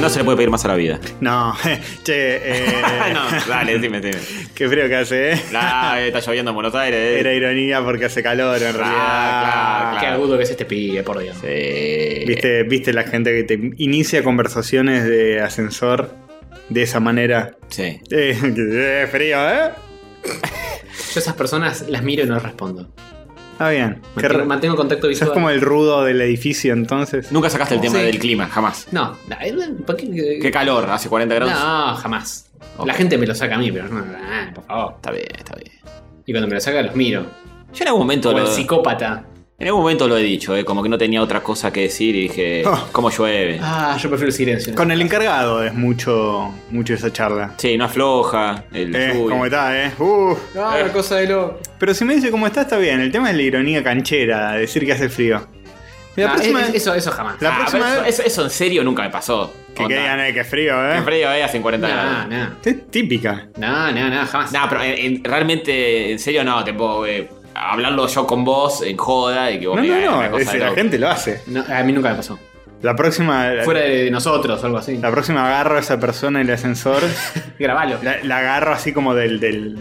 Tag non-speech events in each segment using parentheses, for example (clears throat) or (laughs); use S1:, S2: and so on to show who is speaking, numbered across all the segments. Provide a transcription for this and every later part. S1: no se le puede pedir más a la vida.
S2: No, che, (laughs) eh,
S1: (laughs) no, dale, dime, dime.
S2: qué frío que hace, ¿eh?
S1: Ah, eh, está lloviendo en Buenos Aires. eh.
S2: Era ironía porque hace calor en realidad.
S1: Ah, claro,
S3: Qué
S1: claro.
S3: agudo que es este pibe, por Dios.
S1: Sí.
S2: ¿Viste, ¿Viste la gente que te inicia conversaciones de ascensor de esa manera? (laughs)
S1: Sí.
S2: Eh, que- eh, frío, ¿eh?
S3: Yo esas personas las miro y no respondo.
S2: Está bien. Qué
S3: Mantengo,
S2: ra-
S3: mantengo contacto
S2: ¿Sos
S3: visual.
S2: como el rudo del edificio entonces?
S1: Nunca sacaste el tema
S3: Sí.
S1: del clima, jamás.
S3: No, no, ¿por qué?
S1: Qué calor, hace 40 grados.
S3: No, jamás.
S1: Ok.
S3: La gente me lo saca a mí, pero no, ah, por favor.
S1: Está bien, está bien.
S3: Y cuando me lo saca los miro.
S1: Yo en algún momento
S3: Como
S1: lo,
S3: el psicópata.
S1: en algún momento lo he dicho, eh, como que no tenía otra cosa que decir y dije,
S2: Ah.
S1: ¿cómo llueve?
S3: Ah, yo prefiero el silencio.
S2: Con el encargado es mucho, mucho esa charla.
S1: Sí, no afloja. El
S2: Eh,
S1: lluvia.
S2: ¿Cómo está, eh? Uf.
S3: Ah, la cosa de lo.
S2: Pero si me dice cómo está, está bien. El tema es la ironía canchera, decir que hace frío. Y La
S3: No,
S2: próxima
S3: es- es-
S2: vez-
S3: eso, eso jamás.
S2: La
S1: Ah,
S2: próxima
S1: pero
S2: vez-
S1: eso, eso- eso en serio nunca me pasó.
S2: Que
S1: Onda.
S2: querían, eh, que frío,
S1: En
S2: eh.
S1: frío, eh, hacen 40
S3: No,
S1: grados.
S3: no.
S2: Es típica.
S3: No, no, no, jamás.
S1: No, pero en- en- realmente, en serio, no, tipo, eh, hablarlo yo con vos en joda y que vos
S2: No,
S1: me digas
S2: no,
S1: una
S2: no.
S1: cosa
S2: es-
S1: de
S2: la
S1: loco.
S2: gente lo hace.
S3: No, a mí nunca me pasó.
S2: La próxima. la-
S3: Fuera de nosotros o algo así.
S2: La próxima agarro a esa persona en el ascensor.
S3: Grabalo.
S2: la, la agarro así como del, del,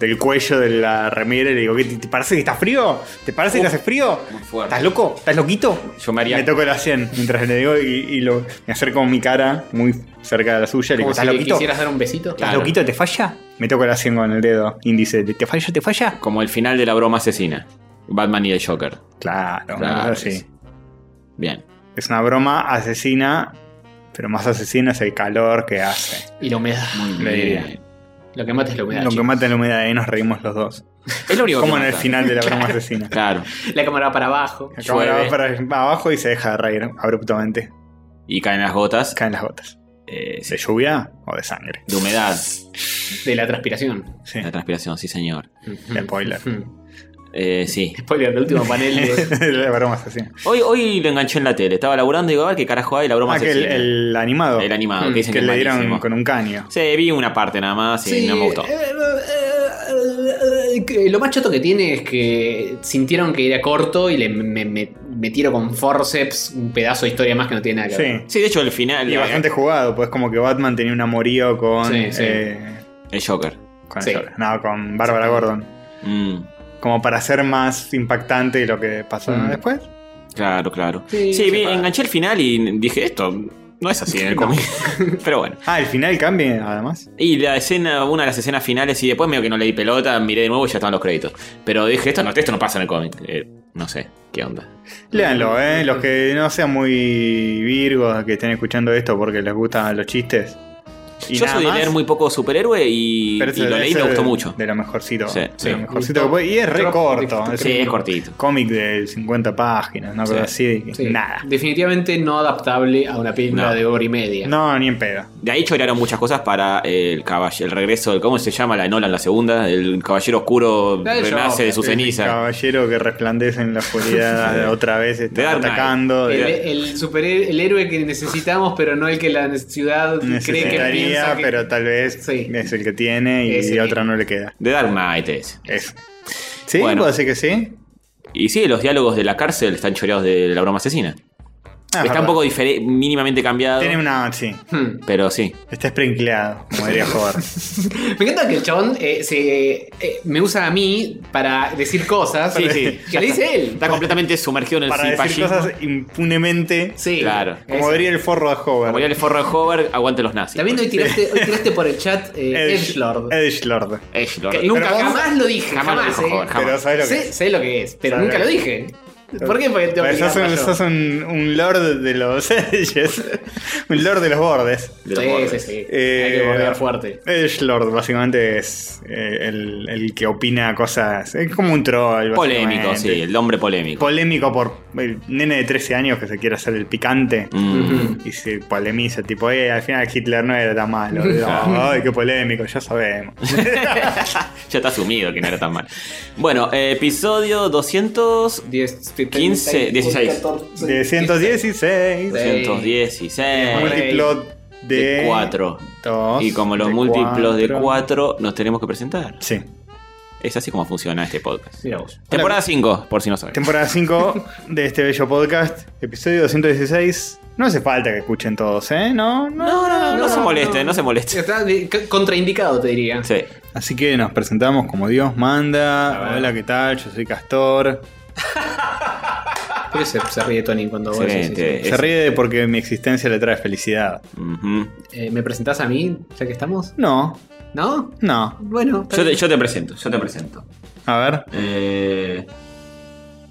S2: del cuello de la remera y le digo, ¿qué, te, te parece que está frío? ¿Te parece que hace frío?
S1: muy fuerte.
S2: ¿Estás loco? ¿Estás loquito?
S1: Yo me haría-
S2: toco la 100 mientras le digo y, y lo, me acerco mi cara muy cerca de la suya y le digo,
S3: Como si
S2: ¿estás
S3: le
S2: loquito?
S3: quisieras dar un besito.
S2: ¿Estás
S1: Claro.
S2: loquito? ¿Te falla? Me toco la 100 con el dedo índice. ¿Te falla? ¿Te falla?
S1: Como el final de la broma asesina. Batman y el Joker.
S2: Claro,
S1: Claro,
S2: una cosa
S1: es-
S2: así.
S1: Bien.
S2: Es una broma asesina, pero más asesina es el calor que hace.
S3: Y la humedad.
S2: La idea.
S1: Bien.
S3: Lo que mata es la humedad.
S2: Lo que
S3: chicos.
S2: mata la humedad, ahí nos reímos los dos.
S1: Es lo único ah, que
S2: Como en el
S1: mata.
S2: final de la broma asesina.
S1: (laughs) Claro.
S3: La cámara va para abajo.
S2: La cámara va
S1: Llueve.
S2: para va abajo y se deja de reír abruptamente.
S1: Y caen las gotas.
S2: Caen las gotas.
S1: eh,
S2: ¿De lluvia o de sangre?
S1: de humedad.
S3: De la transpiración.
S2: Sí.
S1: La transpiración, sí, señor.
S2: Spoiler.
S3: Mm.
S1: Eh, sí.
S3: Spoiler del último panel
S2: (laughs)
S3: de.
S2: la broma asesina.
S1: Hoy, hoy lo enganché en la tele. Estaba laburando y digo, a ver qué carajo hay la broma
S2: Ah, que el,
S1: asesina.
S2: el animado.
S1: El animado,
S3: Mm,
S1: que dicen que,
S2: que
S1: es
S2: le dieron
S1: malísimo.
S2: con un caño.
S1: Sí, vi una parte nada más y no me gustó.
S3: eh, eh, eh, eh, que Lo más choto que tiene es que sintieron que era corto y le me, me- me tiro con forceps un pedazo de historia más que no tiene nada que ver.
S2: Sí.
S1: Sí, de hecho, el final.
S2: Y
S1: eh,
S2: bastante jugado, pues como que Batman tenía un amorío con.
S3: Sí, sí.
S2: eh,
S1: El Joker.
S2: con
S3: Sí.
S2: el- no, con Bárbara Gordon.
S1: Mm,
S2: Como para ser más impactante lo que pasó
S3: Mm.
S2: después.
S1: claro, claro. Sí,
S3: Sí, se
S1: vi-
S3: paga.
S1: enganché el final y dije, esto no es así en el
S3: (laughs)
S1: cómic. (laughs) Pero bueno.
S2: Ah, el final cambia, además.
S1: Y la escena, una de las escenas finales, y después medio que no leí pelota, miré de nuevo y ya estaban los créditos. Pero dije, esto no, esto no pasa en el cómic. Eh, no sé, ¿qué onda?
S2: Léanlo, ¿eh? Los que no sean muy virgos, que estén escuchando esto porque les gustan los chistes. Y
S1: Yo
S2: nada
S1: soy de
S2: más.
S1: leer muy poco superhéroe y,
S2: Pero
S1: y
S2: ese-
S1: lo leí y
S2: ese
S1: me gustó
S2: de-
S1: mucho.
S2: De lo mejorcito.
S1: Sí,
S2: de
S1: sí.
S2: lo mejorcito que puede. Y es re
S3: Trop-
S2: corto.
S1: Sí, es cortito.
S2: Cómic de 50 páginas, una cosa así. que
S3: Sí.
S2: Nada.
S3: Definitivamente no adaptable a una película
S1: No.
S3: de hora y media.
S2: No, ni en pedo.
S1: De ahí chorearon muchas cosas para el caballo, el regreso del, ¿cómo se llama? La de Nolan, la segunda, el caballero oscuro
S3: La del
S1: renace de su
S3: Joker,
S1: ceniza.
S2: Caballero que resplandece en
S1: (laughs)
S2: la oscuridad otra vez
S1: The
S2: está
S1: Dark Knight.
S2: atacando.
S3: El,
S2: de-
S3: el superhéroe, el héroe que necesitamos, pero no el que la ne- ciudad cree que
S2: Necesitaría,
S3: piensa que...
S2: pero tal vez
S3: Sí.
S2: es el que tiene y,
S3: Ese
S2: y otra
S3: mismo.
S2: no le queda.
S1: De Dark Knight es.
S2: Eso. ¿Sí?
S1: Bueno.
S2: ¿Puedo decir que sí?
S1: Y sí, los diálogos de la cárcel están choreados de la broma asesina.
S2: Ah,
S1: Está
S2: verdad.
S1: un poco diferente, mínimamente cambiado.
S2: Tiene una. Sí.
S3: Hmm.
S1: Pero sí.
S2: Está sprinkleado, como diría Joder.
S3: Me encanta que el chabón eh, se, eh, me usa a mí para decir cosas
S1: Sí, sí.
S3: que le dice él.
S1: Está completamente sumergido en (laughs) el
S2: Para decir
S1: cipallismo.
S2: cosas impunemente.
S3: Sí.
S1: Claro.
S2: Como
S3: Eso.
S2: diría el forro de Hover.
S1: Como ya el forro de Hover, aguante los nazis.
S3: También hoy tiraste, hoy tiraste por el chat eh, Edgelord.
S2: Edgelord.
S1: Edgelord.
S3: Que nunca,
S2: Pero vos-
S3: jamás lo dije,
S1: Jamás lo
S3: jamás.
S1: dijo,
S3: eh.
S1: Jorge.
S2: Pero
S1: Jamás.
S2: sabes lo que
S3: sé, sé lo que es, pero
S2: Sabe
S3: nunca
S2: lo
S3: lo
S2: que-
S3: dije. ¿Por qué? Porque tengo que
S2: Pero sos
S3: ligarla
S2: un,
S3: yo.
S2: sos un, un lord de los (laughs) edges. un lord de los bordes.
S1: De los bordes.
S3: Sí, sí, sí.
S2: Eh,
S3: Hay que bordear fuerte.
S2: Edge Lord básicamente es eh, el, el que opina cosas. Es como un troll.
S1: Polémico,
S2: básicamente.
S1: sí, el hombre polémico.
S2: Polémico por el nene de 13 años que se quiere hacer el picante.
S1: Mm.
S3: Ujú.
S2: Y se polemiza, tipo, eh, al final Hitler no era tan malo.
S1: (laughs)
S2: Ay, qué polémico, ya sabemos.
S1: Ya está asumido que no era tan mal. Bueno, eh, episodio 200.
S3: 10,
S1: 15, 16.
S3: 14,
S2: De 116,
S3: Sí.
S1: 216.
S2: múltiplo de
S1: De 4.
S2: dos,
S1: Y como los
S2: de
S1: múltiplos de
S2: cuatro.
S1: 4, nos tenemos que presentar.
S2: Sí.
S1: Es así como funciona este podcast.
S3: Mira vos.
S1: Temporada 5, por si no sabes.
S2: Temporada 5 de este bello podcast, episodio 216. No hace falta que escuchen todos, ¿eh? No, no.
S1: No, no, no, no se molesten, no se molesten.
S2: (laughs)
S3: Está de- c- contraindicado, te diría.
S1: Sí.
S2: Así que nos presentamos como Dios manda. Hola, ¿qué tal? Yo soy Castor.
S3: Por eso se, se ríe Tony cuando vos decís
S1: Excelente.
S2: Se
S1: Es-
S2: ríe porque mi existencia le trae felicidad.
S1: Ujú.
S3: eso. Eh, ¿Me presentás a mí, ya que estamos?
S2: No,
S3: ¿No?
S2: no.
S3: Bueno. está
S1: yo, te,
S3: bien.
S1: yo te presento, yo te presento.
S2: A ver.
S1: Eh,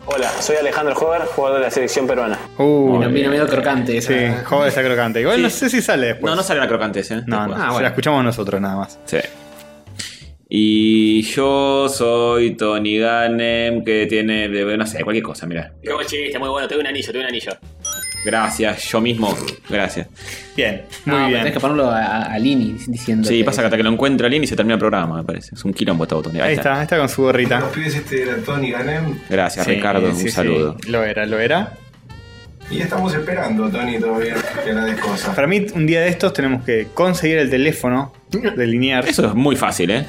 S4: Hola, soy Alejandro Jover, jugador de la selección peruana.
S2: Uh,
S3: Vino, vino medio crocante esa.
S2: sí, joven está crocante. Igual
S1: Sí.
S2: no sé si sale después.
S1: no, no salen a crocantes, ¿eh?
S2: No,
S1: Te
S2: no,
S1: juro.
S3: Ah,
S2: se
S3: bueno.
S2: la escuchamos nosotros nada más.
S1: Sí. Y yo soy Tony Ganem, que tiene, de- no sé, cualquier cosa, mira.
S5: Qué buen chiste, muy bueno. Tengo un anillo, tengo un anillo.
S1: Gracias, yo mismo, gracias.
S2: Bien,
S3: No,
S2: muy
S3: pero
S2: bien.
S3: Ah, Tenés que ponerlo a, a Lini diciendo.
S1: Sí, pasa que hasta que lo encuentra alguien y se termina el programa, me parece. Es un quilombo esta botón.
S2: Ahí está, está con su gorrita.
S6: Los pibes este era Tony Ganem
S1: Gracias,
S2: Sí,
S1: Ricardo, un
S2: sí, sí.
S1: saludo.
S2: Lo era, lo era.
S6: y estamos esperando, Tony, todavía que la des cosas.
S2: Para mí, un día de estos tenemos que conseguir el teléfono de Linear
S1: Eso es muy fácil, ¿eh?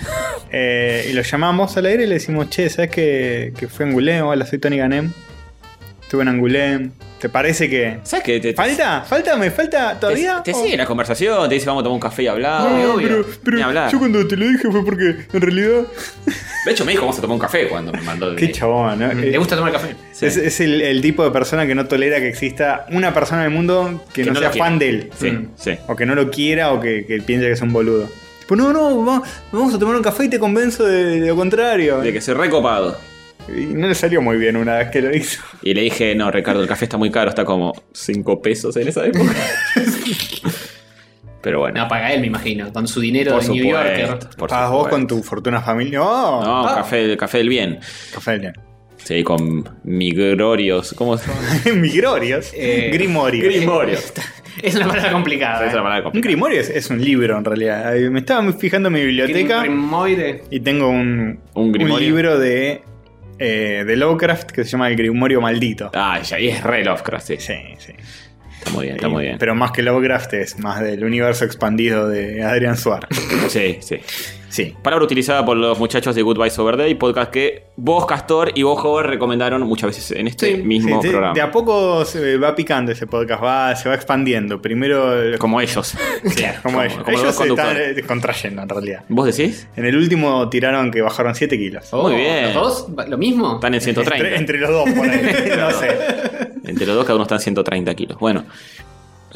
S2: eh, y lo llamamos al aire y le decimos, che, ¿sabes que, que fui a Angulem? Hola, soy Tony Ganem. Estuve en Angulem. ¿Te parece que.?
S1: ¿Sabes qué? Te, te,
S2: ¿Falta? ¿Falta? ¿Me falta todavía?
S1: te
S2: ¿O-
S1: sigue la conversación, te dice vamos a tomar un café y hablar.
S3: Obvio, obvio.
S2: Pero, pero
S1: Ni hablar.
S2: yo cuando te lo dije fue porque en realidad.
S1: De hecho, me dijo vamos a tomar un café cuando me mandó. el-
S2: Qué chabón, ¿no?
S3: ¿Le
S2: Eh,
S3: gusta tomar café?
S1: Sí.
S2: Es, es el, el tipo de persona que no tolera que exista una persona en el mundo que,
S1: Que
S2: no,
S1: no lo
S2: sea
S1: quiera.
S2: fan de él.
S1: Sí,
S3: Mm.
S1: sí.
S2: O que no lo quiera o que, que piense que es un boludo. Tipo, no, no, va- vamos a tomar un café y te convenzo de, de lo contrario.
S1: De que soy recopado.
S2: Y no le salió muy bien una vez que lo hizo.
S1: Y le dije, no, Ricardo, el café está muy caro, está como 5 pesos en esa época. Pero bueno.
S3: No, paga él, me imagino. Con su dinero de New Yorker.
S1: por
S2: Pagas vos
S1: supuesto.
S2: con tu fortuna familiar. Oh, ¡No!
S1: No,
S3: Ah.
S1: café, café del bien.
S2: Café de
S1: Sí, con migrorios. ¿Cómo (laughs) se
S2: (laughs) Migrorios. (laughs)
S3: Eh,
S2: Grimorios.
S3: (laughs)
S1: Grimorios.
S3: Es una palabra complicada.
S1: Esa es la
S3: eh.
S1: palabra
S2: Un
S1: complicada.
S2: grimorio es, es un libro en realidad. Ay, Me estaba fijando en mi biblioteca
S3: Grimoire.
S2: y tengo un,
S1: Un grimorio.
S2: libro de, eh, de Lovecraft que se llama El Grimorio Maldito.
S1: Ah, ya, y es re Lovecraft, sí.
S2: Sí, sí.
S1: Está muy bien, está muy bien.
S2: Pero más que Lovecraft es más del universo expandido de Adrián Suar.
S1: Sí, sí.
S2: Sí.
S1: Palabra utilizada por los muchachos de Goodbye Sober Day, podcast que vos, Castor, y vos, Hover, recomendaron muchas veces en este mismo
S2: Sí, de,
S1: programa.
S2: de a poco se va picando ese podcast, va, se va expandiendo. Primero,
S1: Como
S2: (laughs)
S1: ellos.
S2: claro, como,
S1: como-
S2: ellos,
S1: como los
S2: Ellos
S1: dos
S2: se están
S1: conductores.
S2: eh, contrayendo en realidad.
S1: ¿Vos decís?
S2: En el último tiraron que bajaron 7 kilos.
S1: Muy bien.
S3: Oh, ¿Los dos? ¿Lo mismo?
S1: Están en 130.
S2: Entre, entre los dos, por
S1: (laughs)
S2: ahí. no sé.
S1: Entre los dos, cada uno está en 130 kilos. Bueno.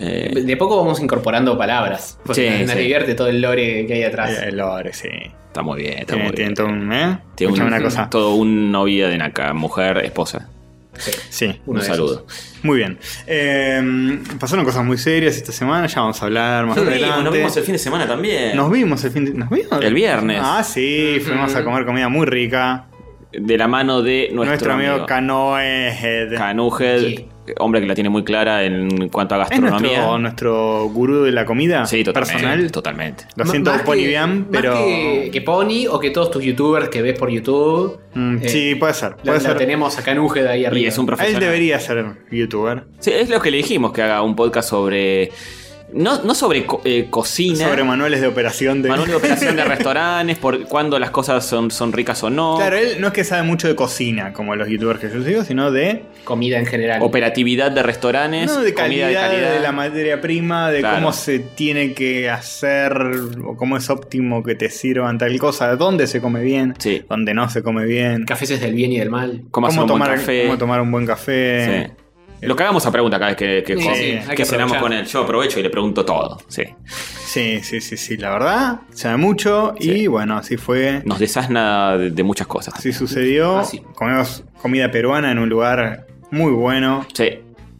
S1: Eh,
S3: De poco vamos incorporando palabras. Porque
S1: Sí,
S3: nos
S1: sí.
S3: divierte todo el lore que hay atrás.
S2: El Eh, lore, sí.
S1: Ah. está muy bien, está
S2: Tiene,
S1: muy
S2: tiene
S1: bien.
S2: todo un. ¿eh?
S1: Tiene
S2: Escuchame
S1: un-
S2: una cosa.
S1: Todo un novia de Naka, mujer, esposa.
S2: Sí.
S1: un
S3: Uno de
S1: saludo.
S2: Muy bien. Eh, pasaron cosas muy serias esta semana, ya vamos a hablar más
S1: Sí,
S2: adelante.
S1: nos vimos el fin de semana también.
S2: Nos vimos el fin de- ¿Nos vimos?
S1: El viernes.
S2: Ah, sí, fuimos a comer comida muy rica.
S1: De la mano de nuestro,
S2: Nuestro, amigo, eh, Canoehead.
S1: Canugel,
S3: Sí.
S1: hombre que la tiene muy clara en cuanto a
S2: ¿Es
S1: gastronomía.
S2: nuestro, nuestro gurú de la comida
S1: sí, totalmente.
S2: personal?
S1: Totalmente.
S2: Lo
S3: M-
S2: siento,
S3: más
S2: Pony
S3: que-
S2: Bian,
S3: más
S2: pero.
S3: Que, que Pony o que todos tus youtubers que ves por YouTube.
S2: Mm,
S3: eh,
S2: sí, puede ser.
S3: la,
S2: Puede
S3: la
S2: ser.
S3: tenemos acá en Ujed ahí arriba.
S1: Y es un
S2: Él
S1: profesional.
S2: debería ser youtuber.
S1: Sí, es lo que le dijimos, que haga un podcast sobre... No, no sobre co- eh, cocina.
S2: Sobre manuales de operación de.
S1: manual de operación
S2: (laughs)
S1: de restaurantes, por cuándo las cosas son, son ricas o no.
S2: Claro, él no es que sabe mucho de cocina, como los youtubers que yo sigo, sino de.
S3: Comida en general.
S1: Operatividad de restaurantes,
S2: No, de
S1: comida
S2: calidad, de
S1: de calidad.
S2: la materia prima, de
S1: Claro.
S2: cómo se tiene que hacer, o cómo es óptimo que te sirvan tal cosa, dónde se come bien,
S1: Sí.
S2: dónde no se come bien,
S3: Cafés es del bien y del mal.
S1: Cómo hacer un buen
S2: tomar,
S1: café.
S2: cómo tomar un buen café.
S1: Sí. Lo cagamos a pregunta cada vez que, que-
S3: Sí,
S1: que-
S3: sí,
S1: que
S3: hay que
S1: cenamos
S3: aprovechar.
S1: con él. Yo aprovecho y le pregunto todo. Sí.
S2: Sí. sí, sí, sí, la verdad, sabe mucho y
S1: Sí.
S2: bueno, así fue,
S1: Nos desasna de, de muchas cosas.
S2: así sucedió.
S1: Ah,
S3: Así.
S2: Comimos comida peruana en un lugar muy bueno.
S1: Sí.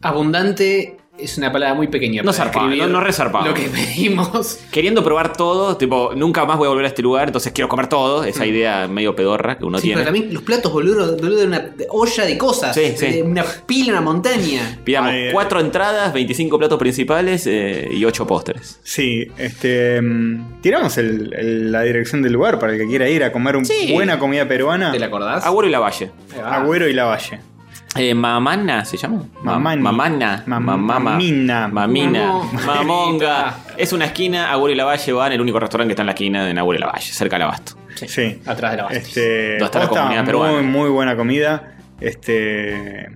S3: Abundante es una palabra muy pequeña.
S1: No
S3: para
S1: zarpado,
S3: describir
S1: no- no re zarpado.
S3: Lo que (laughs) pedimos.
S1: Queriendo probar todo, tipo, nunca más voy a volver a este lugar, entonces quiero comer todo.
S2: Mm.
S1: Esa idea medio pedorra que uno
S3: Sí,
S1: tiene.
S3: pero también los platos, boludo, boludo, de una olla de cosas.
S1: Sí, sí.
S3: de Una pila, una montaña.
S1: Pidamos
S2: Ay, eh.
S1: cuatro entradas, 25 platos principales eh, y ocho pósteres.
S2: Sí, este. mm, Tiramos el- el- la dirección del lugar para el que quiera ir a comer un-
S1: Sí.
S2: buena comida peruana.
S1: Ah.
S3: ¿Te la acordás?
S1: Agüero y Lavalle.
S3: Ahí va.
S2: Agüero y Lavalle.
S1: Eh, Mamana se llama. Ma-
S2: Mamani.
S1: Mamana.
S2: Mam-
S1: Mamama.
S2: Mamina.
S1: Mamina.
S3: Mamón.
S1: Mamonga. Es una esquina, Agüero y Lavalle van, el único restaurante que está en la esquina de Agüero y Lavalle, cerca del abasto.
S2: Sí.
S3: Atrás de la base.
S2: Este,
S1: Donde está la
S2: posta,
S1: comunidad
S2: muy,
S1: peruana.
S2: muy buena comida. Este.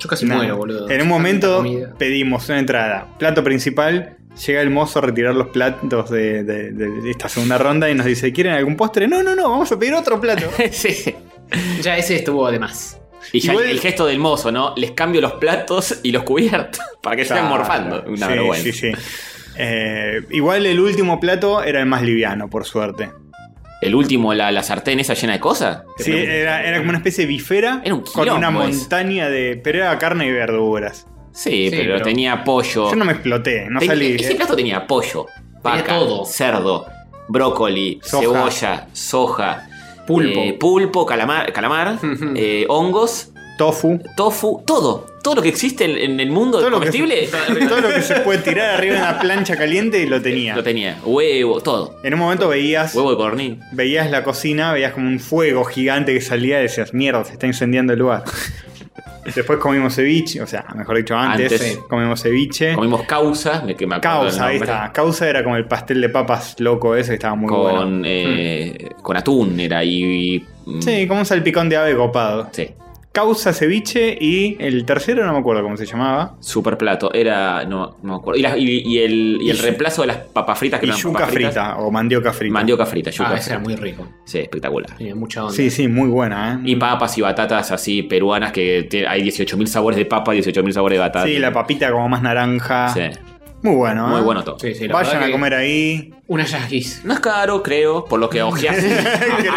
S3: Yo casi
S2: nada.
S3: muero, boludo.
S2: En un
S3: Tanta
S2: momento
S3: comida.
S2: pedimos una entrada, plato principal. Llega el mozo a retirar los platos de, de- de esta segunda ronda y nos dice: ¿Quieren algún postre? No, no, no, vamos a pedir
S1: (laughs)
S2: otro plato.
S1: sí.
S3: Ya ese estuvo de más.
S1: Y ya
S2: Igual-
S1: el gesto del mozo, ¿no? Les cambio los platos y los cubiertos (laughs) para que estén morfando. Una
S2: sí,
S1: vergüenza.
S2: sí, sí. Eh, igual el último plato era el más liviano, por suerte.
S1: El último, la, la sartén esa llena de cosas.
S2: Sí, era, era como una especie de bifera
S1: Era un
S2: con una
S1: quilombo eso.
S2: montaña de. Pero era carne y verduras.
S1: Sí,
S3: Sí,
S1: pero,
S3: pero-
S1: tenía pollo.
S2: Yo no me exploté, no
S1: Ten-
S2: salí. eh.
S1: Ese plato tenía pollo, vaca,
S3: todo.
S1: cerdo, brócoli,
S2: Soja.
S1: cebolla, soja,
S3: Pulpo.
S1: eh, pulpo, calamar,
S2: (laughs)
S1: calamar
S3: Ujú.
S1: eh, hongos,
S2: Tofu.
S1: tofu, todo. Todo lo que existe en, en el mundo
S2: Todo lo que (laughs)
S1: comestible
S2: Todo lo que se puede tirar arriba en la plancha caliente lo tenía.
S1: lo tenía. Huevo, todo.
S2: En un momento veías,
S1: Huevo de corní.
S2: veías la cocina, veías como un fuego gigante que salía y decías, mierda, se está incendiando el lugar. Después comimos ceviche, o sea, mejor dicho, antes,
S1: Antes.
S2: sí, comimos ceviche.
S1: Comimos causa, me, que me acuerdo
S2: Eh. Causa,
S1: el
S2: ahí
S1: nombre,
S2: está. Causa era como el pastel de papas loco ese que estaba muy
S1: Con,
S2: bueno. Mm.
S1: eh, con atún era y... y-
S2: Sí, como un salpicón de ave copado.
S1: sí.
S2: Causa, ceviche y el tercero no me acuerdo cómo se llamaba.
S1: Super plato, era. No, no me acuerdo. Y, las- y- y el, y el
S2: Y-
S1: reemplazo de las papas fritas que
S2: Y
S1: eran
S2: yuca
S1: papas fritas.
S2: frita o mandioca frita.
S1: Mandioca frita, yuca
S3: Ah, ese
S1: frita.
S3: era muy rico.
S1: Sí, espectacular.
S3: Tenía mucha onda.
S2: Sí, sí, muy buena, ¿eh?
S1: Y papas y batatas así peruanas que te- hay 18.000 sabores de papa, 18.000 sabores de batata.
S2: Sí, la papita como más naranja.
S1: Sí,
S2: Muy bueno, ¿eh?
S1: muy bueno todo.
S3: Sí, sí, la
S2: Vayan
S3: verdad
S2: a
S3: que
S2: comer ahí.
S3: Una E. yasguis.
S1: No es caro, creo, por
S2: (laughs)
S1: lo que ojeaste.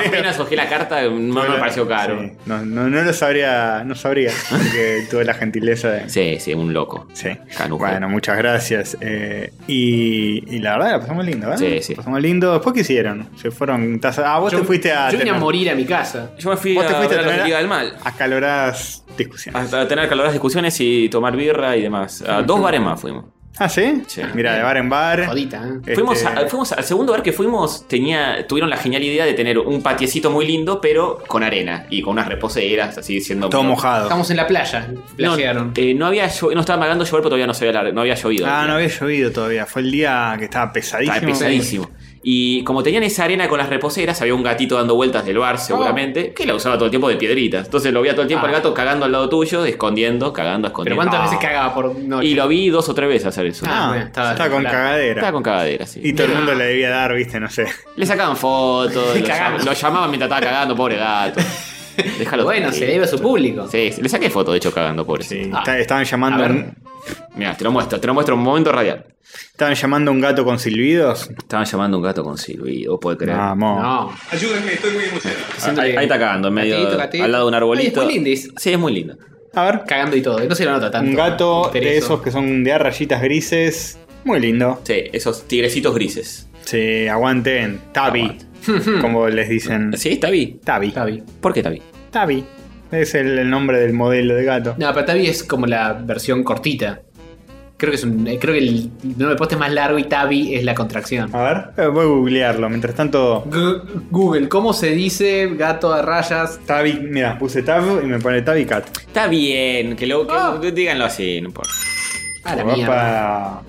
S1: Apenas ojeé la carta, no me pareció caro.
S2: Sí, No, no, no lo sabría, no
S1: (laughs)
S2: sabría, porque tuve la gentileza de... Sí.
S1: Sí, sí, un loco. Canujo.
S2: Bueno, muchas gracias. Eh, y, y la verdad, la pasamos lindo, ¿verdad?
S1: Sí, sí.
S2: Pasamos lindo. Después, ¿qué hicieron? Se fueron... taza- Ah, vos te fuiste a...
S3: Yo vine a
S2: tener
S3: morir a mi casa.
S1: Yo me fui
S2: Vos
S1: a
S2: te fuiste
S1: ver a
S2: a
S1: la
S2: tener-
S1: Liga del Mal. Ah.
S2: Acaloradas discusiones.
S1: A a tener calorosas discusiones y tomar birra y demás. A dos bares más fuimos.
S2: Ah, ¿sí?
S1: Sí.
S2: Mira, de bar en bar.
S3: Jodita, ¿eh?
S2: Este,
S1: Fuimos, a- fuimos al segundo bar que fuimos, tenía, tuvieron la genial idea de tener un patiecito muy lindo, pero con arena y con unas reposeras, así siendo.
S2: Todo mojado.
S3: Estamos en la playa.
S1: No,
S3: Playearon.
S1: eh, no había llo- no estaba amagando llover, pero todavía no, se había, lar- no había llovido.
S2: Ah, no había llovido todavía. Fue el día que estaba pesadísimo.
S1: Estaba pesadísimo. Y como tenían esa arena con las reposeras, había un gatito dando vueltas del bar, seguramente, que la usaba todo el tiempo de piedritas. Entonces lo veía todo el tiempo
S3: Ah.
S1: el gato cagando al lado tuyo, escondiendo, cagando,
S3: Pero
S1: escondiendo.
S3: ¿cuántas
S1: Ah.
S3: veces cagaba por noche?
S1: Y lo vi dos o tres veces hacer eso.
S3: Ah,
S2: Ah,
S3: bueno,
S2: estaba,
S3: estaba-
S2: con
S3: la-
S2: cagadera.
S1: Estaba con cagadera, sí.
S2: Y todo el mundo le debía dar, viste, no sé.
S1: Le sacaban
S3: (laughs)
S1: fotos, lo,
S3: Cagando.
S1: llam- lo llamaban mientras estaba cagando, pobre
S3: (laughs)
S1: gato. Déjalo
S3: Bueno, se
S1: tranquilo.
S3: debe a su público.
S1: Sí, sí, le saqué foto, de hecho, cagando, pobre.
S2: Sí,
S1: Ah,
S2: está- estaban llamando
S3: a
S2: a
S3: ver.
S2: un,
S1: Mirá, te lo muestro, te lo muestro un momento radial.
S2: estaban llamando a un gato con silbidos.
S1: Estaban llamando a un gato con silbido, puede creer.
S3: Ah,
S2: Vamos.
S3: No.
S6: Ayúdenme, estoy muy emocionado.
S3: siento
S1: ahí,
S3: que-
S1: ahí está cagando, en medio,
S3: Gatito, gatito.
S1: al lado de un arbolito.
S3: Ay, es muy lindis.
S1: Sí, es muy lindo.
S2: A ver,
S3: Cagando y todo. No se lo nota tanto.
S2: un gato de
S3: Misterioso.
S2: esos que son de a rayitas grises. Muy lindo.
S1: Sí, esos tigrecitos grises.
S2: Sí, aguanten. Tabi. como les
S3: Mm.
S2: dicen.
S1: ¿Sí? ¿Tabi?
S2: Tabi.
S3: Tabi.
S1: ¿Por qué Tabi?
S2: Tabi. Es el, el nombre del modelo de gato.
S3: No, pero Tabi es como la versión cortita. Creo que es un. eh, Creo que el nombre de poste es más largo y Tabi es la contracción.
S2: A ver, eh, voy a googlearlo. Mientras tanto,
S3: Gu- Google, ¿cómo se dice gato a rayas?
S2: Tabi. Mira, puse Tab y me pone Tabi Cat.
S1: Está bien, que lo que-
S3: Ah.
S1: que díganlo así, no importa.
S3: A Ah, la
S2: Opa.
S3: mierda.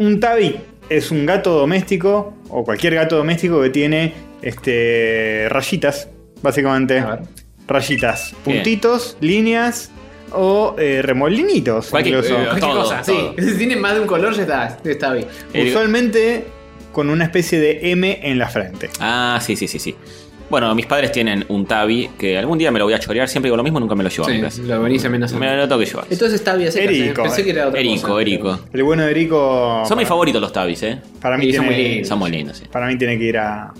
S2: Un tabi es un gato doméstico o cualquier gato doméstico que tiene este rayitas, básicamente.
S3: A ver.
S2: Rayitas,
S1: Bien.
S2: puntitos, líneas o eh, remolinitos.
S1: Cualquier-
S2: incluso.
S1: eh,
S3: Cualquier
S1: Todo,
S3: cosa,
S1: todo.
S3: sí. Si tiene más de un color, ya está. Es Tabi.
S1: eh,
S2: Usualmente con una especie de M en la frente.
S1: Ah, sí, sí, sí, sí. Bueno, mis padres tienen un Tabi que algún día me lo voy a chorear, siempre digo lo mismo, nunca me lo llevo a mi casa.
S3: Sí, lo venís amenazando.
S1: Me lo tengo que llevar.
S3: Entonces Tabi hace
S2: Erico,
S3: Pensé que era otra
S1: Erico,
S3: cosa.
S1: Erico.
S2: El bueno de Erico.
S1: Son mis
S2: para,
S1: favoritos los Tabis, eh.
S2: para mí
S3: Y son muy
S2: tiene,
S3: lindos.
S1: Son muy lindos, sí.
S2: para mí tiene que ir a, a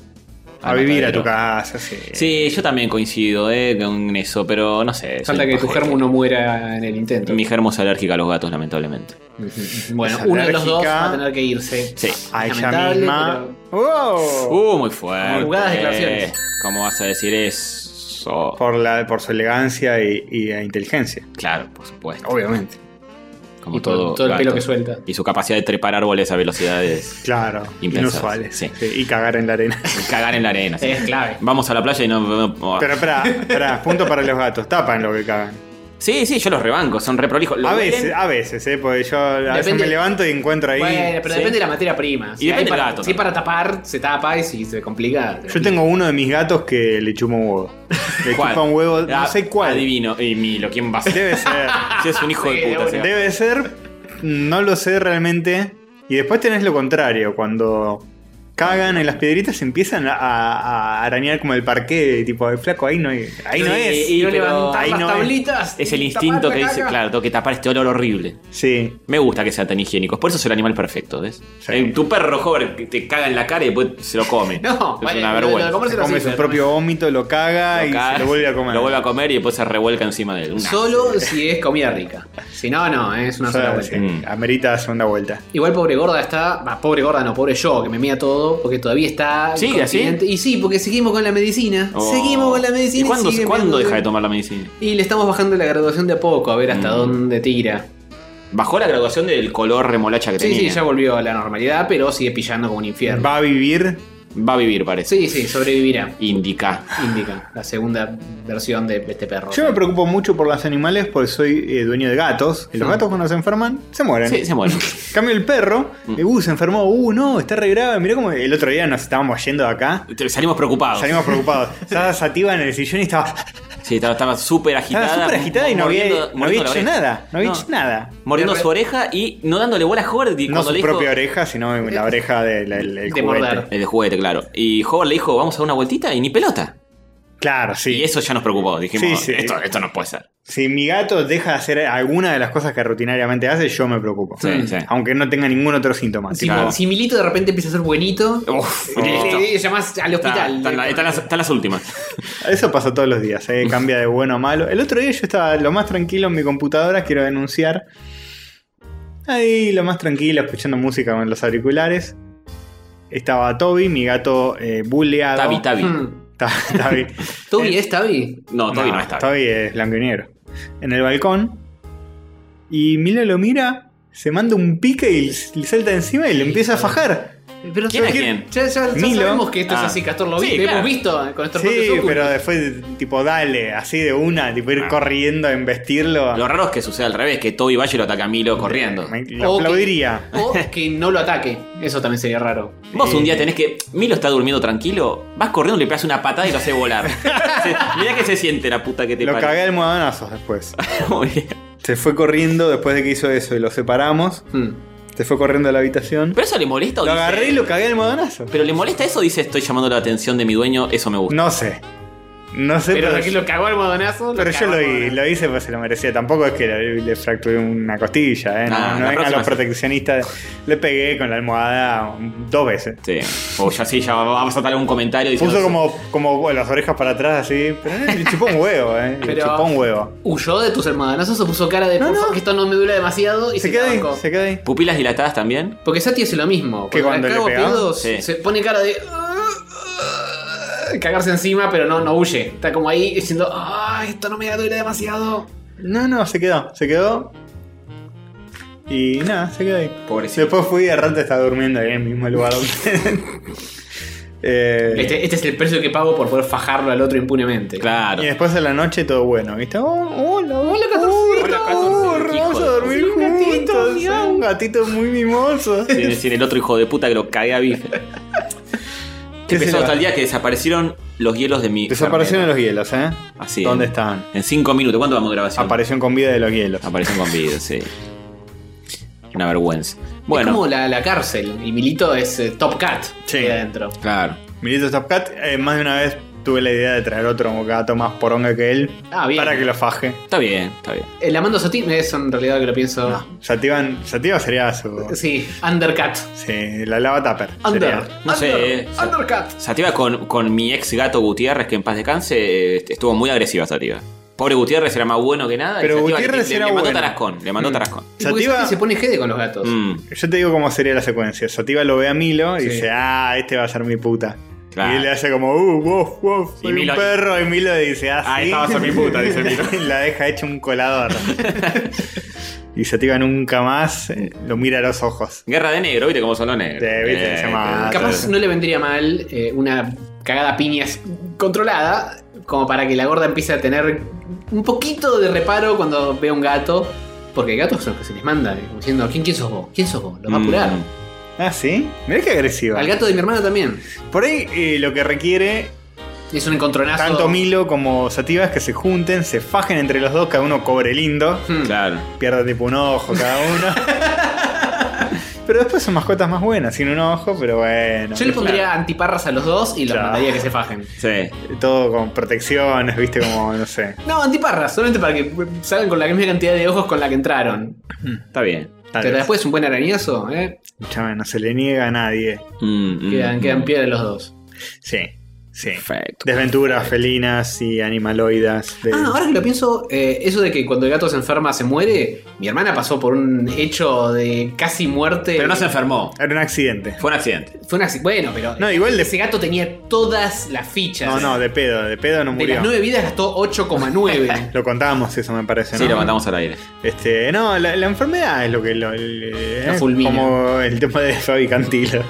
S1: Al
S2: vivir a
S1: matadero.
S2: tu casa. Sí.
S1: Sí, yo también coincido eh, con eso, pero no sé. soy
S3: Falta
S1: un
S3: que tu
S1: pajero.
S3: germo no muera en el intento.
S1: Mi germo es alérgica a los gatos, lamentablemente.
S3: Bueno,
S2: Es
S3: uno de los dos
S2: alérgica.
S3: va a tener que irse.
S1: Sí.
S2: A ella
S3: Lamentable,
S2: misma.
S3: pero-
S2: ¡Wow!
S1: Uh, muy fuerte.
S3: Como jugadas declaraciones.
S1: ¿Cómo vas a decir eso?
S2: Por, la, por su elegancia y, y la inteligencia.
S1: Claro, por supuesto.
S2: Obviamente.
S1: Como
S3: y por
S1: todo,
S3: todo el
S1: gato.
S3: pelo que suelta.
S1: Y su capacidad de trepar árboles a
S3: (laughs)
S1: velocidades
S2: Claro,
S1: Impensadas,
S2: inusuales.
S1: sí. Ah.
S2: Sí, Y cagar en la arena.
S1: y cagar en la arena. sí. (laughs)
S3: Es clave.
S1: Vamos a la playa y no. no- oh.
S2: Pero espera, espera, punto para los gatos. Tapan lo que cagan.
S1: Sí, sí, yo los rebanco, son reprolijos. Los
S2: A
S1: huelen
S2: veces, a veces, ¿eh? Porque yo a veces
S3: Depende-
S2: me levanto y encuentro ahí.
S3: Bueno, pero
S1: sí.
S3: depende de la materia prima. Si
S1: depende
S3: hay
S1: del
S3: para,
S1: gato
S3: si hay para tapar, se tapa y si se complica.
S2: Yo tengo uno de mis gatos que le chupa un huevo. Le
S1: ¿Cuál?
S2: chupa un huevo, no
S1: Ah,
S2: sé cuál.
S1: Adivino. Y mi, lo quién va a ser.
S2: Debe ser.
S1: Si es un hijo
S3: Sí,
S1: de puta. (laughs)
S3: de
S1: sí.
S2: Debe ser, no lo sé realmente. Y después tenés lo contrario, cuando cagan en las piedritas empiezan a, a- a arañar como el parqué, tipo, "Ay, flaco, ahí no, hay- ahí no
S1: Sí,
S2: es.
S1: y-
S3: Quiero
S1: pero
S3: levantar
S2: ahí
S3: las
S2: no es.
S3: tablitas.
S1: Es el
S3: y
S1: instinto
S3: tapar
S1: que
S3: la
S1: dice,
S3: caca.
S1: claro, tengo que tapar este olor horrible.
S2: Sí,
S1: Me gusta que sean tan higiénicos. Por eso es el animal perfecto, ¿ves?
S2: Sí.
S1: Eh, tu perro, joven, que te caga en la cara y después se lo come.
S3: (laughs) No,
S1: es
S3: vale,
S1: una
S3: lo-
S1: vergüenza.
S3: lo de comerse
S2: se
S3: lo
S2: come
S3: hace,
S2: su
S3: lo
S2: propio vómito, lo caga y
S1: caga,
S2: se lo vuelve a comer.
S1: Lo vuelve a comer y después se revuelca encima de él. Una-
S3: Solo si es comida rica. Si no, no, es una
S2: O sea,
S3: sola vuelta.
S2: sí,
S1: Mm.
S2: Amerita segunda vuelta.
S3: Igual pobre gorda está. bah, pobre gorda, no, pobre yo, que me mía todo, porque todavía está.
S1: ¿Sigue
S3: incontinente. Y sí, porque seguimos con la medicina.
S1: Oh.
S3: Seguimos con la medicina.
S1: ¿Y cuándo,
S3: sigue
S1: cuándo
S3: meando-
S1: deja de tomar Mm. la medicina?
S3: Y le estamos bajando la graduación de a poco, a ver hasta dónde tira.
S1: Bajó la graduación del color remolacha que
S3: Sí,
S1: tenía.
S3: sí, ya volvió a la normalidad, pero sigue pillando como un infierno.
S2: Va a vivir
S1: Va a vivir, parece.
S3: Sí, sí, sobrevivirá.
S1: Indica.
S3: Indica la segunda versión de este perro.
S2: Yo me preocupo mucho por los animales porque soy eh, dueño de gatos. Y los
S3: Mm.
S2: gatos cuando se enferman, se mueren.
S1: Sí, Mm. se
S2: (laughs)
S1: muere.
S2: Cambio el perro, eh, uh, se enfermó, uh, no, está re grave. Mirá como el otro día nos estábamos yendo de acá.
S1: Te- Salimos preocupados.
S2: Salimos preocupados.
S1: (laughs)
S2: Estaba sativa en el sillón y estaba,
S1: Sí, estaba- estaba súper agitada.
S2: estaba súper agitada y no había,
S1: mordiendo-
S2: no había
S1: mordiendo la
S2: hecho
S1: oreja.
S2: nada. No había
S1: No.
S2: hecho nada.
S1: Mordiendo su oreja y no dándole bola a Howard. Y
S2: No
S1: cuando
S2: su
S1: le dijo-
S2: propia oreja, sino la oreja del del- del juguete.
S3: de morder.
S1: El de juguete, claro. Y Howard le dijo, vamos a dar una vueltita y ni pelota.
S2: Claro, sí.
S1: Y eso ya nos preocupó. Dijimos,
S2: Sí, sí.
S1: Esto, esto no puede ser.
S2: Si mi gato deja de hacer alguna de las cosas que rutinariamente hace, yo me preocupo.
S1: Sí,
S2: Mm.
S1: sí.
S2: Aunque no tenga ningún otro síntoma.
S3: Si,
S2: tipo,
S1: Claro.
S3: si Milito de repente empieza a ser buenito,
S1: Uf,
S3: le-
S1: listo.
S3: le, le llamás al
S1: Está-
S3: hospital.
S1: Están la- están las, están las últimas.
S2: Eso pasa todos los días, ¿eh? cambia de bueno a malo. El otro día yo estaba lo más tranquilo en mi computadora, quiero denunciar. Ahí, lo más tranquilo, escuchando música con los auriculares. Estaba Toby, mi gato eh, buleado.
S1: Tabi,
S2: (laughs)
S1: Tabi.
S2: Hmm.
S3: Mm.
S2: Ta- Tabi.
S3: Toby, ¿es Toby?
S1: (laughs) No, Tabi no, es Tabi.
S2: Toby es blanco y negro. En el balcón. Y Mila lo mira, se manda un pique y le salta encima y le empieza a fajar.
S3: Pero
S1: ¿Quién es
S3: ya-
S1: quién?
S3: Ya, ya- ya
S2: Milo.
S3: sabemos que esto es
S1: Ah.
S3: así, Castor lo
S1: Sí,
S3: viste,
S1: claro.
S3: hemos visto con estos
S2: Sí,
S3: propios ojos.
S2: pero después, tipo, dale, así de una, tipo, ir
S1: Ah.
S2: corriendo a embestirlo.
S1: Lo raro es que sucede al revés, que Toby Valle lo ataca a Milo corriendo.
S2: Me- lo
S3: O que-
S2: aplaudiría.
S3: O que no lo ataque, eso también sería raro.
S1: Vos un día tenés que. Milo está durmiendo tranquilo, vas corriendo, le pegas una patada y lo haces
S2: (laughs)
S1: volar. Se- Mirá que se siente la puta que te
S2: Lo
S1: parió.
S2: cagué de modanazos después.
S1: (laughs) Muy bien.
S2: Se fue corriendo después de que hizo eso y lo separamos.
S3: Mm.
S2: Se fue corriendo a la habitación.
S1: ¿Pero eso le molesta o
S2: Lo
S1: dice-
S2: agarré y lo cagué de modanazos.
S1: ¿Pero le molesta eso o dice estoy llamando la atención de mi dueño? Eso me gusta.
S2: No sé. No sé,
S3: Pero,
S2: pero,
S3: aquí lo cagó al modonazo.
S2: pero yo
S3: cagó
S2: lo,
S3: al
S2: hi-
S3: modonazo.
S2: lo hice porque se lo merecía. Tampoco es que le, le fracturé una costilla, ¿eh? No,
S1: Ah,
S2: no
S1: la
S2: vengan
S1: próxima
S2: los
S1: sí.
S2: proteccionistas. Le pegué con la almohada dos veces.
S1: Sí. O ya sí, ya vamos a darle un comentario diciendo.
S2: Puso como, como las orejas para atrás así. Pero no, le chupó un huevo, ¿eh? Le
S3: Pero-
S2: chupó un huevo.
S3: ¿Huyó de tus almohadanazos o puso cara de
S2: No,
S3: por
S2: no.
S3: favor, que esto no me dura demasiado? Y se,
S2: Se queda ahí,
S3: arrancó?
S2: se queda ahí.
S1: ¿Pupilas dilatadas también?
S3: Porque Sati hace lo mismo.
S2: ¿Que cuando
S3: la
S2: le
S3: cago a
S2: pega?
S3: pedos,
S1: Sí.
S3: se pone cara de. Cagarse encima, pero no, no huye. Está como ahí diciendo, ah, esto no me duele demasiado.
S2: No, no, se quedó, se quedó. Y nada, se quedó ahí.
S1: Pobrecito.
S2: Después fui y de rato estaba durmiendo ahí en el mismo lugar donde. (laughs) Eh,
S3: Este, este es el precio que pago por poder fajarlo al otro impunemente.
S1: Claro.
S2: Y después de la noche todo bueno, ¿viste? Oh, hola, hola,
S3: Catorcito.
S2: hola,
S1: Hola, Catorcito,
S2: vamos a dormir
S3: hijo de- Sí, un gatito,
S2: juntos. sí,
S3: miau.
S2: un gatito muy mimoso.
S1: Sin decir el otro hijo de puta que lo cagué a bife.
S2: ¿Qué
S1: Empezó
S2: será?
S1: hasta el día que desaparecieron los hielos de mi.
S2: Desaparecieron
S1: carnero.
S2: los hielos, ¿eh?
S1: Así es.
S2: ¿Dónde estaban?
S1: En cinco minutos. ¿Cuánto vamos de grabación?
S2: Apareció con vida de los hielos.
S1: Aparecen con vida, sí. Una vergüenza.
S3: Es como
S1: Bueno.
S3: la, la cárcel. Y Milito es eh, Top Cat.
S2: Sí.
S3: ahí adentro.
S1: Claro.
S2: Milito Top Cat, eh, más de una vez tuve la idea de traer otro gato más poronga que él
S3: Ah, bien.
S2: para que lo faje.
S1: Está bien, está bien.
S3: El Amando Satín es en realidad que lo pienso.
S2: Sativan, Sativa sería su.
S3: Sí, Undercat.
S2: Sí, la lava tupper.
S3: Under.
S2: sería.
S1: No sé,
S3: Under-
S1: eh.
S3: Undercat.
S1: Sativa con, con mi ex gato Gutiérrez, que en paz descanse, eh, estuvo muy agresiva Sativa. Pobre Gutiérrez era más bueno que nada. y
S2: Pero
S1: Sativa le-
S2: Gutiérrez
S1: le,
S2: era
S1: le mandó
S2: bueno. Mm.
S1: Tarascón, le mandó Tarascón.
S3: Y porque
S2: Sativa-
S3: Sati se pone jede con los gatos.
S1: Mm,
S2: Yo te digo cómo sería la secuencia. Sativa lo ve a Milo y
S3: Sí.
S2: dice, ah, este va a ser mi puta.
S1: Claro.
S2: Y él le hace como, uh, wow, wow, soy
S1: Milo-
S2: un perro. Y Milo dice, ah,
S1: Ah,
S2: sí.
S1: esta va a ser mi puta, dice Milo.
S2: (laughs) Y la deja hecho un
S1: (laughs)
S2: colador. y Sativa nunca más eh, lo mira a los ojos.
S1: Guerra de negro, viste cómo son los negros.
S2: Sí, viste, se llama-
S1: eh,
S3: Capaz no le vendría mal eh, una cagada a piñas controlada como para que la gorda empiece a tener un poquito de reparo cuando ve a un gato. Porque gatos son los que se les manda, eh, como diciendo, ¿quién, quién sos vos? ¿Quién sos vos? Lo va a apurar.
S1: Mm.
S2: Ah, sí. Mirá qué agresiva.
S3: Al gato de mi hermano también.
S2: Por ahí eh, lo que requiere
S3: Es un encontronazo.
S2: tanto Milo como Sativa es que se junten, se fajen entre los dos, cada uno cobre lindo.
S3: Hmm.
S1: mm, Claro.
S2: Pierda tipo un ojo cada uno.
S3: (laughs)
S2: pero después son mascotas más buenas, sin un ojo, pero bueno.
S3: Yo le pondría antiparras a los dos y los
S2: Claro.
S3: mandaría que se fajen.
S1: Sí.
S2: Todo con protecciones, viste, como, no sé.
S3: No, antiparras, solamente para que salgan con la misma cantidad de ojos con la que entraron.
S1: Está bien.
S2: Tal
S3: Pero
S2: vez.
S3: después un buen arañazo, ¿eh?
S2: Escuchame, no se le niega a nadie.
S1: Mm, mm,
S3: Quedan,
S1: mm.
S3: quedan piedra los dos.
S2: Sí, sí.
S1: Perfecto.
S2: Desventuras felinas y animaloidas. de-
S3: Ah, ahora que lo pienso, eh, eso de que cuando el gato se enferma se muere, mi hermana pasó por un hecho de casi muerte.
S1: Pero no se enfermó.
S2: Era un accidente.
S1: Fue un accidente.
S3: Fue un acci- Bueno, pero
S2: No, igual de-
S3: ese gato tenía todas las fichas.
S2: No, no, de pedo, de pedo no
S3: de las
S2: murió.
S3: nueve vidas
S2: (laughs)
S3: gastó 8,9.
S2: Lo contábamos eso, me parece,
S1: Sí,
S2: ¿no?
S1: lo mandamos al aire.
S2: Este, no, la, la enfermedad es lo que lo. el- eh,
S3: Lo fulmina.
S2: Como el tema de Fabi
S1: (laughs)
S2: Cantilo.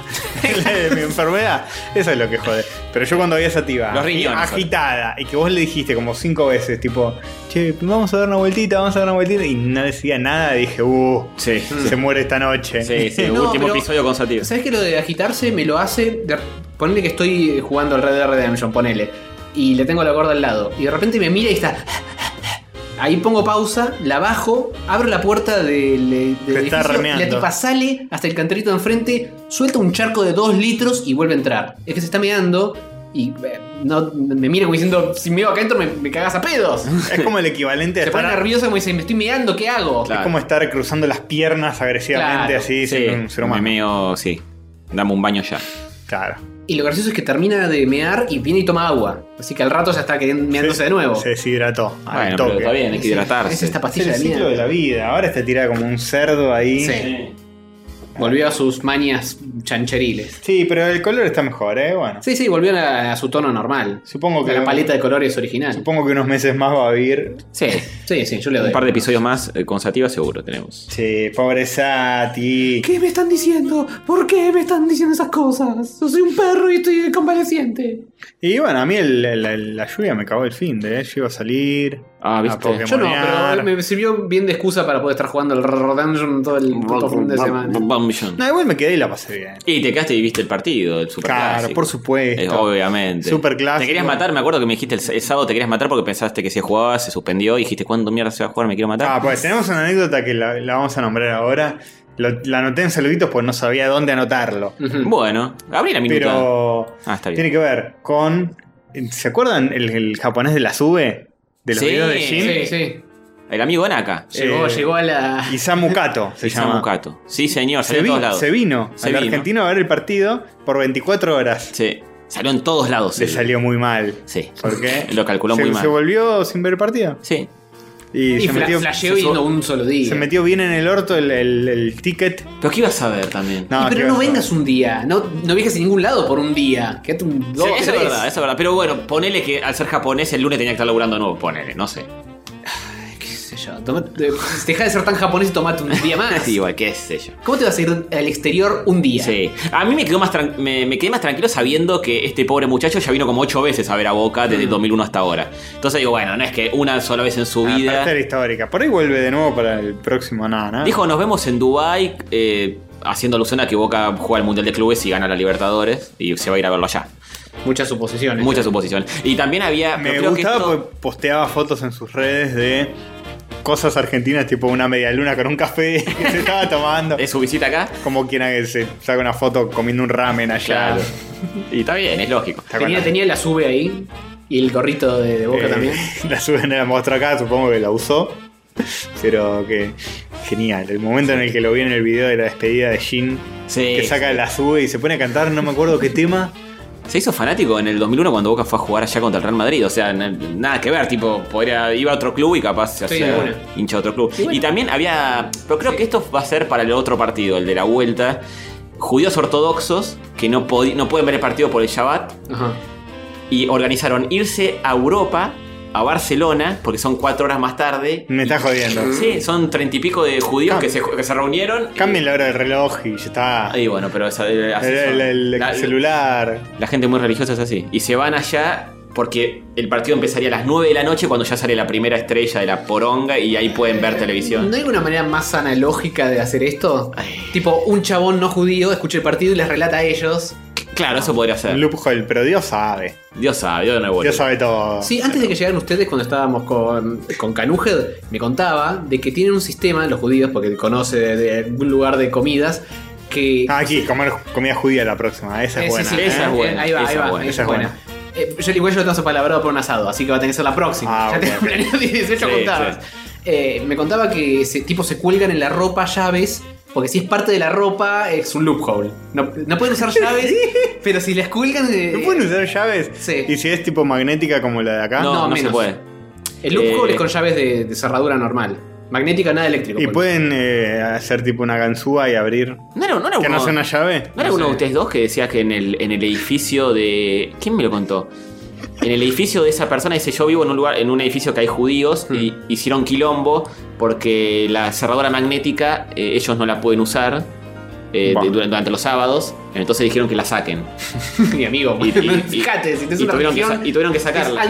S2: La de mi enfermedad, eso es lo que jode. Pero yo cuando vi a esa tiba
S1: Los riñones,
S2: agitada y que vos le dijiste como cinco veces, tipo, che, vamos a dar una vueltita, vamos a dar una vueltita, y no decía nada, dije, uh,
S1: Sí.
S2: se muere esta noche.
S1: Sí, sí.
S3: No,
S1: último
S3: pero-
S1: episodio con Sativa.
S3: ¿Sabes que lo de agitarse me lo hace? de- ponele que estoy eh, jugando al Red Dead Redemption, ponele. Y le tengo la gorda al lado. Y de repente me mira y está. Ahí pongo pausa, la bajo, abro la puerta del. del
S2: Te está
S3: edificio,
S2: remeando.
S3: y la tipa sale hasta el canterito de enfrente, suelta un charco de dos litros y vuelve a entrar. Es que se está meando y eh, no, me mira como diciendo: Si me iba acá adentro, me, me cagas
S2: (laughs)
S3: a pedos.
S2: Es como el equivalente a
S3: Se pone
S2: estar,
S3: nerviosa como dice: Me estoy meando, ¿qué hago?
S1: Claro.
S2: es como estar cruzando las piernas agresivamente
S3: Claro,
S2: así, siendo un ser humano.
S1: me meo, sí. Dame un baño ya.
S2: Claro.
S3: Y lo gracioso es que termina de mear y viene y toma agua. Así que al rato ya está queriendo meándose de nuevo.
S2: Se deshidrató. al
S1: Bueno,
S2: toque.
S1: pero está bien, hay que hidratarse.
S3: Es esta
S2: Es
S3: pastilla
S2: el
S3: de
S2: ciclo de
S3: mierda.
S2: la vida. Ahora está tirada como un cerdo ahí.
S3: Sí. Volvió a sus mañas chancheriles.
S2: Sí, pero el color está mejor, ¿eh? Bueno.
S3: Sí, sí, volvió a, a su tono normal.
S2: Supongo que.
S3: A la paleta de colores original.
S2: Supongo que unos meses más va a vivir.
S3: Sí, sí, sí, yo le doy.
S1: Un par de episodios más eh, con Sativa seguro tenemos.
S2: Sí, pobre Sati.
S3: ¿Qué me están diciendo? ¿Por qué me están diciendo esas cosas? Yo soy un perro y estoy convaleciente.
S2: Y bueno, a mí el- el- el- la lluvia me acabó el fin de, ¿eh? Yo iba a salir.
S1: Ah,
S2: A
S1: ¿viste?
S2: Pokémon.
S3: Yo no,
S2: Demonear.
S3: pero me sirvió bien de excusa para poder estar jugando el Redemption todo el puto fin de semana.
S2: No, igual me quedé y la pasé bien.
S1: Y te quedaste y viste el partido, el
S2: Claro,
S1: superclásico.
S2: por supuesto.
S1: Eh, obviamente.
S2: Superclásico.
S1: Te querías matar, me acuerdo que me dijiste el, el sábado te querías matar porque pensaste que si jugaba se suspendió y dijiste cuándo mierda se va a jugar, me quiero matar.
S2: Ah, pues tenemos una anécdota que la, la vamos a nombrar ahora. Lo- la anoté en saluditos pues no sabía dónde anotarlo.
S3: Ujú.
S1: Bueno, abrí la minuta.
S2: Pero
S1: Ah, está bien.
S2: tiene que ver con. ¿Se acuerdan el, el japonés de la sube? De los
S1: Sí,
S2: videos de Jin.
S3: Sí, sí.
S1: El amigo Naka.
S3: Llegó,
S2: Eh,
S3: llegó a la.
S1: (laughs)
S2: Isamu Kato se
S1: Isamu
S2: llama.
S1: Kato. Sí, señor,
S2: Se,
S1: salió en
S2: vi-
S1: todos lados.
S2: se vino
S1: Se
S2: al
S1: vino.
S2: argentino a ver el partido por 24 horas.
S1: Sí, salió en todos lados.
S2: Le
S1: el-
S2: salió muy mal.
S1: Sí.
S2: ¿Por qué?
S1: (laughs) Lo calculó
S2: se,
S1: muy
S2: Se
S1: mal.
S2: volvió sin ver el partido.
S1: Sí.
S2: Y,
S3: Y
S2: se,
S3: fla-
S2: metió,
S3: flasheó
S1: se
S3: y
S1: sub-
S3: no un solo día.
S2: se metió bien en el orto el, el- el ticket.
S1: Pero ¿qué ibas a ver también?
S2: No,
S3: Y
S2: Ah, qué
S3: pero no
S2: bárbaro.
S3: vengas un día, no, no viajes a ningún lado por un día. Quédate un
S1: Sí,
S3: dos,
S1: eso es
S3: tres.
S1: verdad, eso es verdad. Pero bueno, ponele que al ser japonés el lunes tenía que estar laburando de nuevo. Ponele, no sé.
S3: Qué sé yo, toma- eh, deja de ser tan japonés y tomate un
S1: (laughs)
S3: día
S1: (laughs)
S3: más.
S1: Sí, igual, qué sé yo.
S3: ¿Cómo te vas a ir al exterior un día?
S1: Sí. A mí me, quedó más tran- me, me quedé más tranquilo sabiendo que este pobre muchacho ya vino como ocho veces a ver a Boca desde 2001 hasta ahora. Entonces digo, bueno, no es que una sola vez en su
S2: Ah, para
S1: vida.
S2: estar histórica. Por ahí vuelve de nuevo para el próximo nada, ¿no?
S1: Dijo, nos vemos en Dubai eh, haciendo alusión a que Boca juega el Mundial de Clubes y gana la Libertadores y se va a ir a verlo allá.
S3: Muchas suposiciones.
S1: Mucha suposición. Y también había... pero
S2: Me
S1: creo que
S2: gustaba
S1: esto-
S2: porque posteaba fotos en sus redes de cosas argentinas, tipo una media luna con un café (laughs) que se estaba tomando.
S1: Es su visita acá.
S2: Como quien haga- se saca una foto comiendo un ramen allá.
S1: Claro. Y está bien, es lógico.
S2: ¿Te
S3: Tenía,
S2: acuerdas?
S3: tenía la sube ahí y el gorrito de, de boca
S2: Eh,
S3: también.
S2: (laughs) La suben a la muestra acá, supongo que la usó. Pero que genial. El momento en el que lo vi en el video de la despedida de Jin,
S1: Sí.
S2: que saca la sube y se pone a cantar, no me acuerdo qué tema.
S1: Se hizo fanático en el 2001 cuando Boca fue a jugar allá contra el Real Madrid. O sea, n- nada que ver. Tipo, podría, iba a otro club y capaz se
S3: Sí,
S1: hacía
S3: de una.
S1: hincha de otro club.
S3: Y bueno.
S1: Y también había. Pero creo que esto va a ser para el otro partido, el de la vuelta. Judíos ortodoxos que no, podi- no pueden ver el partido por el Shabbat.
S3: Ajá.
S1: Y organizaron irse a Europa, a Barcelona, porque son cuatro horas más tarde.
S2: Me está jodiendo.
S1: Sí, son treinta y pico de judíos
S2: Cam-
S1: que se, que se reunieron.
S2: Cambien la hora del reloj y ya está.
S1: Y bueno, pero esa- así
S2: El,
S1: son.
S2: el- el
S1: La-
S2: celular.
S1: La gente muy religiosa es así. Y se van allá Porque el partido empezaría a las 9 de la noche cuando ya sale la primera estrella de la poronga y ahí pueden ver televisión.
S3: ¿No hay alguna manera más analógica de hacer esto? Tipo, un chabón no judío escucha el partido y les relata a ellos.
S1: Claro, eso podría ser.
S2: Loophole, pero Dios sabe.
S1: Dios sabe, Dios no es bueno.
S2: Dios sabe todo.
S3: Sí, antes de que llegaran ustedes, cuando estábamos con, con Canujed, me contaba de que tienen un sistema, los judíos, porque conoce de, de un lugar de comidas, que...
S2: Ah, aquí, comer comida judía la próxima. Esa
S3: Eh,
S2: es
S3: sí,
S2: buena.
S3: sí,
S2: ¿eh?
S1: Esa es buena,
S3: Ahí va,
S1: esa
S3: ahí
S1: es
S3: va,
S1: buena,
S3: esa es buena.
S2: buena.
S3: Eh, yo igual yo lo tengo palabrado por un asado, así que va a tener que ser la
S2: Ah,
S3: próxima. (laughs)
S2: ok,
S3: ya tengo
S2: ok.
S3: planeado 18
S1: Sí,
S3: contadas. Eh, me contaba que ese tipo se cuelgan en la ropa llaves, porque si es parte de la ropa es un loophole. No, no pueden usar
S2: (laughs)
S3: llaves, pero si les cuelgan... eh,
S2: ¿No pueden usar llaves?
S3: Sí.
S2: ¿Y si es tipo magnética como la de acá?
S1: No,
S3: No,
S1: no, se
S3: menos.
S1: puede.
S3: El loophole
S1: Eh,
S3: es con llaves de, de cerradura normal. Magnética, nada eléctrico.
S2: ¿Y
S3: Porque-
S2: pueden eh, hacer tipo una ganzúa y abrir?
S1: No era, no era uno-
S2: ¿Que no sea una llave?
S1: ¿No era
S3: No
S1: uno de
S3: sé.
S1: ustedes dos que decía que en el, en el edificio de. ¿Quién me lo contó? En el edificio de esa persona dice: Yo vivo en un lugar, en un edificio que hay judíos
S3: Hmm.
S1: y hicieron quilombo porque la cerradura magnética eh, ellos no la pueden usar eh,
S2: Bah.
S1: de- durante, durante los sábado. Entonces dijeron que la saquen.
S3: (laughs) Mi amigo, (laughs)
S1: Y- y-
S3: fíjate, si te
S1: y tuvieron que sa- y tuvieron que sacarla.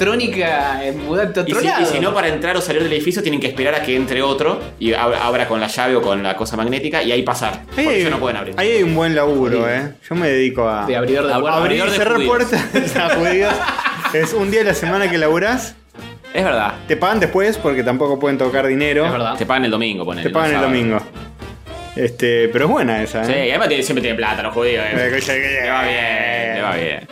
S3: antielectrónica, eh, mudate a
S1: Y
S3: otro
S1: si, y
S3: lado.
S1: si no, para entrar o salir del edificio tienen que esperar a que entre otro y ab- abra con la llave o con la cosa magnética y ahí pasar.
S2: Ahí
S1: porque
S2: hay,
S1: ellos no pueden abrir.
S2: ahí hay un buen laburo,
S3: Sí.
S2: ¿eh? Yo me dedico a
S3: de abridor de
S1: Ab-
S3: puertas.
S2: abrir
S1: abridor
S2: y
S1: de
S2: cerrar
S1: judíos. (laughs)
S2: puertas a judíos. Es un día a la semana que laburás.
S1: Es verdad.
S2: Te pagan después porque tampoco pueden tocar dinero.
S3: Es verdad.
S1: Te pagan el domingo, ponen.
S2: Te pagan el domingo. Este, pero es buena esa,
S1: Sí,
S2: ¿eh?
S1: y además tiene- siempre tiene plata los judíos. eh.
S2: Eh, que- que- que-
S1: Le va bien, le va bien.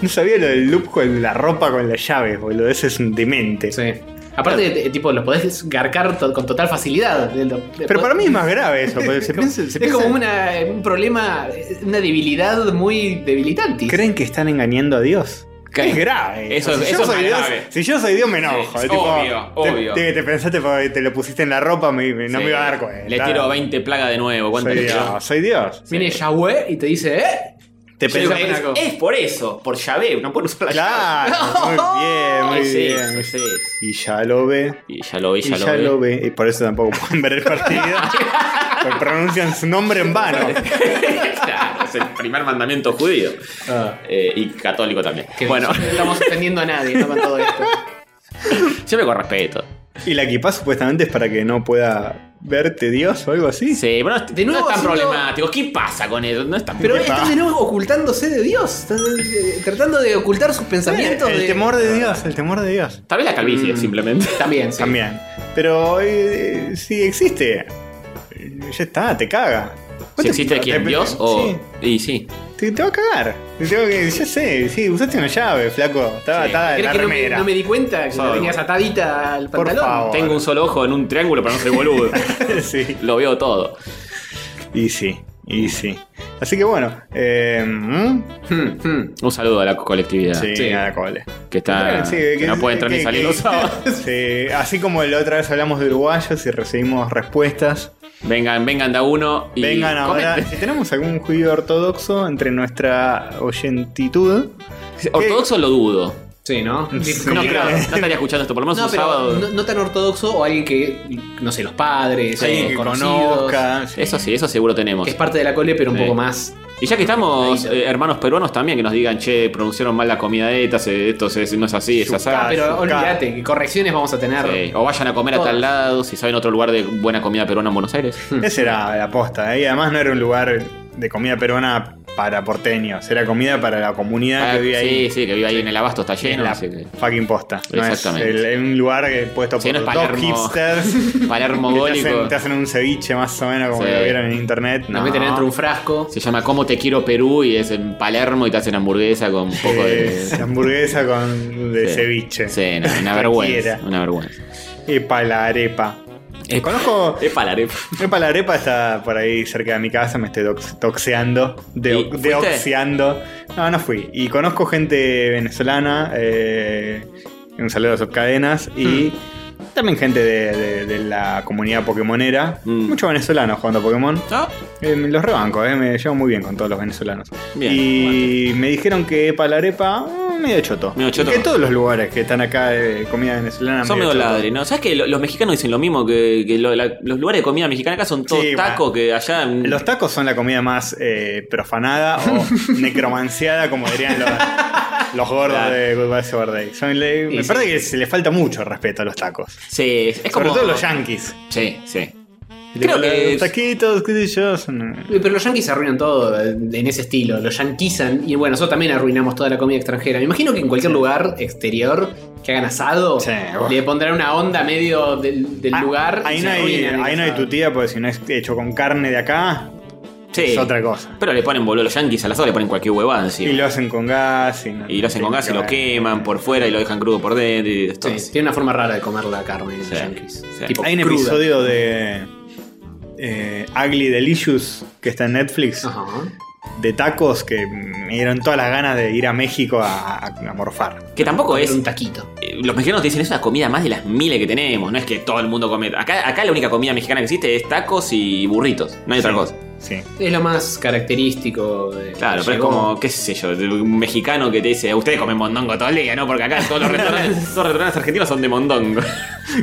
S2: No sabía lo del loop con la ropa con las llaves, boludo. Ese es un demente.
S3: Sí. Aparte, eh, tipo, los podés garcar to- con total facilidad. De- de-
S2: Pero para mí
S3: (laughs)
S2: es más grave eso.
S1: (laughs)
S2: porque se piensa- se
S3: es
S2: piensa-
S3: como una- un problema, eh, una debilidad muy debilitante.
S2: ¿Creen que están engañando a Dios?
S1: ¿Qué?
S2: Es grave.
S1: Eso-
S2: si,
S1: eso
S2: yo
S1: es
S2: soy
S1: más
S2: Dios,
S1: grave.
S2: si yo soy Dios, me enojo.
S1: Sí,
S2: tipo,
S1: obvio,
S2: te,
S1: obvio.
S2: Te, te pensaste porque te lo pusiste en la ropa, me- me- no
S1: Sí.
S2: me iba a dar cuenta. ah,
S1: Le tiro 20 plagas de nuevo. ¿Cuánto
S2: Soy
S1: le tiró?
S2: Dios, soy Dios.
S3: Viene Yahweh y te dice, ¿eh?
S2: Te
S1: Pero
S2: pensás-
S3: Yo-
S1: es,
S3: Monaco.
S1: es por eso, por llave, no pueden usar la
S2: Claro,
S1: (laughs)
S2: muy bien,
S1: llave.
S2: muy
S1: Es
S2: bien.
S1: eso, es eso.
S2: Y ya lo ve.
S1: Y ya lo vi,
S2: Y
S1: ya, lo, vi. (laughs)
S2: ve. Y por eso tampoco pueden ver el partido. Porque pronuncian su nombre en vano.
S1: Claro, es el primer mandamiento judío.
S2: Ah.
S1: Eh, y católico también.
S3: Que
S1: Bueno, (laughs)
S3: no estamos ofendiendo a nadie ¿no? con
S2: (laughs)
S3: todo esto.
S1: siempre con respeto.
S2: Y la equipás supuestamente es para que no pueda verte Dios o algo así.
S1: Sí, bueno, de
S3: De
S1: nuevo no
S3: nuevo
S1: es tan
S3: haciendo-
S1: problemático. ¿Qué pasa con eso? No es tan
S3: Pero
S1: problemático.
S3: están de nuevo ocultándose de Dios. Están eh, tratando de ocultar sus pensamientos.
S2: el
S3: de-
S2: temor de Dios, el temor de Dios.
S1: Tal vez la calvicie, simplemente.
S3: También, sí.
S2: Mm. También. Pero eh, si existe, eh, ya está, te caga.
S1: Si existe quién,
S2: quien
S1: Dios o. Y sí.
S2: te, te va a cagar. Te tengo que, ya sé, sí, usaste una llave, flaco. Estaba
S1: Sí.
S2: atada en
S3: ¿Crees
S2: la
S3: que no me,
S2: remera.
S3: no me di cuenta que
S1: Soy
S3: la tenías atadita al
S2: Por
S3: pantalón?
S2: favor.
S1: Tengo un solo ojo en un triángulo para no ser
S2: (laughs)
S1: boludo.
S2: sí.
S1: Lo veo todo.
S2: Y sí, y sí. Así que bueno, eh, mm,
S3: Hmm, hmm.
S1: Un saludo a la colectividad.
S2: sí,
S3: sí.
S2: a la cole.
S1: Que está.
S2: Sí,
S1: Ah, que no puede entrar
S2: que-
S1: ni salir
S2: que-
S1: los sábados.
S2: (laughs) Sí, así como la otra vez hablamos de uruguayos y recibimos respuestas.
S1: (laughs) Vengan, vengan de a uno y.
S2: Vengan ahora. (laughs)
S1: comenten.
S2: Si tenemos algún judío ortodoxo entre nuestra oyentitud,
S1: Ortodoxo lo dudo.
S3: (laughs) Sí, ¿no?
S2: Sí.
S1: No,
S2: Mira.
S1: creo, no estaría escuchando esto, por lo menos
S3: No,
S1: un sábado.
S3: pero no, no tan ortodoxo o alguien que, no sé, los padres,
S2: alguien
S3: o
S2: que
S3: conocidos,
S2: conozca. sí.
S1: Eso sí, eso seguro tenemos.
S3: que es parte de la cole, pero un
S1: Sí.
S3: poco más.
S1: Y ya que estamos,
S3: Ahí está.
S1: eh, hermanos peruanos también, que nos digan, che, pronunciaron mal la comida de estas, eh, esto se- no es así, es así.
S2: Ah,
S3: Ah, pero
S2: sí,
S3: olvídate, que correcciones vamos a tener.
S1: Sí, O vayan a comer a tal
S3: Todas.
S1: lado, si saben otro lugar de buena comida peruana en Buenos Aires.
S2: (laughs) Esa era la posta. ¿eh? Y además no era un lugar de comida peruana para porteños. Era comida para la comunidad
S1: Ah,
S2: que vive
S1: sí,
S2: ahí.
S1: sí, que vive ahí en el abasto, está
S2: en
S1: lleno.
S2: la
S1: así que-
S2: fucking posta. No es
S1: Exactamente.
S2: el- es un lugar eh, puesto
S1: Sí,
S2: por
S1: no es
S2: dos
S1: Palermo. (laughs)
S2: hipsters.
S1: Palermo
S2: (laughs) que te,
S1: Gólico.
S2: hacen, te hacen un ceviche más o menos como
S1: Sí.
S2: lo vieron en internet.
S3: Nos
S2: No.
S3: meten dentro de un frasco.
S1: Se llama Cómo te quiero Perú y es en Palermo y te hacen hamburguesa con un poco
S2: Es
S1: de.
S2: Eh, hamburguesa con de
S1: Sí. (laughs)
S2: ceviche.
S1: Sí, no, una
S2: Cualquiera.
S1: vergüenza. Eh. Una vergüenza.
S2: Epa la arepa.
S1: Es,
S2: Conozco.
S1: es Palermo.
S2: Eh, Epa la arepa está por ahí cerca de mi casa, me estoy dox- toxeando.
S1: ¿Y
S2: De,
S1: fuiste?
S2: deoxeando. No, no fui. Y
S1: Hmm.
S2: conozco gente venezolana. eh, un saludo a sus cadenas. Y También gente de, de- de la comunidad pokemonera.
S1: Mm.
S2: Muchos venezolanos jugando a Pokémon.
S1: Ah,
S2: Eh, me los rebanco, eh, me llevo muy bien con todos los venezolanos.
S1: Bien,
S2: y me dijeron que para la arepa, mm, medio choto.
S1: Medio choto.
S2: Y Que todos los lugares que están acá de comida venezolana.
S1: Son medio
S2: medio choto.
S1: ladri, ¿no? ¿Sabes que lo- los mexicanos dicen lo mismo? Que, que lo- la- los lugares de comida mexicana acá son todos
S2: Sí,
S1: tacos
S2: bueno.
S1: que allá. en-
S2: Los tacos son la comida más eh,
S1: (laughs)
S2: profanada o necromanciada, como dirían los, los gordos
S1: Claro.
S2: de Goodbye Sour Day. Son- le- me
S1: sí.
S2: parece que se le falta mucho respeto a los tacos.
S1: Sí, es como.
S2: Sobre todo los yankees.
S1: Sí, sí.
S2: Le
S1: Creo
S2: ponen
S1: que.
S2: los taquitos, qué sé yo. son-
S3: Eh, Pero los yanquis arruinan todo eh, en ese estilo, los yanquizan y bueno, nosotros también arruinamos toda la comida extranjera. Me imagino que en cualquier lugar exterior que hagan asado,
S2: Sí, bueno.
S3: le pondrán una onda medio del, del
S2: Ah,
S3: lugar. y
S2: Ahí
S3: se
S2: no hay,
S3: arruinan el
S2: ahí no hay
S3: asado.
S2: tu tía, porque si no es hecho con carne de acá,
S1: sí.
S2: es otra cosa.
S1: Pero le ponen boludo los yanquis al asado, le ponen cualquier huevada
S2: Y
S1: encima.
S2: lo hacen con gas. Y, no-
S1: Y lo hacen con gas y lo queman por fuera y lo dejan crudo por dentro. Y todo.
S3: Sí, tiene una forma rara de comer la carne los
S1: Sí,
S3: yanquis.
S1: sí.
S3: Tipo
S2: Hay un
S3: cruda.
S2: episodio de eh, Ugly Delicious que está en Netflix
S3: Ajá.
S2: de tacos que me dieron todas las ganas de ir a México a, a- a morfar.
S1: Que tampoco
S3: Comer
S1: es.
S3: un taquito.
S1: eh, Los mexicanos te dicen, es una comida más de las miles que tenemos. No es que todo el mundo come. Acá, acá la única comida mexicana que existe es tacos y burritos. No hay otra
S2: Sí.
S1: cosa.
S2: Sí. (laughs)
S3: Es lo más característico. de-
S1: Claro, pero es
S3: llegó.
S1: como, qué sé yo, un mexicano que te dice, ustedes comen mondongo todo el día, ¿no? Porque acá todos los restaurantes,
S2: (laughs)
S1: todos los restaurantes argentinos son de mondongo.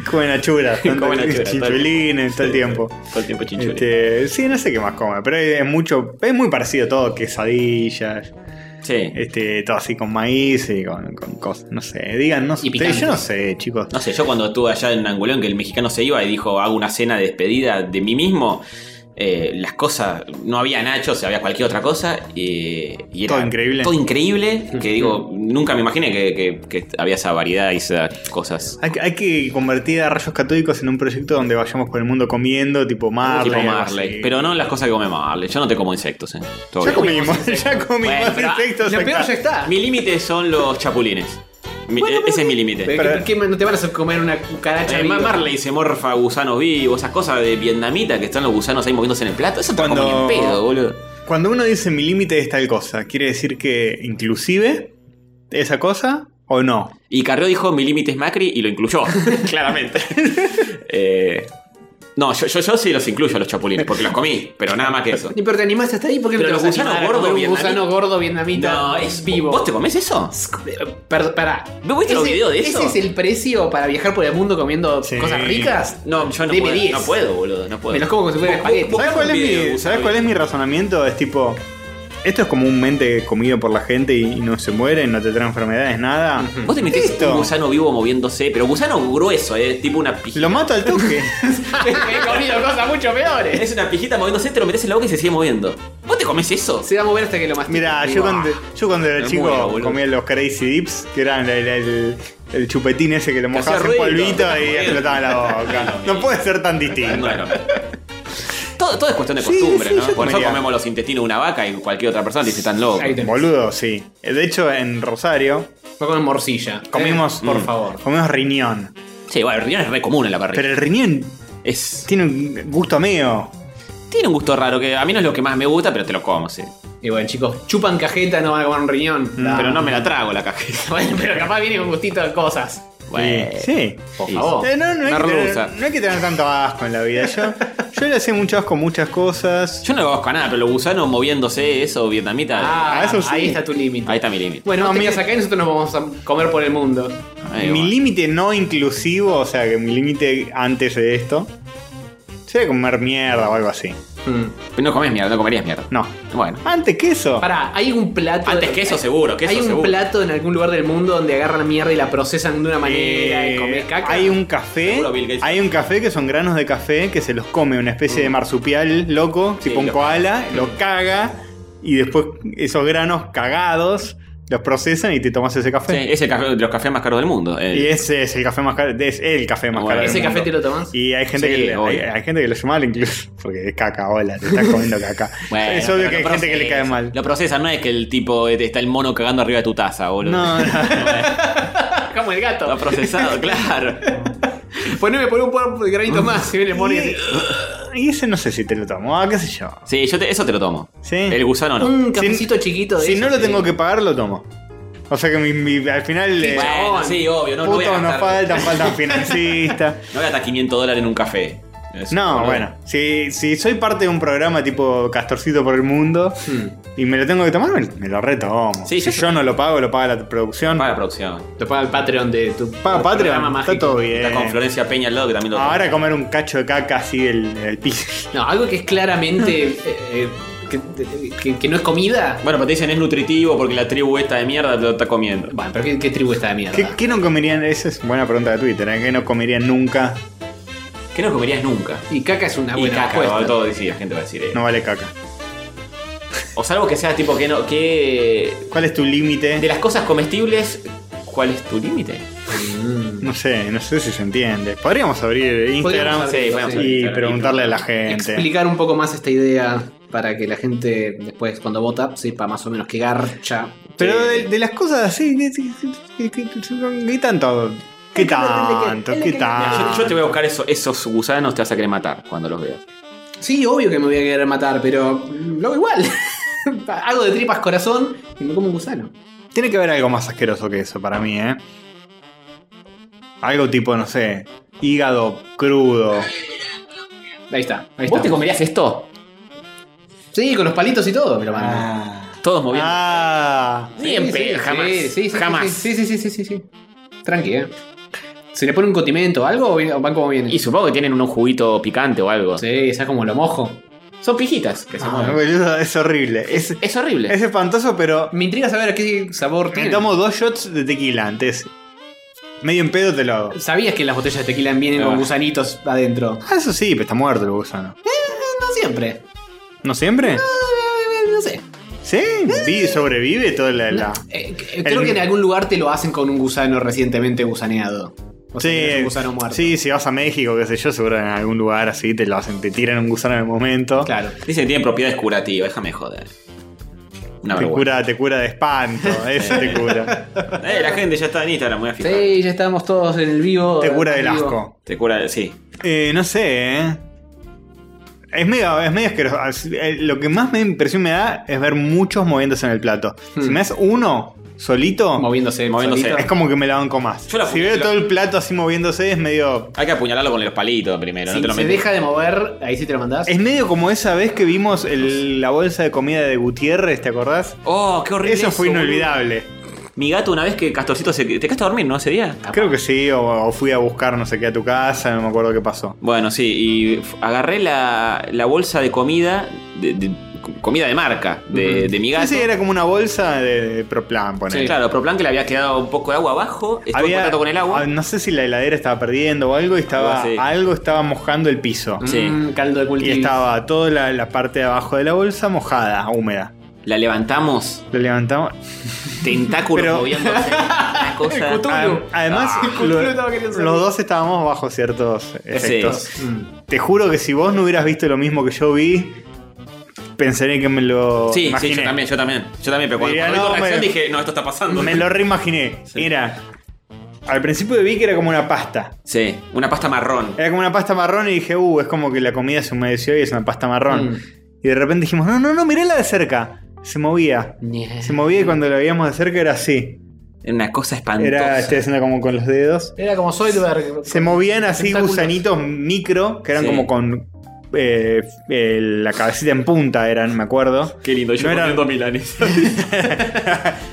S2: Comen achuras, tanto
S1: (laughs) Comen achuras,
S2: chinchulines, todo el tiempo.
S1: todo el tiempo chinchulín.
S2: Este, sí, no sé qué más come, pero es mucho, es muy parecido todo, quesadillas,
S1: Sí.
S2: este, todo así con maíz y con, con cosas, no sé, digan, no sé,
S3: Y picante.
S2: yo no sé, chicos.
S1: No sé, yo cuando estuve allá en Angulón, que el mexicano se iba y dijo, hago una cena de despedida de mí mismo, eh, las cosas, no había nachos, había cualquier otra cosa, eh, y era
S2: Todo increíble.
S1: Todo increíble, que
S2: (laughs)
S1: digo, nunca me imaginé que, que- que había esa variedad y esas cosas.
S2: Hay, que- hay que convertir a Rayos Católicos en un proyecto donde vayamos por el mundo comiendo, tipo Marley.
S1: tipo
S2: algo
S1: Marley,
S2: así.
S1: pero no las cosas que come Marley, yo no te como insectos, eh. Todo
S2: ya
S1: bien.
S2: comimos, (laughs) ya comimos
S1: Bueno, pero-
S2: insectos.
S3: Lo peor
S2: acá.
S3: ya está.
S1: Mi límite son los chapulines. Mi-
S3: Bueno,
S1: eh,
S3: pero
S1: ese es mi
S3: ¿Qué-
S1: límite.
S3: qué- qué- no te van a hacer comer una cucaracha viva?
S1: Además, Marley se morfa gusanos vivos, esas cosas de vietnamita que están los gusanos ahí moviéndose en el plato. Eso está como
S2: Cuando-
S1: ni en pedo, boludo.
S2: Cuando uno dice mi límite es tal cosa, ¿quiere decir que inclusive esa cosa o no?
S1: Y Carrió dijo: Mi límite es Macri y lo
S2: (laughs)
S1: incluyó, claramente. Eh, no, yo, yo, yo sí los incluyo a los chapulines, porque los comí, pero nada más que eso.
S3: Ni pero te animaste hasta ahí porque
S1: Pero
S3: te
S1: los
S3: vas a animar
S1: gusanos
S3: a comer
S1: gordos
S3: un gusano
S1: vietnamita-
S3: gordo vietnamita
S1: No, es
S3: vivo.
S1: ¿Vos te comés eso?
S3: Per- pará.
S1: ¿Vos viste los
S3: ¿Ese-
S1: videos de eso?
S3: ¿Ese es el precio para viajar por el mundo comiendo
S2: Sí.
S3: cosas ricas?
S1: (laughs) No, yo no
S3: Dime
S1: puedo.
S3: 10.
S1: No puedo, boludo. No puedo.
S3: Me los como como si fueran
S1: Vos-
S3: espagueti.
S1: vos-
S2: ¿Sabes cuál, es
S1: un video,
S2: mi,
S1: buscar
S2: ¿sabes
S1: un
S2: cuál es mi razonamiento? Es tipo, esto es comúnmente comido por la gente y, y no se mueren, no te trae enfermedades, nada.
S1: Vos te metés
S2: Listo.
S1: un gusano vivo moviéndose, pero gusano grueso, eh, tipo una pijita.
S2: Lo mato al toque.
S3: (laughs) He comido cosas mucho
S1: (laughs) (laughs)
S3: peores.
S1: Es una pijita moviéndose, te lo metes en la boca y se sigue moviendo. ¿Vos te comes eso? (laughs)
S3: Se va a mover hasta que lo mastiques.
S2: Mira, yo cuando, yo cuando era
S1: Me
S2: chico
S1: muero, boludo.
S2: comía los Crazy Dips, que eran el, el- el chupetín ese que lo
S1: hacía
S2: mojabas en
S1: ruido,
S2: polvito
S1: te
S2: y
S1: estás
S2: explotaba la
S1: (laughs)
S2: boca. No puede ser tan distinto.
S1: No, no. Todo, todo es cuestión de
S2: Sí,
S1: costumbre,
S2: sí,
S1: ¿no?
S2: yo
S1: Por eso
S2: comería.
S1: comemos los intestinos de una vaca y cualquier otra persona te dice tan loco.
S3: Ahí tenés.
S2: Boludo, sí. De hecho, en Rosario
S3: Vos comés morcilla. ¿eh?
S2: comimos,
S1: Eh,
S3: Por favor.
S2: comimos riñón.
S1: Sí, bueno, el riñón es re común en la parrilla.
S2: Pero el riñón
S1: Es,
S2: tiene un gusto mío.
S1: tiene un gusto raro que a mí no es lo que más me gusta, pero te lo como, sí.
S3: Y bueno, chicos, chupan cajeta, no van a comer un riñón.
S1: Pero no me la trago la cajeta.
S3: (laughs) Bueno, pero capaz viene con gustito de cosas.
S1: (laughs) Bueno.
S2: Sí.
S1: Por
S3: Sí.
S1: favor.
S2: Eh, No, no hay
S1: Una
S2: que
S1: rusa.
S2: tener, no hay que tener tanto asco en la vida. Yo, yo le hacía mucho asco a muchas cosas.
S1: Yo no lo conozco a nada, pero los gusanos moviéndose, eso, vietnamita.
S3: Ah,
S2: eso sí.
S3: ahí está tu límite.
S1: Ahí está mi límite.
S3: Bueno,
S2: No,
S3: no,
S2: mira-
S3: acá y nosotros nos vamos a comer por el mundo.
S1: Ahí
S2: mi
S1: va.
S2: límite no inclusivo, o sea, que mi límite antes de esto, sería comer mierda o algo así. Hmm.
S3: Mm.
S1: Pero no comes mierda, no comerías mierda.
S2: No.
S1: Bueno.
S2: Antes que eso.
S3: Pará, hay un plato.
S1: Antes que eso seguro, que eso
S3: hay un
S1: seguro.
S3: plato en algún lugar del mundo donde agarran la mierda y la procesan de una manera
S2: eh,
S3: y comes caca.
S2: hay un café.
S1: Seguro Bill Gates. Mm.
S2: Hay un café que son granos de café que se los come una especie de marsupial loco,
S1: Sí, Mm.
S2: tipo un
S1: lo-
S2: koala, lo caga y después esos granos cagados los procesan y te tomas ese
S1: Sí,
S2: café.
S1: es el café, de los cafés más caros del mundo. eh.
S2: Y ese es el café más caro. Es el café más
S1: Bueno,
S2: caro. del
S3: ¿Ese
S2: mundo.
S3: café te lo tomás?
S2: Y hay gente,
S1: Sí,
S2: que le, hay,
S1: obvio.
S2: hay gente que lo llama mal incluso. (laughs) Porque es caca, hola, te estás comiendo caca.
S1: (laughs) Bueno,
S2: es obvio
S1: pero
S2: que hay
S1: lo
S2: gente que le cae
S1: procesan.
S2: mal.
S1: Lo procesan, no es que el tipo eh, está el mono cagando arriba de tu taza, boludo.
S2: No, no.
S3: (laughs) Como el gato.
S1: Lo
S2: (laughs)
S1: procesado, claro.
S3: (laughs) Poneme por un par de granitos más. Si viene el mono y dice,
S2: Y ese no sé si te lo tomo. Ah, qué sé yo.
S1: Sí, yo te- eso te lo tomo.
S2: Sí.
S1: El gusano no.
S3: Un cafecito chiquito de
S2: Si no
S3: esos
S2: lo
S3: que-
S2: tengo que pagar, lo tomo. O sea que mi- mi- al final. eh,
S1: Bueno, sí, obvio. No, no voy a
S2: putos nos
S1: gastar-
S2: faltan,
S1: (laughs)
S2: faltan financistas.
S1: no voy a gastar 500 dólares en un café. Es
S2: No,
S1: un-
S2: bueno, si, si soy parte de un programa tipo Castorcito por el Mundo y me lo tengo que tomar, me, me lo retomo.
S1: Hmm. Sí,
S2: si
S1: yo-
S2: yo no lo pago, lo paga la producción.
S1: Para la producción.
S3: Te paga el Patreon de tu
S2: Paga
S3: tu programa
S2: Patreon, está
S3: mágico.
S2: todo bien.
S1: Está con Florencia Peña al lado que también lo
S2: Eh, Ahora comer un cacho de caca así del, del piso. (laughs)
S3: No, algo que es claramente. eh, eh, que, que- que no es comida.
S1: Bueno, pero te dicen es nutritivo porque la tribu esta de mierda te lo está comiendo.
S3: Bueno, pero ¿qué, qué tribu está de mierda?
S2: ¿Qué, qué no comerían? Esa es buena pregunta de Twitter, ¿eh? ¿Qué no comerían nunca?
S1: ¿Qué no comerías nunca?
S3: Y caca es una
S1: Y
S3: buena
S1: caca,
S3: Ah, apuesta.
S1: ¿no? todo decía, la gente va a decir. eh.
S2: No vale caca.
S1: O salvo que sea tipo que no. Que.
S2: ¿Cuál es tu
S1: De
S2: límite?
S1: las cosas comestibles, ¿cuál es tu límite?
S3: Mm.
S2: No sé, no sé si se entiende. Podríamos abrir Instagram
S3: Podríamos abrir,
S1: sí, podríamos
S3: sí.
S1: abrir.
S2: y
S1: Instagram.
S2: preguntarle a la gente.
S3: Explicar un poco más esta idea para que la gente después cuando vota sepa más o menos qué garcha.
S2: Pero
S3: Eh,
S2: de, de las cosas así, ¿qué, qué- qué- qué- qué tanto? ¿Qué tanto? ¿Qué
S1: Mira,
S2: tanto?
S1: yo, yo te voy a buscar eso- esos gusanos, te vas a querer matar cuando los veas.
S3: Sí, obvio que me voy a querer matar, pero lo hago igual. (laughs) Hago de tripas corazón y me como un gusano.
S2: Tiene que haber algo más asqueroso que eso para mí, ¿eh? Algo tipo, no sé, hígado crudo.
S3: Ahí está, ahí
S1: ¿Vos
S3: está.
S1: te comerías esto? Ah.
S3: Sí, con los palitos y todo, me lo mando.
S1: Todos moviendo.
S2: Ah,
S1: Ni en
S3: Sí,
S1: pedo,
S3: sí,
S1: jamás.
S3: Sí, sí, sí,
S1: jamás.
S3: Sí, sí, sí, sí, sí, sí. Tranqui, eh. ¿Se le pone un condimento o algo o bien- o van como vienen?
S1: Y supongo que tienen un juguito picante o algo.
S3: Sí, ya como lo mojo.
S1: Son pijitas que se
S2: no,
S1: mueven.
S2: boludo, es horrible. Ah, Es,
S1: Es horrible.
S2: es espantoso, pero
S3: Me intriga saber a qué sabor
S2: me
S3: tiene.
S2: tomo dos shots de tequila antes. Medio en pedo te lo hago.
S3: ¿Sabías que las botellas de tequila vienen
S1: Ah.
S3: con gusanitos adentro?
S2: Ah, eso sí, pero está muerto el gusano.
S3: No siempre.
S2: ¿No siempre?
S3: Eh, No sé.
S2: Sí, vi- sobrevive toda la... la-
S3: Eh, eh, creo
S2: El-
S3: que en algún lugar te lo hacen con un gusano recientemente gusaneado. O sea, que no es
S2: Sí,
S3: un gusano muerto.
S2: sí, si vas a México, qué sé yo, seguro en algún lugar así te lo hacen, te tiran un gusano en el momento.
S3: Claro.
S1: Dicen que tienen propiedades curativas, déjame joder. Una
S2: Te
S1: vergüenza.
S2: cura, te cura de espanto, eso
S3: (laughs)
S2: te cura.
S1: Eh, la gente ya está en Instagram, voy a fijar.
S3: Sí, ya estamos todos en el vivo.
S2: Te cura
S3: En
S2: del
S3: el vivo.
S2: asco.
S1: Te cura, sí.
S2: Eh, no sé, ¿eh? Es medio, es medio asqueroso. As- eh, Lo que más me impresión me da es ver muchos moviéndose en el plato. Si
S3: Hmm.
S2: me das uno solito,
S3: (laughs) Moviéndose,
S1: Moviéndose.
S3: solito.
S2: es como que me la banco más.
S1: Yo la
S2: si
S1: pu-
S2: veo
S1: la-
S2: todo el plato así moviéndose, es medio.
S1: Hay que apuñalarlo con los palitos primero,
S3: Si
S1: no te lo
S3: se
S1: metes.
S3: deja de mover, ahí sí te lo mandás.
S2: Es medio como esa vez que vimos el- la bolsa de comida de Gutiérrez, ¿te acordás?
S1: Oh, qué horrible.
S2: Eso fue
S1: boludo.
S2: inolvidable.
S1: Mi gato, una vez que Castorcito se. ¿Te quedaste a dormir, no? Ese día.
S2: Creo que sí, o, o fui a buscar no sé qué a tu casa, no me acuerdo qué pasó.
S1: Bueno, sí, y f- agarré la, la bolsa de comida, de, de- comida de marca, de, de mi gato.
S2: Sí, sí, era como una bolsa de, de Proplan, ponele.
S1: Sí, Claro, Proplan que le había quedado un poco de agua abajo, estuvo en contacto con el
S2: ah,
S1: agua.
S2: No sé si la heladera estaba perdiendo o algo y estaba.
S1: Algo así.
S2: Algo estaba mojando el piso.
S1: sí.
S3: Mm, caldo de
S2: Y
S3: cultivo.
S2: estaba toda la, la parte de abajo de la bolsa mojada, húmeda.
S1: La levantamos,
S2: Lo levantamos.
S1: tentáculos
S2: Pero- (laughs)
S1: moviéndose. Una cosa.
S3: Cthulhu.
S2: Ad- Ah, además,
S3: Cthulhu
S2: lo-
S3: Ah, estaba queriendo salir.
S2: los dos estábamos bajo ciertos efectos.
S3: Mm.
S2: Te juro que si vos no hubieras visto lo mismo que yo vi, pensaría que me lo.
S1: Sí, sí,
S2: imaginé.
S1: yo también, yo también. Yo también, pero cuando,
S2: Diría,
S1: cuando vi tu
S2: no,
S1: reacción
S2: me-
S1: dije, no, esto está pasando.
S2: Me lo reimaginé.
S1: Sí.
S2: Era. Al principio vi que era como una pasta.
S1: Sí, una pasta marrón.
S2: Era como una pasta marrón y dije, uh, es como que la comida se humedeció y es una pasta marrón.
S3: Mm.
S2: Y de repente dijimos, no, no, no, mirala de cerca. Se movía. Se movía y cuando la veíamos de cerca era así.
S1: Era Una cosa espantosa.
S2: Era, este, estoy haciendo como con los dedos.
S3: Era como Soilberg.
S2: Se movían así
S3: Tentáculos.
S2: gusanitos micro, que eran
S1: Sí.
S2: como con eh, eh, la cabecita en punta, eran, me acuerdo.
S1: Qué lindo, yo
S2: No era-
S1: comiendo
S2: (laughs)
S1: milanes.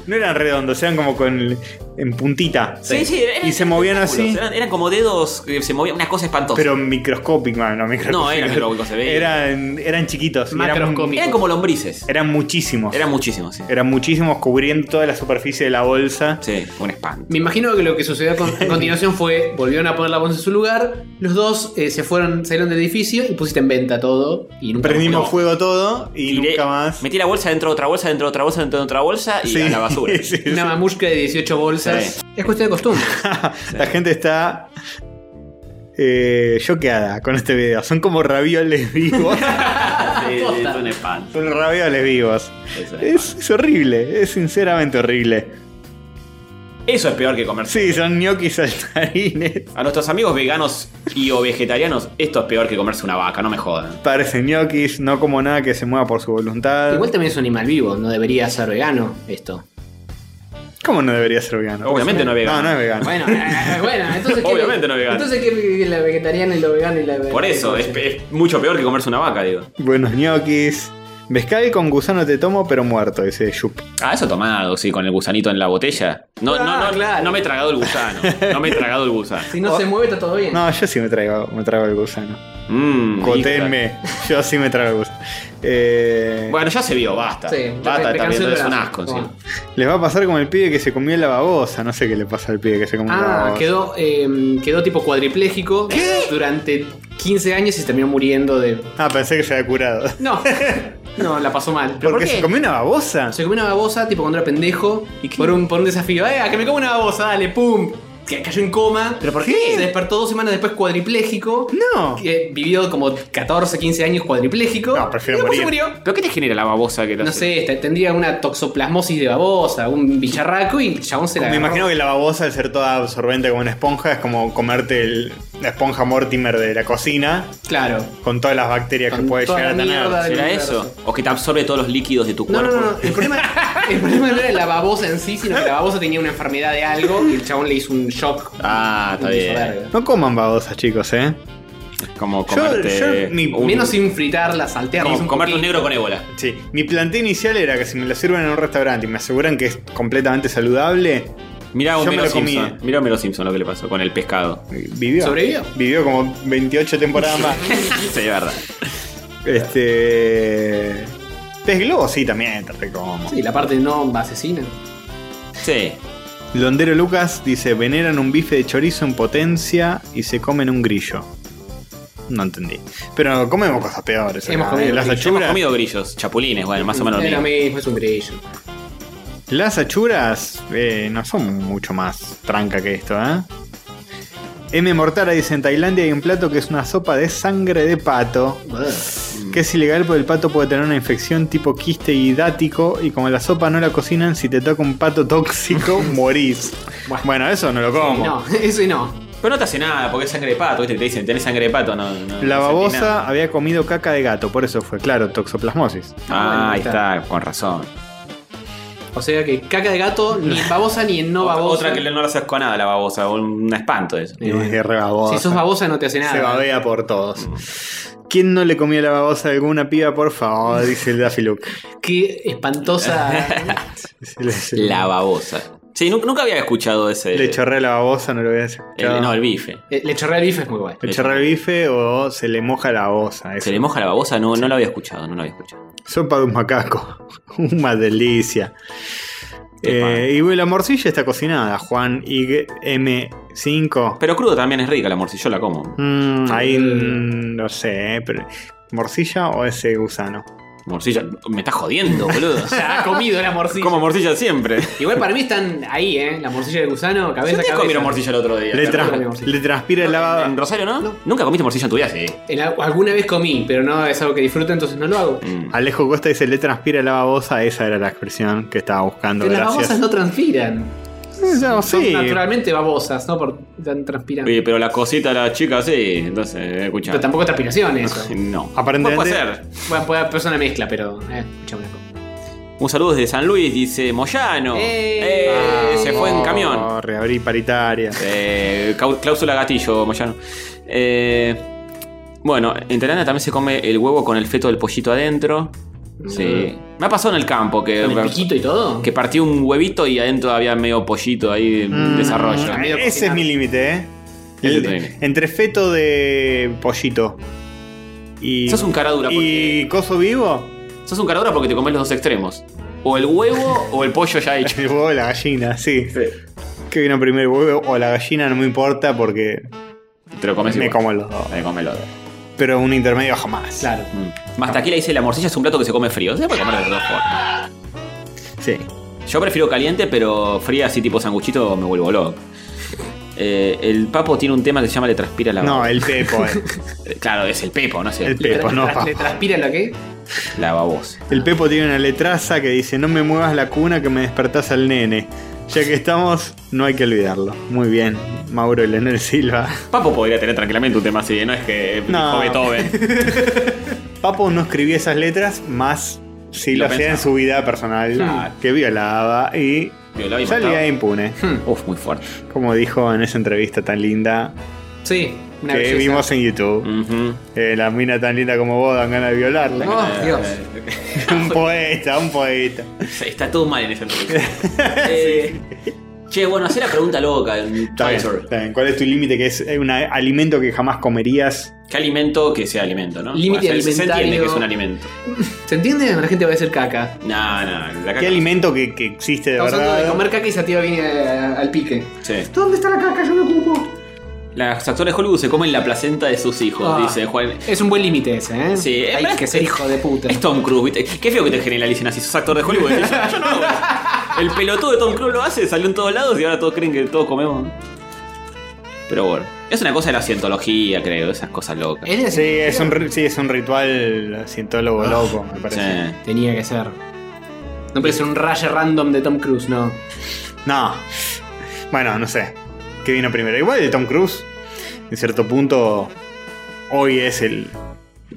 S2: No eran redondos, eran como con en puntita.
S1: Sí, sí, eran-
S2: Y se movían así.
S1: Eran, eran como dedos que se movían, una cosa espantosa.
S2: Pero microscópico, no, no microscópico.
S1: era microscópico, se veía.
S2: Eran, eran chiquitos. y eran-
S3: Macroscópico.
S1: eran como lombrices.
S2: Eran muchísimos.
S1: Eran muchísimos, sí.
S2: Eran muchísimos cubriendo toda la superficie de la bolsa.
S1: Sí, un espanto.
S3: Me imagino que lo que sucedió
S1: (laughs)
S3: con- a continuación fue, volvieron a poner la bolsa en su lugar, los dos eh, se fueron, salieron del edificio y pusiste en venta todo. Y nunca
S2: Prendimos
S3: no.
S2: fuego todo y
S1: Tiré-
S2: nunca más.
S1: Metí la bolsa dentro de otra bolsa, dentro de otra bolsa, dentro de otra bolsa y
S2: Sí,
S1: a la basura.
S2: (laughs)
S1: (laughs)
S2: sí, sí.
S3: Una mamushka de 18 bolsas. Es cuestión de costumbre.
S2: La gente está eh, choqueada con este video. Son como ravioles (laughs) vivos.
S1: Sí, es un espanto.
S2: Son ravioles vivos.
S1: Es un espanto.
S2: Es, es horrible, es sinceramente horrible.
S1: Eso es peor que comer.
S2: Sí, son ñoquis (laughs) saltarines.
S1: A nuestros amigos veganos y o vegetarianos, esto es peor que comerse una vaca, no me jodan.
S2: Parecen ñoquis, no como nada que se mueva por su voluntad.
S3: Igual también es un animal vivo, no debería ser vegano esto.
S2: ¿Cómo no debería ser vegano?
S1: Obviamente no es vegano.
S2: No, no es vegano.
S3: Bueno, eh, bueno,
S1: (laughs)
S3: entonces. ¿qué-
S1: Obviamente no es vegano.
S7: Entonces, ¿qué la vegetariana y lo vegano y la
S1: Por eso, es, es mucho peor que comerse una vaca, digo.
S2: Buenos ñoquis. Mezcal con gusano te tomo, pero muerto, dice Yup.
S1: Ah, eso tomado, sí, con el gusanito en la botella. No, no,
S2: Ah,
S1: no,
S7: claro.
S1: no me he tragado el gusano. No me he tragado el
S2: (laughs)
S1: gusano.
S7: Si no se mueve, está todo bien.
S2: No, yo sí me traigo, me traigo el gusano.
S1: Mm,
S2: Cotenme. Yo sí me traigo el gusano. Eh,
S1: Bueno, ya se vio, basta.
S7: Sí,
S1: basta,
S7: me- me
S1: está
S7: cansó
S1: viendo,
S7: el
S1: es un
S7: brazo.
S1: asco. encima.
S7: Bueno.
S2: Les va a pasar como el pibe que se comió la babosa. No sé qué le pasa al pibe que se comió la
S3: Ah,
S2: babosa.
S3: quedó, eh, quedó tipo cuadripléjico durante 15 años y se terminó muriendo de.
S2: Ah, pensé que se había curado. (laughs)
S3: No, no, la pasó mal.
S2: ¿Porque se comió una babosa?
S3: Se comió una babosa, tipo cuando era pendejo, por un, por un desafío. ¡Eh, a que me como una babosa! Dale, pum. Que cayó en coma. ¿Pero por
S2: qué?
S3: Se despertó dos semanas después cuadripléjico.
S2: No.
S3: Que vivió como 14, 15 años cuadripléjico.
S2: No, prefiero
S3: Y después
S2: morir.
S3: se murió.
S1: ¿Pero qué te genera la babosa que te
S3: No
S1: hace?
S3: sé, este, tendría una toxoplasmosis de babosa, un bicharraco y el chabón se la.
S2: Me
S3: agarró.
S2: imagino que la babosa, al ser toda absorbente como una esponja, es como comerte el- la esponja Mortimer de la cocina
S3: Claro.
S2: con todas las bacterias
S3: Con
S2: que puede
S3: toda
S2: llegar a
S3: la
S2: tener.
S3: mierda de-
S1: ¿Será
S3: del
S1: eso?
S3: universo.
S1: ¿O que te absorbe todos los líquidos de tu
S3: No,
S1: cuerpo?
S3: no, no, no. El problema, el problema no era la babosa en sí, sino que la babosa tenía una enfermedad de algo y el chabón le hizo un shock.
S1: Ah, está
S3: Un hizo
S1: bien.
S3: verga.
S2: No coman babosas, chicos, ¿eh?
S1: Como comerte.
S2: yo- mi-
S1: un-
S3: Menos sin fritarla, saltearla.
S1: como
S3: un
S1: comerte un
S3: poquito.
S1: negro con ébola.
S2: Sí, mi planteo inicial era que si me lo sirven en un restaurante y me aseguran que es completamente saludable,
S1: Mirá
S2: Yo me
S1: Homero
S2: lo comí.
S1: Simpson. Mirá Homero Simpson lo que le pasó con el (laughs) pescado.
S2: eh, vivió.
S3: ¿Sobrevivió?
S2: Vivió como 28 temporadas más.
S3: (laughs)
S1: sí, es verdad.
S2: este. Pez globo, sí, también te recomo.
S3: Sí, la parte no asesina.
S1: Sí.
S2: Londero Lucas dice: veneran un bife de chorizo en potencia y se comen un grillo. No entendí. Pero comemos cosas peores.
S3: Hemos comido
S2: ¿eh? Las
S3: grillo,
S1: Hemos
S2: achuras.
S1: comido grillos, chapulines, bueno, más o menos lo
S3: Es lo
S1: mismo.
S3: mismo, es un grillo.
S2: Las achuras eh, no son mucho más tranca que esto, ¿eh? M. Mortara dice: En Tailandia hay un plato que es una sopa de sangre de pato. Que es ilegal porque el pato puede tener una infección tipo quiste hidático. Y como la sopa no la cocinan, si te toca un pato tóxico,
S3: (laughs)
S2: morís.
S3: Bueno.
S2: Bueno, eso no lo como.
S3: No, (laughs) eso y no.
S1: Pero no te hace nada, porque es sangre de pato, ¿viste? Te dicen, tenés sangre de pato, no. no-
S2: La
S1: no sentís nada.
S2: babosa había comido caca de gato, por eso fue, claro, toxoplasmosis.
S1: Ah,
S3: Bueno,
S1: ahí
S3: está.
S1: está, con razón.
S3: O sea que caca de gato, ni en babosa ni en no
S1: Otra-
S3: babosa.
S1: Otra que no la haces con nada, la babosa, un espanto eso.
S3: Y bueno.
S2: Es re babosa.
S3: Si sos babosa no te hace nada.
S2: Se babea por todos. ¿Quién no le comió la babosa a alguna piba, por favor? Dice el Daffy Luke.
S3: Qué espantosa.
S1: (laughs)
S2: Le,
S1: La babosa. Sí, nu- nunca había escuchado ese.
S2: le chorrea la babosa, no lo voy a decir.
S1: el- no, el bife.
S3: Eh, Le chorrea el bife es muy bueno.
S2: Le chorrea el bife o se le moja la babosa. eso.
S1: Se le moja la babosa, no, no lo había escuchado, no lo había escuchado.
S2: Sopa de un macaco. (laughs) Una delicia.
S1: Epa.
S2: Eh, y bueno, la morcilla está cocinada, Juan Ig M5.
S1: Pero crudo también es rica la morcilla, yo la como.
S2: Mm, ahí mm, no sé, eh, pero ¿morcilla o ese gusano?
S1: Morcilla, me estás jodiendo,
S3: (laughs)
S1: boludo.
S3: Ya ha comido la morcilla.
S1: como morcilla siempre.
S3: Igual para mí están ahí, ¿eh? La morcilla de gusano,
S1: Yo
S3: cabeza,
S1: te
S3: cabeza.
S1: comieron morcilla el otro día.
S2: Le,
S1: ¿te
S2: trans-
S1: acuerdas?
S3: la morcilla.
S2: le transpira el
S1: ¿En
S2: lavado.
S1: Rosario no? ¿Nunca comiste morcilla en tu vida? Sí.
S3: El- alguna vez comí, pero no es algo que disfruto, entonces no lo hago.
S2: Alejo Costa dice, le transpira la babosa, esa era la expresión que estaba buscando,
S3: Pero las babosas
S2: gracias.
S3: no transpiran.
S2: Eh, no,
S3: Son
S2: sí.
S3: naturalmente babosas, ¿no? Por tan transpirando.
S1: Oye, pero la cosita, la chica, sí. Entonces, eh, escucha.
S3: Pero tampoco es transpiración eso.
S1: (laughs) No.
S2: Aparentemente-
S1: Puede ser.
S3: Bueno, puede haber una mezcla, pero. Eh, escuchame una cosa.
S1: Un saludo desde San Luis, dice Moyano.
S3: ¡Eh!
S1: Eh, se fue en camión.
S2: Oh, reabrí paritaria.
S1: Eh, cau- cláusula gatillo, Moyano. Eh, bueno, en Tailandia también se come el huevo con el feto del pollito adentro. Sí. Me ha pasado en el campo que,
S3: Mm. Con el piquito y todo.
S1: que partí un huevito y adentro había medio pollito ahí en
S2: Mm,
S1: desarrollo.
S3: medio
S2: Ese es
S3: cocinado.
S2: mi límite, ¿eh?
S1: Ese
S2: El-
S1: es tu límite.
S2: entre feto de pollito y,
S1: Sos un cara dura
S2: y coso vivo, (laughs)
S1: Sos un caradura porque te comes los dos extremos. O el huevo o el pollo ya
S3: (laughs)
S1: hecho.
S2: el huevo de la gallina, sí. Que vino primero el huevo o la gallina, no me importa porque
S1: Te lo comes
S2: me
S1: igual.
S2: como los dos.
S1: Te comes los dos.
S2: Pero un intermedio jamás.
S3: Claro.
S1: Mm. Más taquila dice la morcilla es un plato que se come frío. Se puede comer de las dos formas.
S2: Sí.
S1: Yo prefiero caliente, pero fría así tipo sanguchito me vuelvo
S2: (laughs)
S1: loco. Eh, el papo tiene un tema que se llama le transpira la
S2: No,
S1: babosa.
S2: el
S1: (laughs)
S2: Pepo. eh.
S1: Eh, Claro, es el pepo, no sé.
S2: El Pepo, Eh, pues no.
S3: Tras-
S2: pa.
S3: ¿Le transpira lo que?
S1: La babosa.
S2: El Pepo tiene una letraza que dice: No me muevas la cuna que me despertás al nene. Ya que estamos, no hay que olvidarlo. Muy bien, Mauro Leonel Silva.
S1: Papo podría tener tranquilamente un tema así, no es que dijo
S2: No. (laughs)
S1: Beethoven.
S2: Papo no escribía esas letras, más si lo,
S1: Lo
S2: hacía en
S1: pensaba.
S2: su vida personal,
S1: Claro.
S2: que violaba y
S1: Violado y
S2: Salía
S1: matado. (laughs)
S2: impune,
S1: Uf, muy fuerte.
S2: como dijo en esa entrevista tan linda
S3: Sí, una
S2: que
S3: belleza.
S2: vimos en YouTube.
S1: Ujú. Eh,
S2: Eh, la mina tan linda como vos dan ganas de violarla.
S3: Oh, Dios.
S1: (laughs)
S2: (laughs) un poeta, un poeta.
S1: Está todo mal en ese
S2: (laughs)
S1: entrevista. Eh, Che, bueno, hacé la pregunta loca en
S2: Está bien,
S1: Twitter.
S2: está bien. ¿Cuál es tu límite? Que es eh, un alimento que jamás comerías.
S1: ¿Qué alimento que sea alimento, no?
S3: Límite
S1: se- Se entiende
S3: alimentario.
S1: que es un alimento.
S3: ¿Se entiende? La gente va a decir caca.
S1: No, no, la caca.
S2: ¿Qué alimento que, que existe de
S3: Estamos hablando
S2: verdad? ¿eh?
S3: de comer caca y Sativa viene eh, al pique.
S1: Sí.
S3: ¿Dónde está la caca? Yo me ocupo.
S1: Las actores de Hollywood se comen la placenta de sus hijos,
S3: Ah.
S1: dice Juan.
S3: Es un buen límite ese, ¿eh?
S1: Sí,
S3: Hay
S1: es-
S3: que ser hijo de puta.
S1: Es Tom Cruise, ¿viste? Qué feo que te generalicen así. Sos actor de Hollywood. Yo, yo no hago eso. El pelotudo de Tom Cruise lo hace, salió en todos lados y ahora todos creen que todos comemos. Pero bueno, es una cosa de la cientología, creo, esas cosas locas.
S3: Él es-
S2: Sí, es un, ri- sí, es un ritual cientólogo loco, me
S1: Ah, Sí.
S2: parece.
S3: Tenía que ser. No puede ser un raye random de Tom Cruise, no.
S2: No. Bueno, no sé. ¿Qué vino primero? Igual el Tom Cruise, en cierto punto, hoy es el.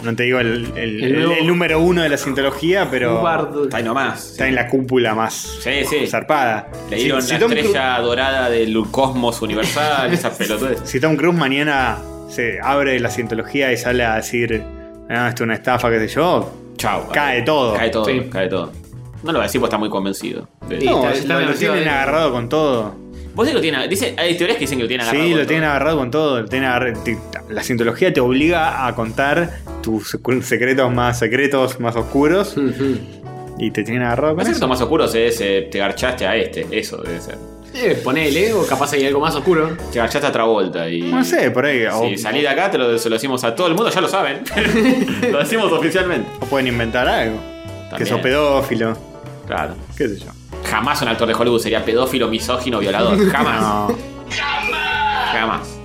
S2: No te digo el, el-
S3: El nuevo-
S2: el número uno de la cientología, pero.
S3: Un bardo.
S1: Está ahí nomás.
S2: Está en la cúpula más
S1: Sí, sí.
S2: zarpada.
S1: Le dieron
S2: Si- si
S1: la
S2: Tom
S1: estrella dorada del cosmos universal, esas pelotudas.
S2: Cruise- si Tom Cruise mañana se abre la cientología y sale a decir, no, esto es una estafa, qué sé yo,
S1: Chau.
S2: cae todo.
S1: Cae todo,
S3: Sí.
S1: cae todo. No lo va a decir porque está muy convencido. De-
S3: Sí.
S2: No,
S3: Está- está
S2: lo- lo,
S3: demasiado
S2: tienen
S3: bien.
S2: agarrado con todo.
S1: Vos sí lo tiene, dice, hay teorías que dicen que lo tiene agarrado.
S2: Sí,
S1: con
S2: lo
S1: todo.
S2: tienen agarrado con todo. lo tienen agarra- te- la cientología te obliga a contar tus secu- secretos más secretos, más oscuros.
S3: Ujú.
S2: Y te tienen agarrado con
S1: Los
S2: eso.
S1: secretos más oscuros es eh, te garchaste a este, eso debe ser.
S3: Eh, ponele, o capaz hay algo más oscuro.
S1: Te garchaste a Travolta y.
S2: No sé, por ahí.
S1: Si
S2: o,
S1: salí de acá, te lo, se lo decimos a todo el mundo, ya lo
S2: (laughs)
S1: saben. lo decimos oficialmente.
S2: o pueden inventar algo. Que
S1: También.
S2: sos pedófilo.
S1: Claro.
S2: Qué sé yo.
S1: Jamás un actor de Hollywood sería pedófilo, misógino,
S2: (laughs)
S1: violador. Jamás.
S2: No.
S1: Jamás.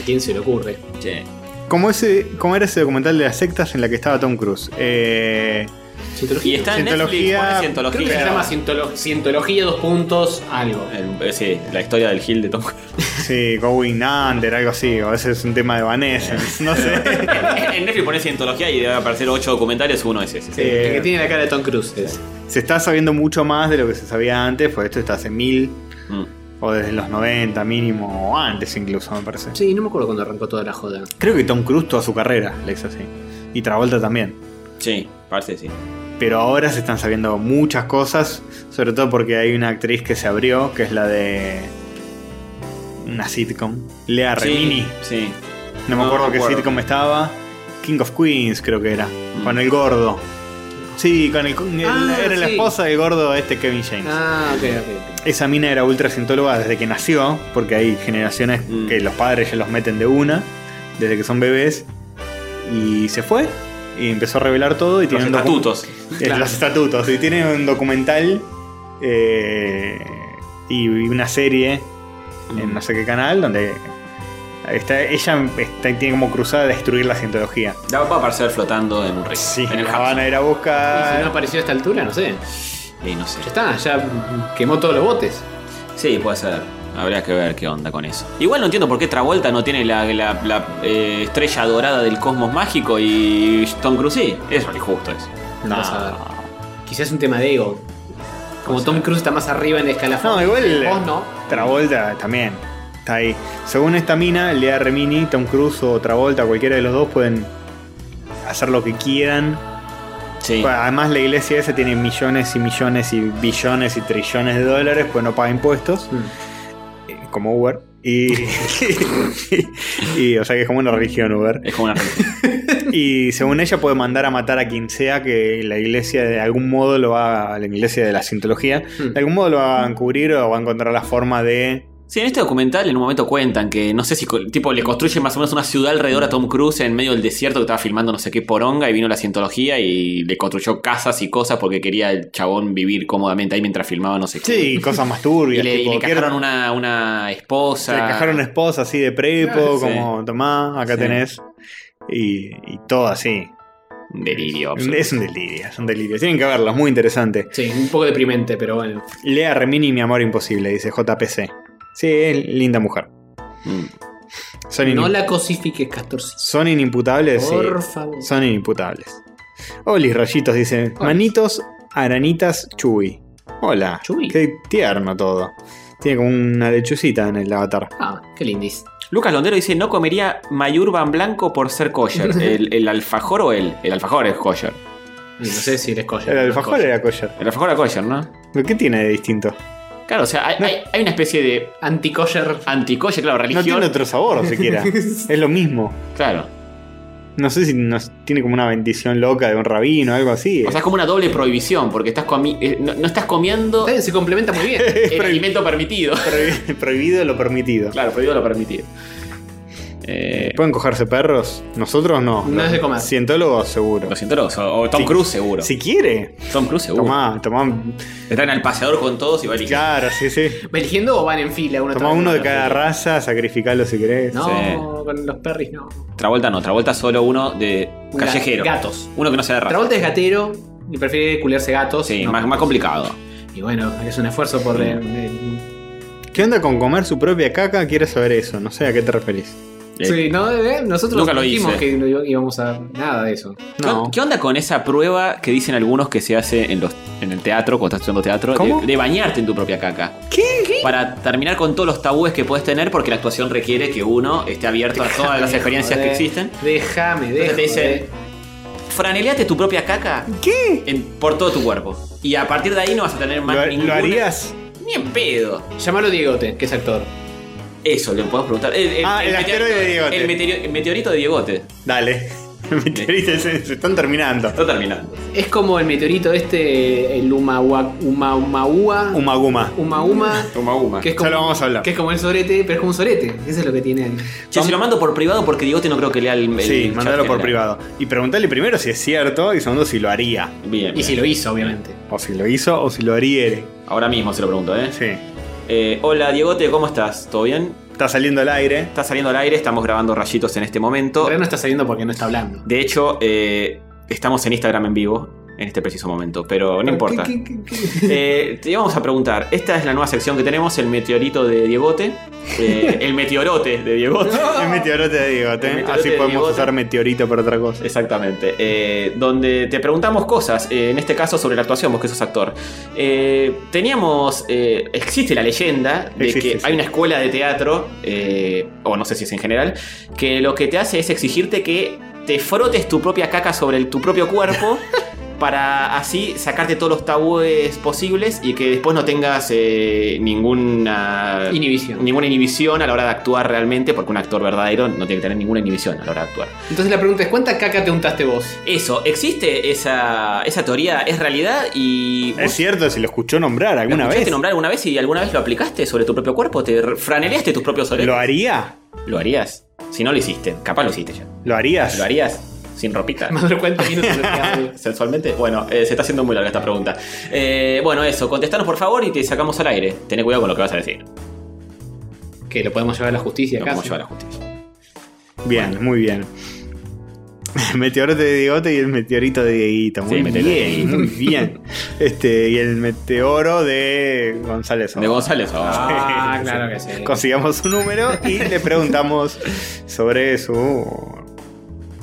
S3: ¿A quién se le ocurre?
S1: Che.
S2: Como, ese, como era ese documental de las sectas en la que estaba Tom Cruise. Eh,
S1: Y
S3: Cientología.
S1: está en Netflix, pone
S2: Cientología-
S3: Creo que
S1: cientología.
S3: se
S2: Pero-
S3: llama cientolo- cientología dos puntos algo.
S1: El- eh, sí, la historia del Gil de Tom
S2: (laughs)
S1: Cruise.
S2: sí, Going Under, algo así. O ese es un tema de Vanessa. No sé.
S1: (laughs) en Netflix pones cientología y debe aparecer ocho documentales, uno es ese.
S3: Sí, el que
S2: Eh,
S3: tiene la cara de Tom Cruise. es.
S2: Se está sabiendo mucho más de lo que se sabía antes, porque esto está hace mil
S1: Mm.
S2: o desde los 90 mínimo, o antes incluso, me parece.
S3: Sí, no me acuerdo cuando arrancó toda la joda.
S2: Creo que Tom Cruise toda su carrera le hizo así. Y Travolta también.
S1: Sí, parece que sí.
S2: Pero ahora se están sabiendo muchas cosas, sobre todo porque hay una actriz que se abrió, que es la de una sitcom. Lea Remini.
S1: Sí. sí.
S2: No me
S1: No,
S2: acuerdo
S1: no
S2: qué
S1: acuerdo.
S2: sitcom estaba. King of Queens creo que era. Con el gordo. Sí, con el, con el-
S3: Ah,
S2: era la
S3: sí.
S2: esposa del gordo este Kevin James.
S3: Ah, ok, ok.
S2: Esa mina era ultra cientóloga desde que nació, porque hay generaciones
S1: Mm.
S2: que los padres ya los meten de una, desde que son bebés, y se fue y empezó a revelar todo y
S1: Los
S2: tiene un docu-
S1: estatutos.
S2: Eh,
S3: Claro.
S2: Los estatutos. Y tiene un documental eh, y una serie
S1: Mm.
S2: en no sé qué canal donde está, ella está- tiene como cruzada destruir la cientología.
S1: La va a aparecer flotando en un río.
S2: Sí,
S1: en el
S2: la van
S1: Hudson.
S2: a ir a
S3: Y si no
S2: buscar.
S3: apareció a esta altura, no sé.
S1: Y no sé.
S3: Ya está, ya quemó todos los botes.
S1: Sí, puede ser. Habría que ver qué onda con eso. Igual no entiendo por qué Travolta no tiene la, la- la, eh, estrella dorada del cosmos mágico y Tom Cruise sí. Es re injusto eso.
S2: No.
S3: Vas a ver. Quizás es un tema de ego. Como Tom Cruise está más arriba en el escalafón.
S2: No, igual.
S3: Vos no.
S2: Travolta también. Está ahí. Según esta mina, Lea Remini, Tom Cruise o Travolta, cualquiera de los dos pueden hacer lo que quieran.
S1: Sí.
S2: Bueno, además, la iglesia esa tiene millones y millones y billones y trillones de dólares, pues no paga impuestos,
S3: Mm.
S2: eh, como Uber. Y, (laughs) y, o sea que es como una religión Uber.
S1: Es como una religión.
S2: Y según ella puede mandar a matar a quien sea que la iglesia de algún modo lo va, la iglesia de la cientología,
S3: Mm.
S2: de algún modo lo va a encubrir o va a encontrar la forma de
S1: (laughs) Sí, en este documental en un momento cuentan que no sé si co- tipo le construyen más o menos una ciudad alrededor a Tom Cruise en medio del desierto que estaba filmando no sé qué poronga y vino la cientología y le construyó casas y cosas porque quería el chabón vivir cómodamente ahí mientras filmaba no sé qué. (laughs)
S2: Sí, cosas más
S1: Y
S2: turbias.
S1: le, y
S2: tipo,
S1: le
S2: quiero-
S1: cajaron una, una esposa.
S2: le cajaron una esposa así de prepo,
S1: Sí.
S2: como tomá, acá
S1: Sí.
S2: tenés. Y, y todo así.
S1: Un Delirio. absoluto.
S2: Es un delirio, es un delirio. Tienen que verlo, es muy interesante.
S3: Sí, un poco deprimente, pero bueno.
S2: Lea Remini, mi amor imposible, dice JPC. Sí, es linda mujer.
S1: Mm.
S2: Son, in-
S3: No la cosifiques, Castorcito.
S2: son inimputables. sí.
S3: Por favor.
S2: Son inimputables. Olis Rayitos dice:
S3: Olis.
S2: Manitos, aranitas, chuy. Hola.
S3: Chuy.
S2: Qué tierno todo. Tiene como una lechucita en el avatar.
S3: Ah, qué lindis.
S1: Lucas Londero dice: No comería Mayurban blanco por ser
S3: (laughs)
S1: kosher. ¿El, el alfajor o él? El alfajor es kosher.
S3: No sé si eres coche.
S2: El alfajor era kosher.
S1: El alfajor era kosher, ¿no?
S2: ¿Pero qué tiene de distinto?
S1: Claro, o sea, hay, hay- hay una especie de
S3: Anti-kosher.
S1: anti-kosher, claro,
S2: No
S1: religión.
S2: tiene
S1: (laughs)
S2: otro sabor siquiera. es lo mismo.
S1: Claro.
S2: No sé si nos tiene como una bendición loca de un rabino o algo así.
S1: O sea, es como una doble prohibición, porque estás comi eh, no, no estás comiendo
S3: Está bien, se complementa
S1: (laughs)
S3: muy bien. Eh,
S1: el alimento permitido. (laughs)
S2: Prohi- (laughs) prohibido lo permitido.
S1: Claro, prohibido lo permitido. Eh,
S2: ¿Pueden cogerse perros? Nosotros no.
S3: No es de comer.
S2: Cientólogos seguro.
S1: lo siento, o, o Tom
S2: Sí.
S1: Cruise seguro.
S2: Si quiere,
S1: Tom Cruise seguro.
S2: tomá, tomá.
S1: Están al paseador con todos y va a elegir.
S2: Claro, sí, sí.
S3: ¿Va eligiendo o van en fila? Uno
S2: Tomá
S3: tras
S2: uno de
S3: otro?
S2: cada raza, sacrificalo si querés.
S3: No,
S1: Sí.
S3: con los perris no.
S1: Travolta no, Travolta solo uno de callejero.
S3: Gatos.
S1: Uno que no sea de raza.
S3: Travolta es gatero y prefiere culiarse gatos.
S1: Sí,
S3: No.
S1: más, más complicado.
S3: Y bueno, es un esfuerzo por. eh, eh,
S2: ¿Qué onda con comer su propia caca? Quiero saber eso. No sé a qué te referís.
S1: Eh,
S3: Sí, no, eh, nosotros
S1: Nunca lo
S3: dijimos
S1: hice.
S3: que no iba- íbamos a nada de eso.
S1: ¿Qué,
S2: No.
S1: qué onda con esa prueba que dicen algunos que se hace en los en el teatro, cuando estás estudiando teatro,
S2: ¿Cómo?
S1: De, de bañarte en tu propia caca? ¿Qué? Para terminar con todos los tabúes que puedes tener, porque la actuación requiere que uno esté abierto a todas las experiencias que
S3: Joder,
S1: existen.
S3: Déjame,
S1: Entonces te
S3: déjame.
S1: dicen, franeleate tu propia caca
S2: ¿Qué?
S1: en- por todo tu cuerpo. Y a partir de ahí no vas a tener más
S2: ¿Lo,
S1: ninguna-
S2: lo harías?
S1: Ni en pedo.
S3: Llámalo Diegote, que es actor.
S1: Eso, le podemos preguntar. El,
S2: Ah, el asteroide
S1: meteorito-
S2: de Diegote.
S1: el meteori- el meteorito de Diegote.
S2: Dale. (laughs) Meteoritos, se, se están terminando.
S1: Está terminando.
S3: Es como el meteorito este, el Umaua. Umaua.
S2: Umaguma.
S3: Umauma.
S1: Toma una.
S3: Que es,
S2: Ya lo
S3: como,
S2: vamos a hablar.
S3: que es como el sorete, pero es como un sorete. Eso es lo que tiene ahí.
S1: Che, se lo mando por privado porque Diegote no creo que lea el. el
S2: Sí,
S1: chat
S2: mandalo por
S1: general.
S2: privado. Y preguntale primero si es cierto y segundo si lo haría.
S1: Bien.
S3: Y si lo hizo, obviamente.
S2: O si lo hizo o si lo haría.
S1: Ahora mismo se lo pregunto, ¿eh?
S2: Sí.
S1: Eh, Hola, Diegote, ¿cómo estás? ¿Todo bien?
S2: Está saliendo
S1: (laughs)
S2: al aire.
S1: Está saliendo al aire, estamos grabando rayitos en este
S3: En
S1: momento.
S3: realidad no está saliendo porque no está hablando.
S1: De hecho, eh, estamos en Instagram en vivo en este preciso momento, pero no importa.
S3: ¿Qué- qué- qué- qué?
S1: Eh, te íbamos a preguntar, esta es la nueva sección que tenemos, el meteorito de Diegote, eh, el meteorote de
S3: (laughs)
S1: Diegote.
S2: Es meteorote de Diegote.
S1: El meteorote
S2: Así
S1: de
S2: podemos
S1: Diegote.
S2: usar meteorito para otra cosa.
S1: Exactamente. Eh, donde te preguntamos cosas, eh, en este caso sobre la actuación, vos que sos actor. Eh, teníamos. eh, existe la leyenda de
S2: Existe,
S1: que
S2: sí.
S1: hay una escuela de teatro, eh, o no sé si es en general, que lo que te hace es exigirte que te frotes tu propia caca sobre el- tu propio
S2: (laughs)
S1: cuerpo. Para así sacarte todos los tabúes posibles y que después no tengas eh, ninguna
S3: Inhibición.
S1: ninguna inhibición a la hora de actuar realmente, porque un actor verdadero no tiene que tener ninguna inhibición a la hora de actuar.
S3: Entonces la pregunta es: ¿cuánta caca te untaste vos? (laughs)
S1: Eso, existe esa, esa teoría, es realidad y.
S2: Es cierto, si lo escuchó nombrar
S1: ¿la
S2: alguna
S1: escuchaste
S2: vez.
S1: nombrar alguna vez y alguna vez lo aplicaste sobre tu propio cuerpo? ¿Te re- franeleaste tus propios orejas?
S2: ¿Lo haría?
S1: ¿Lo harías? Si no lo hiciste, capaz lo hiciste ya.
S2: ¿Lo harías?
S1: ¿Lo harías? Sin
S2: (laughs)
S1: ropita.
S3: Madre, ¿cuántos minutos nos quedan?
S1: Sensualmente. Bueno, eh, se está haciendo muy larga esta pregunta. Eh, bueno, eso, contestanos por favor y te sacamos al aire. Tené cuidado con lo que vas a decir.
S3: Que lo podemos llevar a la justicia,
S1: No
S3: acá.
S1: como yo a la justicia.
S2: Bien, muy bien. (laughs) Meteorote de Diegote y el meteorito de Dieguito. Muy
S1: Sí,
S2: bien,
S1: meteorito de Dieguito.
S2: muy
S1: (laughs)
S2: bien. Este, y el meteoro de González.
S1: De González. oh.
S3: Ah, claro que sí.
S2: (laughs) Consigamos su número y le preguntamos sobre su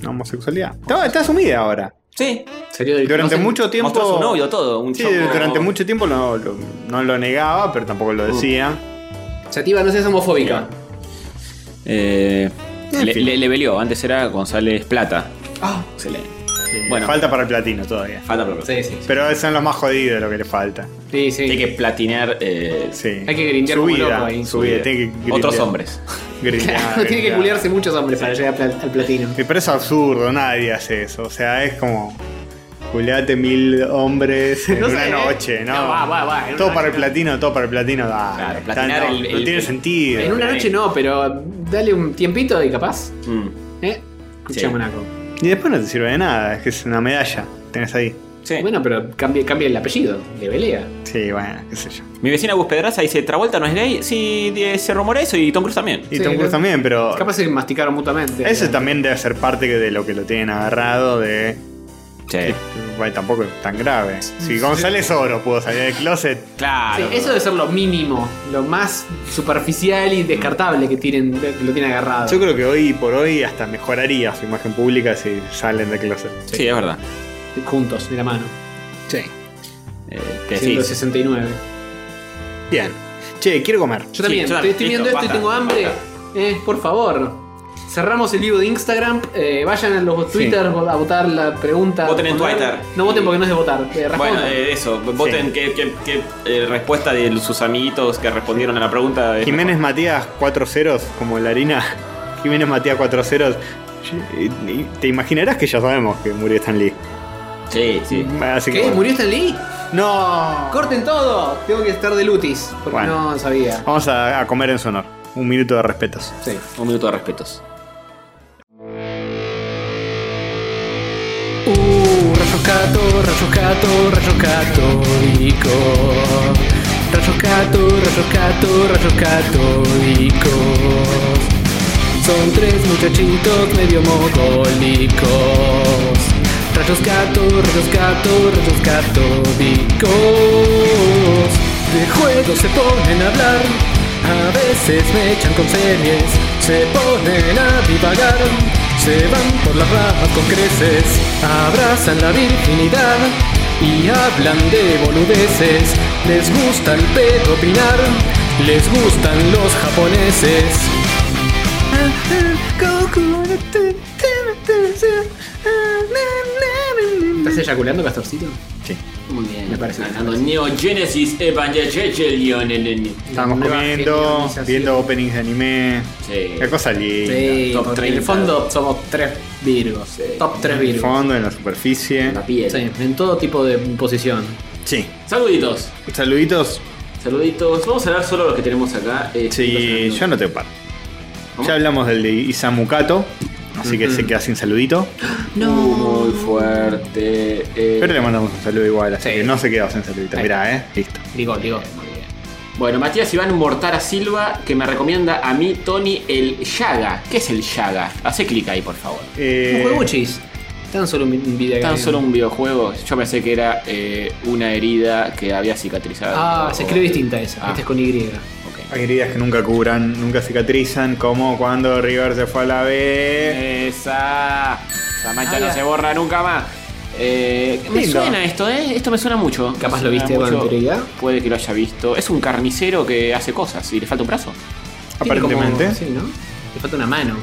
S2: homosexualidad. Está, está asumida ahora.
S1: Sí.
S3: Salió del
S2: Durante
S3: closet.
S2: mucho tiempo.
S1: Mostró a su novio todo. Un
S2: Sí,
S1: choco-
S2: durante mucho tiempo no lo, no lo negaba, pero tampoco lo decía.
S3: Sativa, no seas homofóbica.
S1: Eh,
S2: En
S1: le,
S2: fin.
S1: le- le velió. Antes era González Plata.
S3: Ah,
S1: Excelente.
S2: Sí,
S1: Bueno.
S2: Falta para el platino todavía.
S1: Falta pero
S3: sí, sí.
S2: Pero son los más jodidos de lo que le falta.
S3: Sí, sí.
S1: Hay que platinear eh,
S2: Sí.
S3: Hay que grindear
S2: su
S3: como
S2: vida,
S3: loco ahí.
S2: Su vida, tiene que grindear.
S1: otros hombres.
S2: Grindear,
S3: (laughs) Claro, (laughs) tiene que
S2: grindear.
S3: culiarse muchos hombres para llegar pla- al platino.
S2: Sí, Pero es absurdo, nadie hace eso. O sea, es como. Culeate mil hombres en
S3: No
S2: una
S3: sé, ¿eh?
S2: noche, ¿no?
S3: No, va, va, va, en
S2: Todo
S3: una
S2: para el
S3: noche no.
S2: platino, todo para el platino. da.
S1: Claro,
S2: Está-
S1: platinar
S2: no,
S1: el-
S2: no
S1: el-
S2: tiene sentido.
S3: En una noche no, pero dale un tiempito y capaz.
S1: Mm,
S3: ¿Eh? Escucha,
S1: Sí.
S3: Monaco.
S2: Y después no te sirve de nada, es que es una medalla. Tenés ahí.
S1: sí.
S3: Bueno, pero cambia, cambia el apellido. Le velea.
S2: Sí, bueno, qué sé yo.
S1: Mi vecina Gus Pedraza dice, Travolta no es gay. Sí, die- se rumora eso y Tom Cruise también.
S2: Y
S3: Sí,
S2: Tom Cruise
S3: no-
S2: también, pero.
S3: Capaz se masticaron mutuamente.
S2: Eso también debe ser parte de lo que lo tienen agarrado de. este,
S1: Sí.
S2: Bueno, tampoco es tan grave. Si González Oro pudo salir del closet,
S3: Sí,
S1: Claro.
S3: eso debe ser lo mínimo, lo más superficial y descartable que tienen, que lo tienen agarrado.
S2: yo creo que hoy por hoy hasta mejoraría su imagen pública si salen del closet.
S1: Sí, es verdad.
S3: Juntos, de la mano.
S2: Sí.
S1: Eh, que sí.
S3: 169.
S2: Bien. Che, quiero comer.
S3: Yo también,
S1: yo también.
S3: estoy, estoy viendo
S1: Listo,
S3: esto y
S1: basta,
S3: tengo hambre. Eh, por favor. Cerramos el vivo de Instagram. Eh, vayan a los Twitter a votar la pregunta.
S1: Voten en Twitter.
S3: No voten porque no es de votar. eh,
S1: Bueno,
S3: respondan.
S1: eh, eso. Voten
S2: Sí.
S1: qué, qué- qué, eh, respuesta de sus amiguitos que respondieron a la pregunta. es
S2: Jiménez Matías 4 ceros, como la harina. Jiménez Matías 4 ceros. Y- y- Te imaginarás que ya sabemos que murió Stan Lee.
S1: mejor. Sí, sí.
S2: Así que,
S3: ¿Qué?
S2: bueno.
S3: ¿Murió Stan Lee?
S2: ¡No!
S3: ¡Corten todo! Tengo que estar de lutis. Porque
S2: Bueno.
S3: no sabía.
S2: Vamos a, a comer en su honor. Un minuto de respetos.
S3: Sí.
S1: Un minuto de respetos.
S3: Uh, rayos gato, rayos gato, rayos católicos. Rayos gato, rayos gato, rayos católicos. Son tres muchachitos medio mogólicos. Rayos gato, rayos gato, rayos católicos. De juegos se ponen a hablar. A veces me echan con series. Se ponen a divagar. Se van por las ramas con creces, abrazan la virginidad y hablan de boludeces. Les gusta el pedo opinar, les gustan los japoneses. ¿Estás eyaculando, Castorcito?
S2: Sí.
S1: Muy bien.
S3: Me parece
S1: Ganando Neo Genesis Evangelion. en el-
S2: Estábamos
S3: Nueva
S2: comiendo,
S3: genialización.
S2: viendo openings de anime.
S1: Sí.
S2: La cosa linda.
S3: Sí,
S1: Top
S3: porque en el
S1: 30.
S3: fondo somos tres virgos. Top tres
S2: En el
S3: virgos.
S2: fondo, en la superficie.
S1: La piel.
S3: Sí, en todo tipo de posición.
S2: Sí.
S1: Saluditos.
S2: Saluditos.
S1: Saluditos. Vamos a hablar solo de los que tenemos acá. eh,
S2: Sí,
S1: chicos,
S2: yo no te paro.
S1: ¿Cómo?
S2: Ya hablamos del de Isamu Kato, así que se queda sin saludito.
S1: No. Muy fuerte. eh,
S2: Pero le mandamos un saludo igual, así
S3: Sí.
S2: que no se quedó sin saludito.
S3: Ahí
S2: Mirá, eh, listo.
S3: Digo, digo.
S1: Bueno, Matías Iván Mortara Silva, que me recomienda a mí, Tony, el Yaga. ¿Qué es el Yaga? Hace clic ahí, por favor.
S2: Eh,
S3: Un juego chis. Tan solo un video
S1: Tan solo un videojuego. Yo pensé que era eh, una herida que había cicatrizado.
S3: Ah, se escribe distinta esa.
S1: Ah.
S3: Esta es con Y.
S1: Ok.
S2: hay heridas que nunca curan, nunca cicatrizan, como cuando River se fue a la B.
S3: Eh,
S1: Esa. Esa mancha
S3: Ah,
S1: no
S3: ya.
S1: se borra nunca más. Eh, me
S2: Lindo.
S1: suena esto, ¿eh? Esto me suena mucho.
S3: Capaz
S1: Me
S3: lo
S1: suena
S3: viste con
S1: mucho.
S3: anterioridad.
S1: Puede que lo haya visto. Es un carnicero que hace cosas y le falta un brazo.
S3: Tiene como-
S2: Aparentemente.
S3: sí, ¿no? Le falta una mano.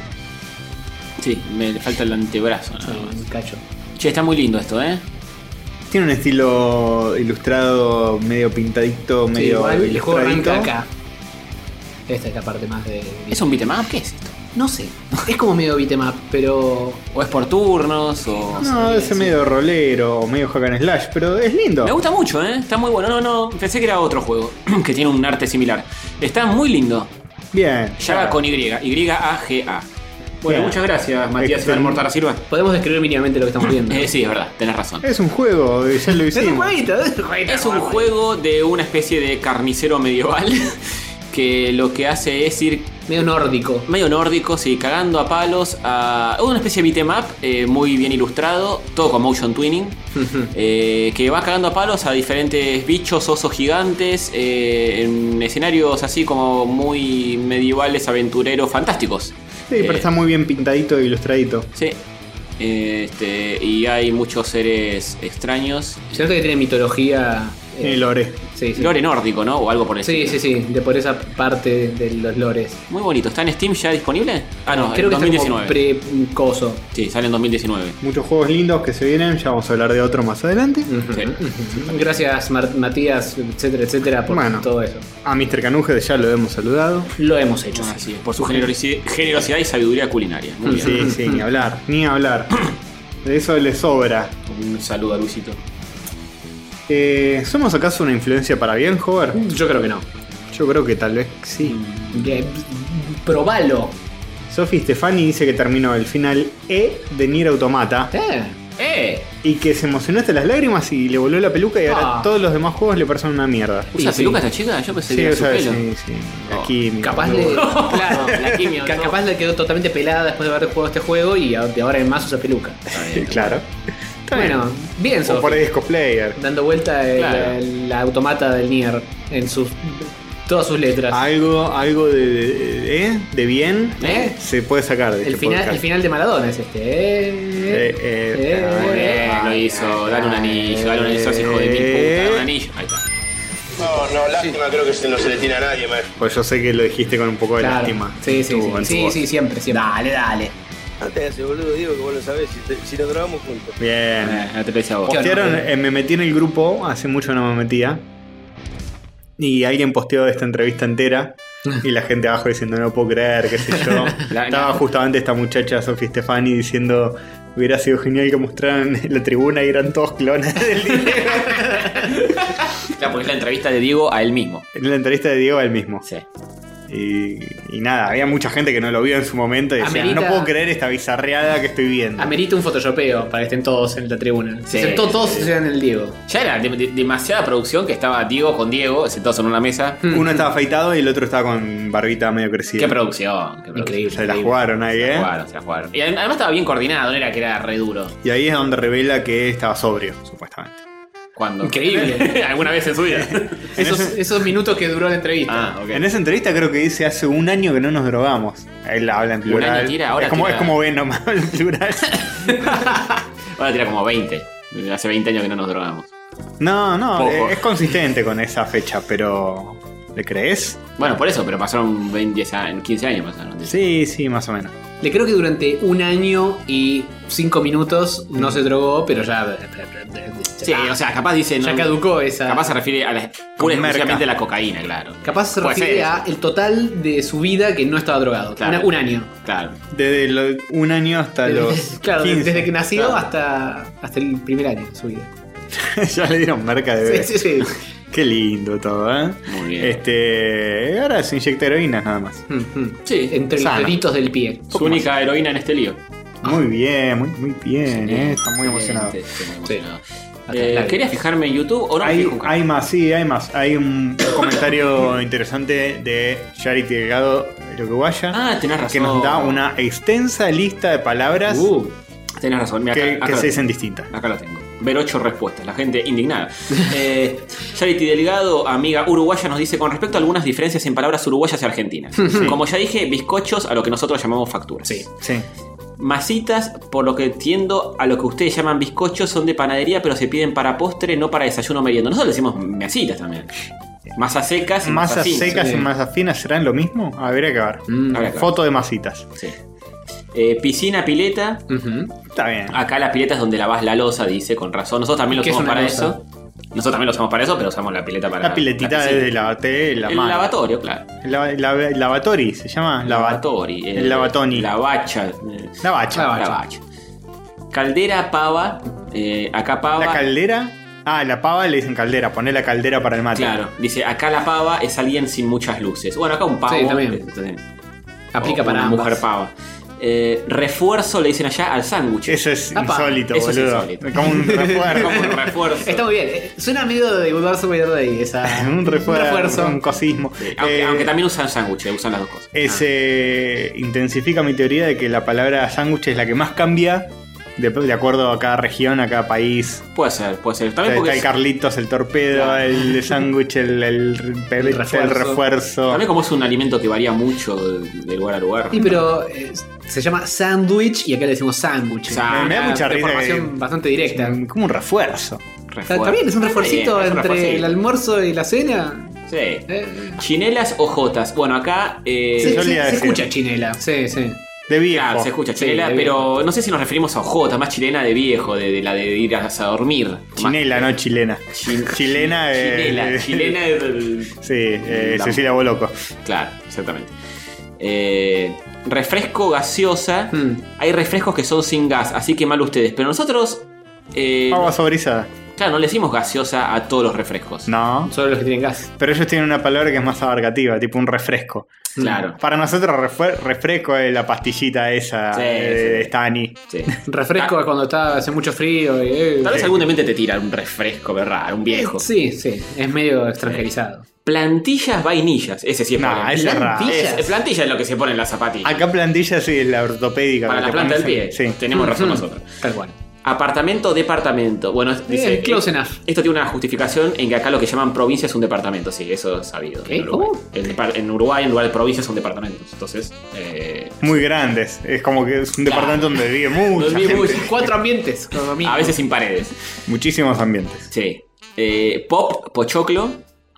S1: Sí, me le falta el antebrazo. nada más.
S3: Un cacho.
S2: Ah,
S1: Che, está muy lindo esto, ¿eh?
S2: Tiene un estilo ilustrado, medio pintadito,
S3: Sí,
S2: medio.
S3: igual el juego arranca
S2: ilustradito.
S3: acá. Esta es la parte más de.
S1: ¿Es un beatmap? ¿Qué es esto?
S3: No sé. (laughs) Es como medio beatmap, pero.
S1: ¿O es por turnos? O...
S2: No, ese medio rolero, o medio hack and slash, pero es lindo.
S1: Me gusta mucho, ¿eh? Está muy bueno. No, no, pensé que era otro juego (clears throat) que tiene un arte similar. Está muy lindo.
S2: Bien.
S1: Yaga con Y. Y-A-G-A. Bueno,
S2: Bien.
S1: muchas gracias, Matías
S2: Excelente.
S1: Iván Mortara Silva.
S3: Podemos describir mínimamente lo que estamos
S2: (laughs)
S3: viendo.
S1: Eh, sí, es verdad, tenés razón.
S2: Es un juego, eh, ya lo
S3: Es un
S2: hicimos.
S3: jueguito, es un jueguito.
S1: Es un juego de una especie de carnicero medieval (laughs) que lo que hace es ir
S3: Medio nórdico.
S1: medio nórdico, sí, cagando a palos a una especie de beat'em up eh, muy bien ilustrado, todo con motion
S3: (laughs)
S1: twinning, eh, que va cagando a palos a diferentes bichos, osos gigantes, eh, en escenarios así como muy medievales, aventureros, fantásticos.
S2: Sí, pero
S1: Eh,
S2: está muy bien pintadito e ilustradito.
S1: Sí. Este, y hay muchos seres extraños.
S3: Se nota que tiene mitología. eh,
S2: Eh, Lore.
S3: sí, sí.
S1: Lore nórdico, ¿no? O algo por el
S3: Sí,
S1: estilo.
S3: sí, sí, de por esa parte de los lores.
S1: Muy bonito. ¿Está en Steam ya disponible? Ah, no,
S3: Creo
S1: en
S3: que está
S1: 2019.
S3: como mm, pre-coso.
S1: Sí, sale en 2019.
S2: Muchos juegos lindos que se vienen, ya vamos a hablar de otro más adelante.
S1: Sí.
S3: Gracias, Mar- Matías, etcétera, etcétera, por
S2: Bueno.
S3: todo eso.
S2: A Mr. Canuje ya lo hemos saludado.
S3: Lo hemos hecho. sí.
S1: Así es, Ah, por su generosi- generosidad y sabiduría culinaria. Muy bien.
S2: Sí, sí, ni hablar, ni
S3: (coughs)
S2: hablar. De eso le sobra.
S1: Un saludo a Luisito.
S2: Eh, ¿Somos acaso una influencia para bien, Hover?
S3: Yo creo que no.
S2: Yo creo que tal vez sí.
S3: Que- Probalo.
S2: Sophie Stefani dice que terminó el final E de Nier Automata
S3: Eh.
S1: ¡Eh!
S2: y que se emocionó hasta las lágrimas y le voló la peluca y ahora
S3: Ah.
S2: todos los demás juegos le parecen una mierda.
S1: ¿Usa
S3: sí.
S1: peluca esta chica? Yo pensé
S2: Sí,
S1: que
S2: o
S1: era su
S2: sea,
S1: pelo.
S2: sí, sí.
S1: Oh,
S2: Aquí mi
S3: Capaz
S2: boludo. (laughs)
S3: le. (laughs) Claro,
S1: la quimio,
S3: ca-
S1: ¿no?
S3: capaz le quedó totalmente pelada después de haber jugado este juego y a- de ahora en más usa peluca.
S2: claro. Está bien.
S3: Bueno, bien,
S2: o
S3: Sofi.
S2: por ahí es cosplayer.
S3: Dando vuelta el-
S1: Claro.
S3: el- la automata del Nier en sus todas sus letras.
S2: Algo, algo de, de- ¿eh? de bien
S3: ¿Eh?
S2: se puede sacar de
S3: el,
S2: este
S3: final,
S2: podcast.
S3: el final de Maradona es este. Eh,
S2: Eh, eh,
S3: eh,
S2: ah,
S1: Bien,
S2: ah,
S1: lo aviso, dale un anillo, dale un anillo, sos hijo de mil puta, dale un anillo. Ahí está.
S6: No, no, lástima, creo que se- no se le tiene a nadie, maestro.
S2: Pues yo sé que lo dijiste con un poco de
S3: Claro.
S2: lástima.
S3: Sí, sí,
S2: Tú,
S3: sí.
S2: en tu
S3: Sí,
S2: voz.
S3: sí, siempre, siempre. Dale, dale.
S8: No te hagas el boludo, Diego, que vos lo sabés. Si, te- si nos drogamos juntos.
S2: Bien.
S1: Eh, no te lo hice a vos.
S2: Postearon, eh, me metí en el grupo, hace mucho no me metía. Y alguien posteó esta entrevista
S3: (laughs)
S2: entera. Y la gente abajo diciendo, no puedo creer, qué sé yo.
S1: La-
S2: Estaba justamente esta muchacha, Sophie Stefani, diciendo, hubiera sido genial que mostraran en la tribuna y eran todos clones (laughs) del Diego.
S1: Claro, porque es la entrevista de Diego a él mismo.
S2: en la entrevista de Diego, él mismo.
S1: Sí.
S2: Y, y nada, había mucha gente que no lo vio en su momento y decía,
S3: Amerita-
S2: no puedo creer esta bizarreada que estoy viendo.
S3: Amerita un photoshopeo para que estén todos en la tribuna.
S1: Sí.
S3: Excepto todos sean el Diego.
S1: Ya era de- de- demasiada producción que estaba Diego con Diego, sentados en una mesa.
S2: Uno estaba afeitado y el otro estaba con barbita medio crecida.
S1: Mm. Qué producción, qué producción.
S3: Increíble.
S2: Se la jugaron ahí,
S1: Se
S2: ¿eh?
S1: la jugaron, se la jugaron. Y además estaba bien coordinado, no era que era re duro.
S2: Y ahí es donde revela que estaba sobrio, supuestamente.
S1: Cuando.
S3: Increíble.
S1: (laughs) Alguna vez en su
S2: (laughs)
S1: vida.
S3: Esos, esos minutos que duró la entrevista.
S1: ah, ok.
S2: En esa entrevista creo que dice hace un año que no nos drogamos. Él habla en plural.
S1: año tira, ahora
S2: es como,
S1: tira-
S2: es como Venom habla (laughs) en plural.
S1: Ahora tira como 20. Hace 20 años que no nos drogamos.
S2: No, no,
S1: Poco.
S2: es, es consistente con esa fecha, pero. ¿Le crees?
S1: Bueno, por eso, pero pasaron 20, 10 años, 15 años pasaron.
S2: Sí, sí, más o menos.
S1: Ah.
S3: Le creo que durante un año y cinco minutos no se drogó, pero ya. eh,
S1: Sí, o sea, capaz dice.
S3: ah, ya
S1: no-
S3: caducó esa.
S1: Capaz se refiere a la.
S2: Con
S1: Pura y
S2: merca.
S1: exclusivamente a la cocaína, claro.
S3: Capaz se
S1: Puede
S3: refiere
S1: ser.
S3: a el total de su vida que no estaba drogado.
S1: Claro.
S3: Una- un año.
S1: Claro.
S2: Desde lo- un año hasta los.
S3: (laughs) claro,
S2: 15.
S3: desde que nació
S1: Claro.
S3: hasta, hasta el primer año de su vida.
S2: (laughs) ya le dieron marca de bebé.
S3: Sí, sí, sí.
S2: Qué lindo todo, ¿eh?
S1: Muy bien.
S2: Este. Ahora se inyecta heroínas nada más.
S3: Mm, mm.
S1: Sí,
S3: Entre
S2: sano.
S3: los deditos del pie.
S1: Su única heroína en este lío.
S2: Muy bien, muy, muy bien, ¿eh? Está muy emocionado.
S1: Sí, sí, Este, muy emocionado.
S3: Acá,
S1: Eh,
S3: claro.
S1: ¿Querías fijarme en YouTube o no? me
S2: Hay,
S1: fijo en
S2: hay más, sí, hay más. Hay un
S1: (laughs)
S2: comentario interesante de Charity Delgado, el uruguaya,
S1: Ah, tenés razón.
S2: que nos da una extensa lista de palabras
S1: Uh, tenés razón. Mira,
S2: que,
S1: acá,
S2: que
S1: acá
S2: se
S1: lo
S2: dicen
S1: tengo.
S2: distintas.
S1: Acá lo tengo. Ver ocho respuestas. La gente indignada. Eh, Charity Delgado, amiga uruguaya, nos dice con respecto a algunas diferencias en palabras uruguayas y argentinas.
S2: (laughs)
S1: Como ya dije, bizcochos a lo que nosotros llamamos facturas. Sí.
S2: Sí.
S1: Masitas, por lo que entiendo, a lo que ustedes llaman bizcochos, son de panadería, pero se piden para postre, no para desayuno o merienda. Nosotros le decimos masitas también. Masas secas y
S2: Masas
S1: finas.
S2: secas y masas finas serán lo mismo. A ver, que ver.
S3: mm.
S1: Habrá que ver.
S2: Foto de masitas.
S1: Sí. Eh, piscina, pileta.
S3: Ujú.
S2: Está bien.
S1: Acá la pileta es donde lavas la losa, dice, con razón. Nosotros también lo
S3: ¿Qué es
S1: usamos
S3: una
S1: para
S3: losa?
S1: eso. Nosotros también lo usamos para eso, pero usamos la pileta para.
S2: la piletita
S1: piscina.
S2: desde la bate, la
S1: El
S2: mano.
S1: lavatorio, claro.
S2: La- la- lavatori se llama. Lava-
S1: Lavatori.
S2: El lavatoni.
S1: eh, La bacha. eh,
S2: La bacha.
S1: La bacha. Caldera, pava. eh, acá pava.
S2: La caldera. Ah, la pava le dicen caldera. Poné la caldera para el mate.
S1: Claro, dice, acá la pava es alguien sin muchas luces. Bueno, acá un pavo.
S3: Sí, también.
S1: Entonces,
S3: Aplica
S1: o
S3: para
S1: Oh, una
S3: ambas.
S1: mujer pava. Eh, refuerzo le dicen allá al sándwich.
S2: Eso es
S3: Apa,
S2: insólito,
S1: eso es
S2: boludo.
S1: insólito.
S2: Como un refuerzo.
S1: (laughs) Como un
S2: (laughs)
S1: refuerzo.
S3: Está muy bien. eh, Suena medio de Goodbye Survivor Day esa.
S2: un refuerzo. Un cosismo.
S1: Sí, aunque,
S2: Eh,
S1: aunque también usan sándwich, eh, usan las dos cosas.
S2: Ese intensifica mi teoría de que la palabra sándwich es la que más cambia de, de acuerdo a cada región, a cada país.
S1: Ah, puede ser, puede ser. También
S2: Está,
S1: porque
S2: está el
S1: es-
S2: Carlitos, el torpedo,
S1: Claro.
S2: el sándwich,
S1: (laughs)
S2: el, el, el refuerzo.
S3: refuerzo.
S1: También como es un alimento que varía mucho de, de lugar a lugar.
S3: Sí, pero eh, se llama sándwich y acá le decimos sándwich.
S1: Sa- Me-
S2: me da
S3: Una
S2: mucha risa
S3: deformación
S2: que- Mm.
S3: bastante directa.
S2: Como un refuerzo.
S1: Refuerzo.
S3: Está, está bien, es un refuercito
S1: Bien, es un
S3: entre el
S1: refuercito.
S3: almuerzo y la cena.
S1: Sí.
S3: Eh,
S1: Chinelas o jotas. Bueno, acá. eh,
S2: Sí,
S3: se
S2: yo le
S3: se-
S2: iba a
S3: se
S2: decir.
S3: escucha chinela. Sí, sí.
S2: De viejo.
S1: Claro, se escucha
S3: Sí,
S1: chinela,
S3: de
S1: pero no sé si nos referimos a ojotas, más chilena de viejo, de, de la de ir a, a dormir. Más-
S2: Chinela, no chilena.
S1: Chin-
S2: chilena, eh,
S1: (laughs) Chilena, chilena de-
S2: (laughs) Sí, eh,
S1: La-
S2: Cecilia Boloco.
S1: Claro, exactamente. Eh, refresco gaseosa.
S3: Mm.
S1: Hay refrescos que son sin gas, así que mal ustedes. Pero nosotros. eh,
S2: Agua saborizada.
S1: Claro, no le decimos gaseosa a todos los refrescos.
S2: No.
S3: Solo los que tienen gas.
S2: Pero ellos tienen una palabra que es más abarcativa, tipo un refresco.
S3: Hmm.
S1: Claro.
S2: Para nosotros refue- refresco es la pastillita esa
S1: Sí,
S2: eh,
S1: sí.
S2: de Stani.
S1: Sí.
S3: Refresco cuando está, hace mucho frío. y, eh,
S1: Tal vez
S3: sí.
S1: algún demente te tira un refresco, ¿verdad? Un viejo.
S3: Sí, sí. Es medio extranjerizado.
S1: Plantillas vainillas. Ese sí es
S2: Nah,
S1: problema.
S2: ese es raro.
S1: Es- plantilla es lo que se pone en las zapatillas.
S2: Acá plantilla sí es la ortopédica.
S1: para la
S2: que te
S1: planta del
S2: pones
S1: pie.
S2: en- Sí. Mm-hmm.
S1: Tenemos razón
S3: Mm,
S1: nosotros.
S3: Tal cual.
S1: Apartamento, departamento. Bueno, es- dice,
S3: Eh, close
S1: eh,
S3: enough.
S1: Esto tiene una justificación en que acá lo que llaman provincia es un departamento, sí, eso es sabido.
S3: ¿Qué?
S1: En Uruguay,
S3: ¿Cómo?
S1: En depar- en Uruguay, en lugar de provincia, son departamentos. Entonces, eh,
S2: Muy grandes. Es como que es un departamento donde vive mucha
S1: Donde vive
S2: gente.
S1: mucha-
S3: Cuatro ambientes. como mí.
S1: a veces sin paredes.
S2: Muchísimos ambientes.
S1: Sí. Eh, pop, pochoclo.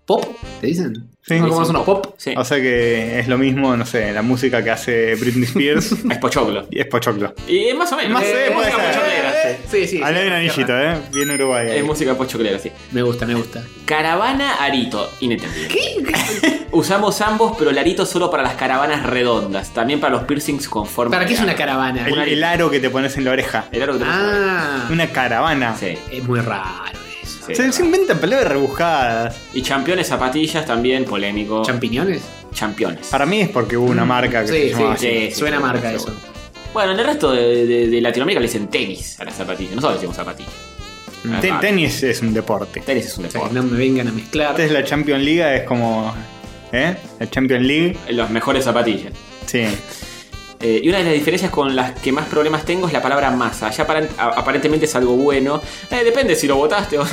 S3: ¿Pop? ¿Te dicen?
S2: Sí.
S3: ¿No conoces unos pop?
S1: Sí.
S2: O sea que es lo mismo, no sé, la música que hace Britney
S1: (laughs)
S2: Spears
S1: Es pochoclo.
S2: y es pochoclo.
S1: Y es más o menos.
S2: Más
S1: es
S2: o menos,
S1: música
S2: Ah, puede ser.
S1: pochoclera.
S3: Eh, Sí, sí.
S2: Ale
S3: sí,
S2: un anillito, ¿eh? Bien Uruguay. ahí.
S1: Es música pochoclera, sí.
S3: Me gusta, me gusta.
S1: Caravana Arito, inentendible. (laughs) Usamos ambos, pero el arito solo para las caravanas redondas. También para los piercings con forma.
S3: ¿Para
S1: de
S3: qué es una
S1: aro.
S3: caravana?
S2: El, el aro que te pones en la oreja.
S1: El aro que tenemos ahora.
S3: Ah,
S2: Una caravana.
S1: Sí,
S3: es muy raro eso.
S1: sí.
S2: se, se inventan palabras rebuscadas.
S1: Y championes, zapatillas también, polémico.
S3: ¿Champiñones?
S1: championes.
S2: Para mí es porque hubo una marca que se
S3: Mm. Sí, sí,
S2: llamaba así.
S3: sí,
S1: sí,
S3: Suena
S1: sí,
S3: marca
S1: sí,
S3: eso.
S1: Bueno, en el resto de, de- de Latinoamérica le dicen tenis a las zapatillas. Nosotros le decimos zapatillas.
S2: Ten-
S1: Ajá.
S2: tenis es un deporte.
S1: Tenis es un
S3: O sea, que
S1: deporte.
S3: no me vengan a mezclar.
S2: Antes la Champions League es como. ¿Eh? La Champions League.
S1: Los mejores zapatillas.
S2: Sí.
S1: Eh, y una de las diferencias con las que más problemas tengo es la palabra masa. Allá aparent- a- aparentemente es algo bueno. Eh, depende si lo votaste o.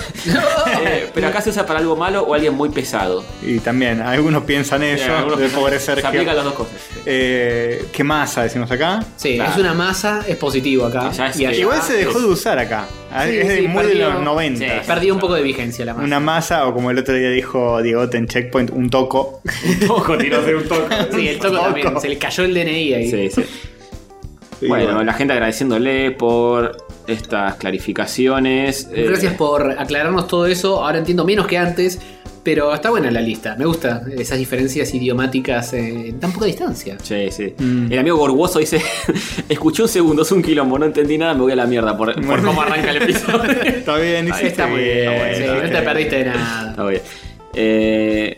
S1: Eh, pero acá se usa para algo malo o alguien muy pesado.
S2: Y también, algunos piensan eso,
S1: Eh, algunos
S2: de
S1: piensan-
S2: pobre
S1: Se
S2: Sergio.
S1: aplican las dos (laughs) cosas.
S2: Eh, ¿Qué masa decimos acá?
S3: Sí,
S1: Claro.
S3: es una masa, es positivo acá.
S1: Sí, ya es-
S3: y allá
S2: Igual se dejó de usar acá.
S3: ah,
S2: Ah,
S3: Sí,
S2: es de-
S3: sí,
S2: muy
S3: perdió-
S2: de los 90.
S1: Sí.
S3: perdió un poco de vigencia la masa.
S2: Una masa, o como el otro día dijo Diego en Checkpoint, un
S3: (laughs)
S2: toco.
S1: Un toco, tiró de un toco.
S3: Sí, el toco
S2: Toco.
S3: también. Se le cayó el DNI ahí.
S1: Sí, sí.
S2: Y
S1: Bueno,
S2: bueno.
S1: la gente agradeciéndole por estas clarificaciones. Eh,
S3: Gracias por aclararnos todo eso. Ahora entiendo menos que antes, pero está buena la lista. Me gusta esas diferencias idiomáticas eh, en tan poca distancia.
S1: Sí, sí.
S2: Mm.
S1: El amigo Gorboso dice: (laughs) Escuché un segundo, es un quilombo, no entendí nada, me voy a la mierda por, por
S2: Bueno.
S1: cómo arranca el episodio.
S2: (laughs)
S3: (laughs)
S2: Está bien,
S3: Ahí
S2: hiciste
S3: está muy bien. sí,
S2: está
S3: no te
S2: bien.
S3: perdiste de nada.
S1: Está bien. Eh,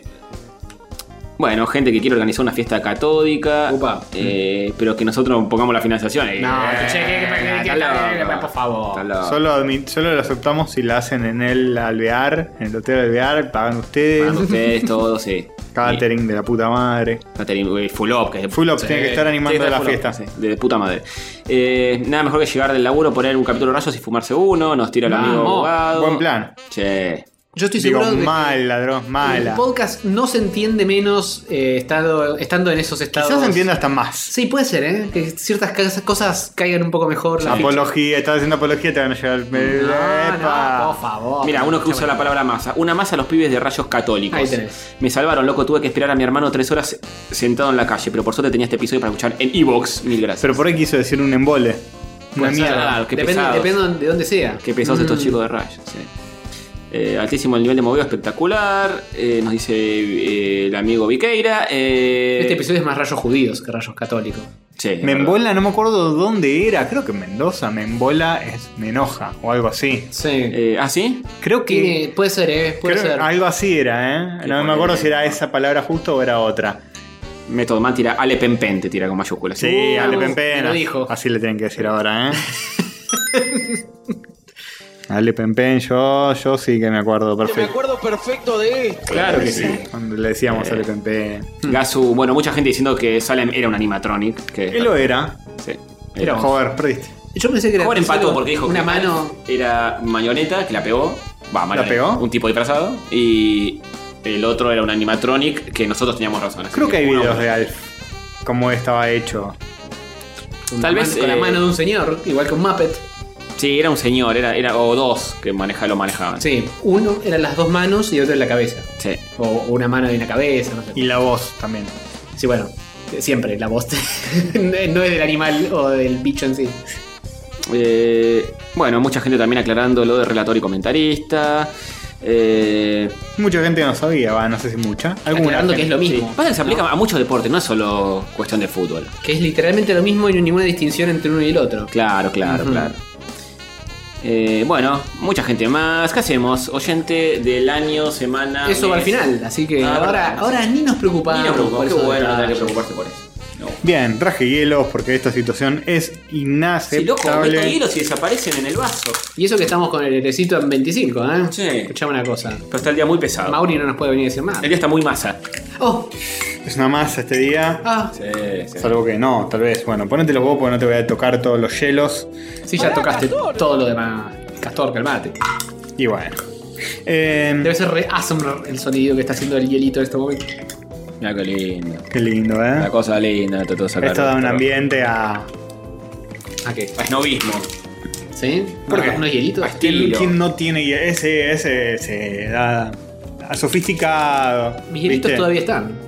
S1: bueno, gente que quiere organizar una fiesta catódica,
S3: Upa.
S1: eh, pero que nosotros pongamos la financiación. Eh,
S3: No,
S1: eh,
S3: che, que- que-
S1: está
S3: que-
S1: loco.
S3: que- por favor.
S1: Está loco.
S2: Solo, admi- solo lo aceptamos si la hacen en el alvear, en el hotel alvear, pagan ustedes.
S1: Pagando ustedes todos, sí.
S2: Catering de la puta madre.
S1: Sí, catering, eh, full up, que es-
S2: Full Ops tiene que estar
S1: Sí,
S2: animando
S1: está
S2: la
S1: full up,
S2: fiesta.
S1: sí, de puta madre. Eh, nada mejor que llegar del laburo, poner un capítulo de rayos y fumarse uno, nos tira el amigo
S3: Vamos.
S1: abogado.
S2: Buen plan.
S1: Che.
S3: Yo estoy
S2: Digo,
S3: seguro de que
S2: mal, ladrón,
S3: el
S2: mala.
S3: podcast no se entiende menos eh, estado- estando en esos estados.
S2: Quizás entienda hasta más.
S3: Sí, puede ser, ¿eh? Que ciertas ca- cosas caigan un poco mejor.
S2: Ah,
S3: la ficha.
S2: Apología, estás haciendo apología, te van a llegar.
S3: No,
S2: pues, Epa.
S3: no, por favor.
S1: Mira, uno que usa la palabra masa. Una masa a los pibes de rayos católicos.
S3: Ahí tenés.
S1: Me salvaron, loco. Tuve que esperar a mi hermano tres horas sentado en la calle. Pero por suerte tenía este episodio para escuchar en Evox. Mil gracias.
S2: Pero por ahí quiso decir un embole. Una
S3: Puede ser,
S2: mierda.
S1: claro, qué
S3: depende,
S1: pesados.
S3: depende de dónde sea.
S1: Qué pesados estos
S3: Mm.
S1: chicos de rayos. sí. Eh, altísimo el nivel de movido espectacular. Eh, nos dice eh, el amigo Viqueira. eh,
S3: Este episodio es más rayos judíos que rayos católicos.
S1: Sí, es
S2: Me
S1: verdad.
S2: embola, no me acuerdo dónde era. Creo que en Mendoza. Me embola es me enoja o algo así.
S3: Sí.
S1: Eh, ¿Ah, sí?
S2: Creo que.
S3: Tiene- puede ser, ¿eh? Puede
S2: creo que
S3: ser.
S2: algo así era, ¿eh?
S1: Qué
S2: No me acuerdo
S1: polémico.
S2: si era esa palabra justo o era otra.
S1: Método Man tira Ale Pempen, te tira con mayúsculas.
S2: Sí,
S3: Uh,
S2: Ale
S3: me
S2: Pempén.
S3: lo dijo.
S2: Así le tienen que decir (laughs) ahora, ¿eh? Ale Pempén, yo, yo sí que me acuerdo
S8: Me
S2: perfecto.
S8: acuerdo perfecto de esto.
S1: Claro que sí.
S2: Cuando le decíamos
S1: Eh.
S2: Ale Pempén.
S1: Gasu, bueno, mucha gente diciendo que Salem era un animatronic. Que
S2: Eh, Él lo era.
S1: Sí.
S2: Era joder, perdiste.
S3: Yo pensé que era.
S1: Joven empató
S3: solo
S1: porque dijo
S3: Una
S1: que
S3: mano.
S1: Era marioneta que la pegó. Va, marioneta,
S2: pegó?
S1: Un tipo disfrazado. Y el otro era un animatronic que nosotros teníamos razón. así
S2: Creo que hay
S1: uno-
S2: videos de Alf. Cómo estaba hecho.
S3: una
S1: Tal
S3: mano-
S1: vez,
S3: Con la
S1: eh,
S3: mano de un señor, igual que un Muppet.
S1: Sí, era un señor, era, era o dos que maneja, lo manejaban.
S3: Sí. Uno eran las dos manos y otro en la cabeza.
S1: Sí.
S3: O o una mano y una cabeza, no sé.
S2: Y la voz también.
S3: Sí, bueno. Siempre la voz. (laughs) no es del animal o del bicho en sí.
S1: Eh, bueno, mucha gente también aclarando lo de relator y comentarista. Eh,
S2: Mucha gente no sabía, va, no sé si mucha. Alguna.
S3: Aclarando que es
S2: gente.
S3: lo
S1: sí.
S3: mismo.
S1: Pasa que se aplica a muchos deportes, no es solo cuestión de fútbol.
S3: Que es literalmente lo mismo y no hay ninguna distinción entre uno y el otro.
S1: Claro, claro,
S3: Ujú.
S1: claro. Eh, bueno, mucha gente más. ¿Qué hacemos? Oyente del año, semana.
S3: Eso va al
S1: mes.
S3: final, así que
S1: Ah,
S3: ahora,
S1: verdad.
S3: ahora ni nos preocupamos.
S1: Ni nos preocupamos,
S3: por
S1: qué
S3: esos
S1: bueno no tener que
S3: detalles.
S1: preocuparse por eso. No.
S2: Bien, traje hielos porque esta situación es
S1: Sí, loco,
S2: inaceptable.
S1: estos hielos y desaparecen en el vaso.
S3: Y eso que estamos con el airecito en 25, ¿eh?
S1: Sí.
S3: Escuchame una cosa.
S1: Pero está el día muy pesado.
S3: Mauri no nos puede venir a decir nada.
S1: El día está muy masa.
S3: Oh,
S2: Es una masa este día.
S3: Ah,
S9: Sí, sí.
S2: Salvo que no, tal vez. Bueno, ponete los huevos porque no te voy a tocar todos los hielos.
S3: sí, ya tocaste todo lo demás. Castor, calmate.
S2: Y bueno. Eh,
S3: Debe ser re awesome el sonido que está haciendo el hielito en este momento.
S9: Mira qué lindo.
S2: qué lindo,
S9: La
S2: ¿eh?
S9: cosa linda, te todo sacar.
S2: Esto da un ambiente a.
S3: ¿A qué?
S1: A Snobismo.
S3: ¿Sí?
S2: ¿Por qué?
S3: ¿Unos hielitos?
S2: ¿Quién,
S1: Estilo.
S2: quién no tiene hielo? Ese, ese, se da. A sofisticado.
S3: Mis hielitos
S2: ¿viste?
S3: todavía están.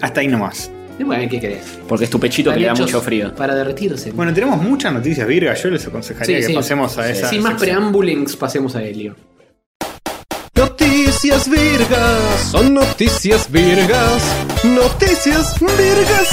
S2: Hasta ahí nomás.
S3: Y bueno, ¿qué querés?
S1: Porque es tu pechito que le da
S3: Están hechos
S1: mucho frío.
S3: Para derretirse.
S2: Bueno, tenemos muchas noticias, Virga. Yo les aconsejaría
S3: Sí,
S2: que
S3: sí.
S2: pasemos a esa.
S3: Sin más
S2: sección.
S3: preámbulings, pasemos a Helio.
S10: Noticias virgas, son noticias virgas, noticias virgas.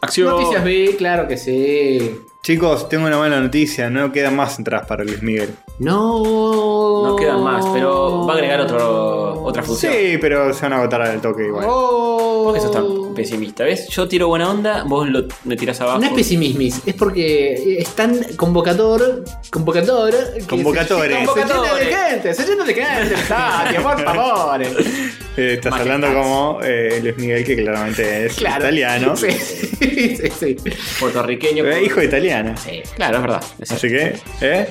S9: Acción.
S3: Noticias B, claro que sí.
S2: Chicos, tengo una mala noticia. No quedan más entradas para Luis Miguel.
S3: No.
S1: No quedan más, pero va a agregar otro, otra función.
S2: Sí, pero se van a agotar al toque igual.
S3: Oh.
S1: Porque eso está pesimista, ¿ves? Yo tiro buena onda, vos lo, me tirás abajo.
S3: No es pesimismis, es porque es tan convocador, convocador, que se-
S2: Convocadores.
S3: se, llena de gente, se llena de gente, Tati,
S2: (laughs)
S3: por favor.
S2: Eh, estás
S1: Majestad.
S2: hablando como eh, Luis Miguel, que claramente es
S3: Claro.
S2: italiano.
S3: Sí, sí, sí.
S1: Puertorriqueño.
S2: Eh, hijo de Ah, italiano.
S1: Sí, claro, es verdad. Es
S2: Así que, ¿eh?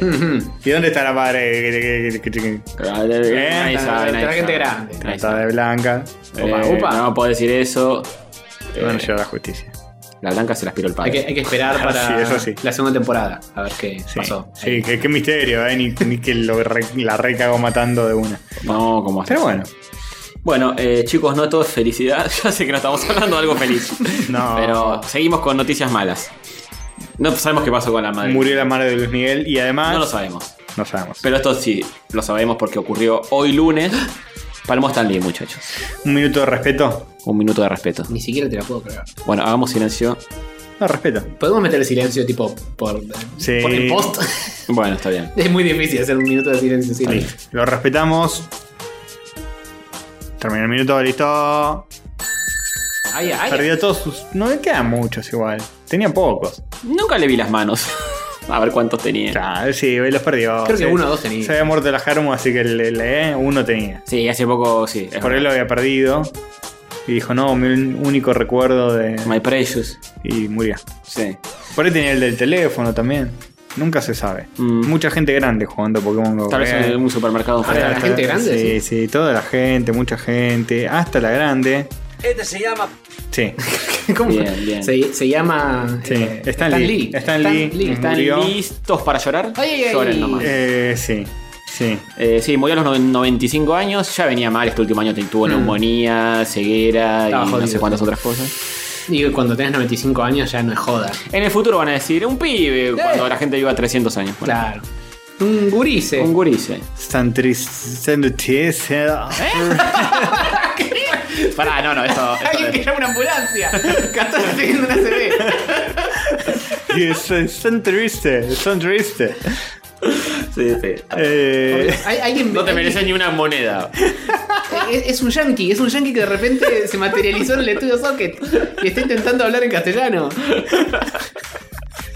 S2: ¿Y dónde está la madre?
S1: eh,
S2: Eh,
S1: Nadie sabe, nadie
S3: Trae gente
S1: sabe.
S3: grande.
S1: Nadie
S2: Está
S1: sabe.
S2: de blanca.
S3: Opa,
S1: Eh,
S3: opa.
S1: No puedo decir eso.
S2: Te van a llevar a la justicia.
S1: La blanca se la aspiró el
S3: Hay que,
S1: padre.
S3: hay que esperar para
S2: Ah, Sí, eso sí.
S3: la segunda temporada, a ver qué
S2: Sí,
S3: pasó.
S2: sí qué, qué misterio, ¿eh? Ni, ni que lo re- la recago matando de una.
S1: No, como así.
S2: Pero bueno,
S1: Bueno, eh, chicos, no todo es felicidad. (laughs) Ya sé que no estamos hablando de algo feliz.
S2: (laughs) No.
S1: Pero seguimos con noticias malas. No sabemos qué pasó con la madre.
S2: murió la madre de Luis Miguel y además.
S1: No lo sabemos.
S2: No sabemos.
S1: Pero esto sí, lo sabemos porque ocurrió hoy lunes. Palmo Stanley, muchachos.
S2: Un minuto de respeto.
S1: Un minuto de respeto.
S3: Ni siquiera te la puedo creer.
S1: Bueno, hagamos silencio.
S2: No, respeto.
S3: Podemos meter el silencio tipo por,
S2: Sí.
S3: por el post. (laughs)
S1: Bueno, está bien.
S3: es muy difícil hacer un minuto de silencio. sí.
S2: Listo. Lo respetamos. Termina el minuto, listo.
S3: Ay, ay,
S2: Perdió todos sus. No le quedan muchos igual. Tenía pocos.
S1: Nunca le vi las manos. (laughs) A ver cuántos tenía.
S2: Claro, sí, los perdió.
S3: Creo que
S2: Sí.
S3: uno o dos tenía.
S2: Se había muerto la Germo, así que le, le- eh, uno tenía.
S1: Sí, hace poco sí. es
S2: Por él
S1: verdad.
S2: lo había perdido. Y dijo, no, mi un- único recuerdo de.
S1: My Precious.
S2: Y murió.
S1: Sí.
S2: Por ahí tenía el del teléfono también. Nunca se sabe.
S1: Mm.
S2: Mucha gente grande jugando Pokémon Go.
S1: Tal vez en
S2: Eh,
S1: algún supermercado.
S3: Ah, la gente
S2: Sí,
S3: grande,
S2: sí, toda la gente, mucha gente. Hasta la grande.
S8: Este se llama.
S2: Sí.
S3: (laughs) ¿Cómo?
S1: Bien, bien.
S3: Se, se llama
S2: Sí,
S3: eh,
S2: Stan Lee. Stan Lee.
S3: Stan-
S1: ¿Están
S2: Murió.
S1: listos para llorar?
S3: Ay, ay, ay.
S1: Lloren nomás.
S2: Eh, sí, sí.
S1: Eh, sí, murió a los noven- 95 años. Ya venía mal este último año. Tuvo neumonía, ceguera
S3: Estaba
S1: y no sé
S3: jodido.
S1: cuántas otras cosas.
S3: Digo, cuando tenés 95 años ya no es joda.
S1: En el futuro van a decir, un pibe, cuando la gente viva 300 años. Bueno,
S3: Claro. Un gurice.
S1: Un gurice.
S2: (laughs) Santrice.
S3: ¿Eh?
S1: Pará, no, no, eso... (laughs) eso
S3: Alguien que llama una ambulancia. (laughs) Castor está teniendo una CB.
S2: Santrice. Santrice.
S1: Sí, sí.
S2: Eh,
S3: Hay- alguien-
S1: No te
S3: alguien-
S1: mereces ni una moneda.
S3: Es, es un yankee, es un yankee que de repente se materializó en el estudio Socket y está intentando hablar en castellano.
S2: (laughs)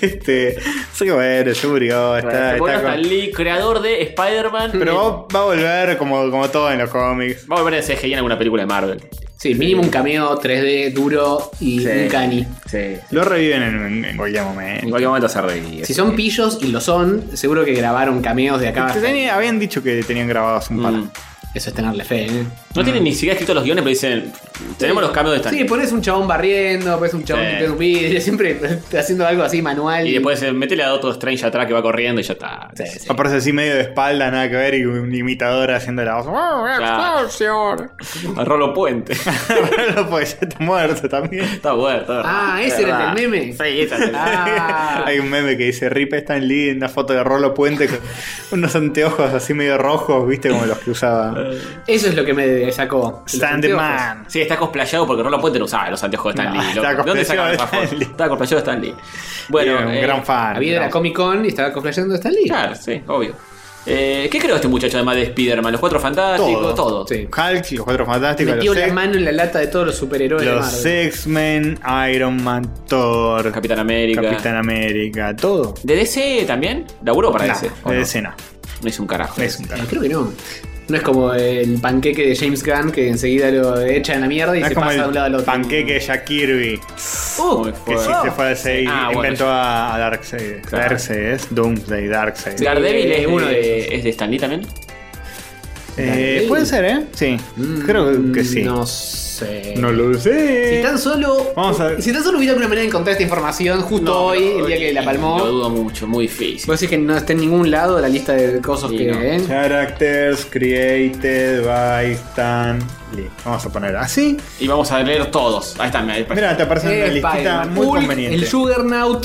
S2: este. Soy bueno, se murió. Está,
S1: Bueno,
S2: está
S1: hasta
S2: con-
S1: Lee, creador de Spider-Man.
S2: Pero va, va a volver como, como todo en los cómics.
S1: Va a volver en CGI en alguna película de Marvel.
S3: Sí, mínimo un cameo 3D duro y un cani.
S1: Sí.
S2: Lo reviven en, en- en cualquier
S1: En
S2: momento.
S1: cualquier momento se reí.
S3: Si son pillos y lo son, seguro que grabaron cameos de acá.
S2: Que Este, tenía- habían dicho que tenían grabados un par.
S1: Mm.
S3: Eso es tenerle fe, ¿eh?
S1: No tienen ni siquiera escritos los guiones, pero dicen: Tenemos los cambios de Stan
S3: Sí, pones un chabón barriendo, pones un chabón
S1: Sí.
S3: que tiene un vidrio, (laughs) siempre haciendo algo así manual.
S1: Y después eh, metele a otro Strange atrás que va corriendo y ya está.
S3: Sí, sí.
S2: Aparece así medio de espalda, nada que ver, y un imitador haciendo la voz. (laughs)
S1: Claro. A (laughs) Rolo Puente. (laughs)
S2: Bueno, pues ya está muerto también.
S1: está muerto.
S3: Ah, ese era el del meme.
S1: Sí, ese era el del meme.
S3: Ah,
S2: Hay un meme que dice Rip Stan Lee en una foto de Rolo Puente con unos anteojos así medio rojos, viste, como los que usaba.
S3: eso es lo que me sacó. Los
S2: Stand the
S3: anteojos.
S2: Man.
S1: Sí, está cosplayado porque Rolo Puente no usaba los anteojos de Stan
S2: No,
S1: Lee.
S2: Ah, está
S1: loco. ¿De dónde sacaron
S2: cosplayado de
S1: esa foto?
S2: Stan Lee.
S1: Está cosplayado de Stan Lee. Bueno,
S2: Bien, un
S1: eh,
S2: gran fan.
S3: Había de la
S2: gran
S3: Comic Con y estaba cosplayando esta liga.
S1: Claro, sí, obvio. Eh, ¿Qué creó este muchacho además de Spider-Man? ¿Los cuatro fantásticos? Todo.
S3: Sí.
S2: Hulk, los cuatro fantásticos,
S3: Metió
S2: los,
S3: la
S2: X-
S3: mano en la lata de todos los superhéroes de
S2: los
S3: Marvel.
S2: X-Men, Iron Man, Thor,
S1: Capitán América.
S2: Capitán América, todo.
S1: ¿De DC también? ¿Laburó para
S2: Nah,
S1: DC? ¿o
S2: de
S1: no?
S2: escena.
S1: No hizo un carajo.
S2: Es un
S3: Eh,
S2: carajo.
S3: creo que no. No es como el panqueque de James Gunn que enseguida lo echa en la mierda y
S2: No
S3: se
S2: es como
S3: pasa de un lado al
S2: el
S3: otro.
S2: panqueque de Jack Kirby,
S3: Uh,
S2: que sí se fue a ese y
S1: Ah, bueno,
S2: inventó a a Darkseid.
S1: Claro.
S2: Darkseid es Doomsday, Darkseid.
S1: Daredevil
S3: Eh,
S1: es
S3: uno
S1: uno
S3: de
S1: de. ¿Es de Stan Lee también?
S2: Eh, puede ser, ¿eh? Sí, creo que sí.
S3: Mm, No sé.
S2: No lo sé.
S3: Si tan solo.
S2: Vamos a ver.
S3: Si tan solo hubiera alguna manera de encontrar esta información justo
S1: No,
S3: hoy,
S1: no,
S3: el día que la
S1: Lo
S3: palmó.
S1: dudo mucho, muy difícil.
S3: Vos decís que no está en ningún lado la lista de cosas
S1: Sí,
S3: que.
S1: no.
S3: ¿eh?
S2: Characters created by Stan Lee. Vamos a poner así.
S1: Y vamos a leer todos. Ahí está, mira, ahí
S2: Mira, te aparece una
S3: Eh,
S2: listita
S3: Spider-Man,
S2: muy
S3: Hulk,
S2: conveniente.
S3: El Juggernaut,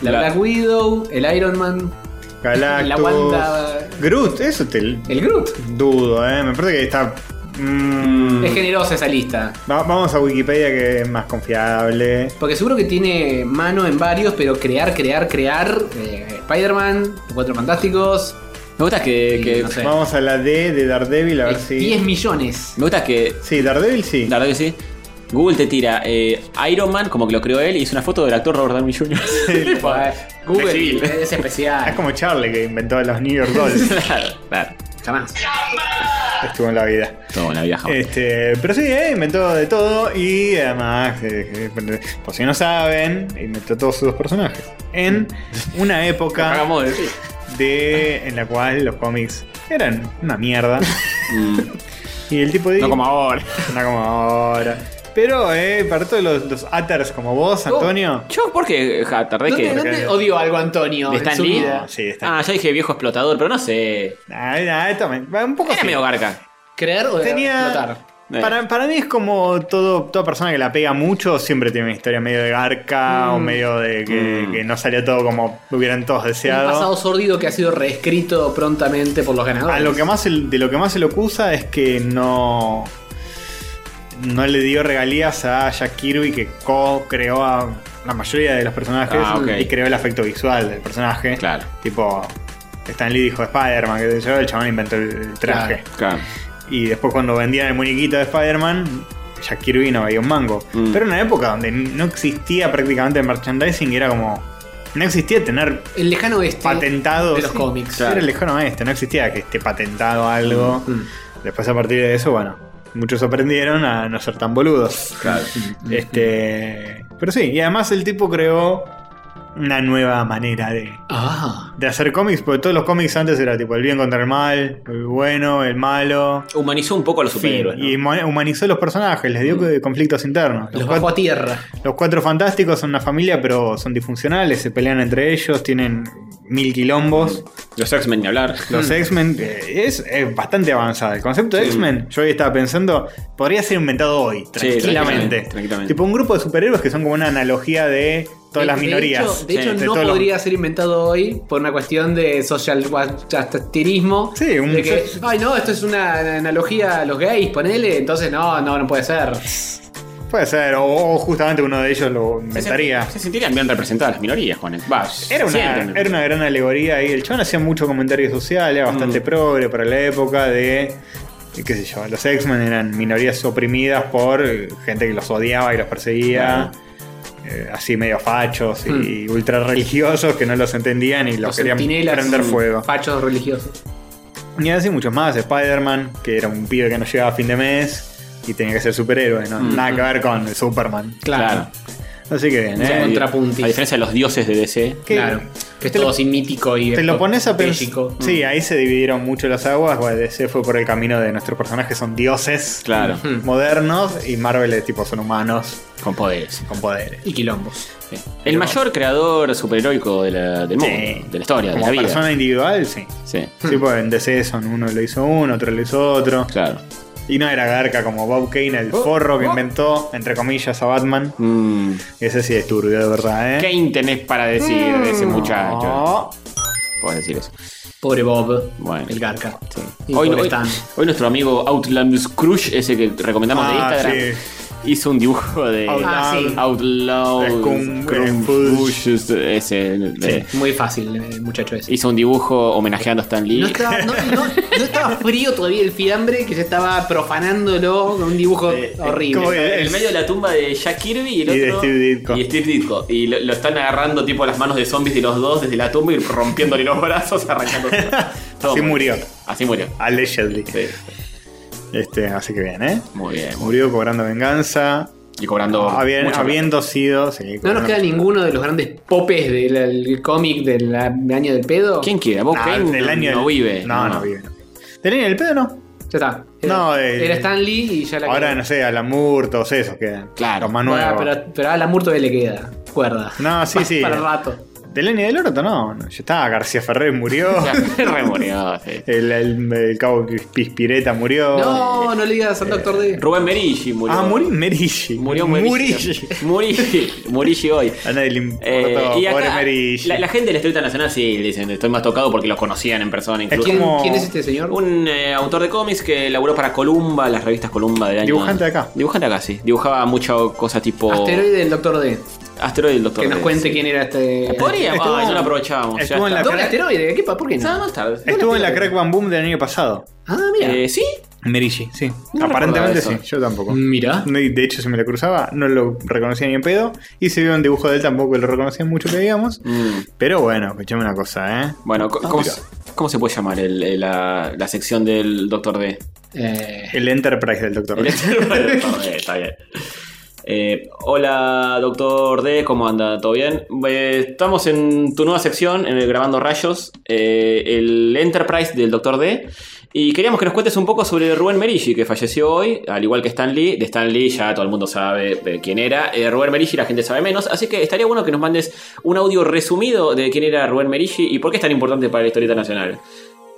S3: la
S9: Claro.
S3: Black Widow, el Iron Man, (laughs) la
S2: Galactus.
S3: Wanda.
S2: Groot, eso te
S3: El Groot.
S2: dudo, ¿eh? Me parece que está... mm,
S3: Es generosa esa lista.
S2: va- vamos a Wikipedia que es más confiable.
S3: Porque seguro que tiene mano en varios, pero crear, crear, crear. eh, Spider-Man, Los Cuatro Fantásticos.
S1: Me gusta que.
S3: y
S1: que-
S3: no sé.
S2: Vamos a la D de Daredevil, a ver
S3: Eh,
S2: si...
S3: 10 millones.
S1: Me gusta que.
S2: Sí, Daredevil sí.
S1: La verdad que sí. Google te tira eh, Iron Man, como que lo creó él, y es una foto del actor Robert Downey Jr.
S3: Eh, Google
S1: Civil.
S3: es
S2: Ah, es
S3: especial.
S2: como Charlie que inventó los New York
S3: (laughs)
S2: Dolls.
S1: (laughs) claro, claro.
S3: Jamás.
S2: Estuvo en la vida.
S1: Todo en la vieja.
S2: Este, pero sí, eh, inventó de todo y además, eh, eh, por si no saben, inventó todos sus personajes. En una época
S1: Hagamos de sí.
S2: de, en la cual los cómics eran
S1: (laughs)
S2: una mierda. y el tipo de...
S1: No como ahora.
S2: no como ahora. Pero eh, para todos los, los haters como vos, Antonio...
S1: Yo, ¿por qué ja, tardé
S3: ¿Dónde,
S1: que.?
S3: dónde odio algo a Antonio?
S1: ¿De
S3: en
S1: Stan
S3: su
S1: Lee?
S3: vida?
S2: Sí, está.
S1: Ah, ya dije viejo explotador, pero no sé.
S2: Ah, nah, esto me- un poco
S1: Era
S2: sí.
S1: medio garca.
S3: ¿Creer o
S2: Tenía.
S3: explotar?
S1: Eh.
S2: Para, para mí es como todo, toda persona que la pega mucho siempre tiene una historia medio de garca
S1: Mm.
S2: o medio de que, que no salió todo como hubieran todos
S3: Un pasado
S2: deseado.
S3: sórdido que ha sido reescrito prontamente por los ganadores.
S2: A lo que más el- de lo que más se le acusa es que no. No le dio regalías a Jack Kirby que co-creó a la mayoría de los personajes
S1: Ah, ok.
S2: y creó el afecto visual del personaje.
S1: Claro.
S2: Tipo, Stan Lee dijo Spider-Man, que yo, el chabón inventó el, el traje.
S1: Claro.
S3: Claro.
S2: Y después cuando vendían el muñequito de Spider-Man, Jack Kirby no veía un mango.
S1: Mm.
S2: Pero en una época donde no existía prácticamente merchandising, era como... No existía tener
S3: El lejano oeste
S2: patentado...
S3: de los
S2: Sí,
S3: cómics.
S2: Era lejano este, no existía que esté patentado algo. Después a partir de eso, bueno, muchos aprendieron a no ser tan boludos.
S1: Claro.
S2: Este, pero sí, y además el tipo creó una nueva manera de,
S3: Ah.
S2: de hacer cómics, porque todos los cómics antes era tipo el bien contra el mal, el bueno, el malo,
S1: Humanizó un poco a los
S2: Sí,
S1: superhéroes. ¿no?
S2: Y huma- humanizó los personajes, les dio que- conflictos internos. Los,
S3: Los
S2: cuat-
S3: bajo a tierra.
S2: los cuatro fantásticos son una familia, pero son disfuncionales, se pelean entre ellos, tienen mil quilombos.
S1: Los X-Men ni hablar.
S2: Los X-Men eh, es, es bastante avanzado. El concepto de X-Men, yo hoy estaba pensando, podría ser inventado hoy, tranquilamente.
S1: tranquilamente, tranquilamente.
S2: Tipo un grupo de superhéroes que son como una analogía de todas las
S3: Eh, De- de
S2: minorías.
S3: hecho- De hecho,
S2: Sí, de
S3: no
S2: todos los-
S3: podría ser inventado hoy por una cuestión de social justicerismo.
S2: Sí, un-
S3: de que, Ay, no, esto es una analogía a los gays, ponele. Entonces, no, no, no puede ser.
S2: Puede ser, o, o justamente uno de ellos lo inventaría.
S1: Se sentirían bien representadas las minorías, Juanes. Va,
S2: Era una,
S1: sienten.
S2: era una gran alegoría ahí. El chabón hacía mucho comentario social, era bastante progre para la época de. de qué sé yo, los X-Men eran minorías oprimidas por eh, gente que los odiaba y los perseguía. eh, así medio fachos y, ultra religiosos que no los entendían y Mm. los, querían
S3: centinelas,
S2: prender
S3: mm,
S2: fuego.
S3: Fachos religiosos.
S2: Y así muchos más. Spider-Man, que era un pibe que no llegaba a fin de mes y tenía que ser superhéroe, ¿no? Nada que ver con Superman.
S1: Claro.
S2: Así que bien,
S3: O sea,
S2: ¿eh?
S3: contrapuntista.
S1: A diferencia de los dioses de DC.
S2: ¿Qué-
S3: Claro. Que es
S2: te lo-
S3: todo así mítico y.
S2: Te lo pones a pensar.
S3: estratégico.
S1: Mm.
S2: Sí, ahí se dividieron mucho las aguas. Bueno, DC fue por el camino de nuestros personajes, son dioses
S1: Claro.
S3: Mm.
S2: modernos y Marvel es tipo son humanos
S1: (laughs) Con poderes.
S2: con poderes.
S3: Y quilombos.
S1: El mayor creador superheroico de la, del mundo,
S2: Sí.
S1: de la historia, de
S2: Como
S1: la vida. Mm.
S2: persona individual, sí.
S1: Sí,
S2: Sí, pues en DC son uno lo hizo uno, otro lo hizo otro.
S1: claro. Oh,
S2: Y no era garca como Bob Kane, el forro que inventó, entre comillas, a Batman.
S1: Mm,
S2: Ese sí es turbio, de verdad, ¿eh?
S1: ¿Qué tenés para decir de ese
S2: Ah,
S3: Ah,
S1: muchacho?
S2: Mm. No.
S1: Puedes decir eso.
S3: Pobre Bob.
S1: Bueno.
S3: El garca. Y
S1: Hoy,
S3: pobre
S1: hoy-
S3: Stan.
S1: hoy nuestro amigo Outlandus Crush, ese que recomendamos
S2: Ah,
S1: de Instagram, hizo un dibujo de
S2: Ah,
S3: sí.
S1: Outlaw
S2: Scum-
S1: Scrum-
S2: Crush.
S1: Crush, ese, eh,
S3: Muy fácil, el muchacho ese.
S1: hizo un dibujo homenajeando a Stan Lee.
S3: No estaba, no- no- no estaba
S2: (laughs)
S3: frío todavía el fiambre que ya estaba profanándolo con un dibujo
S2: como
S3: horrible.
S2: que-
S1: En
S2: el-
S1: medio de la tumba de Jack Kirby y el
S2: Y de
S1: otro.
S2: Steve Ditko.
S1: Y Steve Ditko. Y lo, lo están agarrando (laughs) tipo las manos de zombies de los dos desde la tumba y rompiéndole los brazos, arrancando.
S2: Así murió.
S1: Así murió.
S2: Allegedly.
S1: Sí.
S2: Este, así que bien, ¿eh?
S1: Muy bien.
S2: Murió cobrando venganza.
S1: Y cobrando.
S2: habien-
S1: mucha
S2: habiendo sido. sí,
S3: No nos
S2: cobrando-
S3: queda ninguno de los grandes popes del el cómic del del año del pedo.
S1: plata. ¿Quién queda? ¿Vos
S2: Ah,
S1: Kane
S2: del
S1: no,
S2: año
S1: no
S2: del-
S1: vive?
S2: No, no,
S1: (laughs)
S2: vive. no vive. ¿Del año del pedo no?
S3: Ya está. Era,
S2: No, el-
S3: era Stan Lee y ya la
S2: Ahora,
S3: quedó.
S2: no sé, Alan Moore, todos esos quedan.
S1: Claro.
S2: Los más nuevos.
S3: Ah, pero, pero a la Murto le queda. Cuerda.
S2: No, sí,
S3: (laughs) Pa-
S2: sí.
S3: Para rato.
S2: Del año del orto no. no, Ya está, García
S1: (laughs)
S2: Ferrer murió. (laughs)
S1: O sea, re murió, sí.
S2: el, el, el cabo Pispireta murió.
S3: No, no le digas
S2: Eh,
S3: al doctor D.
S1: Rubén Merigi murió.
S2: Ah, murió Merigi.
S1: Murió Merigi.
S2: Murigi.
S1: Murigi. Murigi
S2: (laughs)
S1: hoy.
S2: A nadie le
S1: Eh,
S2: importó.
S1: y
S2: Pobre
S1: acá,
S2: Merigi.
S1: la, la gente del Estrella Nacional sí dicen, estoy más tocado porque los conocían en persona incluso.
S3: ¿Quién,
S2: como-
S3: quién es este señor?
S1: Un eh, autor de cómics que laburó para Columba, las revistas Columba del año.
S2: Dibujante de acá.
S1: Dibujante acá, sí. Dibujaba mucho cosa
S2: Oh.
S1: tipo.
S3: Asteroide del doctor D.
S1: Asteroide del Doctor.
S3: Que nos
S1: D,
S3: cuente
S1: sí.
S3: quién era este.
S1: Podríamos.
S2: Estuvo-
S1: Ay, no lo aprovechábamos.
S2: estuvo en la-
S3: Doble asteroide, ¿qué pa- ¿Por qué no?
S1: No, más tarde.
S2: Estuvo en la Crack Bam Boom del año pasado.
S3: Ah, mira.
S1: Eh, sí,
S2: Merigi, sí.
S1: No
S2: Aparentemente
S1: recordaba
S2: sí,
S1: eso.
S2: yo tampoco.
S3: mira.
S2: No, y De hecho, si me la cruzaba, no lo reconocía ni en pedo. Y si vio un dibujo de él, tampoco lo reconocía mucho que digamos.
S1: Mm.
S2: Pero bueno, escuchame una cosa, ¿eh?
S1: Bueno,
S3: Ah,
S1: co- ¿cómo,
S2: mira.
S1: se, cómo se puede llamar el- el- la, la sección del Doctor D?
S3: Eh,
S2: El Enterprise del Doctor.
S1: El Doctor D, está bien. Eh, hola, Doctor D, ¿cómo anda? ¿Todo bien? Eh, estamos en tu nueva sección, en el Grabando Rayos, eh, el Enterprise del Doctor D. Y queríamos que nos cuentes un poco sobre Rubén Merigi, que falleció hoy, al igual que Stan Lee. De Stan Lee ya todo el mundo sabe eh, quién era. Eh, Rubén Merigi la gente sabe menos. Así que estaría bueno que nos mandes un audio resumido de quién era Rubén Merigi y por qué es tan importante para la historieta nacional.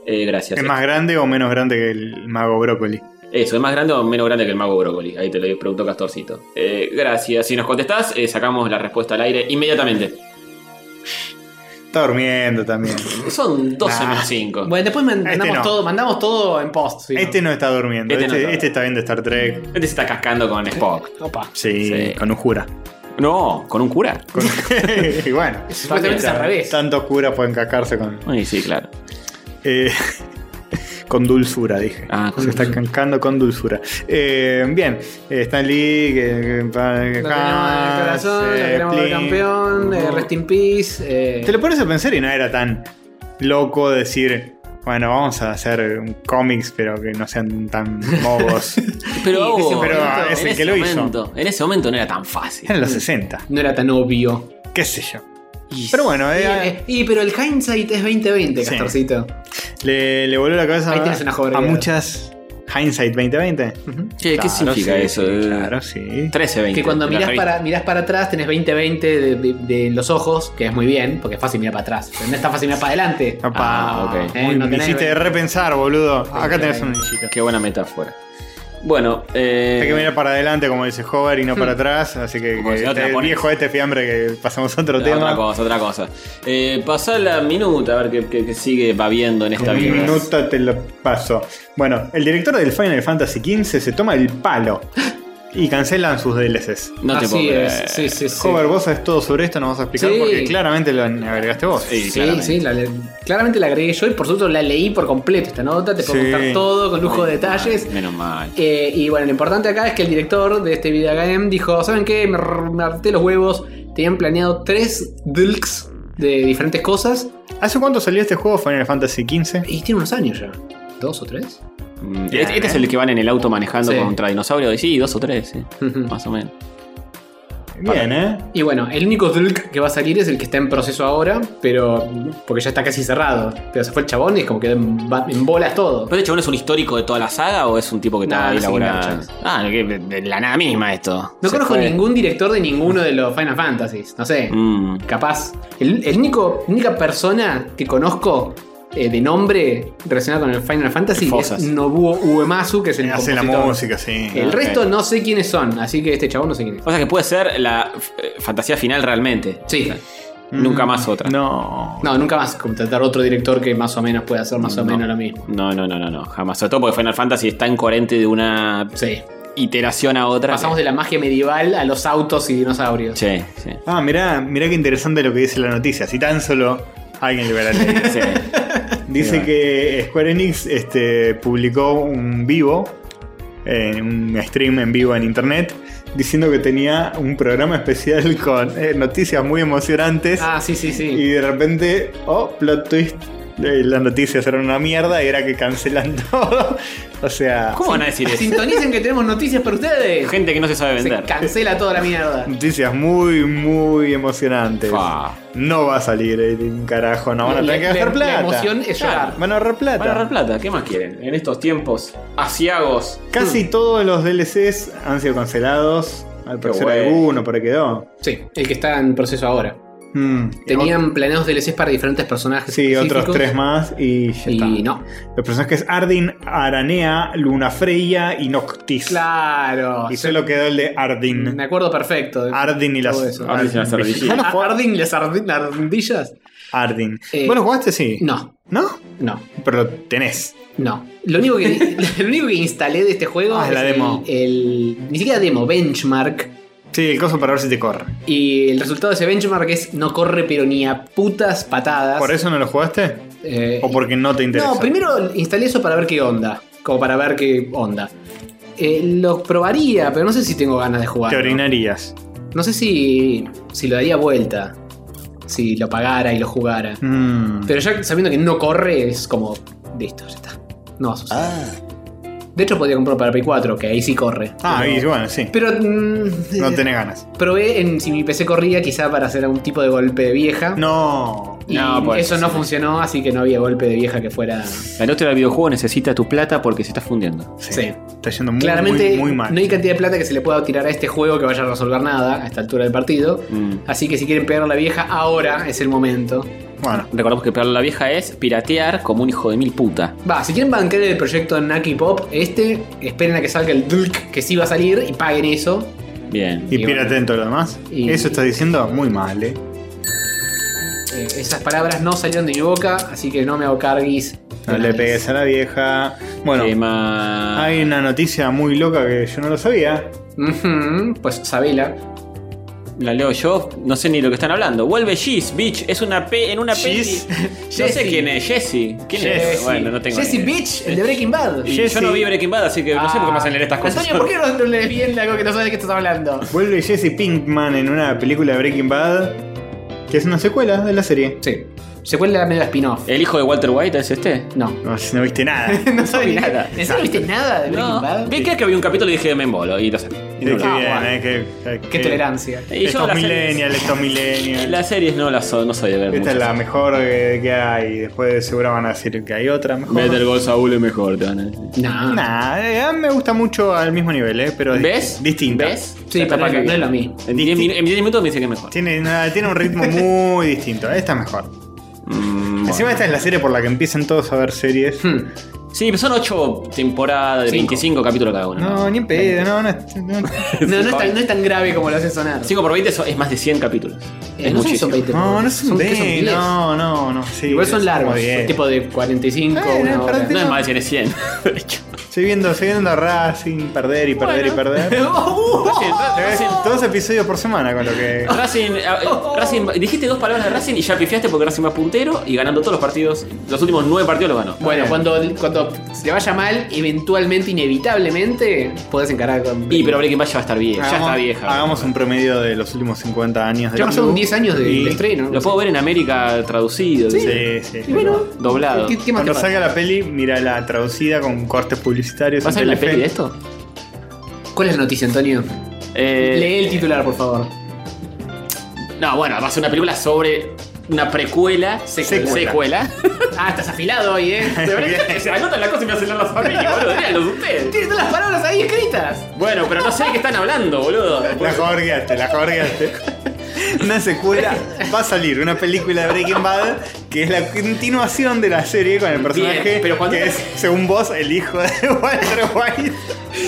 S1: Eh, gracias.
S2: ¿Es más grande o menos grande que el mago brócoli?
S1: Eso, ¿es más grande o menos grande que el mago brócoli? Ahí te lo preguntó Castorcito. Eh, gracias. Si nos contestás, eh, sacamos la respuesta al aire inmediatamente.
S2: Está durmiendo también.
S1: Son 12
S2: Nah.
S1: menos 5.
S3: bueno, después mandamos
S2: Este no.
S3: todo, mandamos todo en post. si no.
S2: Este no está durmiendo.
S1: Este
S2: Este,
S1: no está.
S2: este está viendo Star Trek.
S1: Este se está cascando con Spock.
S3: Opa.
S2: Sí,
S1: Sí.
S2: con un jura.
S1: No, con un cura.
S2: Con- (laughs) y bueno.
S3: Supuestamente es al revés.
S2: Tantos curas pueden cacarse con.
S1: Ay, sí, claro.
S2: eh, con dulzura, dije.
S1: Ah, con
S2: Se está cancando con dulzura. Eh, bien, eh, Stan Lee. Que, que-
S3: Lo tenemos en el corazón,
S2: eh,
S3: lo queremos ver
S2: Plin.
S3: campeón, eh, rest in peace. eh,
S2: Te lo pones a pensar y no era tan loco decir. Bueno, vamos a hacer un cómics, pero que no sean tan bobos.
S1: (laughs) Pero,
S3: en ese
S1: oh,
S2: pero
S1: en
S2: es el
S1: ese
S2: que lo hizo.
S1: momento- En ese momento no era tan fácil.
S2: Eran los 60,
S3: No era tan obvio.
S2: qué sé yo. Pero bueno,
S3: Y,
S2: eh,
S3: eh, y, pero el hindsight es 2020,
S2: Sí.
S3: Castorcito.
S2: le, le voló la cabeza
S3: Ahí
S2: a-
S3: tienes una joven
S2: a
S3: idea.
S2: muchas Hindsight 2020.
S1: Che, Eh, ¿qué
S2: Claro,
S1: significa
S2: sí,
S1: eso? Eh,
S2: sí, Claro, sí.
S1: 13, 20.
S3: Que cuando
S1: la
S3: mirás
S1: revista.
S3: para, mirás para atrás tenés 2020 de, de- de los ojos, que es muy bien, porque es fácil mirar para atrás. Pero no es tan fácil mirar para adelante.
S2: Papá,
S1: Ah, ok.
S3: Eh,
S2: Uy,
S3: no
S2: me
S3: tenés
S2: hiciste
S3: veinte.
S2: repensar, boludo. Acá tenés un nichito.
S1: Qué buena metáfora. Bueno, eh. Hmm.
S2: Hay que mirar para adelante, como dice Hover, y no para atrás. Así que,
S1: Como
S2: que
S1: si no te
S2: este
S1: la pones.
S2: viejo este fiambre que pasamos a otro
S1: No,
S2: tema.
S1: Otra cosa, otra cosa. Eh, pasá la minuta, a ver qué, qué- qué sigue babiendo en esta
S2: Un
S1: vida.
S2: minuto te lo paso. Bueno, el director del Final Fantasy XV se toma el palo y cancelan sus DLCs.
S1: No te
S3: Así
S1: puedo creer.
S3: es. Sí, sí, sí.
S2: Hover, vos sabés todo sobre esto, nos vas a explicar
S3: Sí.
S2: porque claramente lo agregaste vos.
S1: Sí,
S3: Sí,
S1: claramente.
S3: sí, la le- claramente la agregué yo y por supuesto la leí por completo esta nota, te puedo
S2: Sí.
S3: contar todo con lujo de
S1: Menos mal,
S3: detalles.
S1: Menos mal.
S3: Eh, y bueno, lo importante acá es que el director de este videogame dijo, ¿saben qué? Me, r- me harté los huevos, tenían planeado tres DLCs de diferentes cosas
S2: ¿Hace cuánto salió este juego Final Fantasy XV?
S3: y tiene unos años ya, dos o tres.
S1: Mm,
S2: bien,
S1: este este
S2: eh.
S1: es el que van en el auto manejando
S3: Sí.
S1: contra dinosaurios. Sí, dos o tres, sí,
S3: Ujú.
S1: más o menos.
S2: Bien, ¿eh?
S3: Y bueno, el único DLCs que va a salir es el que está en proceso ahora, pero porque ya está casi cerrado. Pero se fue el chabón y es como que en, ba- en bolas todo.
S1: ¿Pero este chabón es un histórico de toda la saga o es un tipo que
S3: No,
S1: está ahí
S3: no sé quién
S1: laburando?
S3: garcha.
S1: Ah, que- de la nada misma esto.
S3: No
S1: Se
S3: conozco
S1: fue.
S3: ningún director de ninguno de los Final Fantasies, no sé.
S1: Mm.
S3: Capaz. El, el único, única persona que conozco eh, de nombre relacionada con el Final Fantasy
S1: Fosas.
S3: es Nobuo Uematsu, que es el
S2: Hace la
S3: compositor.
S2: música, sí.
S3: El
S1: Ah,
S3: resto
S1: ok.
S3: no sé quiénes son, así que este chabón no sé quién es.
S1: O sea que puede ser la eh, fantasía final realmente.
S3: Sí.
S1: Nunca más otra.
S2: Mm. No.
S3: No, nunca más contratar otro director que más o menos pueda hacer más o
S1: No.
S3: menos lo mismo.
S1: No, no, no, no, no, jamás. Sobre todo porque Final Fantasy es tan coherente de una
S3: Sí.
S1: iteración a otra.
S3: Pasamos de la magia medieval a los autos y dinosaurios.
S1: Sí, sí.
S2: Ah, mirá, mirá qué interesante lo que dice la noticia. Si tan solo alguien le hubiera leído.
S1: Sí.
S2: Dice
S1: Mira.
S2: que Square Enix este, publicó un vivo, eh, un stream en vivo en internet, diciendo que tenía un programa especial (laughs) con eh, noticias muy emocionantes.
S3: Ah, sí, sí, sí.
S2: Y de repente, oh, plot twist, eh, las noticias eran una mierda y era que cancelan (laughs) todo. O sea,
S1: (laughs) ¿Cómo van a decir eso?
S3: Sintonicen que tenemos noticias para ustedes.
S1: Gente que no se sabe
S3: Se
S1: vender.
S3: cancela toda la mierda.
S2: noticias muy, muy emocionantes.
S1: Fa.
S2: No va a salir eh, un carajo, no van a
S3: La-
S2: tener que
S3: la-
S2: ahorrar plata.
S3: La emoción es llorar.
S2: Van a ahorrar plata.
S1: Van a ahorrar plata, ¿qué más quieren? En estos tiempos asiagos.
S2: Casi todos los DLCs han sido cancelados. Al parecer
S1: bueno.
S2: alguno, por ahí quedó.
S3: Sí, el que está en proceso ahora.
S2: Mm.
S3: Tenían planeados DLCs para diferentes personajes.
S2: Sí, otros
S3: específicos,
S2: tres más y ya está.
S3: Y no.
S2: Los personajes Ardyn, Aranea, Luna Freya y Noctis.
S3: Claro.
S2: Y solo quedó el de Ardyn.
S3: Me acuerdo perfecto. de-
S2: Ardyn y
S3: todo
S2: las.
S3: eso.
S1: Ardyn y las ardillas.
S2: ¿Vos lo
S3: Ah,
S2: jugás-
S3: Ardyn, las ardi- las ardillas.
S2: Ardyn.
S3: Eh,
S2: ¿Vos lo jugaste? Sí.
S3: No,
S2: ¿No?
S3: no,
S2: Pero lo tenés.
S3: no. Lo único que, (laughs) lo único que instalé de este juego
S2: Ah,
S3: es
S2: la demo.
S3: El, el- Ni siquiera demo, benchmark.
S2: Sí, el coso para ver si te corre.
S3: Y el resultado de ese benchmark es no corre pero ni a putas patadas.
S2: ¿Por eso no lo jugaste?
S3: Ah, Eh,
S2: ¿O porque no te interesa?
S3: No, primero instalé eso para ver qué onda. Como para ver qué onda. Eh, lo probaría, pero no sé si tengo ganas de jugar.
S2: Te orinarías.
S3: No sé si, si lo daría vuelta. Si lo pagara y lo jugara.
S2: Mm.
S3: Pero ya sabiendo que no corre, es como. Listo, ya está. No va a suceder. De hecho, podría comprar para Play 4, que ahí sí corre.
S2: Ah, y bueno, sí.
S3: Pero. mm,
S2: No tenés ganas.
S3: Probé en si mi PC corría, quizá para hacer algún tipo de golpe de vieja.
S2: No.
S3: Y
S1: No, pues,
S3: eso no
S1: sí.
S3: funcionó, así que no había golpe de vieja que fuera. Sí.
S1: La industria del videojuego necesita tu plata porque se está fundiendo.
S2: Está yendo muy,
S3: Claramente,
S2: muy, muy mal.
S3: no hay cantidad de plata que se le pueda tirar a este juego que vaya a resolver nada a esta altura del partido.
S1: Mm.
S3: Así que si quieren pegar a la vieja, ahora es el momento.
S2: Bueno,
S1: Recordamos que pegarle a la vieja es piratear como un hijo de mil puta.
S3: Va, si quieren bancar el proyecto Naki Pop, este, esperen a que salga el DLC que sí va a salir y paguen eso.
S1: Bien.
S2: y
S3: Y
S2: pírate en todo lo demás.
S3: Y-
S2: Eso estás diciendo muy mal, eh.
S3: Eh, esas palabras no salieron de mi boca, así que no me hago carguis.
S2: No le pegues a la vieja. Bueno,
S1: Tema-
S2: hay una noticia muy loca que yo no lo sabía.
S3: Ujú, pues Sabela.
S1: La leo yo, no sé ni lo que están hablando. Vuelve Giz, bitch, es una P en una peli.
S2: Giz.
S1: No sé
S3: Jessie.
S1: quién es, Jesse. ¿Quién es?
S2: Jessie.
S1: Bueno, no tengo
S3: Jesse
S1: ni idea.
S3: Bitch, el de Breaking Bad.
S1: Y
S2: Jessie.
S1: Yo no vi Breaking Bad, así que no sé por qué me hacen leer estas cosas.
S3: Antonio, ¿por qué no no lees bien algo que no sabes de qué estás hablando?
S2: Vuelve Jesse Pinkman en una película de Breaking Bad, que es una secuela de la serie.
S3: Sí. Secuela medio spin-off.
S1: ¿El hijo de Walter White es este?
S3: No.
S2: No, si no viste
S3: (laughs)
S2: nada.
S3: No sabes
S1: nada.
S3: ¿En serio no viste nada de Breaking
S1: No.
S3: Bad?
S1: Vi que, que había un capítulo y dije, me embolo. Y lo saqué.
S2: Y de qué
S3: Ah,
S2: bien,
S3: bueno.
S2: eh, que-
S3: Qué
S2: que-
S3: tolerancia.
S1: Y yo
S2: Estos
S1: las series-
S2: millennials, estos millennials.
S1: Las series no las so- no soy de ver.
S2: Esta
S1: muchas.
S2: es la mejor que, que hay. Después seguro van a decir que hay otra mejor.
S1: Better Gol Saúl es mejor, te van a decir.
S3: No.
S2: Nah, eh, a mí me gusta mucho al mismo nivel, eh, pero di-
S1: ¿Ves?
S2: distinta.
S1: ¿Ves?
S3: Sí,
S1: La
S3: pero
S1: etapa
S3: no,
S1: que
S3: no es
S1: viene.
S3: lo (laughs) mismo.
S1: En 10 minu- en 10 minutos me dice que es mejor.
S2: Tiene, una- tiene un ritmo muy distinto. Esta es mejor.
S1: Mm,
S2: Encima
S1: bueno.
S2: esta es la serie por la que empiezan todos a ver series.
S3: Hmm. (laughs)
S1: Sí, pero son 8 temporadas de
S3: Cinco.
S1: 25 capítulos cada uno.
S2: No, ni en pedo, no, no, es- no,
S3: (laughs) No, no, es tan, no es tan grave como lo hacen sonar.
S1: 5 por 20 so- es más de 100 capítulos.
S3: Eh,
S1: es
S3: no sé si
S1: muchísimo.
S3: son 20
S2: no, no es un
S3: son- ¿qué son,
S2: D,
S3: 10?
S2: no, no, no. Sí,
S3: Igual son
S2: es
S3: largos,
S2: como 10.
S3: tipo de 45,
S2: Eh,
S3: una hora.
S1: No
S2: prácticamente-
S1: es más de 100.
S3: (laughs)
S1: De hecho.
S2: Estoy viendo, estoy viendo a Racing, perder y perder y
S3: (laughs)
S1: (laughs)
S2: perder. (laughs)
S1: Racing, Ra-
S2: Te ves
S1: Racing-
S2: Dos episodios por semana con lo
S3: (laughs)
S2: que.
S1: Racing, eh, Racing, dijiste dos palabras de Racing y ya pifiaste porque Racing va puntero y ganando todos los partidos. Los últimos 9 partidos los ganó.
S3: Bueno, cuando, cuando se te vaya mal, eventualmente, inevitablemente, podés encarar con.
S1: Y pero Breaking Bad ya va a estar vieja, ya está vieja.
S2: Hagamos un promedio de los últimos 50 años.
S3: Ya
S2: del
S3: pasaron
S2: club
S3: 10 años de,
S2: y-
S3: de estreno.
S1: Lo puedo ver en América traducido. dice.
S2: Sí, sí.
S3: Y bueno,
S1: Doblado.
S3: ¿Qué, qué más te
S2: Cuando
S3: pasa?
S2: salga la peli, mira la traducida con cortes publicitarios.
S1: ¿Va a
S2: en
S1: salir la
S2: Telefe.
S1: peli de esto?
S3: ¿Cuál es la noticia, Antonio?
S1: Eh,
S3: Lee el titular, por favor.
S1: No, bueno, va a ser una película sobre una precuela, secuela. secuela.
S3: Ah, estás afilado hoy, ¿eh?
S1: Se
S2: (laughs)
S1: ve- se anotan las cosas y me hacen leer las familias, boludo. Díganlo ustedes.
S3: Tiene todas las palabras ahí escritas.
S1: Bueno, pero no sé de qué están hablando, boludo.
S2: La (laughs) jorgeaste,
S1: (laughs)
S2: la jorgeaste. Una secuela va a salir, una película de Breaking Bad que es la continuación de la serie con el personaje
S1: Bien, pero cuando-
S2: que es, según vos, el hijo de (laughs) Walter White.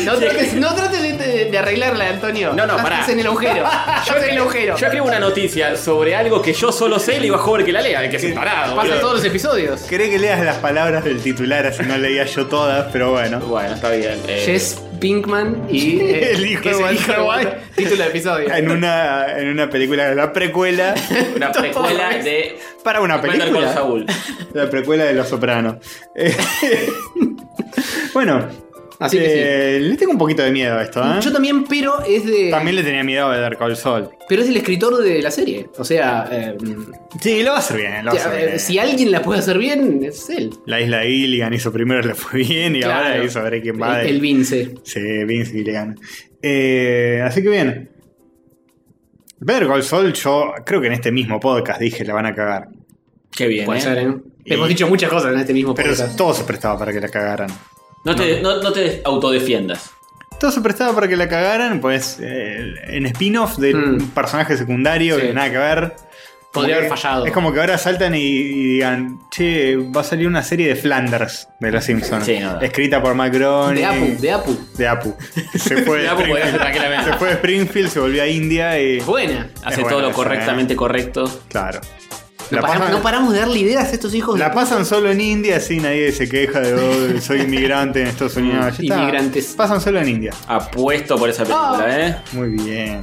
S3: No trates, no trates de, de- de arreglarla, Antonio.
S1: No, no,
S3: Estás-
S1: pará.
S3: Estás en el
S1: (laughs)
S3: agujero. Yo en el agujero.
S1: Yo escribo una noticia sobre algo que yo solo sé y le digo a Jover que la lea, de que es parado.
S3: Pasa todos los episodios.
S2: Querés que leas las palabras del titular, así no leía yo todas, pero bueno.
S1: Bueno, está bien. eh,
S3: Jess Pinkman y. eh,
S2: El hijo
S3: que es
S2: de
S3: el hijo de
S2: Walter
S3: Walter. Título del episodio.
S2: En una, en una película, la precuela
S1: Una precuela
S3: (laughs) Todo
S1: de.
S2: para una
S1: Better Call
S2: película. (laughs)
S1: Saul.
S2: La precuela de Los Sopranos. Eh, (laughs) bueno,
S3: Así que sí.
S2: Eh, Le tengo un poquito de miedo a esto, ¿eh?
S3: Yo también, pero es de.
S2: También le tenía miedo a Better Call Saul.
S3: Pero es el escritor de la serie. O sea, eh,
S2: Sí, lo va a hacer bien, lo va a hacer
S3: eh,
S2: bien.
S3: si alguien la puede hacer bien, es él.
S2: La isla de Gilligan hizo primero, le fue bien, y
S3: Claro.
S2: ahora hizo Breaking Bad.
S3: El, el Vince.
S2: Sí, Vince Gilligan. Eh, así que bien. Better Call Saul, yo creo que en este mismo podcast dije la van a cagar.
S1: Qué bien,
S3: Puede
S1: ¿eh?
S3: ser, ¿eh?
S2: Y-
S3: Hemos dicho muchas cosas en este mismo
S2: Pero
S3: podcast.
S2: todo se prestaba para que la cagaran.
S1: No te, no, no te autodefiendas.
S2: Todo se prestaba para que la cagaran, pues eh, en spin-off de
S3: Mm.
S2: un personaje secundario
S3: Sí.
S2: que nada que ver.
S3: Podría
S2: Como
S3: haber
S2: que-
S3: fallado.
S2: Es como que ahora saltan y, y digan, che, va a salir una serie de Flanders de Los Simpsons.
S1: Sí, no, no.
S2: escrita por Matt Groening.
S3: de Apu, de Apu.
S2: De Apu. Se fue de,
S1: De Apu podía ser
S2: Springfield,
S1: tranquilamente.
S2: se fue de Springfield, se volvió a India y...
S3: Buena.
S1: Hace
S2: bueno
S1: todo lo
S2: eso,
S1: correctamente correcto.
S2: Claro.
S3: No,
S2: La
S3: para-
S2: pasan,
S3: no paramos de darle ideas a estos hijos.
S2: la
S3: de-
S2: pasan solo en India, así nadie se queja de "Oh, soy inmigrante en Estados Unidos. Ya está.
S3: Mm, Inmigrantes.
S2: Pasan solo en India.
S1: Apuesto por esa película, ¿eh?
S2: Muy
S3: (laughs)
S2: bien.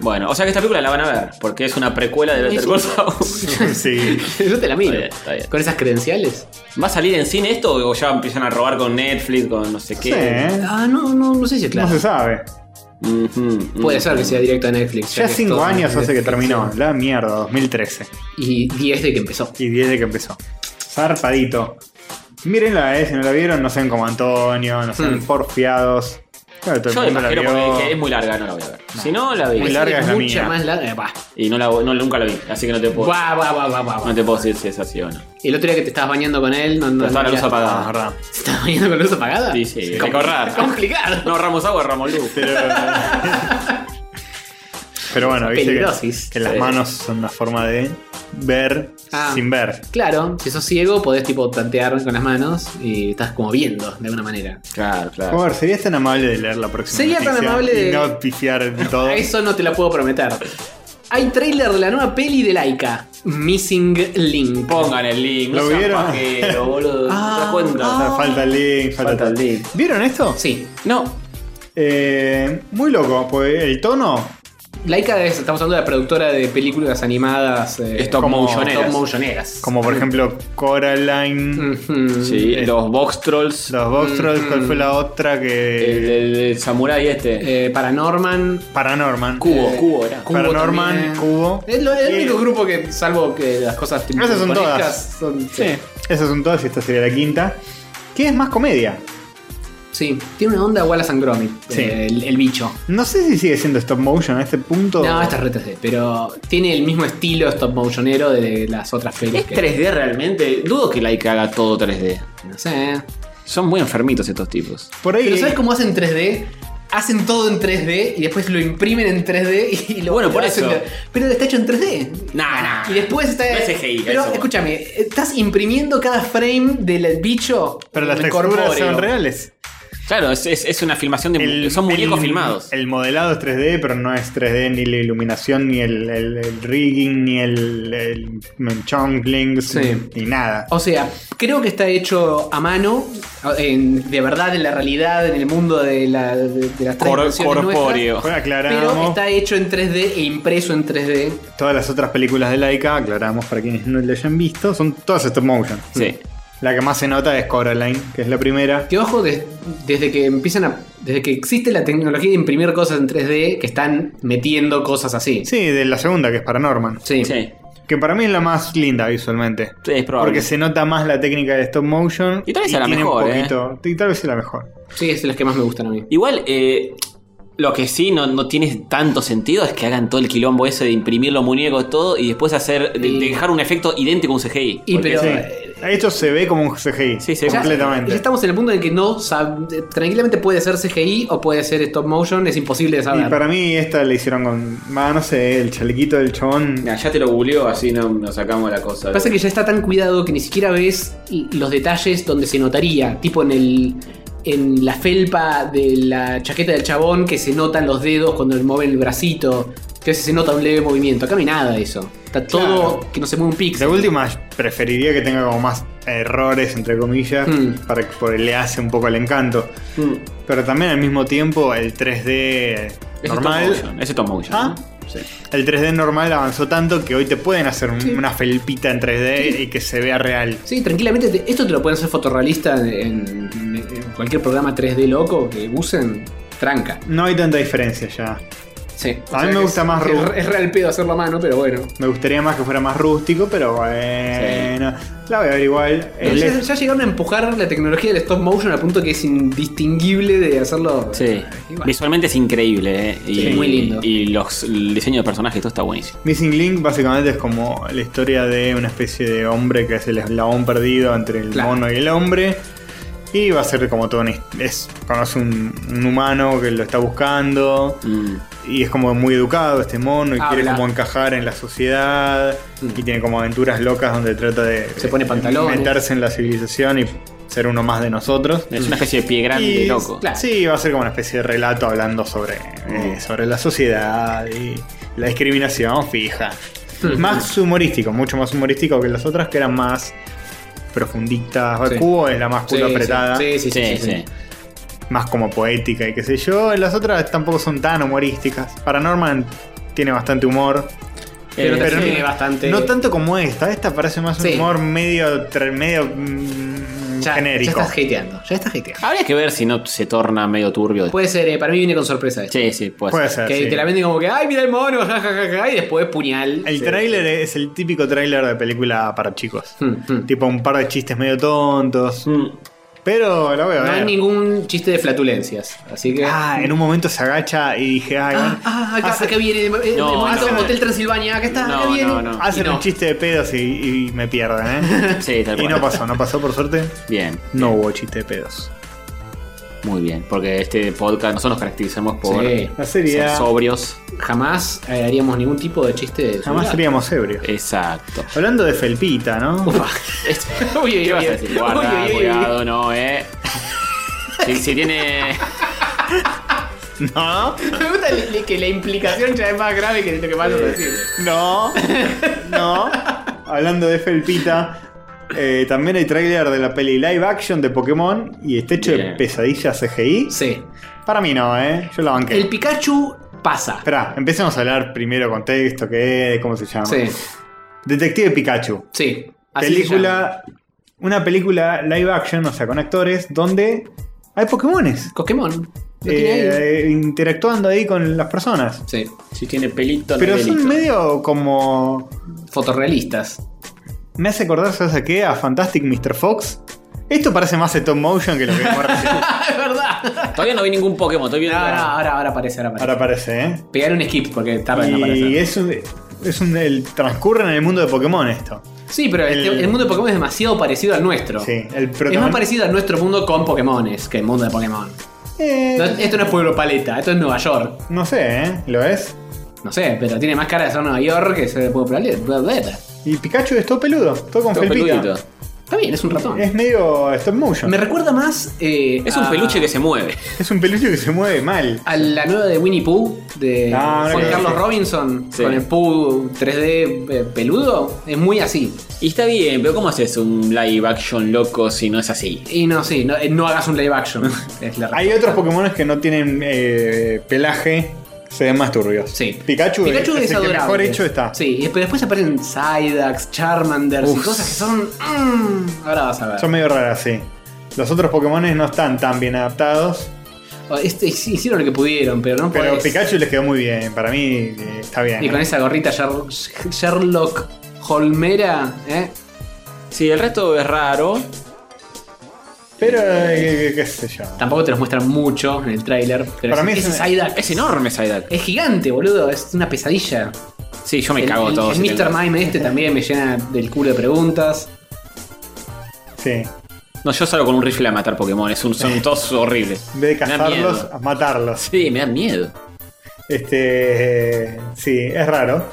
S1: Bueno, o sea que esta película la van a ver, porque es una precuela de Better Call Saul. (laughs)
S2: sí.
S3: (laughs) Yo te la miro.
S1: Está bien, está bien.
S3: Con esas credenciales.
S1: ¿Va a salir en cine esto o ya empiezan a robar con Netflix, con no sé
S2: Sí,
S1: qué?
S2: ¿eh?
S3: Ah, no, no, no sé si es claro.
S2: No se sabe.
S1: Ujú,
S3: Puede
S1: ujú.
S3: ser que sea directo a Netflix.
S2: Ya
S3: que es
S2: 5
S3: todo
S2: años hace que
S3: Netflix.
S2: terminó. La mierda, 2013.
S3: Y 10 de que empezó.
S2: Y 10 de que empezó. Zarpadito. Mírenla, eh, si no la vieron, no sean como Antonio, no sean porfiados. Claro, todo el
S1: Yo me
S2: mundo la
S1: imagino
S2: vio.
S1: porque dije, es muy larga, no la voy a ver. Si no, la
S2: Muy
S1: vi.
S2: larga. es la
S3: mucha
S2: mía.
S3: más larga. eh, bah.
S1: Y no la, no, nunca la vi, así que no te puedo,
S3: Bah, bah, bah, bah, bah, bah.
S1: no te puedo decir si es así o no.
S3: El otro día que te estabas bañando con él, no,
S1: Pero
S3: no,
S1: estaba la
S3: no
S1: luz
S3: miraste. (laughs)
S2: Ah, es
S1: apagada.
S2: verdad.
S3: ¿Se estaba bañando con la luz apagada?
S1: Sí, sí, hay que
S3: complicado.
S1: ahorrar. No ahorramos agua, ahorramos luz.
S2: Pero bueno, viste que,
S3: Peligrosis.
S2: que las
S1: Sí.
S2: manos son una forma de ver
S3: Ah.
S2: sin ver.
S3: Claro, si sos ciego podés tipo tantear con las manos y estás como viendo de alguna manera.
S1: Claro, claro.
S2: Joder, ¿serías tan amable de leer la próxima
S3: Sería tan
S2: noticia
S3: amable
S2: y
S3: de-
S2: no pifiar en todo?
S3: Eso no te la puedo prometer. Hay trailer de la nueva peli de Laika, Missing Link.
S1: Pongan el link, no
S2: ¿Lo
S1: sean
S2: vieron?
S1: pajero,
S2: (laughs)
S1: boludo. ¿Te das
S2: O sea,
S1: cuenta?
S2: falta el link, falta,
S1: Falta el
S2: todo.
S1: link.
S2: ¿Vieron esto?
S3: Sí,
S1: No,
S2: Eh, muy loco, pues el tono
S3: Laika es, estamos hablando de la productora de películas animadas. eh,
S1: Stop
S3: como-
S1: motioneras.
S3: stop motioneras.
S2: Como por ejemplo
S3: Mm.
S2: Coraline,
S3: Ujú.
S1: sí, los Box Trolls,
S2: Eh. los eh, Box Trolls, ¿cuál fue
S3: Mm.
S2: la otra
S1: el,
S2: que.
S1: el- el Samurai este.
S3: Eh, Paranorman.
S2: Paranorman.
S1: Cubo,
S3: eh,
S1: Cubo era.
S3: Cubo
S2: Paranorman,
S3: también.
S2: Cubo.
S3: Es lo- es el
S2: Y-
S3: único grupo que, salvo que las cosas tipo
S2: Esas son
S3: conectas,
S2: todas.
S3: son-
S2: Sí, esas son todas y esta sería la quinta. Que es más comedia.
S3: Sí, tiene una onda Wallace and Gromit,
S2: Sí.
S3: eh, el, el bicho.
S2: No sé si sigue siendo stop motion a este punto.
S3: No, esta es re 3D, pero tiene el mismo estilo stop motionero de las otras pelis.
S1: ¿Es 3D realmente? Dudo que Laika haga todo 3D.
S3: No sé.
S1: Son muy enfermitos estos tipos.
S2: Por ahí.
S3: Pero ¿sabes cómo hacen 3D? Hacen todo en 3D y después lo imprimen en 3D y lo
S1: Bueno,
S3: lo
S1: por
S3: hacen
S1: eso.
S3: de- Pero está hecho en 3D.
S1: Nah, nah.
S3: Y después está.
S1: Ah, No es CGI,
S3: pero
S1: eso.
S3: escúchame, estás imprimiendo cada frame del bicho.
S2: pero las
S3: en
S2: texturas
S3: corpóreo.
S2: son reales.
S1: Claro, es, es- es una filmación de. mu-
S2: El-
S1: Este, son muñecos
S2: el-
S1: filmados.
S2: El modelado es 3D, pero no es 3D ni la iluminación, ni el, el- el rigging, ni el, el chonklings,
S3: Sí.
S2: ni, ni nada.
S3: O sea, creo que está hecho a mano, en- de verdad, en la realidad, en el mundo de, la, de, de las tres
S1: Cor-
S3: dimensiones
S1: corpóreo.
S2: Bueno,
S3: nuestras,
S2: aclaramos.
S3: pero está hecho en 3D e impreso en 3D.
S2: Todas las otras películas de Laika, aclaramos para quienes no lo hayan visto, son todas stop motion.
S1: Sí.
S2: La que más se nota es Coraline, que es la primera.
S3: Que ojo, des- desde que empiezan a. Desde que existe la tecnología de imprimir cosas en 3D, que están metiendo cosas así.
S2: Sí, de la segunda, que es Paranorman.
S3: Sí.
S1: Sí.
S2: Que para mí es la más linda visualmente.
S1: Sí, es probable.
S2: Porque se nota más la técnica de stop motion.
S1: Y tal vez sea la
S2: tiene un
S1: mejor, ¿eh?
S2: poquito- Y tal vez sea la mejor.
S3: Sí, es de las que más me gustan a mí.
S1: Igual, eh, lo que sí no, no tiene tanto sentido es que hagan todo el quilombo ese de imprimir los muñecos, todo, y después hacer. de-
S3: Y-
S1: de dejar un efecto idéntico a un CGI.
S3: Y pero.
S2: Sí.
S3: eh,
S2: Esto se ve como un CGI.
S1: Sí, se ve
S2: completamente.
S3: Ya estamos en el punto en el que no sab- tranquilamente puede ser CGI o puede ser stop motion, es imposible de saber.
S2: Y para mí esta la hicieron con, ah, no sé, el chalequito del chabón.
S1: Mirá, ya te lo googleó, así no- nos sacamos la cosa.
S3: Pasa que ya está tan cuidado que ni siquiera ves los detalles donde se notaría, tipo en el en la felpa de la chaqueta del chabón que se notan los dedos cuando él mueve el bracito, que a veces se nota un leve movimiento. Acá no hay nada de eso. Está todo
S2: Claro.
S3: que no se mueve un
S2: De
S3: pixel.
S2: última preferiría que tenga como más errores, entre comillas,
S3: Hmm.
S2: para que por- le hace un poco el encanto.
S1: Mm.
S2: Pero también al mismo tiempo el 3D
S1: Ese
S2: normal.
S1: Es stop motion. Ese es stop motion,
S2: Ah.
S1: ¿no? Sí.
S2: El 3D normal avanzó tanto que hoy te pueden hacer un- una felpita en 3D y que se vea real.
S3: Sí, tranquilamente te- esto te lo pueden hacer fotorrealista en, en- en cualquier programa 3D loco que usen, tranca.
S2: No hay tanta diferencia ya.
S3: Sí.
S2: A mí me
S3: que
S2: gusta
S3: es-
S2: más
S3: que
S2: Ru.
S3: Es, es real pedo hacerlo a mano, pero bueno.
S2: Me gustaría más que fuera más rústico, pero bueno. La voy a ver igual. El
S3: ya, ya llegaron a empujar la tecnología del stop motion al punto que es indistinguible de hacerlo.
S1: Sí.
S3: Igual.
S1: Visualmente es increíble, ¿eh? Y,
S3: Sí, muy lindo.
S1: Y los, el diseño de personajes, todo está buenísimo.
S2: Missing Link básicamente es como la historia de una especie de hombre que es el eslabón perdido entre el
S3: Claro.
S2: mono y el hombre. Y va a ser como todo un. his- Es, conoce un, un humano que lo está buscando.
S1: Mm.
S2: Y es como muy educado este mono y quiere
S3: Habla.
S2: como encajar en la sociedad. Y tiene como aventuras locas donde trata de.
S3: Mm. Se pone pantalones.
S2: Meterse en la civilización y ser uno más de nosotros.
S1: Es una especie de pie grande,
S2: Y-
S1: loco.
S3: claro.
S2: Sí, va a ser como una especie de relato hablando sobre,
S3: Mm.
S2: eh, sobre la sociedad y la discriminación fija.
S3: Mm.
S2: Más humorístico, mucho más humorístico que las otras que eran más profunditas.
S3: Sí.
S2: Cubo es la más culo
S3: Sí,
S2: apretada,
S3: Sí, sí, sí. sí,
S1: Sí,
S3: sí.
S1: sí.
S2: más como poética y qué sé yo. Las otras tampoco son tan humorísticas. Paranorman tiene bastante humor.
S3: Pero,
S1: Eh,
S2: pero
S3: tiene
S2: no-
S3: bastante.
S2: No tanto como esta, esta parece más un
S3: Sí.
S2: humor medio, tra- medio mm,
S3: ya,
S2: genérico.
S3: Ya estás hateando. Ya estás hateando.
S1: Habría que ver si no se torna medio turbio. después.
S3: Puede ser, eh, para mí viene con sorpresa esto.
S1: Sí, sí, puede,
S2: Puede
S1: ser.
S2: ser.
S3: que
S2: sí.
S3: te la venden como que, ay, mira el mono, (laughs) jajajaja, y después puñal.
S2: El
S3: Sí.
S2: tráiler es el típico tráiler de película para chicos.
S3: Hmm, hmm.
S2: Tipo un par de chistes medio tontos.
S1: Mm.
S2: Pero lo voy a
S3: No hay
S2: ver.
S3: ningún chiste de flatulencias. Así que.
S2: Ah, en un momento se agacha y dije, ay,
S3: Ah, ah, acá,
S2: hace-
S3: acá viene. eh, el
S1: No,
S3: momento
S1: hacen-
S3: Hotel Transilvania, acá está, acá
S1: No,
S3: viene.
S1: no, no.
S2: hacen
S3: ah, y no.
S2: un chiste de pedos y, y me pierden,
S3: (laughs)
S2: ¿eh?
S1: Sí, tal
S2: y
S1: cual.
S2: no pasó, no pasó por suerte.
S1: Bien,
S2: No hubo chiste de pedos.
S1: muy bien. Porque este podcast nosotros nos caracterizamos por
S3: Sí.
S2: La
S1: ser
S2: seriedad.
S1: sobrios.
S3: Jamás eh, haríamos ningún tipo de chiste de.
S2: Jamás
S3: (laughs)
S2: seríamos ebrios.
S1: Exacto.
S2: Hablando de Felpita, ¿no?
S3: Este, (laughs) Uy, uy,
S1: ¿Qué vas a
S3: uy.
S1: decir? Guarda,
S3: Uy, uy, uy, uy.
S1: cuidado, no, eh. Si, si tiene.
S2: (laughs) No,
S3: (laughs) Me gusta el- el- que la implicación ya es más grave que lo que vas a decir.
S2: no, no. Hablando de Felpita. eh, también hay tráiler de la peli live action de Pokémon y está hecho de
S1: Bien.
S2: pesadilla CGI.
S3: Sí.
S2: Para mí no, ¿eh? Yo la banqué.
S3: El Pikachu pasa.
S2: Esperá, empecemos a hablar primero contexto, qué es, cómo se llama.
S3: Sí,
S2: Detective Pikachu.
S3: sí. Así se llama.
S2: película. Una película live action, o sea, con actores, donde hay Pokémones.
S3: Pokémon. Lo tiene ahí.
S2: eh, interactuando ahí con las personas.
S3: Sí.
S1: Si tiene pelito,
S2: Pero
S1: delito.
S2: son medio como.
S1: (laughs)
S3: Fotorrealistas.
S2: Me hace acordar, ¿sabes a qué? A Fantastic Mr. Fox. Esto parece más de Tom Motion que lo que vimos recién.
S1: Ah,
S3: es verdad.
S1: Todavía no vi ningún Pokémon, estoy viendo.
S3: Ahora, ahora, ahora aparece, ahora aparece.
S2: (laughs) Ahora parece, ¿eh?
S3: Pegar un skip porque tarda en
S2: Y
S3: aparecer.
S2: es un. Es un el, transcurre en el mundo de Pokémon esto.
S3: Sí, pero este-
S2: el-
S3: el, mundo de Pokémon es demasiado parecido al nuestro.
S2: Sí, el
S3: Es más
S2: protagonista.
S3: parecido a nuestro mundo con Pokémones que el mundo de Pokémon.
S2: Eh,
S3: No, esto no es Pueblo Paleta, esto es Nueva York.
S2: No sé, ¿eh? ¿Lo es?
S3: No sé, pero tiene más cara de ser Nueva York que ser de Pueblo Paleta.
S2: Y Pikachu es todo peludo, todo con
S1: Todo
S2: felpita.
S1: peludito.
S3: Está bien, es un ratón.
S2: Es medio stop motion.
S3: Me recuerda más. eh,
S1: Es un
S3: a-
S1: peluche que se mueve.
S2: Es un peluche que se mueve mal.
S3: A la nueva de Winnie Pooh, de
S2: Ah, ahora
S3: Juan
S2: que-
S3: Carlos Robinson,
S1: Sí.
S3: con el Pooh 3D eh, peludo, es muy así.
S1: Y está bien, pero ¿cómo haces un live action loco si no es así?
S3: Y no, sí, no, eh, no hagas un
S1: (laughs)
S3: live action. es la
S2: Hay otros Pokémon que no tienen eh, pelaje, se ven más turbios.
S3: Sí.
S2: Pikachu,
S3: Pikachu
S2: es, el
S3: es,
S2: que
S3: adorable.
S2: mejor hecho está.
S3: Sí, y- pero después aparecen Psyducks, Charmanders y cosas que son. mm, ahora vas a ver.
S2: Son medio raras, sí. Los otros Pokémon no están tan bien adaptados,
S3: Este, sí, hicieron lo que pudieron, pero no
S2: pero
S3: podés.
S2: Pikachu les quedó muy bien. Para mí eh, está bien.
S3: Y con
S2: ¿eh?
S3: esa gorrita Sher- Sherlock Holmera, ¿eh?
S1: Sí, el resto es raro.
S2: Pero, eh, qué sé yo.
S3: Tampoco te los muestran mucho en el tráiler.
S2: Para
S3: pero ese-
S2: mí es
S3: ese
S2: un-
S3: Psyduck
S1: Es enorme Psyduck.
S3: es gigante, boludo. Es una pesadilla.
S1: Sí, yo me
S3: El-
S1: cago
S3: el,
S1: todo.
S3: el
S1: si
S3: Mr.
S1: tengo-
S3: Mime este también me llena del culo de preguntas.
S2: Sí.
S1: No, yo salgo con un rifle a matar Pokémon. Es un, (laughs) son todos horribles.
S2: En vez de
S1: Me da
S2: cazarlos,
S1: miedo.
S2: a matarlos.
S1: Sí, me dan miedo.
S2: Este. eh, Sí, es raro.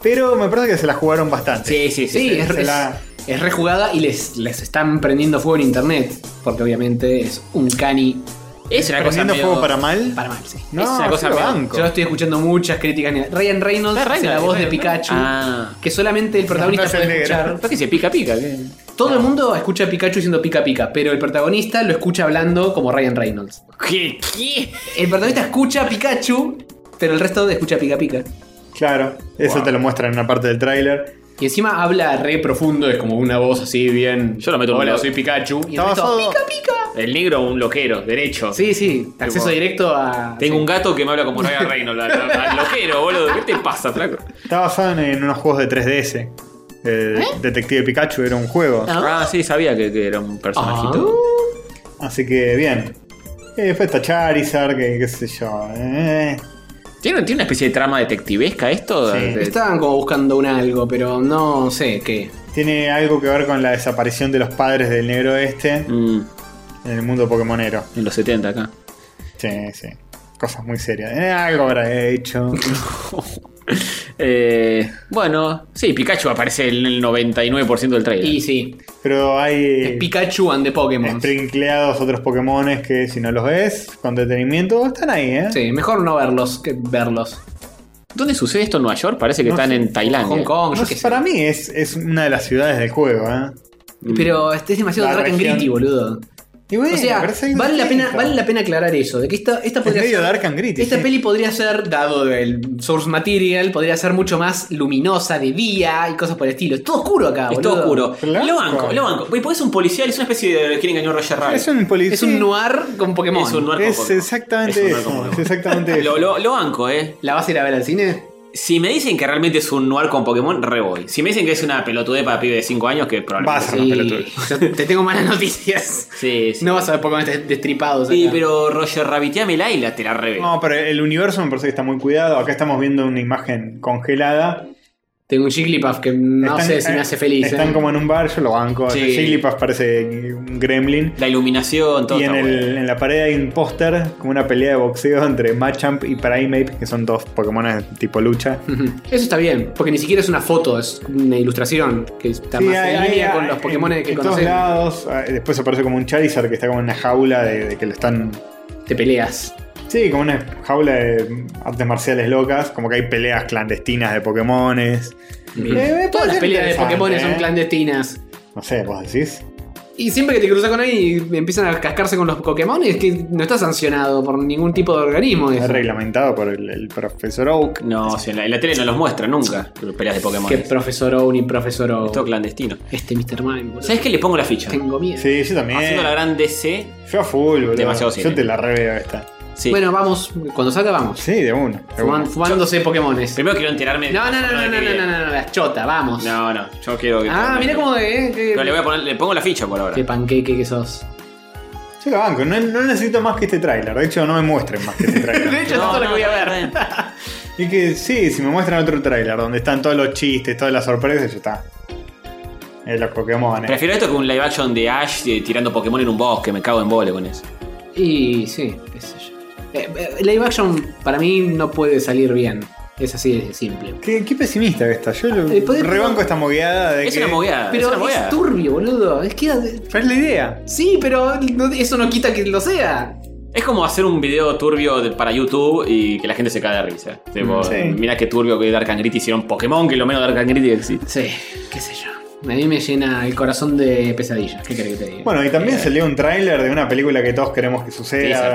S2: Pero me parece que se la jugaron bastante.
S1: Sí, sí, sí.
S3: Sí, es,
S2: se
S3: es-
S2: la-
S3: es rejugada y les, les están prendiendo fuego en internet. Porque obviamente es un cani
S1: Es una cosa
S2: ¿Prendiendo
S1: medio...
S2: fuego para mal?
S3: para mal, sí.
S2: No,
S1: es una
S2: yo
S1: cosa
S2: lo
S1: medio-
S2: banco.
S3: Yo estoy escuchando muchas críticas. neg- Ryan Reynolds
S1: Ah,
S3: hace
S1: Ryan,
S3: la voz de
S1: Ryan,
S3: Pikachu.
S1: Ah.
S3: Que solamente el protagonista
S2: (laughs) No, no es el
S3: puede
S2: negro.
S3: escuchar.
S1: ¿Por qué se pica pica? ¿Qué?
S3: Todo el mundo escucha a Pikachu diciendo pica pica, pero el protagonista lo escucha hablando como Ryan Reynolds.
S1: ¿Qué? ¿Qué?
S3: El protagonista escucha a Pikachu, pero el resto escucha pica pica.
S2: Claro, eso te lo muestran en una parte del tráiler.
S3: Y encima habla re profundo, es como una voz así bien.
S1: Yo lo meto en un
S3: Hola,
S1: blog.
S3: soy Pikachu. Y el
S2: Está
S3: resto,
S2: basado-
S3: pica pica.
S1: El negro, un loquero, derecho.
S3: Sí, sí, acceso directo a.
S1: Tengo un gato que me habla como Ryan Reynolds. la- la- la- Loquero, boludo. ¿Qué te pasa, flaco?
S2: Está basado en, en unos juegos de 3DS. Eh, Detective Pikachu era un juego.
S1: Ah, sí, sabía que, que era un personajito.
S3: Ah,
S2: Así que bien. Eh, después está Charizard, que qué sé yo. eh.
S1: ¿Tiene, tiene una especie de trama detectivesca esto?
S2: Sí.
S1: De-
S3: Estaban como buscando un algo, pero no sé qué.
S2: Tiene algo que ver con la desaparición de los padres del negro este
S1: Mm,
S2: en el mundo Pokémonero.
S1: en los 70 acá. (laughs)
S2: Sí, sí. Cosas muy serias. Eh, algo habrá hecho.
S1: Eh, bueno, sí, Pikachu aparece en el 99% del trailer.
S3: Y sí,
S2: Pero hay eh,
S3: Pikachu and the Pokémon.
S2: sprinkleados otros Pokémones que si no los ves con detenimiento están ahí, ¿eh?
S3: Sí, mejor no verlos que verlos.
S1: ¿Dónde sucede esto en Nueva York? Parece que
S2: No
S1: están
S2: sé.
S1: en Tailandia.
S3: Hong Kong,
S2: No
S3: yo
S2: sé,
S3: qué sé.
S2: para mí es, es una de las ciudades del juego, ¿eh?
S1: Mm.
S3: Pero este es demasiado
S2: La
S3: track and
S2: región.
S3: gritty, boludo.
S2: Y bueno,
S3: o sea,
S2: pero es algo
S3: vale la,
S2: distinto.
S3: pena, vale la pena aclarar eso. De que esta, esta
S2: Es
S3: podría
S2: medio
S3: ser-
S2: Dark and Gritty.
S3: Esta
S2: sí.
S3: peli podría ser, dado el source material, podría ser mucho más luminosa de día y cosas por el estilo. Es todo oscuro acá,
S1: Es
S3: boludo.
S1: todo oscuro.
S2: Claro.
S1: Lo banco, lo banco. Y porque es un policial, es una especie de. Quieren engañar a Roger Rabbit.
S2: Es un policía.
S3: Es un noir con Pokémon.
S1: Es un noir con
S2: Es
S1: Pokémon. Es
S2: exactamente
S1: un noir con
S2: eso. Es
S1: Pokémon.
S3: (laughs)
S2: exactamente eso.
S1: Lo, lo- lo banco, eh.
S3: ¿La vas a ir a ver al cine?
S1: Si me dicen que realmente es un noir con Pokémon, re voy. Si me dicen que es una pelotude para pibe de 5 años, que probablemente.
S2: Vas a
S1: sí.
S2: ser una pelotuda.
S3: Yo te
S1: (laughs)
S3: tengo malas noticias.
S1: Sí, sí.
S3: No vas a ver Pokémon dest- destripados.
S1: Sí,
S3: acá.
S1: pero Roger Rabbiteamela y la te la revela.
S2: No, pero el universo me parece que está muy cuidado. Acá estamos viendo una imagen congelada.
S3: Tengo un Jigglypuff que no
S2: Están-
S3: sé si me hace feliz.
S2: Están
S3: eh.
S2: como en un bar, yo lo banco.
S1: Sí.
S2: El Jigglypuff parece un gremlin.
S1: La iluminación, todo.
S2: Y en,
S1: está bueno.
S2: el- en la pared hay un póster, como una pelea de boxeo entre Machamp y Primeape, que son dos Pokémon tipo lucha.
S3: Ujú. Eso está bien, porque ni siquiera es una foto, es una ilustración que está
S2: Sí,
S3: más en
S2: hay-
S3: línea
S2: hay-
S3: con los
S2: en-
S3: Pokémon
S2: en,
S3: que
S2: todos
S3: conoces.
S2: lados. Ah, Después aparece como un Charizard que está como en una jaula de, de que lo están.
S3: Te
S2: Eh,
S3: peleas.
S2: Sí, como una jaula de artes marciales locas. Como que hay peleas clandestinas de Pokémones.
S3: Bien.
S2: Eh, puede
S3: Todas las
S2: ser
S3: peleas de
S2: interesante,
S3: Pokémon son
S2: eh.
S3: clandestinas.
S2: No sé, vos decís.
S3: Y siempre que te cruzas con alguien y empiezan a cascarse con los Pokémon, es que no está sancionado por ningún tipo de organismo.
S2: Es
S3: eso.
S2: reglamentado por el, el profesor Oak.
S1: No, o sea, en, la, en la tele no los muestra nunca. Peleas de Pokémon.
S3: Que profesor O ni profesor O.
S1: Todo clandestino.
S3: Este Mr. Mime, boludo.
S1: ¿Sabes qué? Le pongo la ficha.
S3: Tengo miedo.
S2: Sí, yo también.
S1: Haciendo la gran DC.
S2: Yo a full, boludo.
S1: Demasiado cine.
S2: Yo te la reveo esta.
S1: Sí.
S3: Bueno, vamos, cuando salga vamos.
S2: Sí, de una. de
S3: Fuman-
S2: una.
S3: fumándose Pokémones.
S1: Primero quiero enterarme de-
S3: No, no, no, no,
S1: de
S3: no,
S1: qué
S3: no,
S1: viene.
S3: no, no, no, la chota, vamos.
S1: No, no, yo quiero que.
S3: Ah, mira cómo de. eh, que-
S1: Pero le voy a poner, le pongo la ficha por ahora.
S3: Qué panqueque que sos.
S2: Yo la banco. No, no necesito más que este tráiler. De hecho, no me muestren más que
S3: (laughs)
S2: este
S3: De
S2: tráiler.
S3: hecho, esto es todo lo que voy a ver.
S2: y que sí, si me muestran otro tráiler donde están todos los chistes, todas las sorpresas, ya está. Eh, los Pokémon.
S1: Prefiero esto que un live action de Ash eh, tirando Pokémon en un bosque, me cago en bole con eso.
S3: Y sí, qué sé yo. Eh, eh, live action para mí no puede salir bien. Es así de simple.
S2: Qué, qué pesimista que está. Yo lo-
S3: Eh, podés-
S2: rebanco esta mogueada de
S1: Es
S2: que.
S1: una mogueada. es
S3: Pero
S1: una
S3: es,
S1: mogueada.
S3: turbio, boludo. Es que.
S2: Pero es la idea.
S3: Sí, pero no- eso no quita que lo sea.
S1: Es como hacer un video turbio de- para YouTube y que la gente se cae de risa. Tipo,
S3: Mm,
S2: sí.
S1: Mira qué turbio que Dark and Gritty hicieron Pokémon, que lo menos Dark and Gritty que existe.
S3: Sí, qué sé yo. A mí me llena el corazón de pesadillas. ¿Qué querés que te diga?
S2: Bueno, y también salió un tráiler de una película que todos queremos que suceda.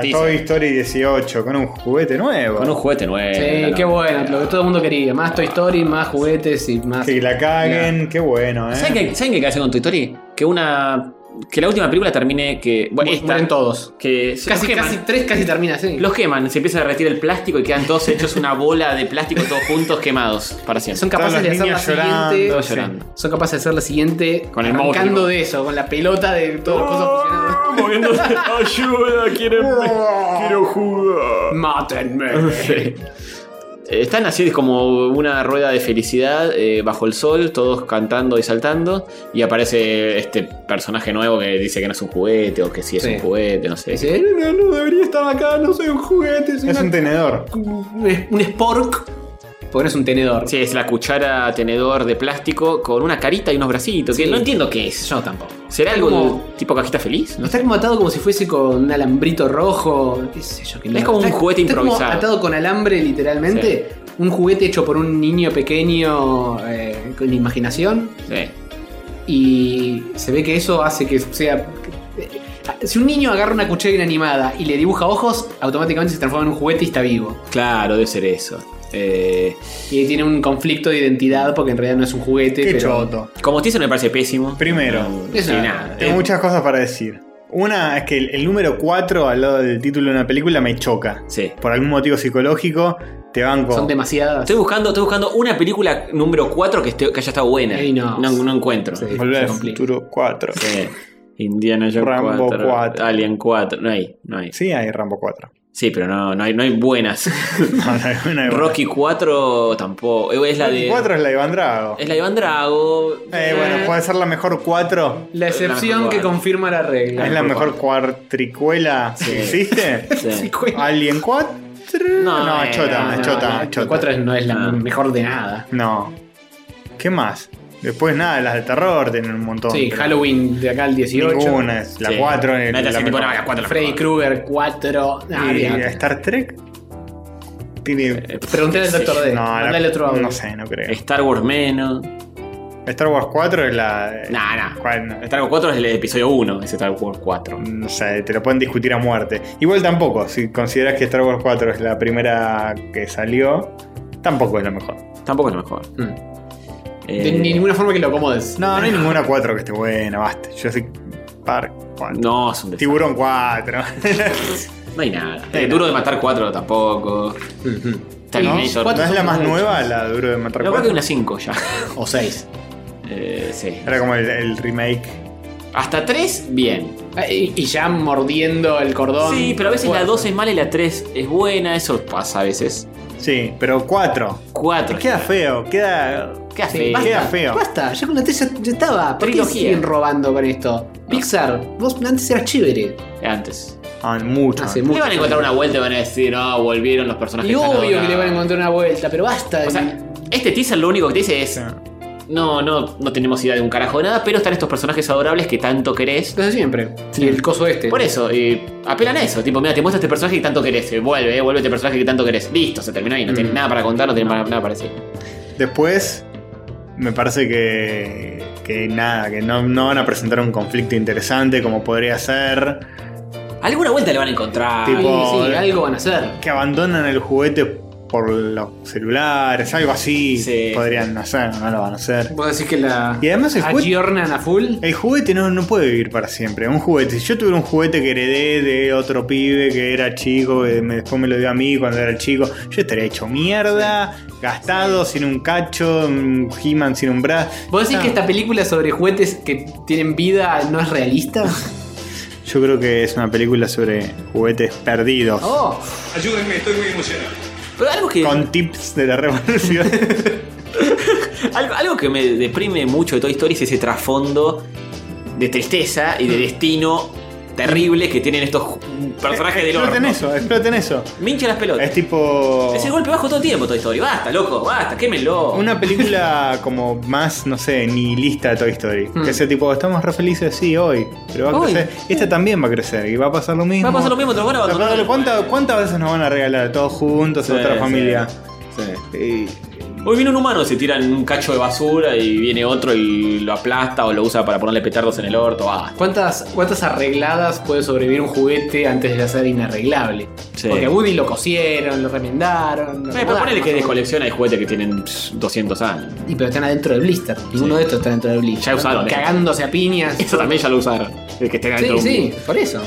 S1: Teaser, teaser.
S2: Toy Story 18, con un juguete nuevo.
S1: Con un juguete nuevo.
S3: Sí,
S1: Eh, no, no.
S3: qué bueno, lo que todo el mundo quería. Más Toy Story, más juguetes y más.
S2: Que la caguen, qué bueno, eh.
S1: ¿Saben qué, ¿Saben qué hacer con Toy Story? Que una. Que la última película termine que. Bueno,
S3: Mu-
S1: esta.
S3: mueren todos.
S1: Que se-
S3: Casi,
S1: los queman.
S3: casi tres casi termina así.
S1: Los queman, se empieza a derretir el plástico y quedan todos hechos una bola de plástico todos juntos quemados para siempre.
S3: Son capaces
S2: Todos
S3: de
S2: los
S3: hacer la
S2: niños llorando,
S3: siguiente.
S1: Todos llorando.
S3: Son capaces de hacer la siguiente
S1: Con el
S3: arrancando
S1: móvil.
S3: de eso, con la pelota de todos los cosas
S2: Oh.
S3: funcionando.
S1: Ayuda,
S3: (laughs)
S1: quiero, quiero jugar.
S3: Mátenme.
S1: Están así como una rueda de felicidad eh, bajo el sol, todos cantando y saltando. Y aparece este personaje nuevo que dice que no es un juguete o que sí es
S3: Sí.
S1: un juguete, no sé.
S3: Dice, no, no debería estar acá, no soy un juguete, soy
S2: Es un
S3: una-
S2: tenedor.
S3: un, un spork. Porque no es un tenedor.
S1: Sí, es la cuchara tenedor de plástico con una carita y unos bracitos.
S3: Sí.
S1: Que no entiendo qué es.
S3: Yo tampoco.
S1: ¿Será
S3: Está
S1: algo
S3: como-
S1: de- tipo cajita feliz? No sé.
S3: Está como atado como si fuese con un alambrito rojo. qué sé yo, qué
S1: Es
S3: loco.
S1: como un
S3: Está-
S1: juguete
S3: está como
S1: improvisado.
S3: atado con alambre, literalmente. Un juguete hecho por un niño pequeño eh, con imaginación.
S1: Sí.
S3: Y se ve que eso hace que sea. eh, Si un niño agarra una cuchara inanimada y le dibuja ojos, automáticamente se transforma en un juguete y está vivo.
S1: Claro, debe ser eso. Eh,
S3: Y tiene un conflicto de identidad porque en realidad no es un juguete.
S2: Qué
S3: pero
S2: choto.
S1: como te dicen, me parece pésimo.
S2: Primero.
S1: No,
S3: Eso
S1: sí,
S3: no.
S1: nada.
S2: Tengo
S1: Eh,
S2: muchas cosas para decir. Una es que el, el número 4 al lado del título de una película me choca.
S1: Sí.
S2: Por algún motivo psicológico, te banco.
S3: Son demasiadas.
S1: Estoy buscando, estoy buscando una película número 4 que, esté- que haya estado buena.
S3: Ey, no.
S1: no encuentro.
S3: Sí.
S2: Volver
S3: se
S2: al
S3: complica.
S2: futuro 4. Sí.
S1: Eh, Indiana Jones
S2: Rambo
S1: 4,
S2: cuatro.
S1: Alien 4. No hay, no hay.
S2: hay Rambo
S1: (laughs)
S2: 4.
S1: Sí, pero no, no hay, no hay buenas.
S2: (laughs) No, no (laughs) hay- no hay
S1: Rocky 4 tampoco. Eh, Es la de.
S2: 4 es la de Iván Drago.
S1: Es la de Iván Drago.
S2: Eh, bueno, puede ser la mejor 4.
S3: La excepción
S1: mejor
S3: que
S1: cuatro.
S3: confirma la regla.
S2: Es la mejor cuartricuela
S1: Sí.
S2: que
S1: (laughs)
S2: existe. (laughs)
S1: Sí.
S2: Alien 4. No,
S1: No,
S2: no,
S1: eh,
S2: chota,
S1: no,
S2: es
S1: no,
S2: Ah, chota, es chota.
S3: 4 no es Ah, la
S1: Ah.
S3: mejor de nada.
S2: No. ¿Qué más? Después nada, las de terror tienen un montón.
S3: Sí,
S2: pero
S3: Halloween de acá al 18.
S2: Ninguna es la
S1: Sí.
S2: 4
S1: No
S2: es
S1: te hacen tipo, no, la Ah,
S2: la
S1: cuatro es la
S3: Freddy
S1: mejor.
S3: Krueger Ah, 4.
S2: mejor. Y Star Trek
S1: Eh,
S2: tiene
S3: Pregunté al doctor D.
S2: no, la-
S3: Mandale otro audio.
S2: no sé, no creo.
S1: Star Wars menos.
S2: Star Wars 4 es la eh,
S1: Nah, nah.
S2: ¿cuál? No.
S1: Star Wars 4 es el episodio 1, es Star Wars
S3: Mm.
S1: 4.
S2: No sé, te lo pueden discutir a muerte. Igual tampoco, si consideras que Star Wars 4 es la primera que salió, tampoco es la mejor.
S1: Tampoco es lo mejor.
S3: Mm.
S1: Eh,
S3: De ninguna forma que lo acomodes.
S2: No, no hay ninguna 4 que esté buena, basta. Yo soy par 4.
S1: No, es un desastre. (laughs)
S2: Tiburón 4.
S1: No hay nada. Eh, duro de matar 4 tampoco. Terminator.
S2: ¿No
S3: Mm-hmm. Cuatro
S2: es la
S3: son
S2: más
S3: muy
S2: nueva, la duro de matar
S1: No, creo que hay
S2: 4?
S1: una 5
S3: (laughs)
S1: ya.
S3: O 6.
S1: Eh, sí.
S2: Era como el, el remake.
S1: Hasta 3, bien.
S3: Ah, Y, y ya mordiendo el cordón.
S1: Sí, pero a veces la
S3: Cuatro.
S1: 2 es mala y la 3 es buena. Eso pasa a veces.
S2: Sí, pero 4.
S1: 4.
S2: Queda feo, queda.
S1: ¿Qué hace?
S3: Sí,
S2: Queda
S3: Este, basta,
S2: feo.
S3: Basta, ya con la 3 ya, ya estaba. ¿Por qué
S1: Trilogía.
S3: siguen robando con esto? Pixar, vos antes eras chévere.
S1: Antes.
S2: Ah, mucho.
S3: Hace
S1: Le
S3: mucho.
S1: van a encontrar una vuelta y van a decir, no, volvieron los personajes.
S3: Y
S1: que están
S3: obvio que
S1: adorados".
S3: le van a encontrar una vuelta, pero basta.
S1: O sea, este teaser lo único que te dice es. No, no, no tenemos idea de un carajo de nada, pero están estos personajes adorables que tanto querés.
S3: desde siempre. Y el coso este.
S1: Por eso, eh, apelan a eso. Tipo, mira, te muestra este personaje que tanto querés. eh, vuelve, eh, vuelve este personaje que tanto querés. Listo, se terminó ahí. No
S2: Mm.
S1: tiene nada para contar, no tiene nada para decir.
S2: Después, me parece que, que nada, que no, no van a presentar un conflicto interesante como podría ser.
S1: Alguna vuelta le van a encontrar.
S3: Ay,
S2: tipo-
S3: sí, algo van a hacer.
S2: Que abandonan el juguete por los celulares, algo así.
S1: Sí.
S2: Podrían hacer, no lo van a hacer.
S3: Vos decís que la.
S2: Y además el juguete,
S3: Ayornan a full.
S2: el juguete no, no puede vivir para siempre. Un juguete, si yo tuviera un juguete que heredé de otro pibe que era chico, que me- después me lo dio a mí cuando era chico, yo estaría hecho mierda, gastado, sin un cacho, un He-Man sin un brazo.
S3: ¿Vos decís
S1: Ah.
S2: No.
S3: que esta película sobre juguetes que tienen vida no es
S1: (laughs)
S3: realista?
S2: Yo creo que es una película sobre juguetes perdidos.
S3: Oh,
S6: Ayúdenme, estoy muy emocionado.
S1: Pero algo que,
S2: Con tips de la revolución.
S1: algo, algo que me deprime mucho de Toy Story es ese trasfondo de tristeza y de
S2: Mm.
S1: destino terrible que tienen estos ju- personajes del
S2: exploten
S1: horno.
S2: eso, exploten eso.
S1: Me hincha las pelotas.
S2: Es tipo.
S1: Es el golpe bajo todo el tiempo Toy Story. Basta, loco, basta, quémelo.
S2: Una película como más, no sé, nihilista de Toy Story.
S3: Hmm.
S2: Que sea tipo, estamos re felices, sí, hoy. Pero va a
S1: Hoy. Hmm.
S2: crecer. Esta también va a crecer y va a pasar lo mismo.
S1: Va a pasar lo mismo, te lo van a
S2: Pero,
S1: abandonar.
S2: pero, ¿cuánta- ¿Cuántas veces nos van a regalar todos juntos
S1: Sí,
S2: a otra
S1: sí.
S2: familia?
S9: Sí.
S2: Y-
S1: Hoy viene un humano, se tira en un cacho de basura y viene otro y lo aplasta o lo usa para ponerle petardos en el orto. Basta.
S3: ¿cuántas, cuántas arregladas puede sobrevivir un juguete antes de ser inarreglable?
S1: Sí.
S3: Porque a Woody lo cosieron, lo remendaron. lo
S1: Eh, pero
S3: acomodaron,
S1: ponele que
S3: ¿no?
S1: descolecciona hay juguetes que tienen pss, 200 años.
S3: Y pero están adentro del blister.
S1: Sí.
S3: Ninguno de estos está dentro del blister.
S1: Ya usaron, eh.
S3: Cagándose a piñas.
S1: Eso también ya lo usaron. El que esté dentro
S3: Sí,
S1: de un-
S3: sí, por eso.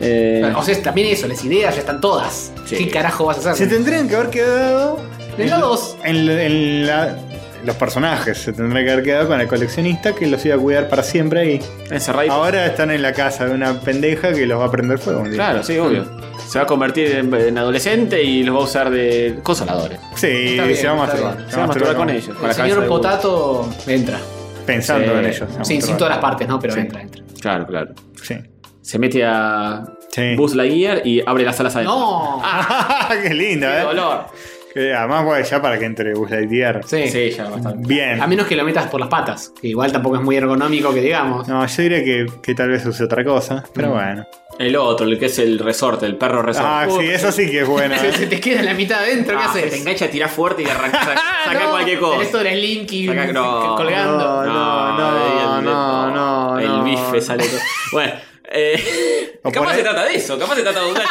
S1: Eh,
S3: O sea, también eso, las ideas ya están todas.
S1: Sí.
S3: ¿Qué carajo vas a
S2: Se
S3: hacer?
S2: tendrían que haber quedado.
S3: En la dos.
S2: En, en la- los personajes. Se tendrían que haber quedado con el coleccionista que los iba a cuidar para siempre ahí.
S1: encerradito.
S2: Ahora están en la casa de una pendeja que los va a prender fuego un día.
S1: Claro, sí, obvio. Se va a convertir en, en adolescente y los va a usar de consoladores.
S2: Sí,
S3: Está bien,
S2: se va a
S3: está
S2: masturbar.
S3: bien.
S1: Se va a masturbar con
S2: como-
S1: ellos. con la
S3: El
S1: cabeza
S3: señor
S1: de
S3: Potato entra.
S2: Pensando
S1: Sí.
S2: en ellos. se va a
S3: Sí, sin
S2: masturbar.
S3: todas las partes, ¿no? Pero
S2: Sí.
S3: entra, entra.
S1: Woody. Claro, claro.
S2: Sí.
S1: Se mete a
S2: Sí.
S1: Buzz Lightyear y abre las alas adentro.
S3: ¡No!
S2: (laughs) Ah, Qué lindo,
S1: ¡Qué
S2: ¿eh?
S1: dolor!
S2: Que además, bueno, ya para que entre Buzz Lightyear.
S3: Sí.
S1: Sí, ya bastante.
S2: Bien.
S3: A menos que lo metas por las patas, que igual tampoco es muy ergonómico que digamos.
S2: No, yo diría que, que tal vez use otra cosa,
S3: Mm.
S2: pero bueno.
S1: El otro, el que es el resorte, el perro resorte.
S2: Ah,
S3: uh,
S2: sí, eso sí que es bueno.
S3: (laughs)
S2: ¿eh?
S3: Se, se te queda la mitad adentro, ¿qué
S1: Ah,
S3: haces?
S1: se te engancha, tirás fuerte y arrancas.
S3: (laughs)
S1: Saca, saca
S3: no,
S1: cualquier cosa.
S3: Esto era Slinky
S1: Saca- no.
S3: colgando.
S2: No, no,
S1: el-
S2: no, no,
S1: El
S2: no.
S1: bife sale. todo. Bueno, eh,
S2: (laughs) O
S1: capaz
S2: poner-
S3: (laughs)
S1: se trata de eso, capaz se trata de usar.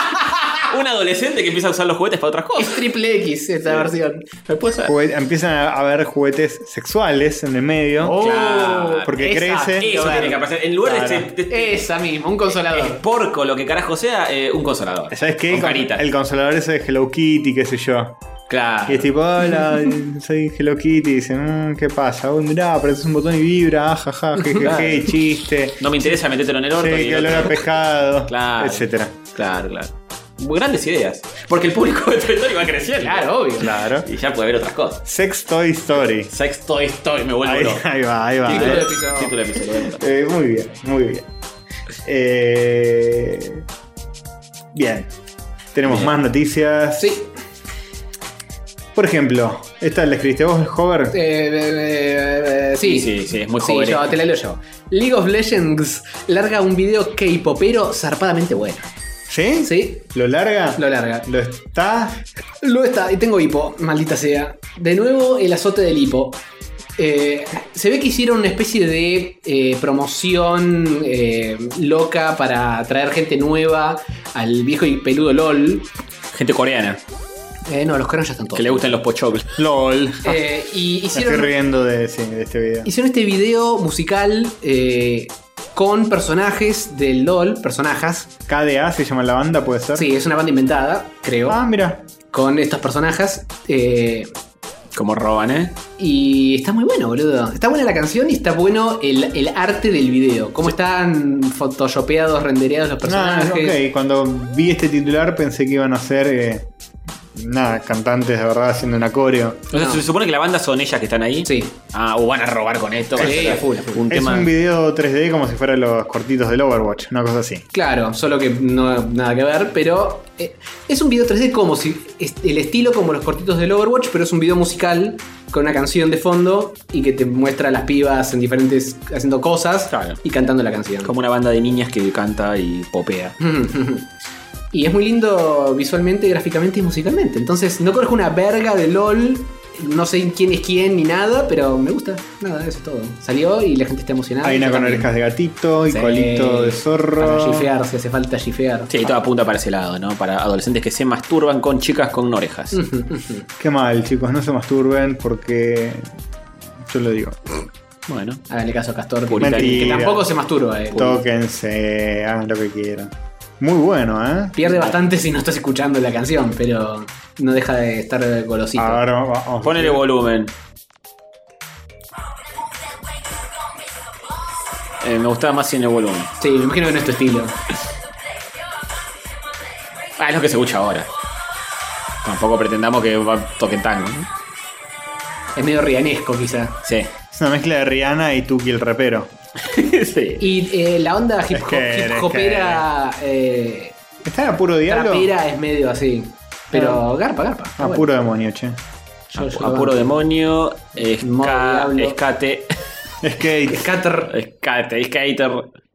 S1: un adolescente que empieza a usar los juguetes para otras
S3: Es
S1: cosas. Uh,
S3: triple X esta versión.
S2: Este
S1: Después,
S2: Juguete- empiezan a haber juguetes sexuales en el medio.
S3: Oh,
S1: Claro.
S2: porque
S3: esa,
S2: crece.
S1: eso tiene que aparecer. En lugar de
S2: Claro.
S1: este, de este
S3: Esa misma, un consolador.
S1: porco, lo que carajo sea, eh, un consolador.
S2: ¿Sabes qué?
S1: Con
S2: Con-
S1: carita.
S2: el consolador ese de Hello Kitty, qué sé yo.
S1: Claro.
S2: Y es tipo,
S3: (laughs)
S2: hola, soy Hello Kitty. Y dicen, "Mm, ¿qué pasa? Oh, mirá, apretas un botón y vibra, ah, jajaja,
S3: (laughs)
S2: jejeje, chiste.
S1: No me interesa metértelo en el orto.
S2: Che,
S1: ni en
S2: que
S1: el
S2: olor a
S1: otro.
S2: pescado,
S1: Claro.
S2: etcétera.
S1: Claro, claro. Muy grandes ideas. Porque el público (laughs) de Toy Story va creciendo.
S3: Claro, obvio.
S2: Claro.
S1: Y ya puede haber otras cosas.
S2: Sex Toy Story.
S1: Sex Toy Story, me vuelvo
S2: Ahí,
S1: loco.
S2: (laughs)
S3: (laughs)
S2: ahí va, ahí va.
S1: Título
S2: eh.
S1: de episodio. Título de episodio, bueno.
S2: Eh, muy bien, muy bien. Eh, bien. Tenemos más noticias.
S3: Sí.
S2: Por ejemplo, esta la escribiste vos, Hover.
S3: Eh, eh, eh, eh, sí.
S1: Sí, sí, sí, es muy
S3: Sí,
S1: joven. eh.
S3: yo, te la leo yo. League of Legends larga un video K-popero zarpadamente bueno.
S2: ¿Sí?
S3: Sí,
S2: ¿Lo larga?
S3: lo larga.
S2: ¿Lo está?
S3: Lo está, y tengo hipo, maldita sea. De nuevo, el azote del hipo. Eh, se ve que hicieron una especie de eh, promoción eh, loca para atraer gente nueva al viejo y peludo LOL.
S1: Gente coreana,
S3: Eh, no, los coreanos ya están todos.
S1: que le gustan los pochoclos.
S2: LOL.
S3: Eh, y
S2: Me estoy
S3: hicieron
S2: riendo de, sí, de este video.
S3: Hicieron este video musical eh, con personajes del LOL, personajes.
S2: KDA se llama la banda, puede ser.
S3: Sí, es una banda inventada, creo.
S2: Ah, mira.
S3: Con estos personajes. eh,
S1: Como roban, ¿eh?
S3: y está muy bueno, boludo. Está buena la canción y está bueno el, el arte del video. Cómo están photoshopeados, rendereados los
S2: Ah,
S3: personajes.
S2: ok. Cuando vi este titular pensé que iban a ser. eh, nada, cantantes de verdad haciendo un acorio.
S1: O sea,
S3: No.
S1: se supone que la banda son ellas que están ahí.
S3: Sí.
S1: Ah, o van a robar con esto. van a
S3: Sí,
S1: hacer
S3: a full, a full.
S1: Un
S2: Es
S1: tema.
S2: un video 3D como si fuera los cortitos del Overwatch, una cosa así.
S3: Claro, solo que no nada que ver, pero eh, es un video 3D como si es- el estilo como los cortitos del Overwatch, pero es un video musical con una canción de fondo y que te muestra a las pibas en diferentes haciendo cosas
S1: Claro.
S3: y cantando la canción.
S1: Como una banda de niñas que canta y popea.
S3: (laughs) y es muy lindo visualmente, gráficamente y musicalmente. Entonces, no conozco una verga de LOL, no sé quién es quién ni nada, pero me gusta. Nada, eso es todo. Salió y la gente está
S1: Ah,
S3: emocionada.
S2: Hay una con orejas de gatito y
S3: Sí.
S2: colito de
S3: Para
S2: zorro.
S3: gifear, si hace falta gifear.
S1: Sí, toda punta para ese lado, ¿no? Para adolescentes que se masturban con chicas con orejas.
S3: Mm.
S2: Qué mal, chicos, no se masturben porque. Yo lo digo.
S1: Bueno.
S3: Háganle caso a Castor. que-
S1: Puritanismo.
S3: Que
S2: Mentira.
S3: tampoco se masturba, eh.
S2: Tóquense, hagan lo que quieran. Muy bueno, ¿eh?
S3: Pierde bastante si no estás escuchando la canción, pero no deja de estar golosito.
S2: Ahora vamos. vamos.
S1: Ponele volumen. Eh, me gustaba más sin el volumen.
S3: Sí, me imagino que no es tu estilo.
S1: Ah, es lo que se escucha ahora. Tampoco pretendamos que va- toquen tango. ¿no?
S3: Es medio rianesco, quizá.
S1: Sí. (laughs)
S2: Es una mezcla de Rihanna y Tuki el rapero.
S1: sí.
S3: Y eh, la onda hip,
S2: Es que-
S3: hip hopera, eh,
S2: ¿Está a puro diablo?
S3: trapera es medio así. Pero garpa, garpa.
S2: A Ah. puro demonio,
S1: (laughs)
S2: che.
S1: A, pu- a puro demonio. Esca,
S3: diablo.
S1: escate.
S2: Skate.
S3: Scatter.
S1: Escate. Skater.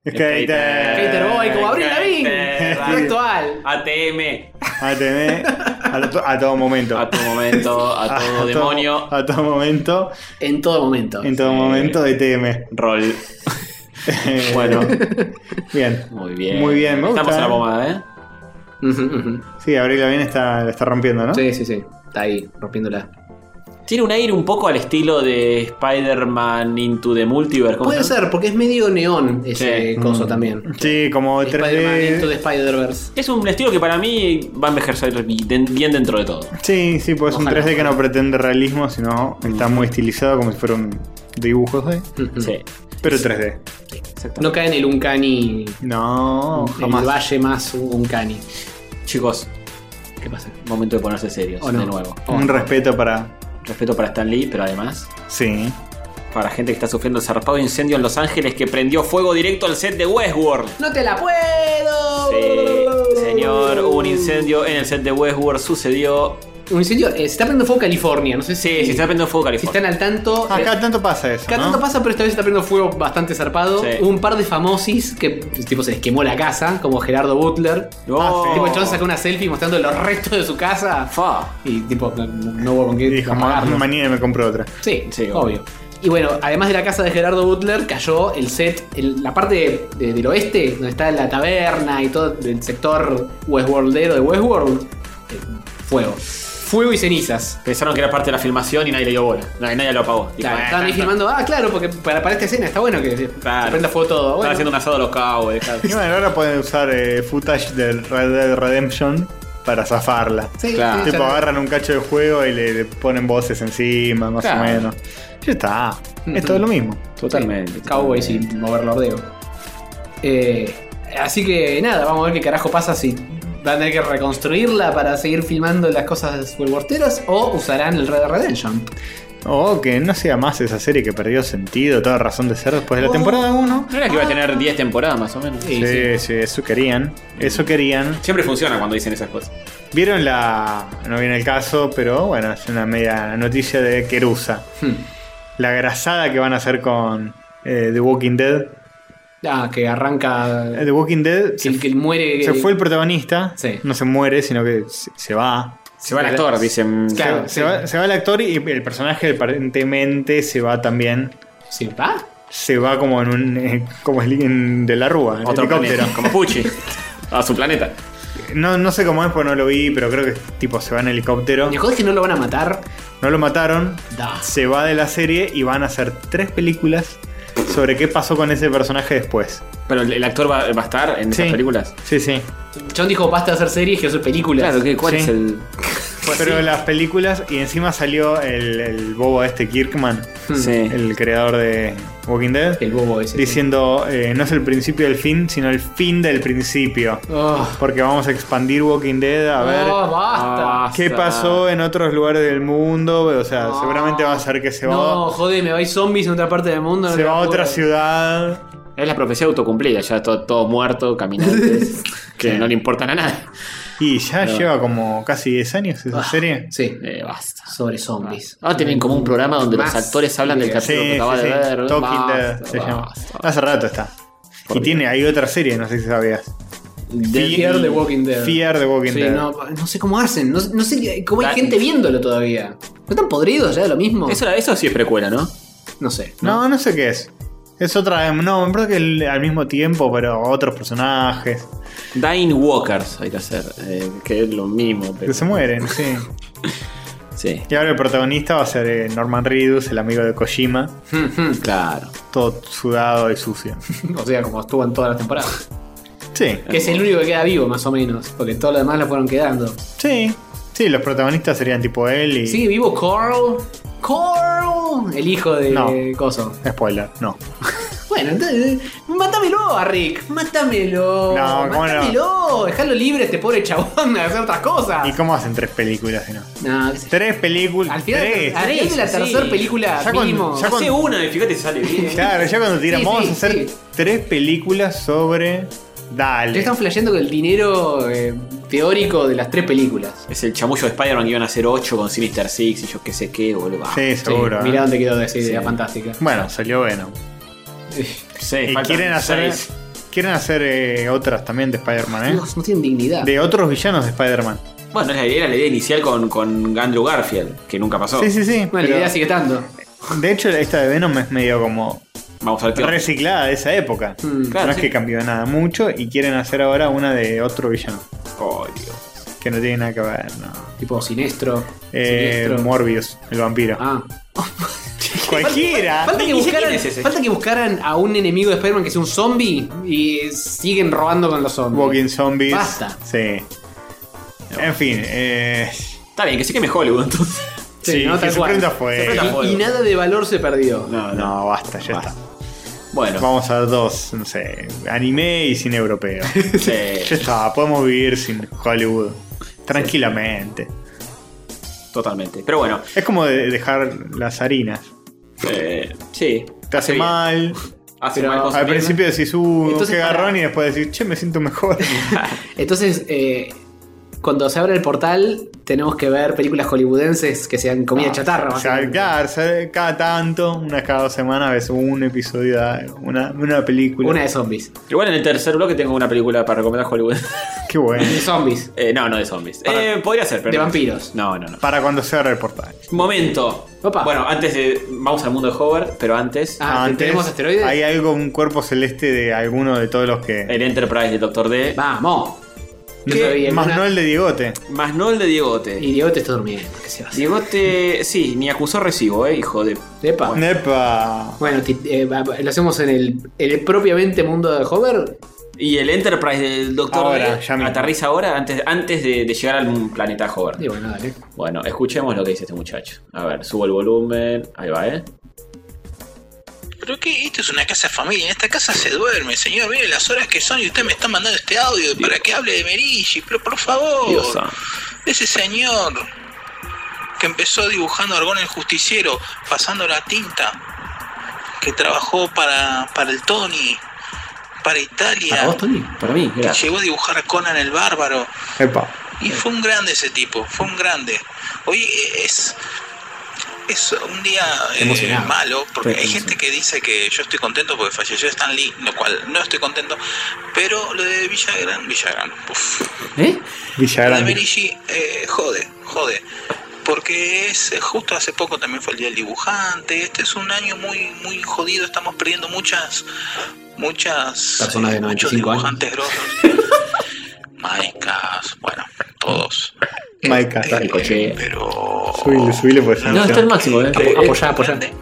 S2: Skater.
S3: Skater Boy, como Abril Lavigne.
S1: Skater.
S3: Actual.
S1: ATM.
S2: ATM. A, to- a todo momento. (laughs)
S1: A todo momento. A todo demonio.
S2: A todo momento.
S3: En todo momento.
S2: En todo momento,
S1: (laughs)
S2: ETM.
S1: Roll.
S2: bueno. (laughs) Bien.
S1: Muy bien.
S2: Muy bien, me
S1: Estamos
S2: gusta,
S1: en la
S2: eh.
S1: pomada, ¿eh?
S3: Ujú, ujú.
S2: Sí, Abril Lavigne está, la está rompiendo, ¿no?
S3: Sí, sí, sí. Está ahí, rompiéndola.
S1: Tiene un aire un poco al estilo de Spider-Man Into the Multiverse. ¿cómo
S3: Puede
S1: se llama?
S3: ser, porque es medio neón ese
S1: Sí.
S3: coso
S2: Mm.
S3: también.
S2: Sí, como
S3: Spider-Man
S2: 3D.
S3: Into the Spider-Verse.
S1: Es un estilo que para mí va a envejecer bien bien dentro de todo.
S2: Sí, sí, pues es un
S3: Ojalá.
S2: 3D que no pretende realismo, sino está muy estilizado como si fueran dibujos, ¿eh?
S1: (laughs) Sí.
S2: Pero 3D.
S3: No cae en el Uncanny.
S2: No,
S3: El
S2: jamás.
S3: valle más Uncanny.
S1: Chicos,
S3: ¿Qué pasa?
S1: momento de ponerse serios
S3: Oh, no.
S1: de nuevo.
S2: Un respeto para.
S1: Respeto para Stan Lee, pero además
S2: Sí.
S1: para gente que está sufriendo el zarpado incendio en Los Ángeles que prendió fuego directo al set de Westworld.
S3: ¡No te la puedo!
S1: Sí, señor, hubo un incendio en el set de Westworld, sucedió.
S3: Un incendio. eh, se está prendiendo fuego California. No sé si,
S1: Sí, se está prendiendo fuego
S3: si
S1: California.
S3: están al tanto. Eh,
S2: Acá tanto pasa eso.
S3: Cada
S2: ¿no?
S3: tanto pasa, pero esta vez se está prendiendo fuego bastante zarpado.
S1: Sí.
S3: Hubo un par de famosis que tipo se les quemó la casa, como Gerardo Butler. Ah,
S1: No.
S3: Tipo, el chabón sacó una selfie mostrando los restos de su casa.
S1: Fa.
S3: Y tipo, no, no- no hubo con
S2: Y
S3: qué
S2: dijo, "Ma-
S3: apagarlo.
S2: mañana me compro otra.
S3: Sí,
S1: Sí,
S3: obvio. Y bueno, además de la casa de Gerardo Butler, cayó el set, el- la parte de- del oeste, donde está la taberna y todo el sector Westworldero de Westworld. eh, Fuego. Fuego y cenizas.
S1: Pensaron que era parte de la filmación y nadie le dio bola. Nadie, nadie lo apagó. Dijo,
S3: Claro,
S1: "Eh,
S3: estaban ahí
S1: tanto".
S3: filmando, ah, claro, porque para, para esta escena está bueno que se- se
S1: Claro.
S3: prenda fuego todo.
S1: Estaban
S3: Bueno,
S1: haciendo un asado a los cabos.
S2: Y bueno, ahora pueden usar eh, footage del Red Dead Redemption para zafarla.
S3: sí,
S1: Claro.
S3: sí,
S2: Tipo,
S3: Ah, ya-
S2: agarran un cacho de juego y le, le ponen voces encima, más
S1: Claro.
S2: o menos. Ya está. Es todo lo mismo.
S9: Totalmente.
S3: Cowboy sin mover los dedos. Eh, así que nada, vamos a ver qué carajo pasa si van a tener que reconstruirla para seguir filmando las cosas Westworlderas o usarán el Red Dead Redemption.
S2: O Oh, que no sea más esa serie que perdió sentido, toda razón de ser después de la
S3: Oh.
S2: temporada 1.
S1: No era que iba a tener 10 temporadas más o menos.
S2: Sí, sí, eso querían. Eso querían.
S1: Siempre funciona cuando dicen esas cosas.
S2: Vieron la. No viene el caso, pero bueno, es una media noticia de Kerusa.
S3: Hmm.
S2: La grasada que van a hacer con eh, The Walking Dead.
S3: Ah, que arranca.
S2: Eh, The Walking Dead
S3: Que,
S2: se,
S3: que muere.
S2: se fue el protagonista.
S3: Sí.
S2: No se muere, sino que se, se va.
S1: Se va el actor, dicen.
S3: Claro,
S2: se,
S3: sí.
S2: va, se va el actor y el personaje aparentemente se va también.
S3: ¿Se va?
S2: Se va como en un. eh, como es- en de la rúa, en
S1: Otro
S2: helicóptero.
S1: planeta, como (laughs) Pucci. A su planeta.
S2: No, no sé cómo es porque no lo vi, pero creo que tipo se va en helicóptero.
S3: ¿Me jodés que no lo van a matar?
S2: No lo mataron.
S3: Da.
S2: Se va de la serie y van a hacer tres películas sobre qué pasó con ese personaje después.
S1: Pero el, el actor va, va a estar en esas
S2: Sí.
S1: películas.
S2: Sí, sí.
S3: John dijo basta de hacer series, que hacer películas.
S1: Claro, ¿qué- ¿cuál
S2: Sí.
S1: es el.? Pues
S2: Pero las películas y encima salió el, el bobo este Kirkman,
S3: Hmm.
S1: Sí.
S2: el creador de Walking Dead,
S3: El bobo ese.
S2: diciendo eh, no es el principio del fin, sino el fin del principio.
S3: Oh,
S2: Porque vamos a expandir Walking Dead a ver ah,
S3: oh, basta.
S2: qué pasó en otros lugares del mundo. O sea,
S3: No.
S2: seguramente va a ser que se va,
S3: no, joder, me vais zombies en otra parte del mundo. no
S2: se
S3: te
S2: va a
S3: la
S2: otra
S3: juro.
S2: ciudad.
S1: Es la profecía autocumplida, ya todo, todo muerto, (laughs) caminantes, que no le importan a nadie.
S2: Y ya lleva como casi 10 años esa serie.
S3: Ah, Sí.
S1: Eh, basta.
S3: Sobre zombies.
S1: Ah, Ahora tienen como un programa donde los
S3: Más.
S1: actores hablan del
S3: Sí,
S2: Sí,
S1: capítulo que
S2: sí,
S1: acabas
S2: sí.
S1: de ver.
S2: Talking
S1: Basta,
S2: Dead se llama.
S1: basta.
S2: Hace rato está. Y tiene, hay otra serie, no sé si sabías.
S1: De-
S3: Fear the Walking Dead.
S2: Fear the Walking
S3: Sí,
S2: Dead.
S3: no, no sé cómo hacen. No, no sé cómo hay
S1: Da-
S3: gente viéndolo todavía. ¿No están podridos ya de lo mismo?
S1: Eso, era- eso sí es precuela, ¿no?
S3: No sé. (laughs)
S2: No, no sé qué es. Es otra, no, me parece que el- al mismo tiempo, pero otros personajes.
S1: Dying Walkers hay que hacer, eh, que es lo mismo. Pero,
S2: Que se mueren, sí.
S1: sí,
S2: Y ahora el protagonista va a ser eh, Norman Reedus, el amigo de Kojima,
S1: claro.
S2: todo sudado y sucio.
S3: o sea, como estuvo en todas
S1: (laughs)
S3: las temporadas.
S2: Sí,
S3: que es el único que queda vivo, más o menos. Porque todos los demás la fueron quedando.
S2: sí. Sí, los protagonistas serían tipo él y.
S3: ¿Sigue vivo Carl? ¡Carl! El hijo de
S2: No.
S3: Coso.
S2: Spoiler, no.
S3: Bueno, entonces. Mátamelo a Rick. Mátamelo.
S2: No, ¿cómo no?
S3: mátamelo. Dejalo libre a este pobre chabón de hacer otras cosas.
S2: ¿Y cómo hacen tres películas si no?
S3: No, qué sé yo.
S2: Tres películas.
S3: Ah. Al final,
S2: tres.
S3: al final Ah, de la
S1: sí.
S3: tercera película,
S2: Ya con-
S3: mínimo.
S2: ya con- Hace
S1: una y fíjate si sale bien.
S2: Claro, ya cuando tiran,
S3: Sí,
S2: vamos
S3: sí,
S2: a hacer
S3: sí.
S2: tres películas sobre.
S3: Ya
S2: Dale.
S3: están flasheando que el dinero eh, teórico de las tres películas.
S1: Es el chamullo de Spider-Man que iban a hacer 8 con Sinister Six y yo qué sé qué, boludo. Ah,
S2: Sí, seguro.
S3: Sí,
S2: ¿eh?
S3: mirá dónde quedó esa
S2: (laughs)
S3: idea fantástica.
S2: Bueno, salió bueno. ¿Eh?
S1: Sí,
S2: Y
S1: Eh, faltan
S2: quieren hacer,
S1: seis.
S2: quieren hacer eh, otras también de Spider-Man,
S3: Dios, no tienen dignidad.
S2: ¿eh? De otros villanos de Spider-Man.
S1: Bueno, es la idea, era la idea inicial con, con Andrew Garfield, que nunca pasó.
S2: Sí, sí, sí.
S3: Bueno, la
S2: pero-
S3: idea sigue estando.
S2: De hecho, esta de Venom es medio como
S1: Vamos al peor.
S2: reciclada de esa época.
S3: Mm,
S1: claro,
S2: no es
S1: sí.
S2: que cambió nada mucho y quieren hacer ahora una de otro villano.
S1: Oh, Dios.
S2: Que no tiene nada que ver, no.
S3: Tipo siniestro.
S2: Eh,
S3: siniestro.
S2: Morbius, el vampiro.
S3: Ah.
S2: (laughs) Cualquiera.
S3: Falta que,
S1: ¿Y ese
S3: buscaran,
S1: quién es ese?
S3: falta que buscaran a un enemigo de Spider-Man que sea un zombie y siguen robando con los zombies.
S2: Walking Zombies.
S3: Basta.
S2: Sí. En fin, eh,
S1: Está bien, que se queme Hollywood entonces. (laughs)
S2: sí,
S3: no,
S2: que
S3: tal
S2: se
S3: cual.
S2: prenda fuego.
S1: Se prenda
S3: Y- Y,
S1: fuego.
S3: nada de valor se perdió.
S1: No, no.
S2: No, basta, ya
S1: Basta.
S2: está.
S1: Bueno,
S2: Vamos a ver dos, no sé, anime y cine
S3: (laughs)
S2: europeo. ya
S1: sí,
S2: está, podemos vivir sin Hollywood. Tranquilamente.
S1: totalmente. Pero bueno,
S2: Es como de dejar las harinas.
S1: eh, sí.
S2: Te hace
S1: bien.
S2: mal.
S1: Hace
S3: Pero
S1: mal con su
S2: Al
S1: pierna.
S2: principio decís, uh,
S3: Entonces,
S2: qué
S3: para-
S2: garrón, y después decís, che, me siento
S3: (laughs)
S2: mejor.
S3: Entonces, eh, cuando se abre el portal, tenemos que ver películas hollywoodenses que sean comida
S2: Ah,
S3: chatarra.
S2: (laughs) O sea,
S3: básicamente.
S2: claro, se- cada tanto, una cada dos semanas, ves un episodio, de una, una película.
S3: Una de zombies.
S1: Igual en el tercer bloque tengo una película para recomendar Hollywood. (laughs)
S2: Qué bueno.
S3: De zombies.
S1: Eh, no, no de zombies. Eh, podría ser, pero.
S3: De
S1: no.
S3: vampiros.
S1: No, no, no.
S2: Para cuando se abra el portal.
S1: Momento.
S3: Opa.
S1: Bueno, antes de. Vamos al mundo de Hover, pero antes.
S3: Ah, ¿tenemos asteroides? Eh,
S2: Hay algo, un cuerpo celeste de alguno de todos los que.
S1: El Enterprise de Doctor D.
S3: Vamos.
S2: ¿Qué? Más no el de Diegote.
S1: Más no el de Diegote.
S3: Y Diego te está durmiendo. ¿Qué se va a hacer?
S1: Diegote. Sí, ni acusó recibo, eh, hijo de.
S3: Epa.
S2: Nepa.
S3: Bueno, ti- eh, va- va- lo hacemos en el, el propiamente mundo de Hover.
S1: Y el Enterprise del Doctor
S2: Ahora,
S1: D
S2: ya mismo.
S1: aterriza ahora antes, antes de, de llegar al planeta Hover.
S3: Y bueno, dale.
S1: Bueno, escuchemos lo que dice este muchacho. A ver, subo el volumen. Ahí va, eh.
S11: ¿Pero qué? Esto es una casa de familia. En esta casa se duerme, señor. Mire las horas que son y usted me está mandando este audio para que hable de Merici. Pero por favor,
S1: Dios santo.
S11: ese señor que empezó dibujando argón en el justiciero, pasando la tinta, que trabajó para, para el Tony, para
S3: ¿Para
S11: Italia,
S3: vos, Tony?
S1: Para mí,
S11: que
S1: gracias.
S11: llegó a dibujar a Conan el Bárbaro.
S2: Epa.
S11: Y fue un grande ese tipo, fue un grande. Hoy es, es un día eh,
S3: Emocionado.
S11: malo, porque
S1: Estoy
S11: hay gente que dice que yo estoy contento porque falleció Stan Lee, lo cual no estoy contento, pero lo de Villagrán, Villagrán, uf.
S1: ¿Eh?
S2: Villa
S11: Lo de
S2: Grande.
S11: Merici, eh, jode, jode. Porque es justo hace poco también fue el día del dibujante. Este es un año muy muy jodido. Estamos perdiendo muchas muchas eh,
S3: Personas de
S11: muchos
S3: 95 años. (laughs)
S11: dibujantes grosos. Maicas, bueno, todos.
S2: Maica.
S1: Dale, coche.
S11: Pero
S2: Subile, subile pues, por esa
S1: No, está el máximo, eh.
S3: Apo-
S1: Eh,
S3: apoyá, apoyá.
S11: grande.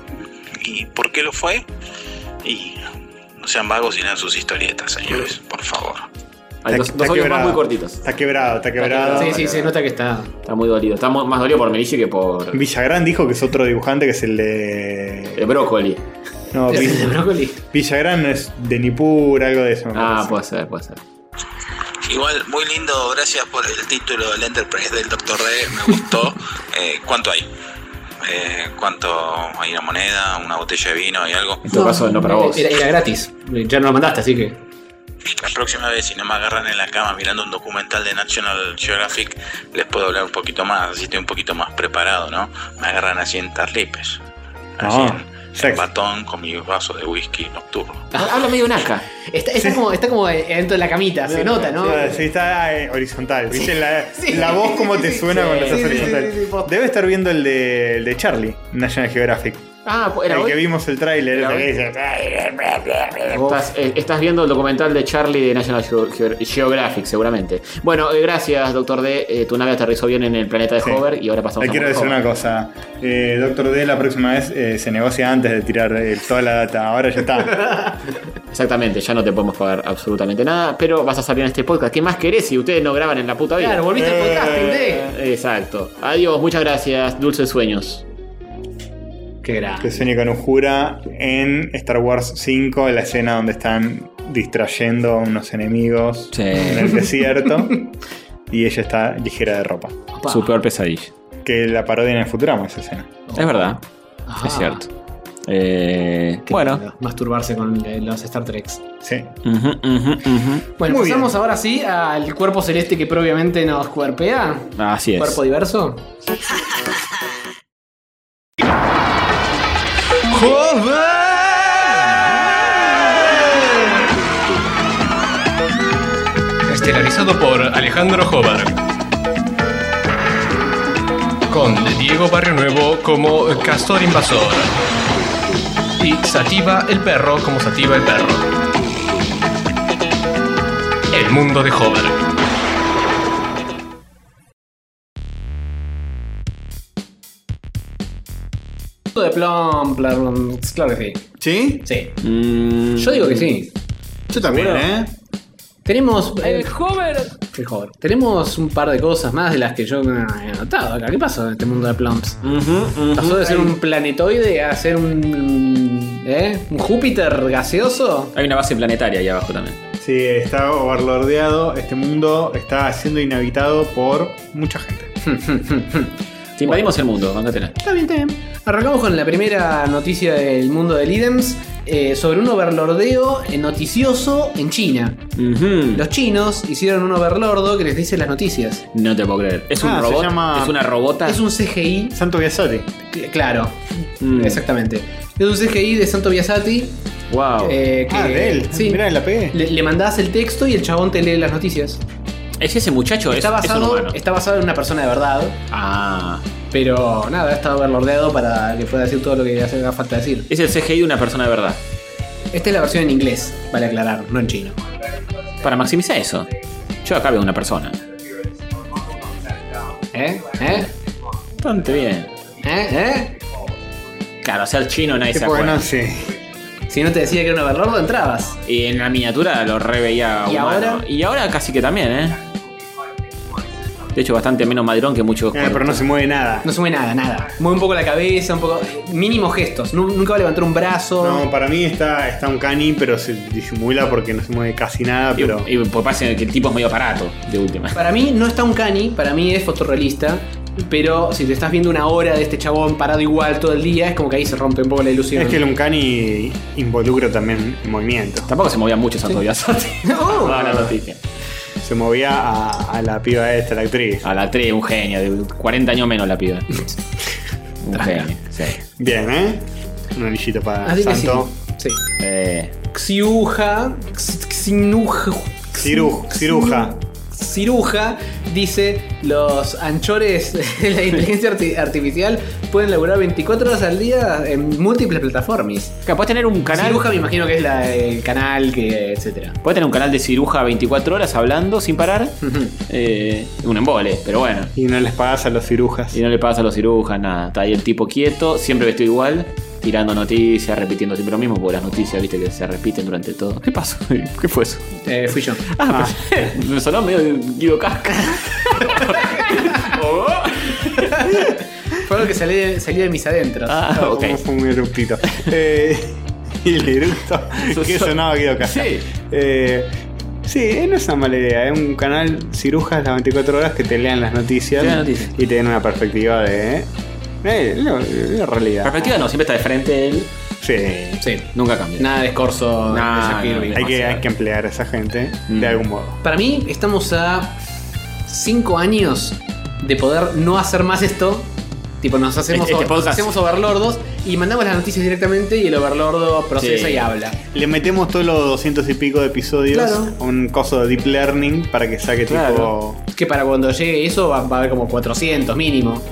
S11: ¿Y por qué lo fue? Y no sean vagos y lean sus historietas, señores, por favor.
S1: hay dos, dos audios más muy cortitos.
S2: Está quebrado, está quebrado.
S3: Sí, sí, se nota que está.
S1: Está muy dolido. Está mo- más dolido por Merici que por
S2: Villagrán dijo que es otro dibujante que es el de.
S1: el brócoli.
S2: No,
S3: ¿Es (laughs) el de
S2: Vi-
S3: brócoli?
S2: Villagrán es de Nipur, algo de eso. me
S1: Ah,
S2: parece.
S1: puede ser, puede ser.
S11: Igual, muy lindo, gracias por el título del Enterprise del Dr. D, me (laughs) gustó. Eh, ¿Cuánto hay? Eh, ¿Cuánto hay una moneda, una botella de vino y algo?
S1: En todo caso, no para vos.
S3: Era, era gratis. Ya no lo mandaste, así que.
S11: La próxima vez, si no me agarran en la cama mirando un documental de National Geographic, les puedo hablar un poquito más, así estoy un poquito más preparado, ¿no? Me agarran así en tarlipes, así
S2: Ah,
S11: en,
S2: sexy.
S11: en batón con mi vaso de whisky nocturno.
S1: eh, ah, Habla medio naca.
S3: Está, está como, está como dentro de la camita, se nota, ¿no?
S2: Sí, sí, está eh, horizontal. ¿Viste la,
S3: Sí.
S2: la voz como te
S3: Sí,
S2: suena
S3: sí,
S2: cuando
S3: sí,
S2: estás
S3: sí,
S2: horizontal?
S3: sí, sí, posta.
S2: Debe estar viendo el de, el de Charlie, National Geographic.
S1: Ah, era
S2: el
S1: hoy.
S2: que vimos el tráiler.
S1: Era
S2: el que
S1: hoy.
S2: dice,
S1: Estás, eh, estás viendo el documental de Charlie de National Geo- Geo- Geographic, seguramente. Bueno, eh, gracias, doctor D. Eh, tu nave aterrizó bien en el planeta de
S2: Sí.
S1: Hover y ahora pasamos
S2: Le
S1: a
S2: quiero
S1: Hover.
S2: decir una cosa. Eh, Doctor D, la próxima vez eh, se negocia antes de tirar eh, toda la data. Ahora
S1: (laughs)
S2: ya está.
S1: Exactamente, ya no te podemos pagar absolutamente nada, pero vas a salir en este podcast. ¿Qué más querés si ustedes no graban en la puta vida?
S3: Claro, volviste al podcasting,
S1: eh,
S3: de.
S1: Exacto. Adiós, muchas gracias. Dulces sueños.
S3: Qué grande.
S2: que sueñe con Ujura en Star Wars 5, la escena donde están distrayendo a unos enemigos
S9: Sí.
S2: en el desierto. y ella está ligera de ropa.
S9: Su peor pesadilla.
S2: Que la parodian en Futurama esa escena.
S9: Es verdad,
S3: Ajá.
S9: es cierto. Eh,
S3: Ah. Qué
S9: bueno.
S3: lindo, Masturbarse con eh, los Star Treks.
S2: Sí.
S9: Ujú, ujú, ujú.
S3: Bueno,
S2: Muy
S3: pasamos ahora sí al cuerpo celeste que previamente nos cuerpea.
S9: Así es.
S3: Cuerpo diverso.
S10: Estelarizado por Alejandro Jobar. Con Diego Barrio Nuevo como Castor Invasor. Y Sativa el Perro como Sativa el Perro. El mundo de Jobar.
S3: De plom, plom, claro que sí.
S2: ¿Sí?
S3: Sí.
S9: Mm,
S3: Yo digo que sí.
S2: Yo también, ¿eh?
S3: Tenemos. El hover. El hover. Tenemos un par de cosas más de las que yo no he anotado acá. ¿Qué pasó en este mundo de plumps? Pasó de ser un planetoide a ser un. ¿Eh? ¿Un Júpiter
S1: (laughs)
S3: gaseoso?
S9: Hay una base planetaria ahí abajo también.
S2: Sí, está overlordeado. Este mundo está siendo inhabitado por mucha gente.
S9: Te invadimos el mundo, mándatela.
S3: Está bien, está bien. Arrancamos con la primera noticia del mundo del IDEMS eh, sobre un overlordeo eh, noticioso en China.
S9: Ujú.
S3: Los chinos hicieron un overlordo que les dice las noticias.
S9: No te puedo creer. Es un
S2: Ah, se
S9: robot.
S2: llama-
S9: Es una robota.
S3: Es un CGI
S2: Santo Biasotti.
S3: Cl- Claro,
S9: Mm.
S3: exactamente. Es un CGI de Santo Biasati.
S1: Oh.
S9: Wow.
S3: eh, que,
S2: Ah, de él.
S3: Sí.
S2: Mirá, la pegué.
S3: Le, le mandás el texto y el chabón te lee las noticias.
S9: es ese muchacho.
S3: Está
S9: es, es un
S3: basado,
S9: humano.
S3: está basado en una persona de verdad.
S9: Ah.
S3: Pero nada, estaba overlordeado para que pueda decir todo lo que haga falta decir.
S1: Es el CGI de una persona de verdad.
S3: Esta es la versión en inglés, vale aclarar, no en chino.
S1: Para maximizar eso. Yo acá veo una persona.
S3: ¿Eh? ¿Eh?
S1: Bastante bien.
S3: ¿Eh?
S1: Claro, o sea, el chino nadie se acuerda.
S2: Eh,
S3: Si no te decía que era un overlord, entrabas.
S1: Y en la miniatura lo re veía
S3: ¿Y
S1: humano.
S3: ahora?
S1: Y ahora casi que también, ¿eh? De hecho, bastante menos madrón que muchos.
S2: Eh, pero no se mueve nada.
S3: No se mueve nada, nada. Mueve un poco la cabeza, un poco. Mínimos gestos. Nu- Nunca va a levantar un brazo.
S2: No, para mí está, está un cani, pero se disimula porque no se mueve casi nada,
S1: Y,
S2: pero.
S1: y por pase que el tipo es medio aparato, de última.
S3: Para mí no está un cani, para mí es fotorrealista. Pero si te estás viendo una hora de este chabón parado igual todo el día, es como que ahí se rompe un poco la ilusión.
S2: Es que el Uncani involucra también el movimiento.
S1: Tampoco se movía mucho Santo Biasotti.
S3: (laughs) No.
S2: Ah,
S1: No, no, no, Titi.
S2: Se movía a, a la piba esta, la actriz.
S1: A la actriz, un genio, de 40 años menos la (laughs) piba. un genio, sí.
S2: Bien, ¿eh? Un anillito para
S3: Así que
S2: Santo.
S3: sí. sí.
S1: Eh,
S3: Xiuja. X- Xinuja.
S2: Ciru- ciruja.
S3: Ciruja dice: Los anchores (laughs) de la inteligencia arti- artificial pueden laburar 24 horas al día en múltiples plataformas.
S1: claro, podés tener un canal.
S3: Ciruja, me imagino que es la, el canal, que etcétera.
S1: podés tener un canal de ciruja 24 horas hablando sin parar. Eh, un embole, pero bueno.
S2: Y no les pagas a los cirujas.
S1: Y no le pasa a los cirujas nada. Está ahí el tipo quieto, siempre vestido igual, tirando noticias, repitiendo siempre lo mismo, porque las noticias, viste, que se repiten durante todo. ¿Qué pasó? (laughs) ¿Qué fue eso?
S3: Eh, fui yo.
S1: Ah, pues, me sonó medio de Guido (laughs) Casca. Oh.
S3: Fue algo que salí de- salió de mis adentros.
S1: Ah, ok.
S2: (laughs) Como fue un eructito. Eh, (laughs) y el eructo que sonaba Guido Casca.
S1: Sí.
S2: Eh, sí, eh, no es una mala idea. Es un canal cirujas las 24 horas que te lean las noticias,
S1: Te lean noticias.
S2: y te den una perspectiva de. Eh, la, la realidad.
S1: Perspectiva no, siempre está de frente él.
S2: Sí.
S3: Sí.
S1: Nunca cambia.
S3: Nada de escorzo
S1: No,
S3: de Jack
S1: no,
S3: Kirby.
S2: Hay que, hay que emplear a esa gente
S1: Mm.
S2: de algún modo.
S3: Para mí, estamos a 5 años de poder no hacer más esto. Tipo, nos hacemos,
S1: Este- este podcast.
S3: hacemos overlordos y mandamos las noticias directamente y el overlordo procesa
S1: Sí.
S3: y habla.
S2: Le metemos todos los 200 y pico de episodios
S3: Claro.
S2: a un coso de deep learning para que saque
S1: Claro.
S2: tipo.
S3: Que para cuando llegue eso va, va a haber como 400 mínimo.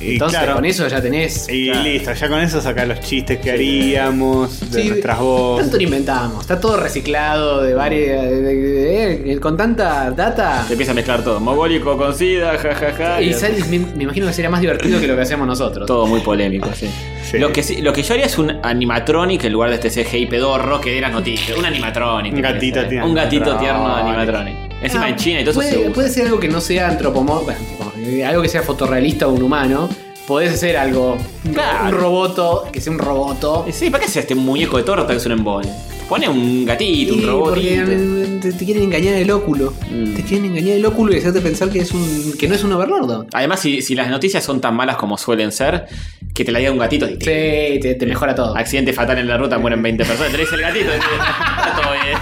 S2: Y
S3: Entonces,
S2: claro.
S3: con eso ya tenés.
S2: Y listo, ya con eso sacar los chistes que haríamos, de
S3: Sí,
S2: nuestras
S3: Tanto
S2: voces.
S3: lo inventamos, está todo reciclado de varias. de- de- de- con tanta data.
S1: Se empieza a mezclar todo. Mogólico con sida, jajaja.
S3: Y sale- me, me imagino que sería más divertido que lo que hacemos nosotros.
S1: Todo muy polémico, sí.
S2: Sí.
S1: Lo, que, sí- lo que yo haría es un animatronic en lugar de este CGI pedorro que dé las noticias. Un animatronic.
S2: Un
S1: tiene que
S2: gatito
S1: ser.
S2: tierno.
S1: Un gatito tierno
S2: Animatronic.
S1: animatronic. Encima
S3: Ah,
S1: en China y todo eso
S3: puede,
S1: se usa.
S3: puede ser algo que no sea antropomorfo, bueno, tipo, eh, algo que sea fotorrealista o un humano. Podés hacer algo,
S1: Claro.
S3: un roboto, que sea un roboto.
S1: Eh, Sí, ¿para qué hace este muñeco de torta que es un embole? Pone un gatito,
S3: Sí,
S1: un robot.
S3: porque, mm, te, te quieren engañar el óculo.
S1: Mm.
S3: Te quieren engañar el óculo y hacerte pensar que es un que no es un overlordo.
S1: Además, si, si las noticias son tan malas como suelen ser, que te la diga un gatito.
S3: Sí, te, te mejora todo.
S1: Accidente fatal en la ruta, mueren 20 personas. Tenés el gatito. dice, Está todo
S3: (laughs)
S1: bien.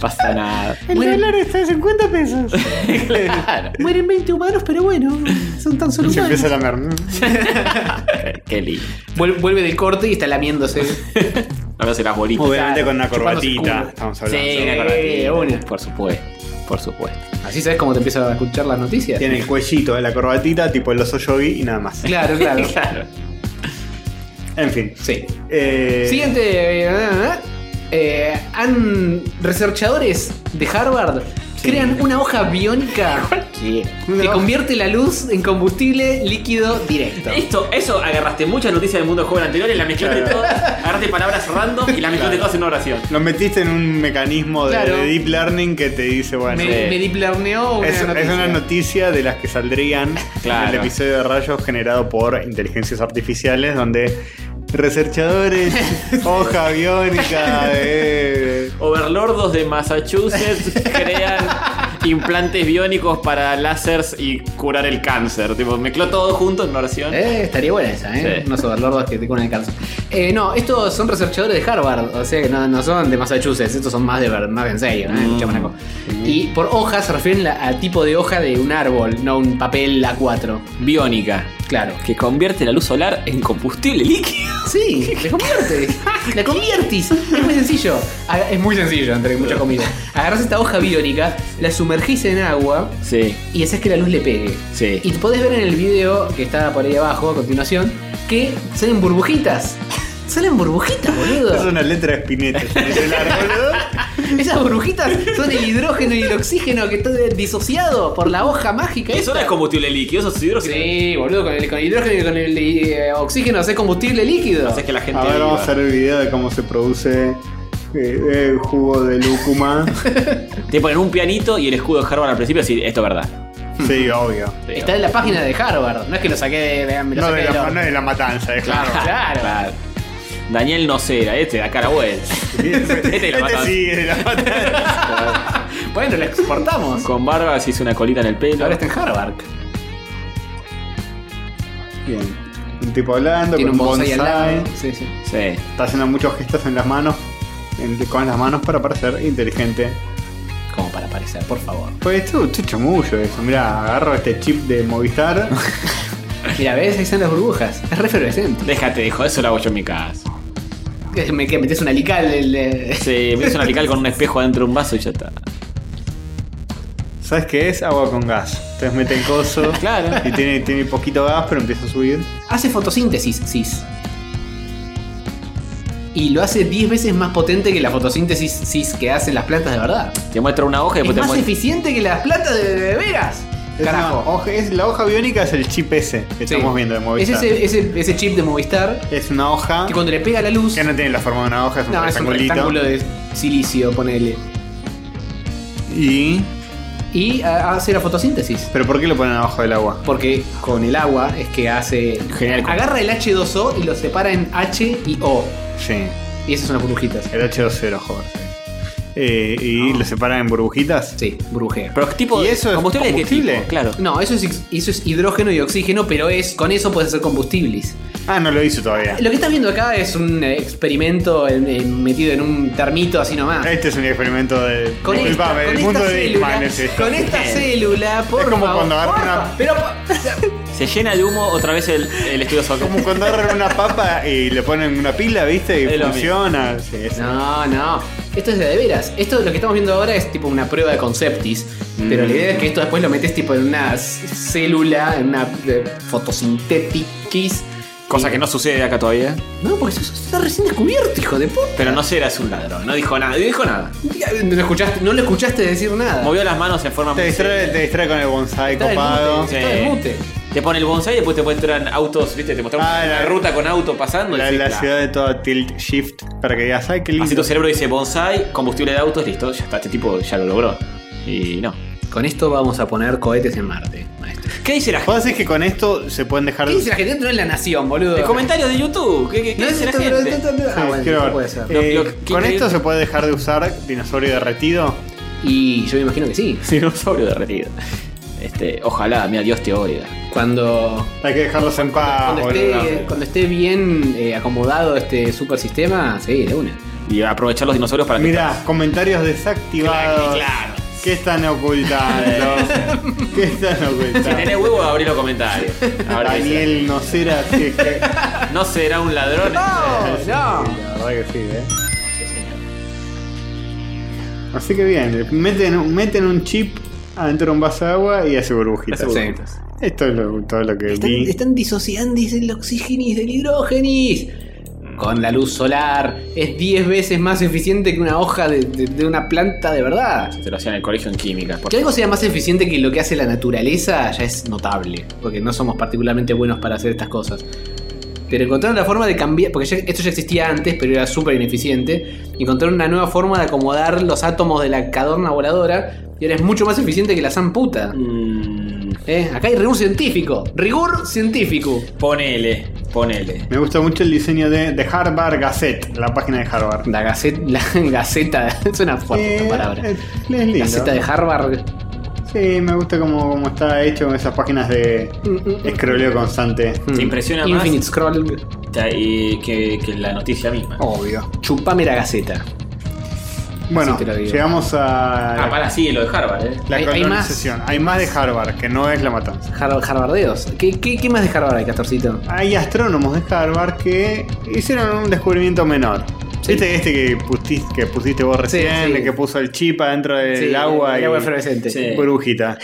S1: Pasa nada. (laughs)
S2: El dólar está a 50 pesos.
S1: Claro.
S3: Mueren 20 humanos, pero bueno, son tan solo
S2: (laughs) Se
S3: humanos.
S2: empieza a lamer.
S1: Eh, Qué lindo.
S3: Vuel- Vuelve del corte y
S1: (laughs)
S3: está lamiéndose.
S1: Ahora se las bolitas.
S2: Obviamente con una
S3: Chupándose
S2: corbatita.
S3: culo.
S2: Estamos
S1: Sí,
S2: hablando.
S1: una corbatita.
S3: una.
S1: Por supuesto. Por supuesto.
S3: Así sabes cómo te empiezan a escuchar las noticias.
S2: Tiene el cuellito de la corbatita, tipo el oso yogi y nada más.
S3: Claro, claro.
S1: (laughs) Claro.
S2: En fin.
S3: Sí.
S2: Eh,
S3: Siguiente. eh, eh, han researchadores de Harvard crean una hoja biónica que convierte la luz en combustible líquido directo.
S1: Esto, eso agarraste muchas noticias del mundo del juego anterior y la mezclaste
S2: Claro.
S1: todas. Agarraste palabras random y las mezclaste todas en una oración.
S2: Lo metiste en un mecanismo de,
S3: Claro.
S2: de deep learning que te dice,
S3: Me,
S2: bueno,
S1: Sí.
S3: me diplarneó una
S2: es, es
S3: noticia.
S2: una noticia de las que saldrían
S1: Claro.
S2: en el episodio de Rayos generado por inteligencias artificiales donde researchadores, hoja biónica, eh, de...
S1: Overlordos de Massachusetts crean implantes biónicos para lásers y curar el cáncer. Tipo, mezcló todo junto en una oración.
S3: Eh, estaría buena esa, ¿eh?
S1: Sí.
S3: Unos overlordos que te curan el cáncer. Eh, no, estos son researchadores de Harvard, o sea que no, no son de Massachusetts, estos son más de ver- más de en serio, ¿eh? chamanaco. Y por hojas se refieren la- al tipo de hoja de un árbol, no un papel A4.
S1: Biónica.
S3: Claro.
S1: Que convierte la luz solar en combustible líquido.
S3: Sí,
S1: (laughs)
S3: la convierte. la conviertis. Es muy sencillo. Aga- Es muy sencillo, entre mucha comida. Agarras esta hoja biónica, la sumergís en agua
S1: Sí,
S3: y haces que la luz le pegue.
S1: sí.
S3: Y podés ver en el video que está por ahí abajo a continuación que salen burbujitas. Salen burbujitas, boludo.
S2: Es una letra de Spinetta. Es el árbol.
S3: Esas burbujitas son el hidrógeno y el oxígeno que está disociado por la hoja mágica.
S1: Eso no
S3: esta.
S1: es combustible líquido, eso es hidrógeno.
S3: Sí, boludo, con el, con el hidrógeno y con el eh, oxígeno haces combustible líquido.
S1: Haces que la gente.
S2: A ver,
S1: viva.
S2: vamos a hacer el video de cómo se produce eh, el jugo de lúcuma.
S1: Te ponen un pianito y el escudo de Harvard al principio, así, esto es verdad.
S2: Sí, obvio.
S3: Está en la página de Harvard, no es que lo saqué de. de- me lo
S2: No
S3: saqué
S2: de,
S3: de
S2: la,
S3: lo-
S2: no de la matanza, es claro.
S3: Claro.
S1: Claro. Daniel Nocera, este, la cara buena.
S2: Este,
S1: Este la matanza.
S2: sí, de la matanza.
S3: Bueno,
S2: (laughs)
S3: la exportamos.
S1: Con barba se hizo una colita en el pelo.
S3: Ahora está en Harvard.
S2: Bien. Un tipo hablando,
S3: Tiene
S2: con
S3: un
S2: un bonsai.
S3: bonsai al lado. Sí, sí.
S1: Sí.
S2: Está haciendo muchos gestos en las manos. en- con las manos para parecer inteligente.
S3: Como para aparecer, por favor.
S2: Pues esto es chamullo eso. Mirá, agarro este chip de
S3: (laughs)
S2: Movistar.
S3: Mira, ¿ves? Ahí están las burbujas. Es referescente.
S1: Déjate, dijo, eso lo hago yo en mi casa.
S3: Que me- que metes un alical. el, eh,
S1: Se me hizo un aplicar con un espejo adentro de un vaso y ya está.
S2: ¿Sabes qué es? Agua con gas. Entonces meten
S3: (laughs)
S2: coso.
S1: Claro.
S2: Y tiene, tiene poquito gas, pero empieza a subir.
S3: Hace fotosíntesis, cis. Y lo hace 10 veces más potente que la fotosíntesis cis que hacen las plantas de verdad.
S1: Te muestra una hoja y
S3: Es
S1: después te
S3: más
S1: muestra.
S3: eficiente que las plantas de, de veras.
S2: pues Es
S3: Carajo.
S2: una hoja- es- la hoja biónica es el chip ese que
S3: Sí.
S2: estamos viendo de
S3: Es
S2: Movistar.
S3: ese, ese- ese chip de Movistar
S2: Es una hoja
S3: que cuando le pega la luz.
S2: que no tiene la forma de una hoja, es un
S3: No, es un
S2: rectangulito.
S3: rectángulo de silicio, ponele.
S2: Y.
S3: Y a- hace la fotosíntesis.
S2: ¿Pero por qué lo ponen abajo del agua?
S3: Porque con el agua es que hace.
S2: Genial.
S3: Agarra el H2O y lo separa en H y O.
S2: Sí,
S3: Y esas son las burbujitas.
S2: el H20, joder. sí. Eh, y lo separan en burbujitas.
S3: Sí, burbujea.
S1: Pero tipo.
S2: ¿Y eso es
S1: combustible, de qué
S2: combustible?
S1: tipo? Claro.
S3: No, eso es, eso es hidrógeno y oxígeno, pero es con eso puedes hacer combustibles.
S2: Ah, no lo hizo todavía.
S3: Lo que estás viendo acá es un eh, experimento en- en- metido en un termito así nomás.
S2: Este es un experimento de.
S3: Con esta,
S2: Disculpame,
S3: con
S2: el
S3: esta
S2: mundo de
S3: célula,
S2: Disman es esto.
S3: con esta célula, por
S2: como
S3: favor,
S2: cuando agarra
S3: porfa.
S2: una-
S3: Pero
S1: Se llena de humo otra vez el, el estudio solar.
S2: Como cuando agarran una papa y le ponen una pila, ¿viste? Y
S1: Es lo mismo.
S2: funciona. Sí, es-
S3: No, no. Esto es de, de veras. Esto lo que estamos viendo ahora es tipo una prueba de conceptis. Pero la idea es que esto después lo metes tipo en una c- célula, en una eh, fotosintétiquis.
S1: Cosa que no sucede acá todavía.
S3: No, porque eso, eso está recién descubierto, hijo de puta.
S1: Pero no será es un ladrón. No dijo nada. No dijo nada.
S3: No lo escuchaste, no lo escuchaste decir nada.
S1: Movió las manos en forma
S2: Te
S1: muy
S2: distrae,
S1: seria.
S2: te distrae con el bonsai
S3: Está
S2: copado.
S3: desmute, está desmute.
S1: Te pone el bonsai y después te muestran autos, viste, te muestran
S2: Ah,
S1: una
S2: la-
S1: ruta con auto pasando. y
S2: La,
S1: decís,
S2: la
S1: "Claro".
S2: ciudad de todo tilt shift para que digas, ay, qué lindo.
S1: Así tu cerebro dice bonsai, combustible de autos, listo, ya está, este tipo ya lo logró. Y no.
S3: Con esto vamos a poner cohetes en Marte, maestro.
S1: ¿Qué dice la gente?
S2: ¿Vos decís que con esto se pueden dejar.
S3: ¿Qué dice la gente? Esto No es la nación, boludo.
S1: El comentario de YouTube. ¿Qué, qué- qué
S3: No es
S1: dice la
S3: esto, pero
S1: gente?
S3: esto- esto-
S2: Sí,
S3: Ah, bueno,
S2: quiero
S3: no
S2: ver.
S3: puede ser.
S2: Eh,
S1: Lo- lo- ¿qué-
S2: ¿Con
S1: qué-
S2: esto se puede dejar de usar dinosaurio derretido?
S3: Y yo me imagino que sí.
S1: Dinosaurio derretido. Este, ojalá, mira, Dios te oiga.
S3: Cuando
S2: Hay que dejarlos en paz,
S3: Cuando
S2: boludo.
S3: esté, cuando esté bien eh, acomodado este super sistema, sí, de una.
S1: Y aprovechar los dinosaurios para que.
S2: Mirá, comentarios desactivados.
S1: Claro.
S2: ¿Qué están
S3: (laughs)
S2: ocultando? ¿Qué están
S1: Si tenés
S2: ocultando?
S1: huevo, abrí los comentarios. Ahora que
S2: Daniel Nocera, sí, es que.
S1: sea. No será un ladrón.
S3: (laughs) no.
S2: Sí, La verdad que sí, ¿eh? Así que bien, meten, meten un chip adentro de un vaso de agua y hace burbujitas.
S3: Sí.
S2: Esto es lo- todo lo que
S3: Están,
S2: vi.
S3: están disociando el oxígeno y el hidrógeno. Con la luz solar es 10 veces más eficiente que una hoja de, de- de una planta de verdad.
S1: Se lo hacían en el colegio en química. por
S3: Que algo sea más eficiente que lo que hace la naturaleza ya es notable, porque no somos particularmente buenos para hacer estas cosas. Pero encontraron la forma de cambiar, porque ya- esto ya existía antes, pero era súper ineficiente. Encontraron una nueva forma de acomodar los átomos de la cadorna voladora y ahora es mucho más eficiente que la san puta.
S1: Mm,
S3: ¿Eh? Acá hay rigor científico, rigor científico.
S1: ponele, ponele.
S2: Me gusta mucho el diseño de The Harvard Gazette, la página de Harvard.
S3: La gaceta, la (laughs) gaceta, suena fuerte
S2: Eh,
S3: esta palabra.
S2: eh, es lindo.
S3: Gaceta de Harvard.
S2: Sí, me gusta cómo, cómo está hecho con esas páginas de
S3: Mm, mm, mm.
S2: escroleo constante.
S1: Te impresiona más
S3: Infinite Scroll.
S1: ta- y que, que la noticia misma.
S3: Obvio. Chupame la gaceta.
S2: Bueno,
S3: Así te lo digo.
S2: llegamos a la,
S1: Ah, para, sí, lo de Harvard, ¿eh?
S2: la
S3: Hay- hay
S2: colonización. Hay más. de Harvard, que no es la matanza.
S3: Harvardeos. ¿Qué, qué, qué más de Harvard hay, Castorcito?
S2: Hay astrónomos de Harvard que hicieron un descubrimiento menor. Este, este que, pustis- que pusiste vos recién,
S3: sí.
S2: el que puso el chip adentro del
S3: Sí,
S2: agua
S3: el
S2: y
S3: agua efervescente. Sí.
S2: burbujita.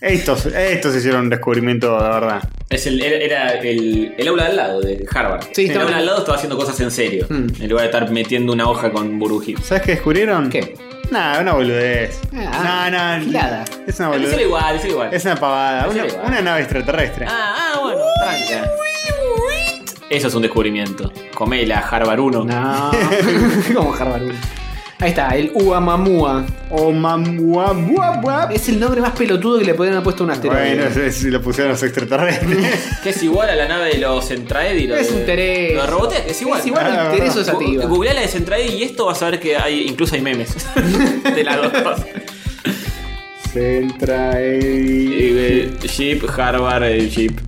S2: Estos, estos hicieron un descubrimiento de verdad.
S1: Es el, era- era el, el aula al lado de Harvard.
S2: Sí,
S1: el
S2: estaba-
S1: aula al lado estaba haciendo cosas en serio. En lugar de estar metiendo una hoja con burbujitas.
S2: ¿Sabes qué descubrieron?
S3: ¿Qué?
S2: Nada, una boludez.
S1: Ah,
S2: no, no.
S1: gilada.
S2: Es una boludez.
S1: Hacelo Ah, igual, hacelo igual.
S2: Es una pavada.
S1: Hacelo
S2: Una,
S1: igual.
S2: una nave extraterrestre.
S1: Ah, ah, bueno, tranca. Eso es un descubrimiento. Comela, Harvard 1.
S3: No. (laughs) Como Harvard. Ahí está, el Uamamua.
S2: Uamamua.
S3: Es el nombre más pelotudo que le podrían haber puesto a un asteroide.
S2: Ah. Bueno, es- es- lo pusieron los extraterrestres.
S1: (laughs) Que es igual a la nave de los Centraedi.
S3: Es un Tereso.
S1: Los robotea, que es igual.
S3: Es igual
S2: Ah,
S3: el Tereso
S2: verdad.
S3: Sativa.
S1: Gu- Googleá la de Centraedi y esto vas a ver que hay incluso hay memes de las dos cosas.
S2: Centraedi.
S1: Eh, Jeep, Harvard, eh, Jeep.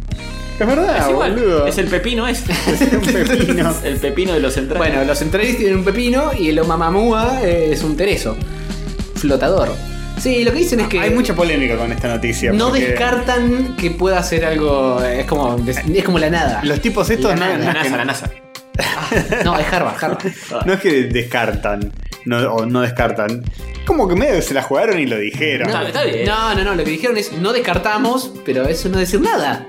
S2: Es verdad,
S1: Es igual.
S2: boludo.
S1: Es el pepino, es.
S2: Es (laughs) un
S1: (laughs)
S2: pepino.
S1: el pepino de los Centraedi.
S3: Bueno, los centrales tienen un pepino y el Omamamua eh, es un tereso. Flotador. Sí, lo que dicen es que
S2: Hay mucha polémica con esta noticia.
S3: no
S2: porque
S3: descartan que pueda ser algo. eh, Es como, es como la nada.
S2: Los tipos estos no,
S3: La
S2: no
S1: La
S2: es que,
S1: NASA, la NASA.
S3: No, es Harvard, Harvard.
S2: no es que descartan. No, o no descartan. Como que medio que se la jugaron y lo dijeron.
S1: Está- está bien.
S3: No, no, no, lo que dijeron es no descartamos, pero eso no es decir nada.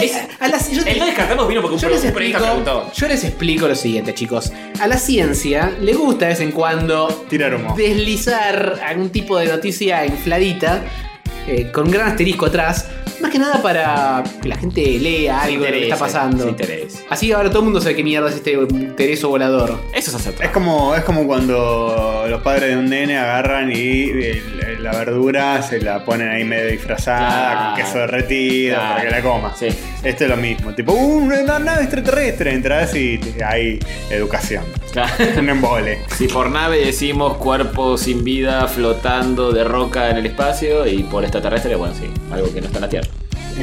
S1: Es-
S3: Eh, a las- yo,
S1: El no descartamos vino porque un
S3: yo les
S1: pro- un periodista
S3: explico,
S1: preguntó.
S3: yo les explico lo siguiente, chicos. A la ciencia le gusta de vez en cuando
S2: Tirar humo.
S3: deslizar algún tipo de noticia infladita eh, con un gran asterisco atrás, más que nada para que la gente lea algo de lo que está
S1: Se
S3: pasando.
S1: interesa.
S3: Así ahora todo el mundo sabe qué mierda es este tereso volador.
S1: Eso es aceptable.
S2: Es como, es como cuando los padres de un nene agarran y el- la verdura se la ponen ahí medio disfrazada,
S1: Claro.
S2: con queso derretido,
S1: Claro.
S2: para que la coma.
S1: Sí.
S2: Esto es lo mismo. Tipo, uh, una nave extraterrestre, entras y te- hay educación.
S1: Claro.
S2: Un embole.
S1: Si por nave decimos cuerpo sin vida flotando de roca en el espacio y por extraterrestre, bueno, sí, algo que no está en la Tierra.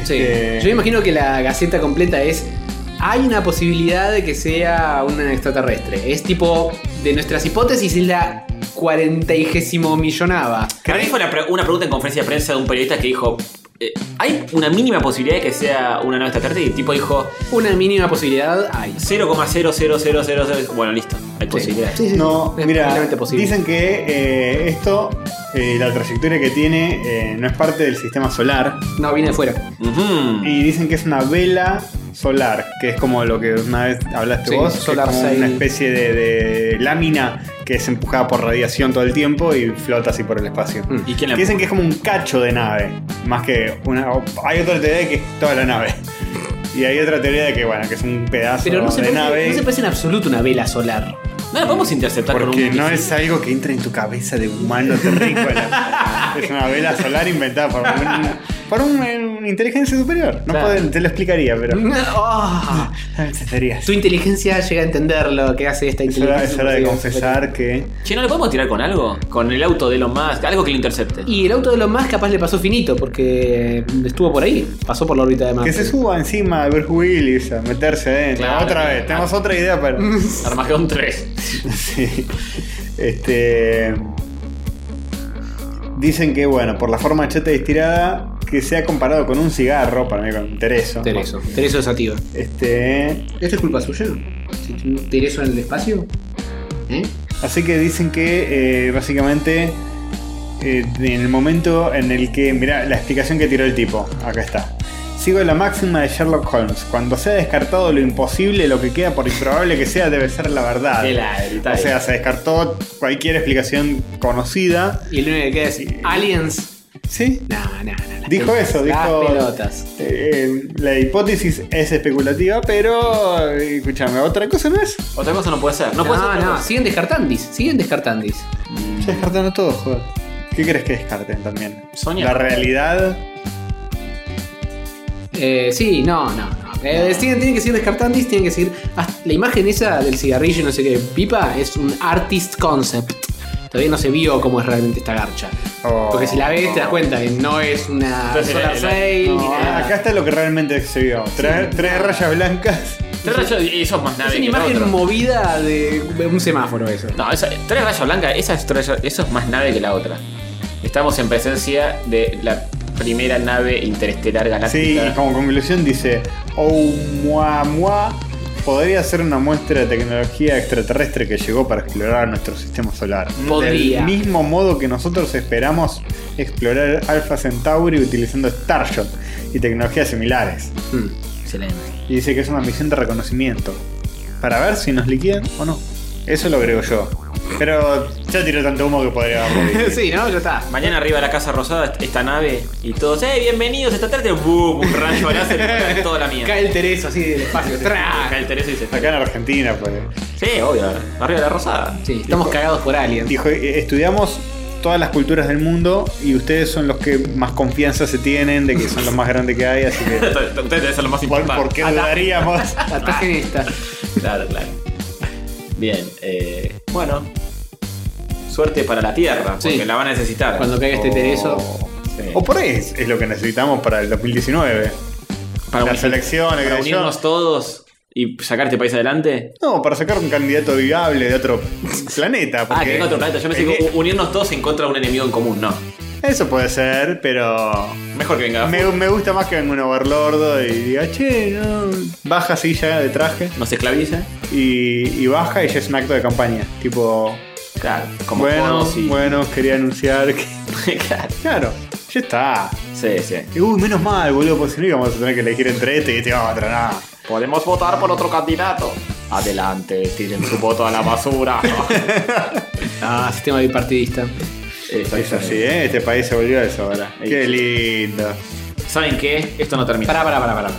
S3: Sí.
S2: Este-
S3: Yo me imagino que la gaceta completa es. Hay una posibilidad de que sea un extraterrestre. Es tipo de nuestras hipótesis es la cuarentigésimo millonava.
S1: Ahora dijo la pre- una pregunta en conferencia de prensa de un periodista que dijo, eh, ¿hay una mínima posibilidad de que sea una nave extraterrestre? Y el tipo dijo,
S3: Una mínima posibilidad hay.
S1: 0,00000. Bueno, listo, hay posibilidad.
S3: Sí, sí,
S2: No,
S3: sí. Es
S2: mira,
S3: completamente posible.
S2: dicen que eh, esto, eh, la trayectoria que tiene, eh, no es parte del sistema solar.
S3: No, viene de fuera.
S1: Ujú.
S2: Y dicen que es una vela solar, que es como lo que una vez hablaste
S3: Sí,
S2: vos, que es
S3: solar
S2: como
S3: sail.
S2: una especie de, de lámina que es empujada por radiación todo el tiempo y flota así por el espacio.
S3: Mm.
S1: ¿Y quién la
S2: Que dicen que es como un cacho de nave, más que una... Hay otra teoría de que es toda la nave. (laughs) Y hay otra teoría de que, bueno, que es un pedazo
S3: Pero no se,
S2: de
S3: parece,
S2: nave.
S3: no se parece en absoluto a una vela solar. (laughs)
S1: No la podemos interceptar con
S2: Porque
S1: un
S2: no
S1: misil.
S2: es algo que entra en tu cabeza de humano
S3: (laughs)
S2: terrícola. es una vela solar inventada por, un, por un- eh, una inteligencia superior. No
S3: Claro.
S2: puedo- te lo explicaría, pero.
S3: Ah,
S2: Serías.
S3: tu inteligencia llega a entender lo que hace esta
S2: Es hora,
S3: inteligencia.
S2: es hora de
S3: superior.
S2: confesar que.
S1: Che, ¿no le podemos tirar con algo? Con el auto de Elon Musk, algo que lo intercepte.
S3: Y el auto de los más capaz le pasó finito porque estuvo por ahí. Pasó por la órbita de Marte.
S2: Que se suba encima de Bruce Willis a meterse adentro.
S1: Claro,
S2: otra
S1: claro.
S2: vez, tenemos otra idea para.
S1: Armagedón 3.
S2: Sí. Este. Dicen que, bueno, por la forma chata y estirada, que sea comparado con un cigarro, para mí con Tereso.
S3: Tereso. Tereso Sativa.
S2: Este.
S3: ¿Esto es culpa suya? Si tú Tereso en el espacio. ¿Eh?
S2: Así que dicen que eh, básicamente eh, en el momento en el que, mirá, la explicación que tiró el tipo, acá está. Sigo la máxima de Sherlock Holmes. Cuando se ha descartado lo imposible, lo que queda por improbable que sea debe ser la verdad.
S1: Qué ladrita
S2: o sea,
S1: es.
S2: se descartó cualquier explicación conocida.
S3: Y el único que queda es Aliens.
S2: ¿Sí?
S3: No, no, no. las
S2: Dijo
S3: pelotas,
S2: eso,
S3: las
S2: dijo-
S3: pelotas.
S2: Eh, la hipótesis es especulativa, pero eh, escúchame, otra cosa no es.
S1: Otra cosa no puede ser. No,
S3: No,
S1: puede ser.
S3: no,
S1: otra cosa.
S3: siguen descartandis, siguen descartandis.
S2: Ya descartaron todo, joder. ¿Qué crees que descarten también?
S1: Soñar.
S2: La realidad.
S3: Eh, sí, no, no, no. Eh, siguen- tienen que seguir descartandis, tienen que seguir. hasta- La imagen esa del cigarrillo, y no sé qué, pipa, es un artist concept. Todavía no se vio cómo es realmente esta garcha.
S2: Oh.
S3: Porque si la ves te das cuenta que no es una
S1: Entonces, la-
S3: solar
S1: la-
S3: sail ni
S2: No,
S3: nada.
S2: acá está lo que realmente se vio. Tres, tres rayas blancas
S1: Tres rayos, eso es más nave
S3: Es una
S1: que lo
S3: imagen
S1: otro.
S3: movida de un semáforo eso.
S1: No, esa- tres rayos blancas, esa es tres- eso es más nave que la otra. Estamos en presencia de la primera nave interestelar
S2: Sí,
S1: galáctica.
S2: y como conclusión dice, oh, mua, mua, podría ser una muestra de tecnología extraterrestre que llegó para explorar nuestro sistema solar. Del
S3: Podría.
S2: mismo modo que nosotros esperamos explorar Alpha Centauri utilizando Starshot y tecnologías similares.
S9: Excelente.
S2: Y dice que es una misión de reconocimiento. Para ver si nos liquidan o no. Eso lo creo yo. Pero ya tiró tanto humo que podría
S3: (laughs)
S2: haber
S3: sí, ¿no? Ya está.
S1: Mañana arriba de la Casa Rosada est- esta nave y todos, ¡eh, bienvenidos! Esta tarde, ¡bum! Un rayo láser y (laughs) vuela toda la mierda.
S3: Cae el Tereso así del espacio. ¡Tra!
S1: Acá el Teresa dice,
S2: Acá en Argentina, pues.
S1: sí, obvio, arriba de la Rosada.
S3: Sí, estamos cagados por aliens.
S2: Dijo, eh, estudiamos todas las culturas del mundo y ustedes son los que más confianza se tienen de que son los más grandes que hay,
S1: (laughs)
S2: así que...
S1: Ustedes deben ser lo más
S2: ¿Por,
S1: importante.
S2: por qué
S1: (laughs)
S2: dudaríamos?
S3: Atajen
S1: Ah.
S3: esta.
S1: Claro, claro. Bien, eh, bueno. Suerte para la Tierra, porque
S3: Sí.
S1: la van a necesitar.
S3: Cuando caiga este
S1: Oh.
S3: Tereso.
S1: Sí.
S2: O por ahí es, es lo que necesitamos para el 2019.
S1: Para
S2: las
S1: unir-
S2: elecciones,
S1: para
S2: qué sé yo.
S1: unirnos todos y sacar este país adelante.
S2: No, para sacar un candidato viable de otro planeta.
S1: Ah,
S2: Porque
S1: que venga otro planeta. Yo pensé
S2: Eh,
S1: que u- unirnos todos en contra de un enemigo en común, no.
S2: Eso puede ser, pero...
S1: Mejor que venga.
S2: Me, me gusta más que venga un overlordo y diga, che, no... Baja así ya de traje
S1: Nos esclaviza.
S2: y, y baja y ya es un acto de campaña. Tipo,
S1: Claro, como
S2: bueno,
S1: todos y-
S2: bueno, quería anunciar que...
S1: (laughs)
S2: (laughs)
S1: claro.
S2: Claro, ya está.
S1: Sí, sí.
S2: Y, Uy, menos mal, boludo, porque si no íbamos a tener que elegir entre este y este otro, nada.
S1: Podemos votar por otro candidato. Adelante, tiren su voto a la (laughs) basura.
S3: Ah, sistema bipartidista.
S2: Es así, ¿eh? Este país se volvió eso ahora. Qué lindo.
S1: ¿Saben qué? Esto no termina.
S3: Pará, pará, pará, pará.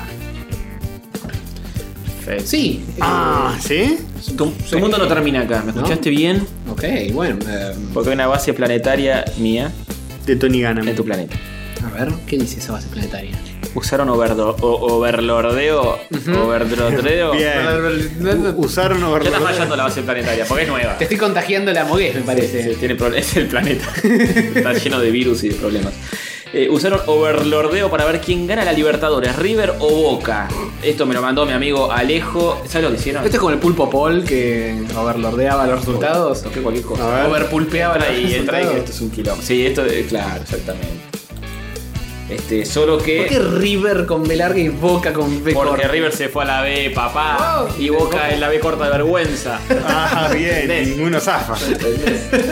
S3: Sí.
S2: Ah, ¿sí?
S1: Tu, tu mundo no termina acá. ¿Me escuchaste bien?
S3: Ok, bueno. eh,
S1: Porque hay una base planetaria mía
S2: De Tony Ganam.
S1: en tu planeta.
S3: a ver, ¿qué dice esa base planetaria?
S1: Eh. Usaron overdo, o- overlordeo. Overdrodreo.
S2: Bien.
S1: Uh.
S2: U- Uh, Usaron
S1: Ya está
S2: overlord.
S1: fallando la base planetaria porque es nueva.
S3: Te estoy contagiando la moguez, me parece.
S1: Sí, tiene pro- Este (laughs) es el planeta. Está lleno de virus y de problemas. Eh, usaron overlordeo para ver quién gana la Libertadores, River o Boca. Esto me lo mandó mi amigo Alejo. ¿Sabes lo que hicieron?
S3: Esto es como el pulpo Paul que overlordeaba los resultados.
S1: que cualquier cosa.
S2: A ver.
S3: Overpulpeaba los
S1: Ahí entra ahí que esto
S3: resultados.
S1: es un quilombo. Sí, esto, eh, claro, exactamente. Este, solo
S3: ¿Por qué
S1: que.
S3: River con B larga y Boca con B
S1: Porque
S3: corta?
S1: River se fue a la B, papá.
S3: Wow.
S1: Y Boca en la B corta de vergüenza.
S2: Ah, bien.
S1: ¿Entendés?
S2: Ninguno zafa.
S1: (laughs)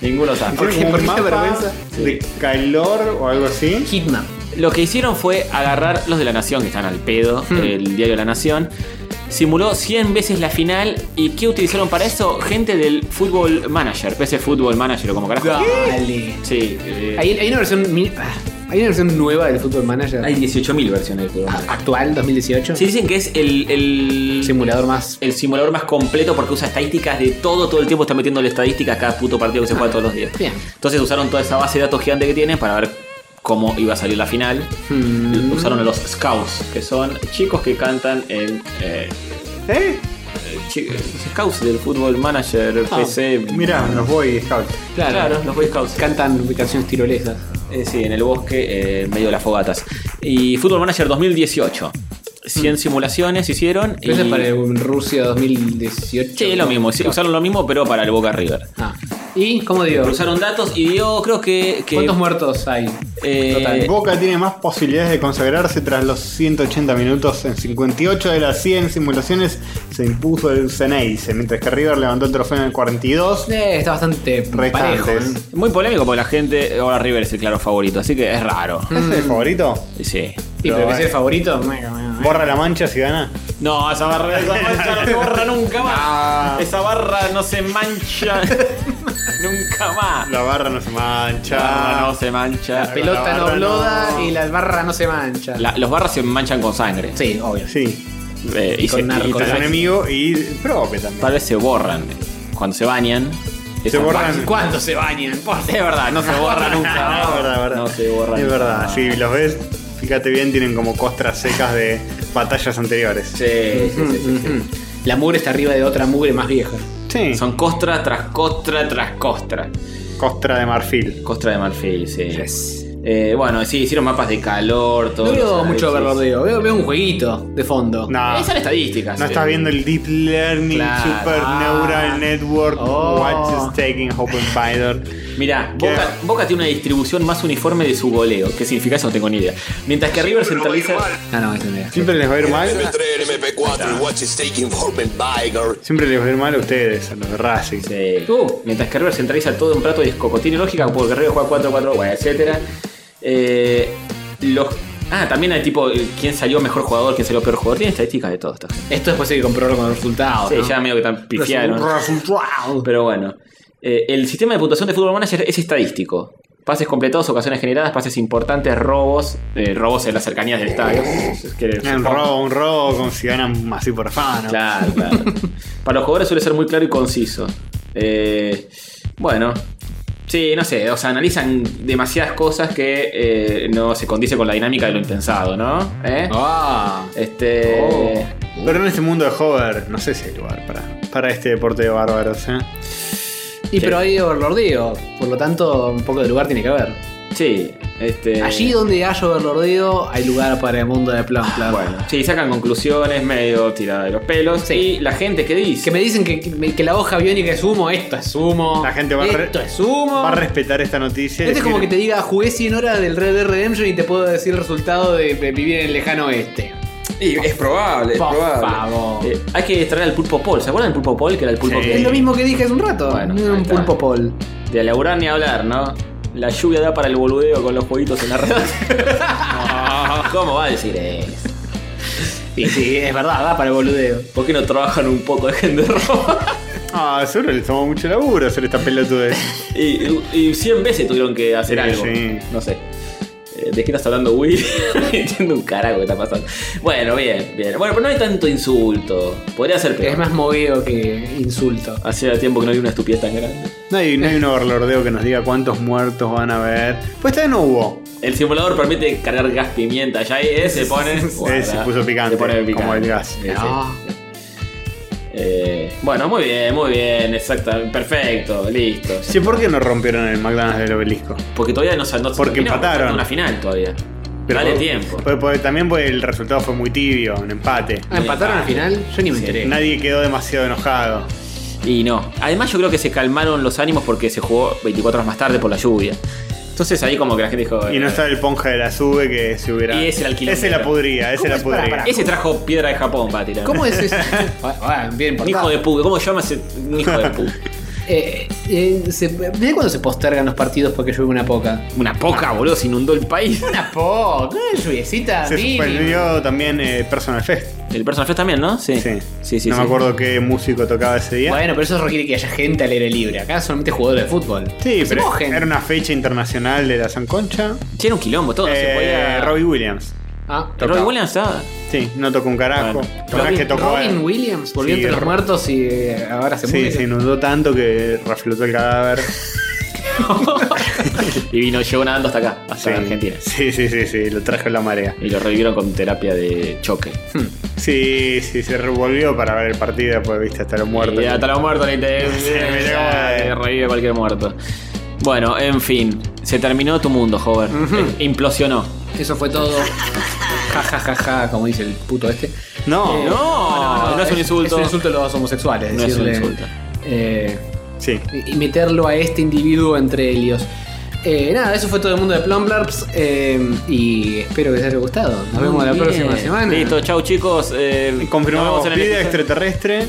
S1: Ninguno sabe.
S3: ¿Por qué?
S2: Como
S3: ¿Por
S2: un
S3: qué
S2: mapa
S3: vergüenza?
S2: De calor o algo así.
S3: Hitman.
S1: Lo que hicieron fue agarrar los de La Nación, que están al pedo, el diario La Nación. Simuló 100 veces la final. ¿Y qué utilizaron para eso? Gente del Fútbol Manager, PC Fútbol Manager o como carajo.
S3: Dale.
S1: Sí. eh,
S3: Hay, hay una versión. mi- ah, Hay una versión nueva del Football Manager.
S1: hay 18.000 versiones de
S3: a- Actual, 2018.
S1: Sí, dicen que es el- el
S3: Simulador más.
S1: el simulador más completo porque usa estadísticas de todo, todo el tiempo está metiéndole estadísticas a cada puto partido que se juega todos los días.
S3: Bien.
S1: Entonces usaron toda esa base de datos gigante que tienen para ver cómo iba a salir la final.
S3: Hmm.
S1: Usaron a los scouts, que son chicos que cantan en... eh,
S2: ¿Eh?
S1: chi- los scouts del fútbol manager,
S2: Ah,
S1: PC...
S2: Mirá, los voy scout.
S1: Claro, los Boy Scouts.
S3: Cantan canciones tirolesas.
S1: Eh, sí, en el bosque, eh, en medio de las fogatas. Y Fútbol Manager 2018. 100 simulaciones hicieron.
S3: Mm. Pero
S1: y...
S3: eso es para el Rusia 2018.
S1: Sí, es lo mismo. sí, Usaron lo mismo, pero para el Boca River.
S3: Ah. ¿Y cómo digo?
S1: Cruzaron datos y dio, creo que. que-
S3: ¿Cuántos muertos hay?
S1: Eh,
S3: Total.
S2: Boca tiene más posibilidades de consagrarse tras los 180 minutos. En 58 de las 100 simulaciones se impuso el Ceneice, mientras que River levantó el trofeo en el 42.
S3: Eh, está bastante parejo. ¿eh?
S2: Restantes.
S1: Muy polémico porque la gente. Ahora River es el claro favorito, así que es raro.
S2: ¿Ese es el favorito?
S1: Y Sí.
S3: Y pero
S2: Pero,
S3: que es el
S2: eh,
S3: favorito.
S2: Borra la mancha si gana.
S1: No, esa barra, (laughs) esa mancha no se borra nunca más.
S2: Ah.
S1: Esa barra no se (laughs) mancha nunca más.
S2: La barra no se mancha.
S1: La
S2: Ah,
S1: barra no se mancha.
S3: Pelota
S2: la
S3: no
S2: barra
S3: bloda
S2: no.
S3: y la barra no se mancha.
S1: La- los barras se manchan con sangre.
S3: Sí, obvio.
S2: Sí.
S1: Eh,
S3: Y con
S1: se-
S2: Y
S3: narcos.
S2: con
S1: tal,
S2: el
S1: vez-
S2: enemigo y propio también.
S1: tal vez se borran. Cuando se bañan.
S2: Se
S1: esas
S2: borran.
S3: ¿Cuándo se bañan? Por
S1: barras- Es verdad, no se borra nunca. (laughs)
S2: Ah,
S1: más.
S2: es verdad, es verdad.
S1: No se borra
S2: Es
S1: nunca
S2: verdad.
S1: más.
S2: Si los ves, fíjate bien, tienen como costras secas de batallas anteriores.
S1: Sí, sí, sí, sí, sí.
S3: La mugre está arriba de otra mugre más vieja.
S2: Sí.
S1: Son costra tras costra tras costra.
S2: Costra de marfil.
S1: Costra de marfil, sí. Eh, bueno, sí, hicieron mapas de calor, todo.
S3: No veo mucho
S1: verdadero
S3: verdadeo, veo, veo un jueguito de fondo.
S2: No.
S1: Esas son estadísticas.
S2: Ah.
S1: eh.
S2: No
S1: sí.
S2: estás viendo el Deep Learning
S1: Claro.
S2: Super Neural Network
S1: Oh.
S2: What's Taking Open Binder.
S1: Mirá, Boca, Boca tiene una distribución más uniforme de su goleo. ¿Qué significa eso? No tengo ni idea. Mientras que River centraliza.
S3: Ah, no, esa no era.
S2: Siempre les va a ir mal.
S12: MP3, el MP4, el Watch is taking form and Biger.
S2: Siempre les va a ir mal a ustedes, a los de Racing.
S1: Tú, Uh. mientras que River centraliza todo en plato de escoco. Tiene lógica porque River juega 4-4, bueno, etc. Eh, los. Ah, también hay tipo eh, quién salió mejor jugador, quién salió peor jugador. Tiene estadísticas de todo esto.
S3: Esto después hay que comprobarlo con los resultados.
S1: Sí,
S3: Ah, ¿no?
S1: ya medio que tan pifiaron. Pero bueno. Eh, el sistema de puntuación de Football Manager es estadístico. Pases completados, ocasiones generadas, pases importantes, robos, eh, robos en las cercanías del estadio. Que-
S2: Un robo, un robo, como si ganan así por afán.
S1: Claro, claro. Para los jugadores suele ser muy claro y conciso. Eh, bueno, sí, no sé, o sea, analizan demasiadas cosas que eh, no se condice con la dinámica de lo impensado, ¿no? ¿Eh? Este.
S2: Pero en este mundo de hover, no sé si hay lugar para, para este deporte de bárbaros. ¿eh?
S3: Y pero hay overlordeo, por lo tanto, un poco de lugar tiene que haber.
S1: Sí,
S2: Eh.
S1: este.
S3: Allí donde hay overlordeo, hay lugar para el mundo de
S2: Ah,
S3: plan plan.
S1: Bueno, sí, sacan conclusiones medio tirada de los pelos. Y la gente que dice.
S3: Que me dicen que, que- que la hoja biónica es humo, esto es humo.
S2: La gente va, a re-
S3: Esto es humo.
S2: va a respetar esta noticia. y
S3: Esto Este es como que
S2: decir,
S3: te diga, jugué 100 horas del Red Dead Redemption y te puedo decir el resultado de, de vivir en el lejano oeste.
S1: Y es probable, Eh,
S3: es Por probable. favor.
S1: hay que extraer el pulpo Paul. ¿Se acuerdan del pulpo Paul? Que era el pulpo
S2: Eh.
S1: que.
S3: Es lo mismo que dije hace un rato.
S1: Bueno,
S3: No era
S1: ahí
S3: un
S1: está.
S3: pulpo pol.
S1: De laburar ni hablar, ¿no? La lluvia da para el boludeo con los jueguitos en la
S3: (laughs)
S1: red. ¿Cómo va a decir eso?
S3: Y sí, es verdad, va para el boludeo.
S1: ¿Por qué no trabajan un poco de gente roja?
S2: Ah, seguro les tomó mucho laburo hacer esta pelotudez.
S1: Y, y 100 veces tuvieron que hacer
S2: Sí,
S1: algo.
S2: sí.
S1: No sé. Eh, ¿De qué estás hablando, Will? (laughs) No Entiendo un carajo que está pasando. Bueno, bien, bien. Bueno, pero no hay tanto insulto. Podría ser peor.
S3: Es más mogueo que insulto.
S1: Hacía tiempo que no había una estupidez tan grande.
S2: No hay, no hay un overlordeo que nos diga cuántos muertos van a haber. Pues esta vez no hubo.
S1: El simulador permite cargar gas pimienta. Ya ahí eh, se pone.
S2: Eh, se puso
S1: Se
S2: picante,
S1: pone picante.
S2: como el gas. Ah.
S1: Sí, sí. Eh, bueno, muy bien, muy bien, exacto, perfecto, listo.
S2: Che, ¿por qué no rompieron el McDonald's del obelisco?
S1: Porque todavía no se no se
S2: Porque
S1: terminó,
S2: empataron.
S1: falta una final todavía. Dale
S2: Pero-
S1: tiempo.
S2: Pues, pues, también pues, el resultado fue muy tibio, un empate.
S3: Ah, ¿Empataron al final? Yo ni me enteré.
S2: Nadie quedó demasiado enojado.
S1: Y no. Además yo creo que se calmaron los ánimos porque se jugó 24 horas más tarde por la lluvia. Entonces ahí como que la gente dijo... eh,
S2: Y no estaba el ponja de la sube que se hubiera.
S1: Y ese era el quilombo.
S2: Ese la pudría, ese la pudría.
S1: Ese trajo piedra de Japón para tirar.
S3: ¿Cómo es (laughs) eso? Ah, bien,
S1: Un hijo de puta, ¿cómo llama ese un hijo de puta?
S3: Eh, eh, se- ¿Desde cuándo se postergan los partidos porque llueve una poca?
S1: Una poca, boludo, se inundó el país.
S3: Una poca, una lluviecita.
S2: Se
S3: mínima.
S2: suspendió también eh, Personal Fest.
S1: El Personal Fest también, ¿no? Sí.
S2: Sí.
S1: Sí, sí,
S2: no
S1: sí.
S2: me acuerdo qué músico tocaba ese día.
S3: Bueno, pero eso requiere que haya gente al aire libre. Acá solamente jugadores de fútbol.
S2: sí,
S3: se
S2: pero
S3: mojen.
S2: era una fecha internacional de la San Concha.
S1: Che, era un quilombo, todo, no se
S2: Eh,
S1: podía...
S2: Robbie Williams.
S3: Ah,
S1: Robbie Williams estaba.
S2: Sí, no tocó un carajo. Tocó
S3: Robin,
S2: que tocó.
S3: Robin Williams volvió
S2: Sí,
S3: entre los
S2: Ro-
S3: muertos y eh, ahora se
S2: Sí,
S3: muere.
S2: se inundó tanto que reflotó el cadáver.
S1: (laughs) Y vino, llegó nadando hasta acá, hasta
S2: Sí.
S1: Argentina.
S2: Sí, sí, sí, sí, lo trajo en la marea.
S1: Y lo revivieron con terapia de (laughs) choque.
S2: Sí, sí, se revolvió para ver el partido, pues viste, hasta los muertos.
S1: Y hasta los muertos ni (laughs) te,
S2: Sí, mirá cómo
S1: ya,
S2: es.
S1: te revive cualquier muerto. Bueno, en fin, se terminó tu mundo, joven.
S3: Ujú.
S1: Eh, Implosionó.
S3: Eso fue
S2: (laughs)
S3: todo. Ja, ja, ja, ja, como dice el puto este.
S2: No,
S1: No, no, es un insulto.
S3: Es un insulto a los homosexuales.
S1: No es un
S3: decirle,
S1: insulto.
S3: eh,
S2: sí.
S3: y y meterlo a este individuo entre ellos. Eh, nada, eso fue todo el mundo de Plumblarps. eh, y espero que les haya gustado. Nos vemos la
S1: Bien.
S3: próxima semana.
S1: Listo, chau chicos. Eh, nos
S2: Confirmamos
S1: vemos en el
S2: vida
S1: episodio-
S2: extraterrestre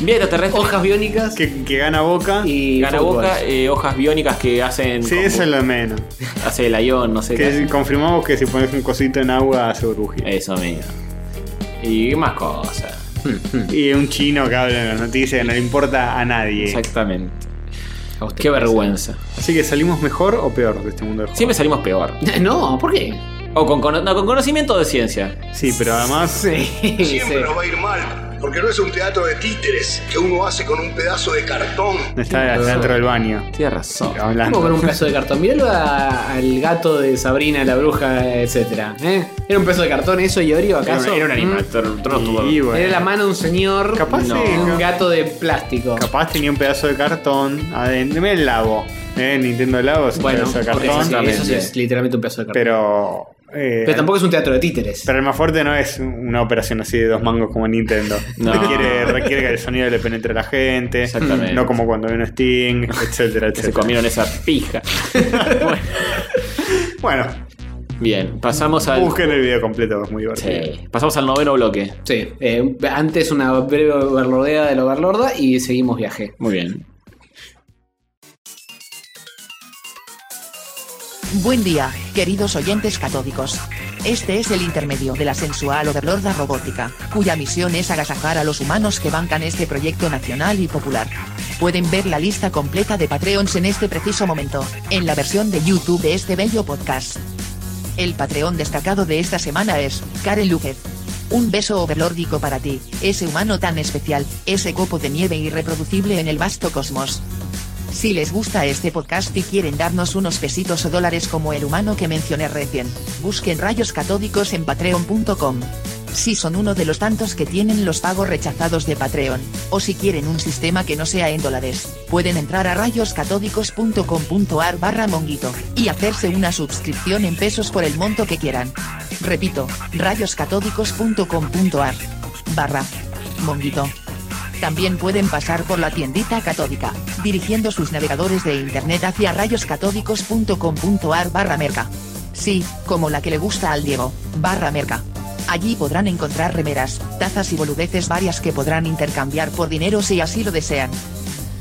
S1: Vida extraterrestre.
S3: Hojas biónicas
S2: que, que gana boca.
S3: y
S1: Gana
S3: fútbol.
S1: boca, eh, hojas biónicas que hacen.
S2: Sí,
S1: como-
S2: eso es lo de menos.
S1: Hace el ayón, no sé
S2: Que
S1: qué. Eh.
S2: si- confirmamos que si pones un cosito en agua hace burbujita.
S1: Eso mismo. Y más cosas.
S2: Y un chino que habla en las noticias que no le importa a nadie.
S1: Exactamente.
S3: A usted.
S1: Qué vergüenza.
S2: Así que salimos mejor o peor de este mundo de juego.
S1: Siempre salimos peor.
S3: (laughs) No, ¿por qué?
S1: O con, cono- no, con conocimiento de ciencia.
S2: Sí, pero además
S3: (laughs) Sí, sí.
S6: Siempre nos va a ir mal.
S13: Porque no es un teatro de títeres que uno hace con un pedazo de cartón.
S2: No está dentro del baño.
S1: Tienes razón.
S3: ¿Cómo con un pedazo de cartón? Míralo a- al gato de Sabrina, la bruja, etcétera ¿eh? ¿Era un pedazo de cartón eso, Iorio, acaso?
S1: Era un animal,
S3: Mm.
S1: tro- trono
S2: Y bueno.
S3: Era la mano de un señor. Capaz
S2: sí,
S3: Un gato de plástico.
S2: Capaz tenía un pedazo de cartón adentro. Mira el labo. Eh, Nintendo Labo es un
S3: Bueno,
S2: pedazo de
S3: porque
S2: cartón.
S3: sí, eso sí es literalmente un pedazo de cartón.
S2: Pero. eh,
S3: Pero tampoco es un teatro de títeres.
S2: Pero el más fuerte no es una operación así de dos mangos como Nintendo.
S3: (laughs) No.
S2: Requiere, requiere que el sonido le penetre a la gente.
S1: Exactamente.
S2: No como cuando vino
S3: (laughs)
S2: Sting, etcétera, etcétera.
S1: Se comieron esa pija.
S2: bueno.
S1: Bien, pasamos al.
S2: Busquen el video completo, es muy divertido.
S1: Sí. Pasamos al noveno bloque.
S3: Sí. Eh, antes una breve overlordea de la overlorda y seguimos viaje.
S1: Muy bien.
S14: Buen día, queridos oyentes catódicos. Este es el intermedio de la sensual overlorda robótica, cuya misión es agasajar a los humanos que bancan este proyecto nacional y popular. Pueden ver la lista completa de Patreons en este preciso momento, en la versión de YouTube de este bello podcast. El Patreon destacado de esta semana es Karen Lúquez. Un beso overlórdico para ti, ese humano tan especial, ese copo de nieve irreproducible en el vasto cosmos. Si les gusta este podcast y quieren darnos unos pesitos o dólares como el humano que mencioné recién, busquen rayos catódicos en patreon.com. Si son uno de los tantos que tienen los pagos rechazados de Patreon, o si quieren un sistema que no sea en dólares, pueden entrar a rayoscatódicos.com.ar barra monguito, y hacerse una suscripción en pesos por el monto que quieran. Repito, rayoscatódicos.com.ar barra monguito. También pueden pasar por la tiendita catódica, dirigiendo sus navegadores de internet hacia rayoscatódicos.com.ar barra merca. Sí, como la que le gusta al Diego, barra merca. Allí podrán encontrar remeras, tazas y boludeces varias que podrán intercambiar por dinero si así lo desean.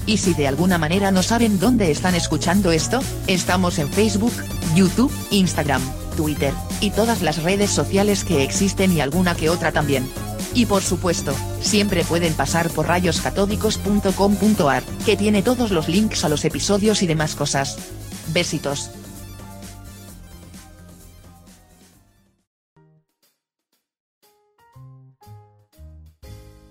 S14: Y si de alguna manera no saben dónde están escuchando esto, estamos en Facebook, YouTube, Instagram, Twitter, y todas las redes sociales que existen y alguna que otra también. Y por supuesto, siempre pueden pasar por rayoscatódicos.com.ar, que tiene todos los links a los episodios y demás cosas. Besitos.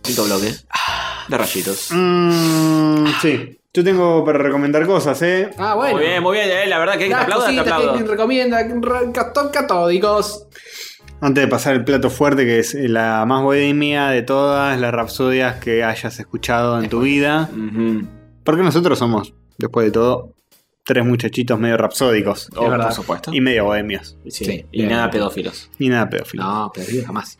S1: Quinto bloque. Ah, De rayitos.
S2: Mm, sí. Yo tengo para recomendar cosas, ¿eh?
S3: Ah, bueno.
S1: Muy bien, muy bien, eh, la verdad que te
S3: Las
S1: aplaudo, te
S3: cositas
S1: aplaudo.
S3: que recomienda ra- cató- catódicos.
S2: Antes de pasar el plato fuerte, que es la más bohemia de todas las rapsodias que hayas escuchado en tu vida. Porque nosotros somos, después de todo, tres muchachitos medio rapsódicos.
S1: Oh, verdad. por supuesto.
S2: Y medio bohemios.
S1: Sí, y nada pedófilos.
S2: Ni nada pedófilo.
S3: No, pedófilo jamás.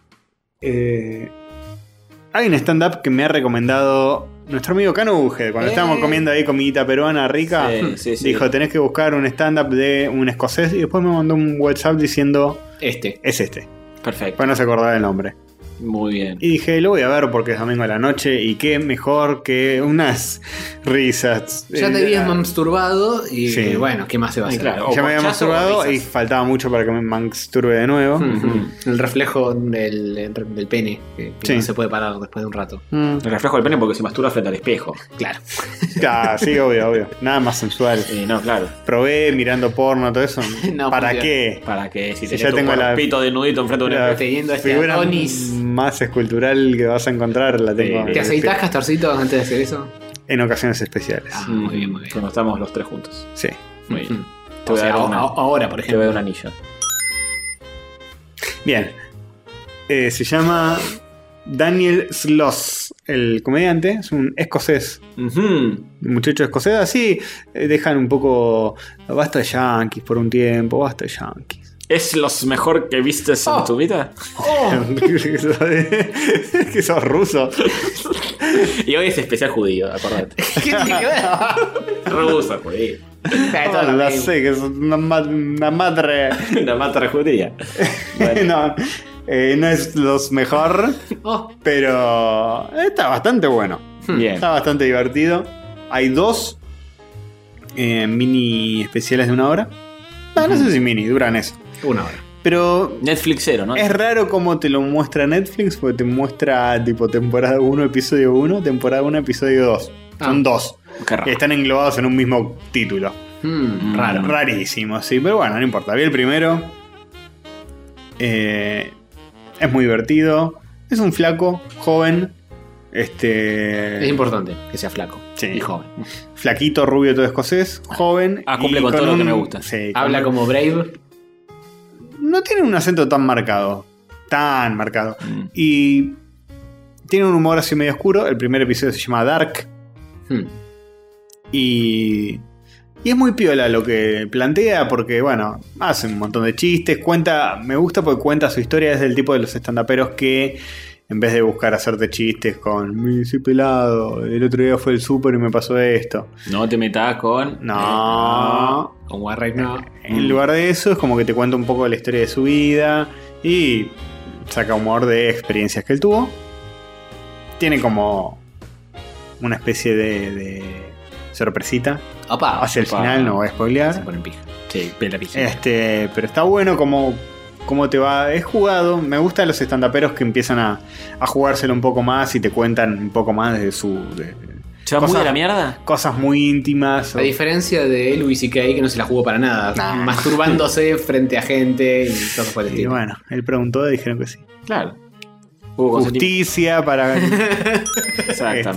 S2: hay un stand-up que me ha recomendado nuestro amigo Cano Uge. Cuando
S1: Eh.
S2: estábamos comiendo ahí comidita peruana rica,
S1: Sí, sí, sí.
S2: dijo: Tenés que buscar un stand-up de un escocés. Y después me mandó un WhatsApp diciendo:
S3: Este.
S2: Es este.
S1: Perfecto.
S2: Pues no se acordaba el nombre.
S1: Muy bien.
S2: Y dije, lo voy a ver porque es domingo a la noche y qué mejor que unas risas.
S3: Ya te
S2: Eh,
S3: habías masturbado y eh,
S2: Sí.
S3: bueno, ¿qué más se va a hacer?
S2: ya me había masturbado y faltaba mucho para que me masturbe de nuevo.
S3: Hmm.
S2: (laughs)
S3: El reflejo del, del pene, que, que
S2: Sí.
S3: no se puede parar después de un rato.
S2: Mm.
S1: El reflejo del pene porque se masturba frente al espejo.
S3: Claro.
S2: Ah, sí, obvio, obvio. Nada más sensual.
S1: Eh, no, claro.
S2: Probé mirando porno, todo eso.
S1: No,
S2: ¿Para
S1: funciona.
S2: qué?
S1: ¿Para qué? Si
S2: Si
S1: tenés
S2: ya
S1: tu
S2: tengo la-
S1: cuerpito desnudito enfrente de un
S2: La
S1: espejo.
S2: figura más escultural que vas a encontrar la tengo.
S3: ¿Te aceitas, Castorcito, antes de hacer eso?
S2: En ocasiones especiales.
S3: Ah,
S1: muy bien, muy bien. Cuando estamos los tres juntos.
S2: Sí.
S1: Muy bien. Te
S3: O
S1: voy a
S3: sea,
S1: dar una-
S3: a- ahora, por
S1: Te
S3: ejemplo.
S1: voy a dar un anillo.
S2: Bien. Eh, se llama Daniel Sloss, el comediante, es un escocés. Un Muchacho escocés, así eh, dejan un poco. Basta de yankees por un tiempo, basta de yankees.
S1: ¿Es los mejor que viste en tu vida?
S2: (laughs) que sos ruso.
S1: y hoy es especial judío, acordate.
S3: ¿Qué tiene que ver?
S1: Ruso, judío.
S2: Ah, la sé, que es una, ma- una madre.
S1: una madre judía.
S2: (laughs) no, eh, no es los mejor, pero está bastante bueno.
S1: Bien.
S2: Está bastante divertido. Hay dos eh, mini especiales de una hora. Ah, No, no sé si mini, duran eso.
S3: Una hora.
S2: Pero.
S1: Netflix cero, ¿no?
S2: Es raro como te lo muestra Netflix, porque te muestra tipo temporada 1, episodio 1, temporada 1, episodio 2. Son dos.
S1: Ah. raro.
S2: Que están englobados en un mismo título.
S3: Mm,
S2: Raro. Rarísimo, sí, pero bueno, no importa. Vi el primero. Eh, es muy divertido. Es un flaco, joven, Este.
S3: Es importante que sea flaco y joven.
S2: Flaquito, rubio, todo escocés, joven.
S3: Ah, cumple
S2: y
S3: con todo lo que
S2: un-
S3: me gusta.
S2: sí, con
S3: Habla
S2: un-
S3: como Brave.
S2: No tiene un acento tan marcado. Tan marcado. Y tiene un humor así medio oscuro. El primer episodio se llama Dark.
S3: Hmm.
S2: Y. Y es muy piola lo que plantea porque, bueno, hace un montón de chistes, cuenta, me gusta porque cuenta su historia, es del tipo de los estandaperos que en vez de buscar hacerte chistes con, "Me soy pelado, el otro día fue el súper y me pasó esto.
S1: No te metas con. eh,
S2: No.
S3: Con Warren no.
S2: En lugar de eso, es como que te cuenta un poco la historia de su vida y saca humor de experiencias que él tuvo. Tiene como una especie de, de sorpresita. Hacia el
S3: opa.
S2: final, no voy a spoilear.
S3: Sí, pela pija.
S2: Este, pero está bueno como, como te va. Es jugado. Me gustan los estandaperos que empiezan a, a jugárselo un poco más y te cuentan un poco más de su. de-
S1: ¿Se va muy a la mierda?
S2: Cosas muy íntimas. o-
S3: A diferencia de Louis C.K. que no se la jugó para nada, masturbándose (laughs) frente a gente y cosas por el
S2: y
S3: estilo.
S2: bueno, él preguntó y dijeron que sí.
S1: Claro.
S2: Justicia
S1: (laughs)
S2: para.
S1: Exactamente.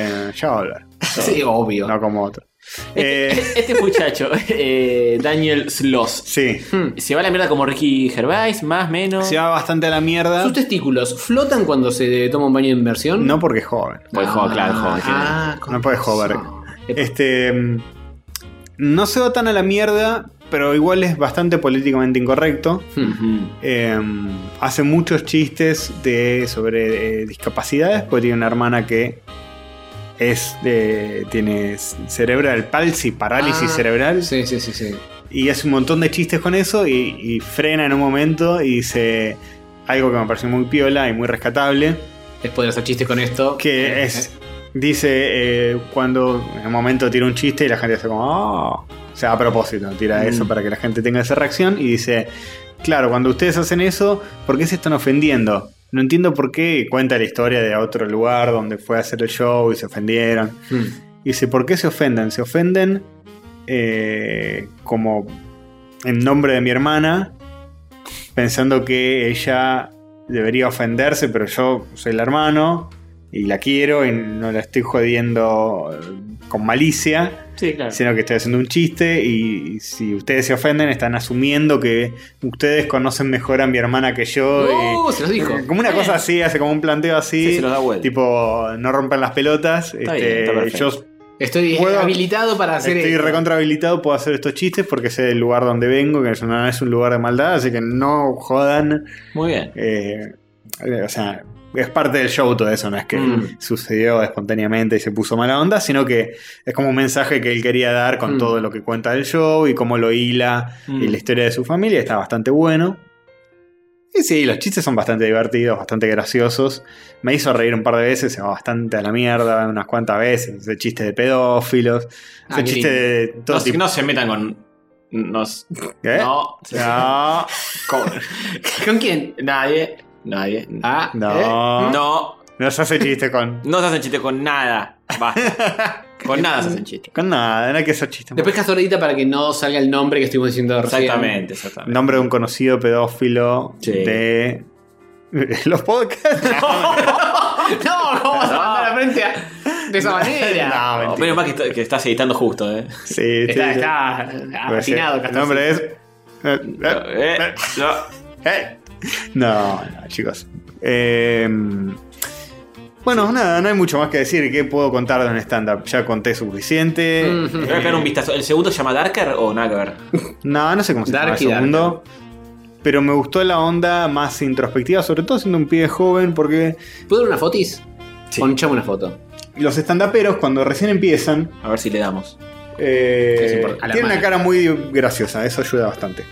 S2: este, ya va a hablar.
S1: Sí,
S3: obvio.
S2: No como otro.
S1: Este, este muchacho, (laughs) eh, Daniel Sloss.
S2: Sí.
S1: Se va a la mierda como Ricky Gervais, más menos.
S2: Se va bastante a la mierda.
S3: ¿Sus testículos flotan cuando se toma un baño de inversión?
S2: No porque es joven.
S1: Pues joven, claro, joven.
S3: Ah,
S2: No puedes joder. Este. mm, No se va tan a la mierda, pero igual es bastante políticamente incorrecto. Eh, hace muchos chistes de, sobre eh, discapacidades, porque tiene una hermana que es de, tiene cerebral palsy, parálisis
S3: Ah,
S2: cerebral.
S3: Sí, sí, sí, sí.
S2: Y hace un montón de chistes con eso y, y frena en un momento y dice algo que me pareció muy piola y muy rescatable.
S3: Es poder hacer chistes con esto. Eh,
S2: Que es. Dice eh, cuando en un momento tira un chiste y la gente hace como. "Ah". O sea, a propósito, tira
S3: Mm.
S2: eso para que la gente tenga esa reacción y dice. Claro, cuando ustedes hacen eso, ¿por qué se están ofendiendo? No entiendo por qué. Y Cuenta la historia de otro lugar donde fue a hacer el show y se ofendieron.
S3: hmm.
S2: Y dice, ¿por qué se ofenden? Se ofenden eh, como en nombre de mi hermana, pensando que ella debería ofenderse, pero yo soy el hermano y la quiero y no la estoy jodiendo eh, con malicia,
S1: Sí, claro.
S2: sino que estoy haciendo un chiste y si ustedes se ofenden están asumiendo que ustedes conocen mejor a mi hermana que yo.
S3: ¡Uh!
S2: y-
S3: Se los dijo.
S2: Como una cosa así, hace como un planteo así, tipo no rompan las pelotas,
S3: bien,
S2: este,
S3: está perfecto.
S2: yo
S3: Estoy
S2: Puedo-
S3: habilitado para hacer
S2: Estoy
S3: esto.
S2: recontra habilitado, puedo hacer estos chistes porque sé del lugar donde vengo, que es- no es un lugar de maldad, así que no jodan.
S1: Muy bien.
S2: Eh, eh, o sea, es parte del show todo eso, no es que
S1: Mm.
S2: sucedió espontáneamente y se puso mala onda, sino que es como un mensaje que él quería dar con
S1: Mm.
S2: todo lo que cuenta del show y cómo lo hila
S1: Mm.
S2: y la historia de su familia, está bastante bueno. Y sí, los chistes son bastante divertidos, bastante graciosos. Me hizo reír un par de veces, se va bastante a la mierda unas cuantas veces. Ese chiste de pedófilos,
S1: Ah, qué
S2: ese chiste
S1: lindo.
S2: de todo
S1: no, se-
S2: tipo-
S1: no se metan con. Nos,
S2: ¿Eh?
S1: No.
S2: No.
S3: (laughs) ¿Con quién?
S1: Nadie. Nadie.
S3: Ah,
S2: No.
S1: ¿eh? No.
S2: No se hace chiste con.
S1: No se hacen chistes con nada.
S2: (laughs)
S1: Basta. con nada se hacen chistes.
S2: Con nada, no hay que hacer chistes.
S3: Después casualidad para que no salga el nombre que estuvimos diciendo recién.
S1: Exactamente, exactamente.
S2: Nombre de un conocido pedófilo de. (laughs) Los podcasts.
S3: (laughs)
S1: Ah,
S3: no, ¿cómo vas a mandar la frente a- de esa
S2: (laughs)
S3: manera?
S2: No, mentira.
S1: Menos mal que, está- que estás editando justo, eh.
S2: Sí,
S1: Está-
S2: sí, sí.
S1: está
S2: Puede ser.
S1: atinado,
S2: El
S1: Castorcito.
S2: nombre es. eh,
S1: Eh,
S2: eh,
S1: no.
S2: eh. No, no, chicos. Eh, bueno, nada, no hay mucho más que decir. ¿Qué puedo contar de un stand-up? Ya conté suficiente.
S1: Te Voy a pegar un vistazo. ¿El segundo se llama Darker o nada que ver?
S2: No, no sé cómo se
S1: Dark
S2: llama el
S1: y dark.
S2: segundo. Pero me gustó la onda más introspectiva, sobre todo siendo un pibe joven, porque.
S3: ¿Puedo dar una fotis? Ponchame una foto.
S2: Los estandaperos, cuando recién empiezan.
S1: A ver si le damos.
S3: Es
S2: Eh,
S3: importante. A la
S2: tiene una
S3: mano.
S2: cara muy graciosa, eso ayuda bastante.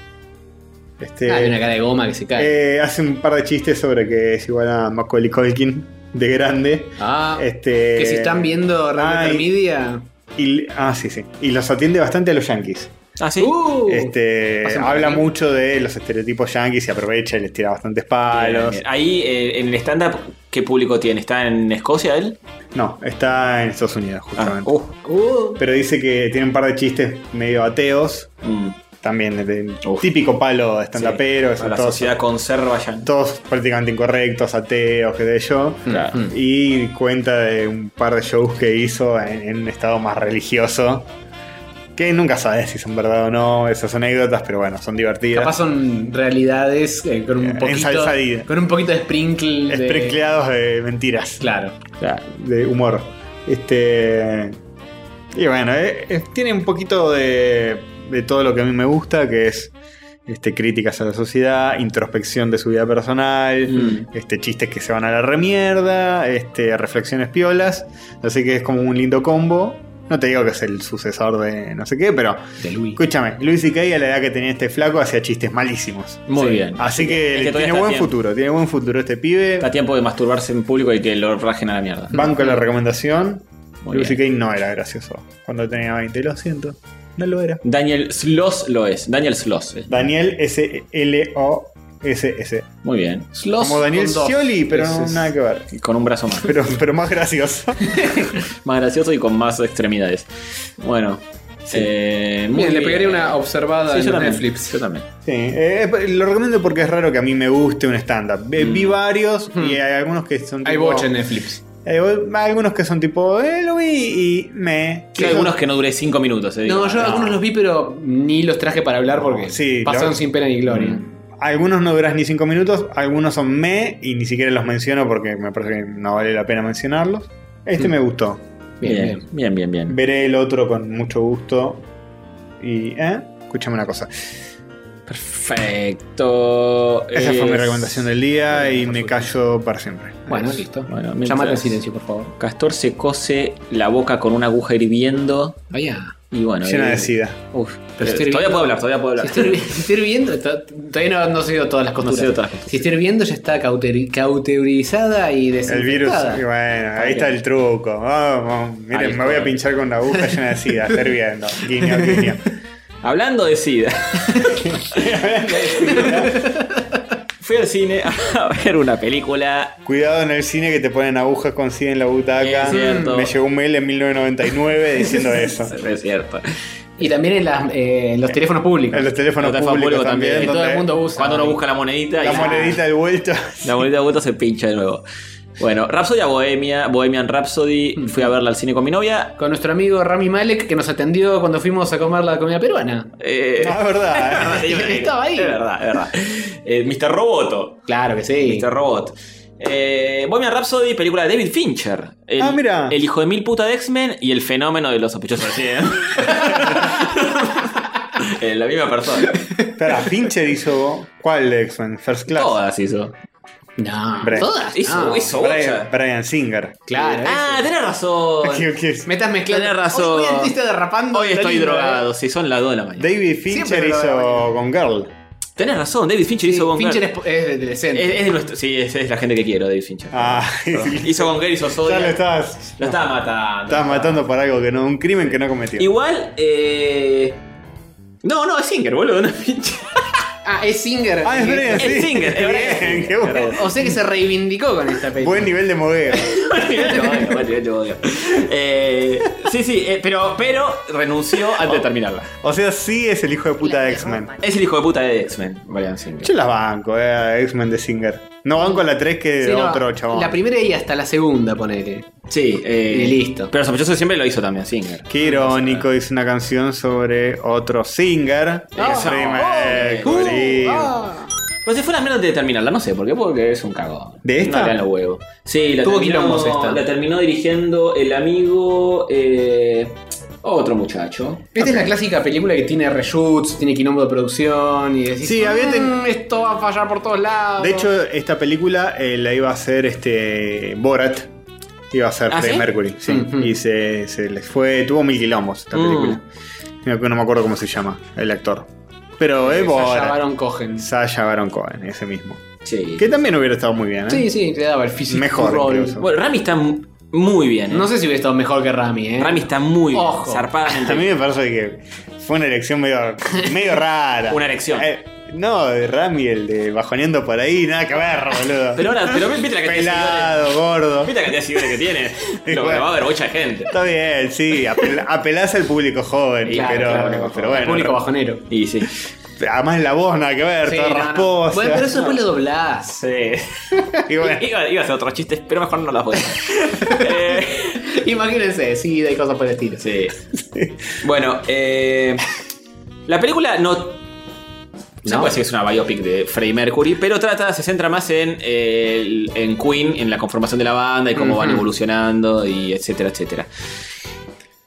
S2: Este,
S3: Ah, hay una cara de goma que se cae.
S2: eh, hace un par de chistes sobre que es igual a Macaulay Culkin de grande.
S3: Ah,
S2: este,
S3: que si están viendo Radio
S2: ay.
S3: Media.
S2: Y, ah, sí, sí. Y los atiende bastante a los yankees.
S1: Ah, sí.
S3: Uh.
S2: Este,
S1: Pasan por
S2: habla
S1: ahí.
S2: mucho de los estereotipos yankees y aprovecha y les tira bastantes palos.
S1: Bien, bien. Ahí eh, en el stand-up, ¿qué público tiene? ¿Está en Escocia él? Ah, uh,
S2: No, está en
S1: uh.
S2: Estados Unidos, justamente. Pero dice que tiene un par de chistes medio ateos. también, de- típico palo estandapero.
S1: Mm. A la sociedad conserva ya.
S2: Todos prácticamente incorrectos, ateos, qué sé yo.
S1: Mm.
S2: Y cuenta de un par de shows que hizo en, en un estado más religioso. Que nunca sabes si son verdad o no esas anécdotas, pero bueno, son divertidas.
S3: Capaz son realidades eh, con un poquito.
S2: ensalzaditas.
S3: Con un poquito de sprinkle. de-
S2: Sprinkleados de mentiras.
S3: Claro.
S2: De humor. Este. Y bueno, eh, eh, tiene un poquito de, de todo lo que a mí me gusta, que es este, críticas a la sociedad, introspección de su vida personal,
S1: Mm.
S2: este, chistes que se van a la remierda, este, reflexiones piolas. Así que es como un lindo combo. No te digo que es el sucesor de no sé qué, pero. Escúchame, Luis y a la edad que tenía este flaco hacía chistes malísimos.
S1: Muy bien.
S2: Así que,
S1: Es que todavía
S2: tiene
S1: está
S2: buen
S1: tiempo.
S2: futuro, tiene buen futuro este pibe.
S1: Está a tiempo de masturbarse en público y que lo rajen a la mierda.
S2: Banco la recomendación.
S1: Muy
S2: Lucy Kane no era gracioso cuando tenía 20, lo siento. No lo era.
S1: Daniel Sloss lo es. Daniel Sloss. eh.
S2: Daniel S-L-O-S-S.
S1: Muy bien. Sloss
S2: Como Daniel
S1: con dos
S2: Scioli, pero no-
S1: S.
S2: nada que ver.
S1: Con un brazo más.
S2: Pero, pero más
S1: (laughs)
S2: gracioso.
S1: más gracioso y con más extremidades. Bueno. eh, muy
S3: Bien, le
S1: bien.
S3: pegaría una observada
S1: Sí, yo
S3: en
S1: también.
S3: Netflix.
S1: Yo también.
S2: Sí, eh, eh, lo recomiendo porque es raro que a mí me guste un stand-up. Vi vi
S1: Mm.
S2: varios y hay algunos que son.
S3: Hay
S2: tipo-
S3: bocha en Netflix.
S2: Hay bo- hay algunos que son tipo, eh, lo vi y me.
S1: Sí, hay algunos que no duré 5 minutos. eh,
S3: No,
S1: digo.
S3: yo algunos los vi, pero ni los traje para hablar porque
S2: Sí,
S3: pasaron
S2: lo-
S3: sin pena ni gloria.
S1: Mm.
S2: Algunos no duras ni 5 minutos, algunos son me y ni siquiera los menciono porque me parece que no vale la pena mencionarlos. Este me gustó.
S1: Bien, bien, bien, bien. bien.
S2: Veré el otro con mucho gusto. Y, ¿eh? Escúchame una cosa.
S1: Perfecto.
S2: Esa fue mi
S1: Es-
S2: recomendación del día y me callo para siempre.
S3: Bueno, listo.
S1: Bueno,
S3: Llámate
S1: mientras-
S3: en silencio, por favor.
S1: Castor se cose la boca con una aguja hirviendo.
S3: Vaya.
S1: Y bueno.
S2: Llena
S1: y-
S2: de sida.
S1: Uf,
S3: Pero
S1: pero todavía
S3: estoy hirviendo.
S1: puedo hablar, todavía puedo
S3: Si
S1: hablar.
S3: estoy, hirvi- si estoy hirviendo, to- todavía no, no se dio todas las costuras.
S1: se dio todas las
S3: si estoy hirviendo, ya está cauteri- cauterizada y
S2: El virus.
S3: desinfectada.
S2: y bueno, ahí está el truco. Vamos, miren, me voy a pinchar con la aguja llena de
S1: (laughs)
S2: sida, sirviendo. Guiño, guiño.
S1: Hablando de
S2: (laughs)
S1: SIDA. Fui al cine a ver una película.
S2: Cuidado en el cine que te ponen agujas con sida en la butaca.
S1: Es cierto.
S2: Me llegó un mail en 1999 diciendo eso.
S1: (laughs) Es cierto.
S3: Y también en, las, eh, en los teléfonos públicos.
S2: En los teléfonos
S1: Nota
S2: públicos
S1: público
S2: también.
S1: también.
S3: Que todo
S2: donde
S3: el mundo usa.
S1: Cuando uno busca la monedita.
S2: La
S1: y-
S2: monedita de vuelta.
S1: La monedita de vuelta se pincha de nuevo. Bueno, Rhapsody a Bohemia, Bohemian Rhapsody. Fui a verla al cine con mi novia.
S3: Con nuestro amigo Rami Malek, que nos atendió cuando fuimos a comer la comida peruana.
S2: (laughs)
S1: Eh, (laughs)
S2: No, es verdad.
S1: es verdad,
S3: Estaba ahí.
S1: Es verdad, es verdad. Eh, Mr. Roboto.
S3: Claro que sí.
S1: Mr. Robot. Eh, Bohemian Rhapsody, película de David Fincher. El,
S2: Ah, mira.
S1: el hijo de mil puta de X-Men y el fenómeno de los sospechosos. Sí, ¿eh?
S2: (laughs)
S1: Eh, la misma persona.
S2: Espera, Fincher hizo. ¿Cuál de X-Men? First Class.
S1: Todas hizo.
S3: No,
S2: Brian.
S3: todas.
S1: Hizo,
S2: Ah,
S3: no.
S1: hizo
S2: Brian,
S1: bocha.
S2: Brian Singer.
S3: Claro.
S1: Ah, tenés razón.
S2: (laughs) ¿Qué- qué es?
S3: Me estás mezclando.
S1: Tenés razón.
S3: Hoy, hoy el artista derrapando.
S1: Hoy estoy
S3: Lindo,
S2: eh.
S1: drogado, sí, son las 2 de la mañana.
S2: David Fincher
S3: Siempre lo
S2: hizo
S3: veo.
S2: con Girl.
S1: Tenés razón, David Fincher
S3: eh.
S1: hizo Eh, Gone
S3: Fincher
S1: Girl.
S3: es, es de- de decente.
S1: Es, es de nuestro- sí, es, es la gente que quiero, David Fincher.
S2: Ah, (laughs)
S1: Perdón. hizo Gone Girl, hizo
S2: ya lo
S1: Zodiac.
S2: estabas.
S1: Lo estaba matando.
S2: Estabas matando por algo que no. Un crimen que no cometió.
S1: Igual, eh... No, no, es Singer, boludo, no es Fincher.
S3: Ah, es Singer.
S2: Ah, es Brian
S1: Es
S2: Singer.
S1: Singer, es Brian
S2: Bien, qué bueno.
S3: O sea que se reivindicó con esta película.
S2: Buen nivel de mover.
S3: (laughs)
S1: Eh, sí, sí, eh, pero, pero renunció antes de terminarla.
S2: O sea, sí es el hijo de puta de X-Men.
S1: Es el hijo de puta de X-Men, Brian Singer.
S2: Yo las banco, eh, X-Men de Singer. No banco la 3 que
S3: Sí, no,
S2: otro chabón.
S3: La primera y hasta la segunda, ponele.
S1: Sí, eh,
S3: Y listo.
S1: Pero sospechoso siempre lo hizo también Singer.
S2: Qué irónico, hizo una canción sobre otro Singer.
S1: Eso.
S2: Freddie
S1: ah,
S2: Mercury.
S1: Pues se fue la mierda antes de terminarla, no sé por qué, porque es un cagón.
S2: ¿De esta?
S1: No le dan los huevos. Sí, la
S3: Tuvo
S1: terminó,
S3: quilombos esta.
S1: la terminó dirigiendo el amigo. eh, otro muchacho.
S3: Esta es la clásica película que tiene reshoots, tiene quilombo de producción y decís,
S2: Sí, había ten-
S3: "Mm, esto va a fallar por todos
S1: ah.
S3: lados.
S2: De hecho, esta película eh, la iba a hacer este Borat. Iba a ser
S1: ¿Ah,
S2: Freddie
S1: sí?
S2: Mercury, sí.
S3: Ujú. Uh.
S2: Y se, se les fue. Tuvo mil quilombos esta
S1: Mm.
S2: película. No, no me acuerdo cómo se llama el actor. Pero es
S3: se
S2: Borat.
S3: llamaron Cohen.
S2: Sasha Baron Cohen, ese mismo.
S1: Sí.
S2: Que también hubiera estado muy bien, ¿eh?
S3: Sí, sí, te daba el físico.
S2: Mejor
S3: rol.
S2: incluso.
S1: Bueno, Rami está m- muy bien. ¿eh?
S3: No sé si hubiera estado mejor que Rami, eh.
S1: Rami está muy bien,
S3: Ojo.
S2: A
S3: (laughs)
S1: zarpadamente.
S2: mí me parece que fue una elección medio, medio
S1: (laughs)
S2: rara.
S1: Una elección.
S2: Eh, No, de Rami, el de bajoneando por ahí, nada que ver, boludo.
S1: Pero ahora, pero viste la cantidad de
S2: Pelado, gordo.
S1: (laughs) ¿Viste la cantidad de seguidores que
S3: (laughs)
S1: tiene? Lo
S2: Bueno.
S1: va a ver mucha gente.
S2: Está bien, sí, apel- apelás al público joven,
S1: Claro,
S2: pero,
S1: claro, público
S2: pero
S1: joven.
S2: bueno.
S1: Público
S3: bajonero.
S1: Y sí.
S2: Además la voz nada que ver,
S1: Sí,
S2: toda
S1: no, no.
S2: rasposa.
S1: Bueno, pero eso después lo
S3: doblás. (laughs)
S1: Sí. (laughs) iba, iba a hacer otros chistes, pero mejor no los voy a hacer.
S3: Imagínense, sí, hay cosas por el estilo.
S1: Sí. Bueno, eh, la película no. No puede decir que es una biopic de Freddie Mercury, pero trata, se centra más en, eh, el- en Queen, en la conformación de la banda y cómo van
S9: Ujú.
S1: evolucionando y etcétera, etcétera.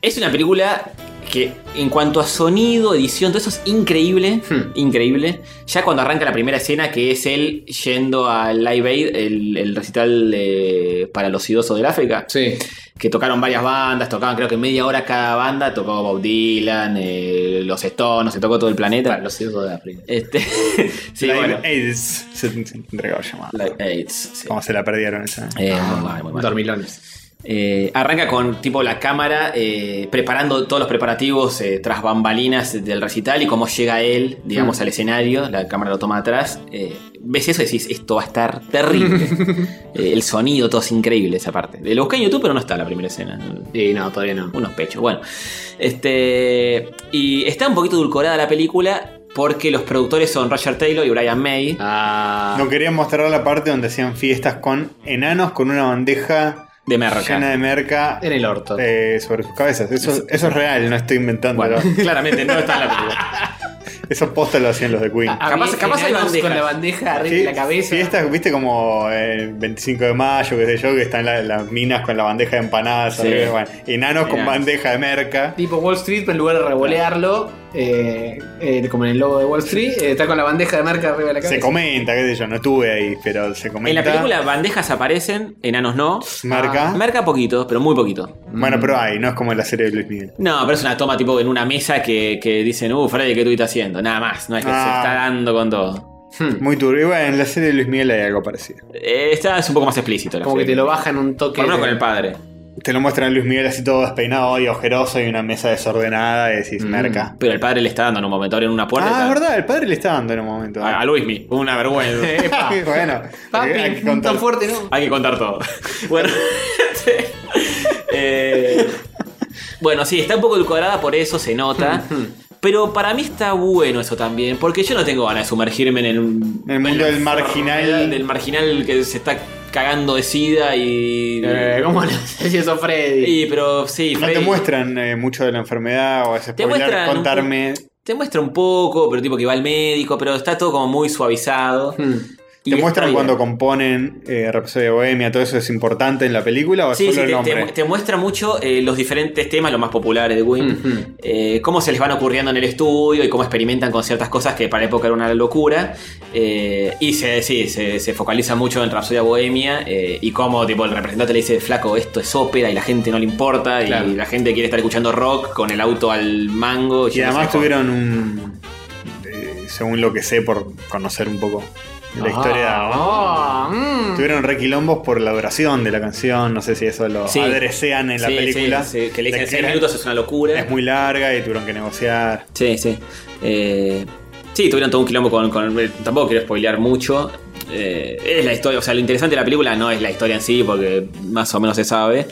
S1: Es una película que en cuanto a sonido, edición, todo eso es increíble, increíble. Ya cuando arranca la primera escena, que es él yendo al Live Aid, el, el recital de- para los idosos del África.
S3: Sí.
S1: Que tocaron varias bandas, tocaban creo que media hora cada banda, tocó Bob Dylan, eh, los Stones, se tocó todo el planeta. Para
S3: los idosos del África.
S1: Este, (laughs) (laughs) sí,
S2: Live
S1: bueno.
S2: AIDS se se tendría que haber llamado.
S1: AIDS.
S2: Cómo se la perdieron esa.
S1: Eh, muy mal, muy mal.
S3: Dormilones.
S1: Eh, arranca con tipo la cámara eh, preparando todos los preparativos eh, tras bambalinas del recital y cómo llega él, digamos,
S3: Mm.
S1: al escenario, la cámara lo toma atrás. eh, ves eso y decís, esto va a estar
S3: (laughs)
S1: terrible. Eh, el sonido, todo es increíble esa parte. Eh, Lo busqué en YouTube, pero no está la primera escena.
S3: Sí, no, todavía no.
S1: Unos pechos. Bueno. Este. Y está un poquito edulcorada la película. Porque los productores son Roger Taylor y Brian May.
S3: Ah,
S2: No querían mostrar la parte donde hacían fiestas con enanos con una bandeja
S1: De merca.
S2: llena de merca
S3: en el orto
S2: Eh, sobre sus cabezas. Eso, eso es real, no estoy inventando.
S1: claramente no
S2: (laughs)
S1: está en la película.
S2: Eso posta lo hacían los de Queen.
S3: Ah, A mí, enanos con la bandeja arriba de la cabeza.
S2: Fiestas, viste como el 25 de mayo, qué sé yo, que están la- las minas con la bandeja de empanadas.
S3: Sí.
S2: arriba, bueno, enanos con
S3: Enanos.
S2: bandeja de merca.
S3: Tipo Wall Street, pero en lugar de revolearlo, eh, eh, como en el logo de Wall Street, eh, está con la bandeja de marca arriba de la cabeza.
S2: Se comenta, qué sé yo, no estuve ahí, pero se comenta.
S1: En la película bandejas aparecen, enanos no.
S2: Merca.
S1: Ah, merca poquito, pero muy poquito.
S2: Bueno, pero hay, no es como la serie de Luis Miguel.
S1: No, pero es una toma tipo en una mesa que, que dicen, uh, Freddy, ¿qué estuviste haciendo? Nada más, no es que se
S2: Ah.
S1: está dando con todo.
S3: Hmm.
S2: Muy turbio. Y bueno, en la serie de Luis Miguel hay algo parecido.
S1: Eh, esta es un poco más explícito. La
S2: Como que te lo
S3: bajan un toque.
S1: Por lo menos con el padre.
S2: Te lo muestran a Luis Miguel así todo despeinado y ojeroso y una mesa desordenada y decís, merca.
S1: Pero el padre le está dando en un momento, abren una puerta. y
S2: Ah,
S1: está-
S2: es verdad, el padre le está dando en un momento.
S1: A, a Luismi, una
S2: (laughs)
S1: vergüenza.
S2: Epa. Bueno, Papi, hay que
S1: contar,
S2: tan
S3: fuerte, ¿no?
S1: Hay que contar todo. Bueno, (laughs) eh, bueno, sí, está un poco edulcorada por eso, se nota. Pero para mí está bueno eso también, porque yo no tengo ganas de sumergirme en el,
S2: el mundo del marginal.
S1: Del marginal que se está cagando de sida y.
S3: Eh, ¿Cómo no sé si eso Freddy?
S1: Y, pero sí,
S2: No te
S1: Freddy-
S2: muestran eh, mucho de la enfermedad o es spoiler
S1: muestran un
S2: contarme.
S1: Te muestra un poco, pero tipo que va al médico, pero está todo como muy suavizado.
S3: Hmm.
S1: Y
S2: Hmm. Te
S1: está
S2: muestran
S1: bien.
S2: cuando componen eh, Rhapsody de Bohemia, todo eso es importante en la película o es
S1: Sí, sí,
S2: solo el
S1: te,
S2: nombre.
S1: te- te muestra mucho eh, los diferentes temas, los más populares de Queen, eh, cómo se les van ocurriendo en el estudio y cómo experimentan con ciertas cosas que para la época era una locura. eh, y se, sí, se, se focaliza mucho en Rapsodia Bohemia eh, y cómo tipo, el representante le dice, flaco, esto es ópera y la gente no le importa
S2: Claro.
S1: y la gente quiere estar escuchando rock con el auto al mango.
S2: Y
S1: yo no
S2: además
S1: sé,
S2: tuvieron un. eh, según lo que sé, por conocer un poco de la
S1: Ah,
S2: historia.
S3: Ah, mm.
S2: Tuvieron requilombos por la duración de la canción. No sé si eso lo
S1: Sí.
S2: adresean en la
S1: Sí, sí,
S2: película.
S1: sí, que le
S2: De
S1: dicen seis
S2: era-
S1: minutos es una locura.
S2: Es muy larga y tuvieron que negociar.
S1: Sí, sí. Eh, sí, tuvieron todo un quilombo con, con- eh, Tampoco quiero spoilear mucho. Eh, es la historia. O sea, lo interesante de la película no es la historia en sí, porque más o menos se sabe.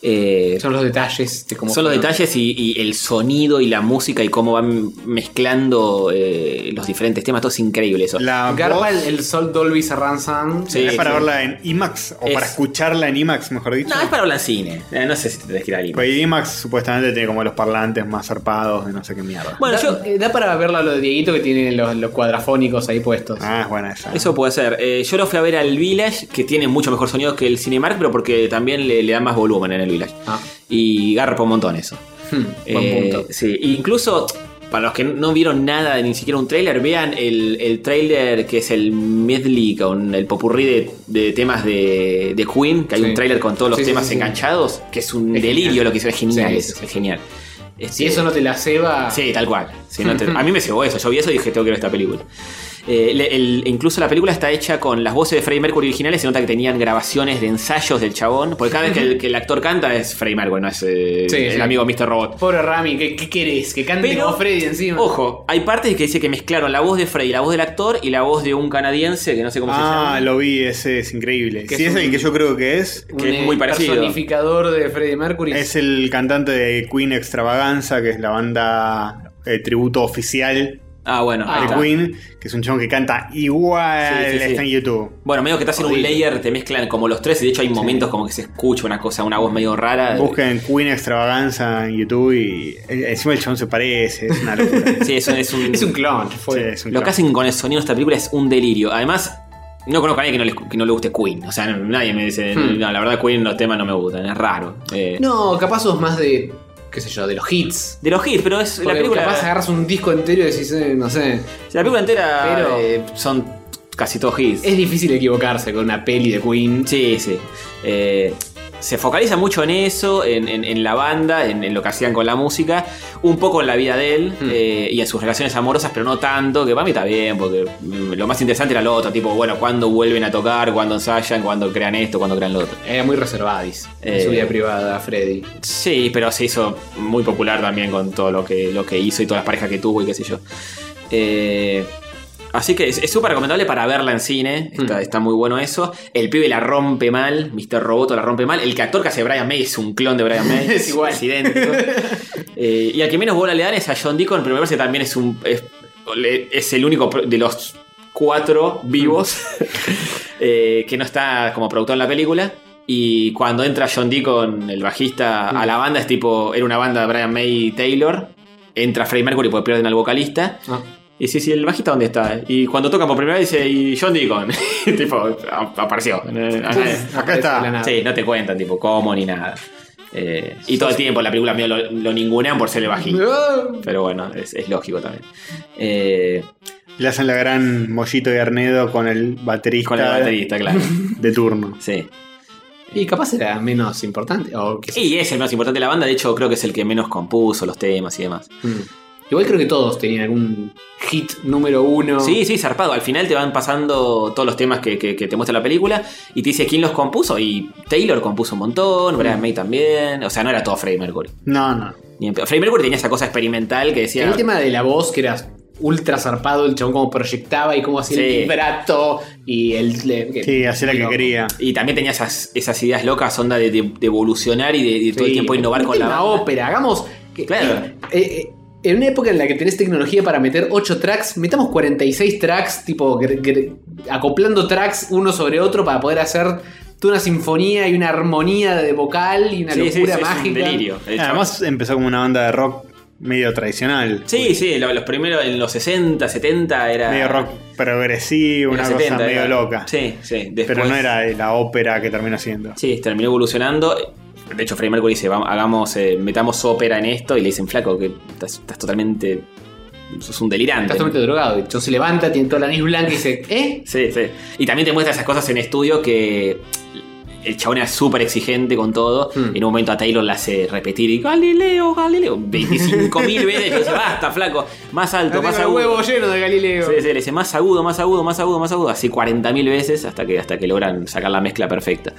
S1: Eh,
S3: Son los detalles. de cómo
S1: son los
S3: fueron.
S1: detalles y, y el sonido y la música y cómo van mezclando eh, los diferentes temas. Todo es increíble eso.
S2: La
S3: Garpa el, el Sol Dolby Surround Sound.
S1: Sí,
S2: es para
S1: sí.
S2: verla en IMAX o
S1: Es-
S2: para escucharla en IMAX, mejor dicho.
S1: No, es para hablar en cine. Eh, no sé si te tenés que ir al IMAX.
S2: Pues IMAX supuestamente tiene como los parlantes más zarpados de no sé qué mierda.
S3: da, eh, da para verlo a lo de Dieguito que tiene los, los cuadrafónicos ahí puestos.
S2: Ah, es buena esa.
S1: Eso puede ser. Eh, yo lo fui a ver al Village, que tiene mucho mejor sonido que el Cinemark, pero porque también le, le da más volumen en el Village.
S2: Ah.
S1: Y garpa un montón eso.
S3: buen
S1: Eh,
S3: punto.
S1: Sí, e incluso para los que no vieron nada, ni siquiera un tráiler, vean el, el tráiler que es el medley con el popurrí de, de temas de, de Queen, que hay
S3: Sí.
S1: un tráiler con todos los
S3: Sí, sí,
S1: temas
S3: sí, sí.
S1: enganchados, que es un
S3: Es
S1: delirio
S3: genial.
S1: lo que hicieron, es genial,
S3: Sí,
S1: eso,
S3: sí, sí.
S1: es genial. Este,
S3: Si eso no te la ceba. (laughs)
S1: Sí, tal cual. Si no te- a mí me cebó eso, yo vi eso y dije, tengo que ver esta película. Eh, le- el- incluso la película está hecha con las voces de Freddie Mercury originales. Se nota que tenían grabaciones de ensayos del chabón. Porque cada vez que el, que el actor canta es Freddie Mercury, no es eh,
S3: Sí,
S1: el
S3: sí.
S1: amigo Mr. Robot.
S3: Pobre Rami, ¿qué, qué querés? Que cante
S1: Pero-
S3: como Freddy encima.
S1: Ojo, hay partes que dice que mezclaron la voz de Freddie, la voz del actor y la voz de un canadiense que no sé cómo se llama.
S2: Ah, lo vi, ese es increíble.
S1: Que
S2: sí,
S1: es
S2: es, el
S1: un-
S2: que yo creo que es.
S1: que es muy parecido.
S3: eh, Personificador de Freddie Mercury.
S2: Es el cantante de Queen Extravaganza, que es la banda eh, tributo oficial.
S1: Ah, bueno.
S2: De
S1: ahí está.
S2: Queen, que es un chon que canta igual.
S1: Sí, sí, sí.
S2: Está en YouTube.
S1: Bueno, medio que te hacen un
S2: Horrible.
S1: layer, te mezclan como los tres, y de hecho hay momentos como que se escucha una cosa, una voz medio rara.
S2: Busquen Queen Extravaganza en YouTube y eh, encima el chon se parece. Es una locura.
S1: (laughs) Sí, es un, es
S2: (laughs)
S1: un,
S3: clon.
S2: Sí, es un
S1: Lo que
S2: clon.
S1: hacen con el sonido de esta película es un delirio. Además, no conozco a nadie que no, les- que no le guste Queen. O sea, no- nadie me dice,
S3: Hmm.
S1: no, la verdad Queen los temas no me gustan, es raro. Eh,
S3: No, capaz sos más de. qué sé yo, de los hits.
S1: De los hits, pero es
S3: Porque
S1: la película.
S3: capaz agarras un disco entero y decís, eh, no sé.
S1: La película entera
S3: Pero-
S1: eh, son casi todos hits.
S3: Es difícil equivocarse con una peli de Queen.
S1: Sí, sí. Eh, se focaliza mucho en eso, en, en- en la banda, en, en lo que hacían con la música, un poco en la vida de él eh, y en sus relaciones amorosas, pero no tanto, que para mí está bien, porque mm, lo más interesante era lo otro, tipo, bueno, cuándo vuelven a tocar, cuándo ensayan, cuándo crean esto, cuándo crean lo otro.
S3: Era Eh, muy reservadis en
S1: Eh.
S3: su vida privada, Freddy.
S1: Sí, pero se hizo muy popular también con todo lo que, lo que hizo y todas las parejas que tuvo y qué sé yo. Eh, así que es es súper recomendable para verla en cine.
S3: Hmm.
S1: Está, está muy bueno eso. El pibe la rompe mal. Mr. Roboto la rompe mal. El que actor que hace Brian May es un clon de Brian May.
S3: (laughs) Es igual.
S1: Es idéntico.
S3: (laughs)
S1: Eh, y al que menos bola le dan es a John Deacon, pero me parece que también es un. Es, es el único pro- de los cuatro vivos (laughs) eh, que no está como productor en la película. Y cuando entra John Deacon, el bajista, a la banda, es tipo. Era una banda de Brian May y Taylor. Entra Freddie Mercury porque pierden al vocalista. Y dice, sí, el bajista dónde está? Y cuando tocan por primera vez dice, y John Deacon. (laughs) Y tipo, a- apareció.
S3: Ah, eh,
S2: acá está.
S1: Nada. Sí, no te cuentan, tipo, cómo ni nada. Eh, y todo el tiempo la película medio lo, lo ningunean por ser el bajista. Pero bueno, es, es lógico también. Eh,
S2: Le hacen la gran mollito de Arnedo con el baterista.
S1: Con el baterista, claro.
S2: (laughs) De turno.
S1: Sí.
S3: Y capaz era menos importante. o qué sé
S1: y es el más importante de la banda, de hecho creo que es el que menos compuso los temas y demás.
S3: yo. Mm. Igual creo que todos tenían algún hit número uno.
S1: Sí, sí, zarpado. Al final te van pasando todos los temas que, que- que te muestra la película y te dice quién los compuso. Y Taylor compuso un montón, Brian May también. O sea, no era todo Freddie Mercury.
S2: No, no.
S1: Ni en pe- Freddie Mercury tenía esa cosa experimental que decía.
S3: El tema de la voz que era ultra zarpado, el chabón como proyectaba y como hacía
S1: Sí.
S3: el vibrato y el.
S1: Sí,
S2: así era que quería.
S1: Y también tenía esas, esas ideas locas, onda de, de- de evolucionar y de, de todo el tiempo innovar con la
S3: una
S1: banda.
S3: ópera, hagamos. que-
S1: Claro.
S3: eh, eh, en una época en la que tenés tecnología para meter 8 tracks, metamos 46 tracks, tipo gr- gr- acoplando tracks uno sobre otro para poder hacer toda una sinfonía y una armonía de vocal y una
S1: Sí, sí,
S3: locura
S1: sí, es un
S3: mágica.
S1: delirio. El
S2: Además empezó como una banda de rock medio tradicional.
S1: Sí, sí, lo- los primeros en los 60, 70 era.
S2: Medio rock
S1: en
S2: progresivo, una
S1: los
S2: cosa
S1: 70
S2: medio
S1: era.
S2: loca.
S1: Sí, sí.
S2: Pero
S1: después-
S2: no era la ópera que terminó siendo.
S1: Sí, terminó evolucionando. De hecho, Freddie Mercury dice, "Vamos, hagamos, eh, metamos ópera en esto y le dicen, flaco, que estás, estás totalmente... Sos un delirante.
S3: Estás totalmente drogado. Y yo se levanta, tiene toda la nariz blanca y dice, ¿eh?
S1: Sí, sí. Y también te muestra esas cosas en estudio que el chabón era súper exigente con todo.
S3: Hmm.
S1: En un momento a Taylor le hace repetir y Galileo, Galileo. 25.000 veces. Le dice, basta, flaco. Más alto, más
S3: Tengo el
S1: agudo.
S3: huevo lleno de Galileo.
S1: Sí, sí, le dice más agudo, más agudo, más agudo, más agudo. Así 40.000 veces hasta que, hasta que logran sacar la mezcla perfecta.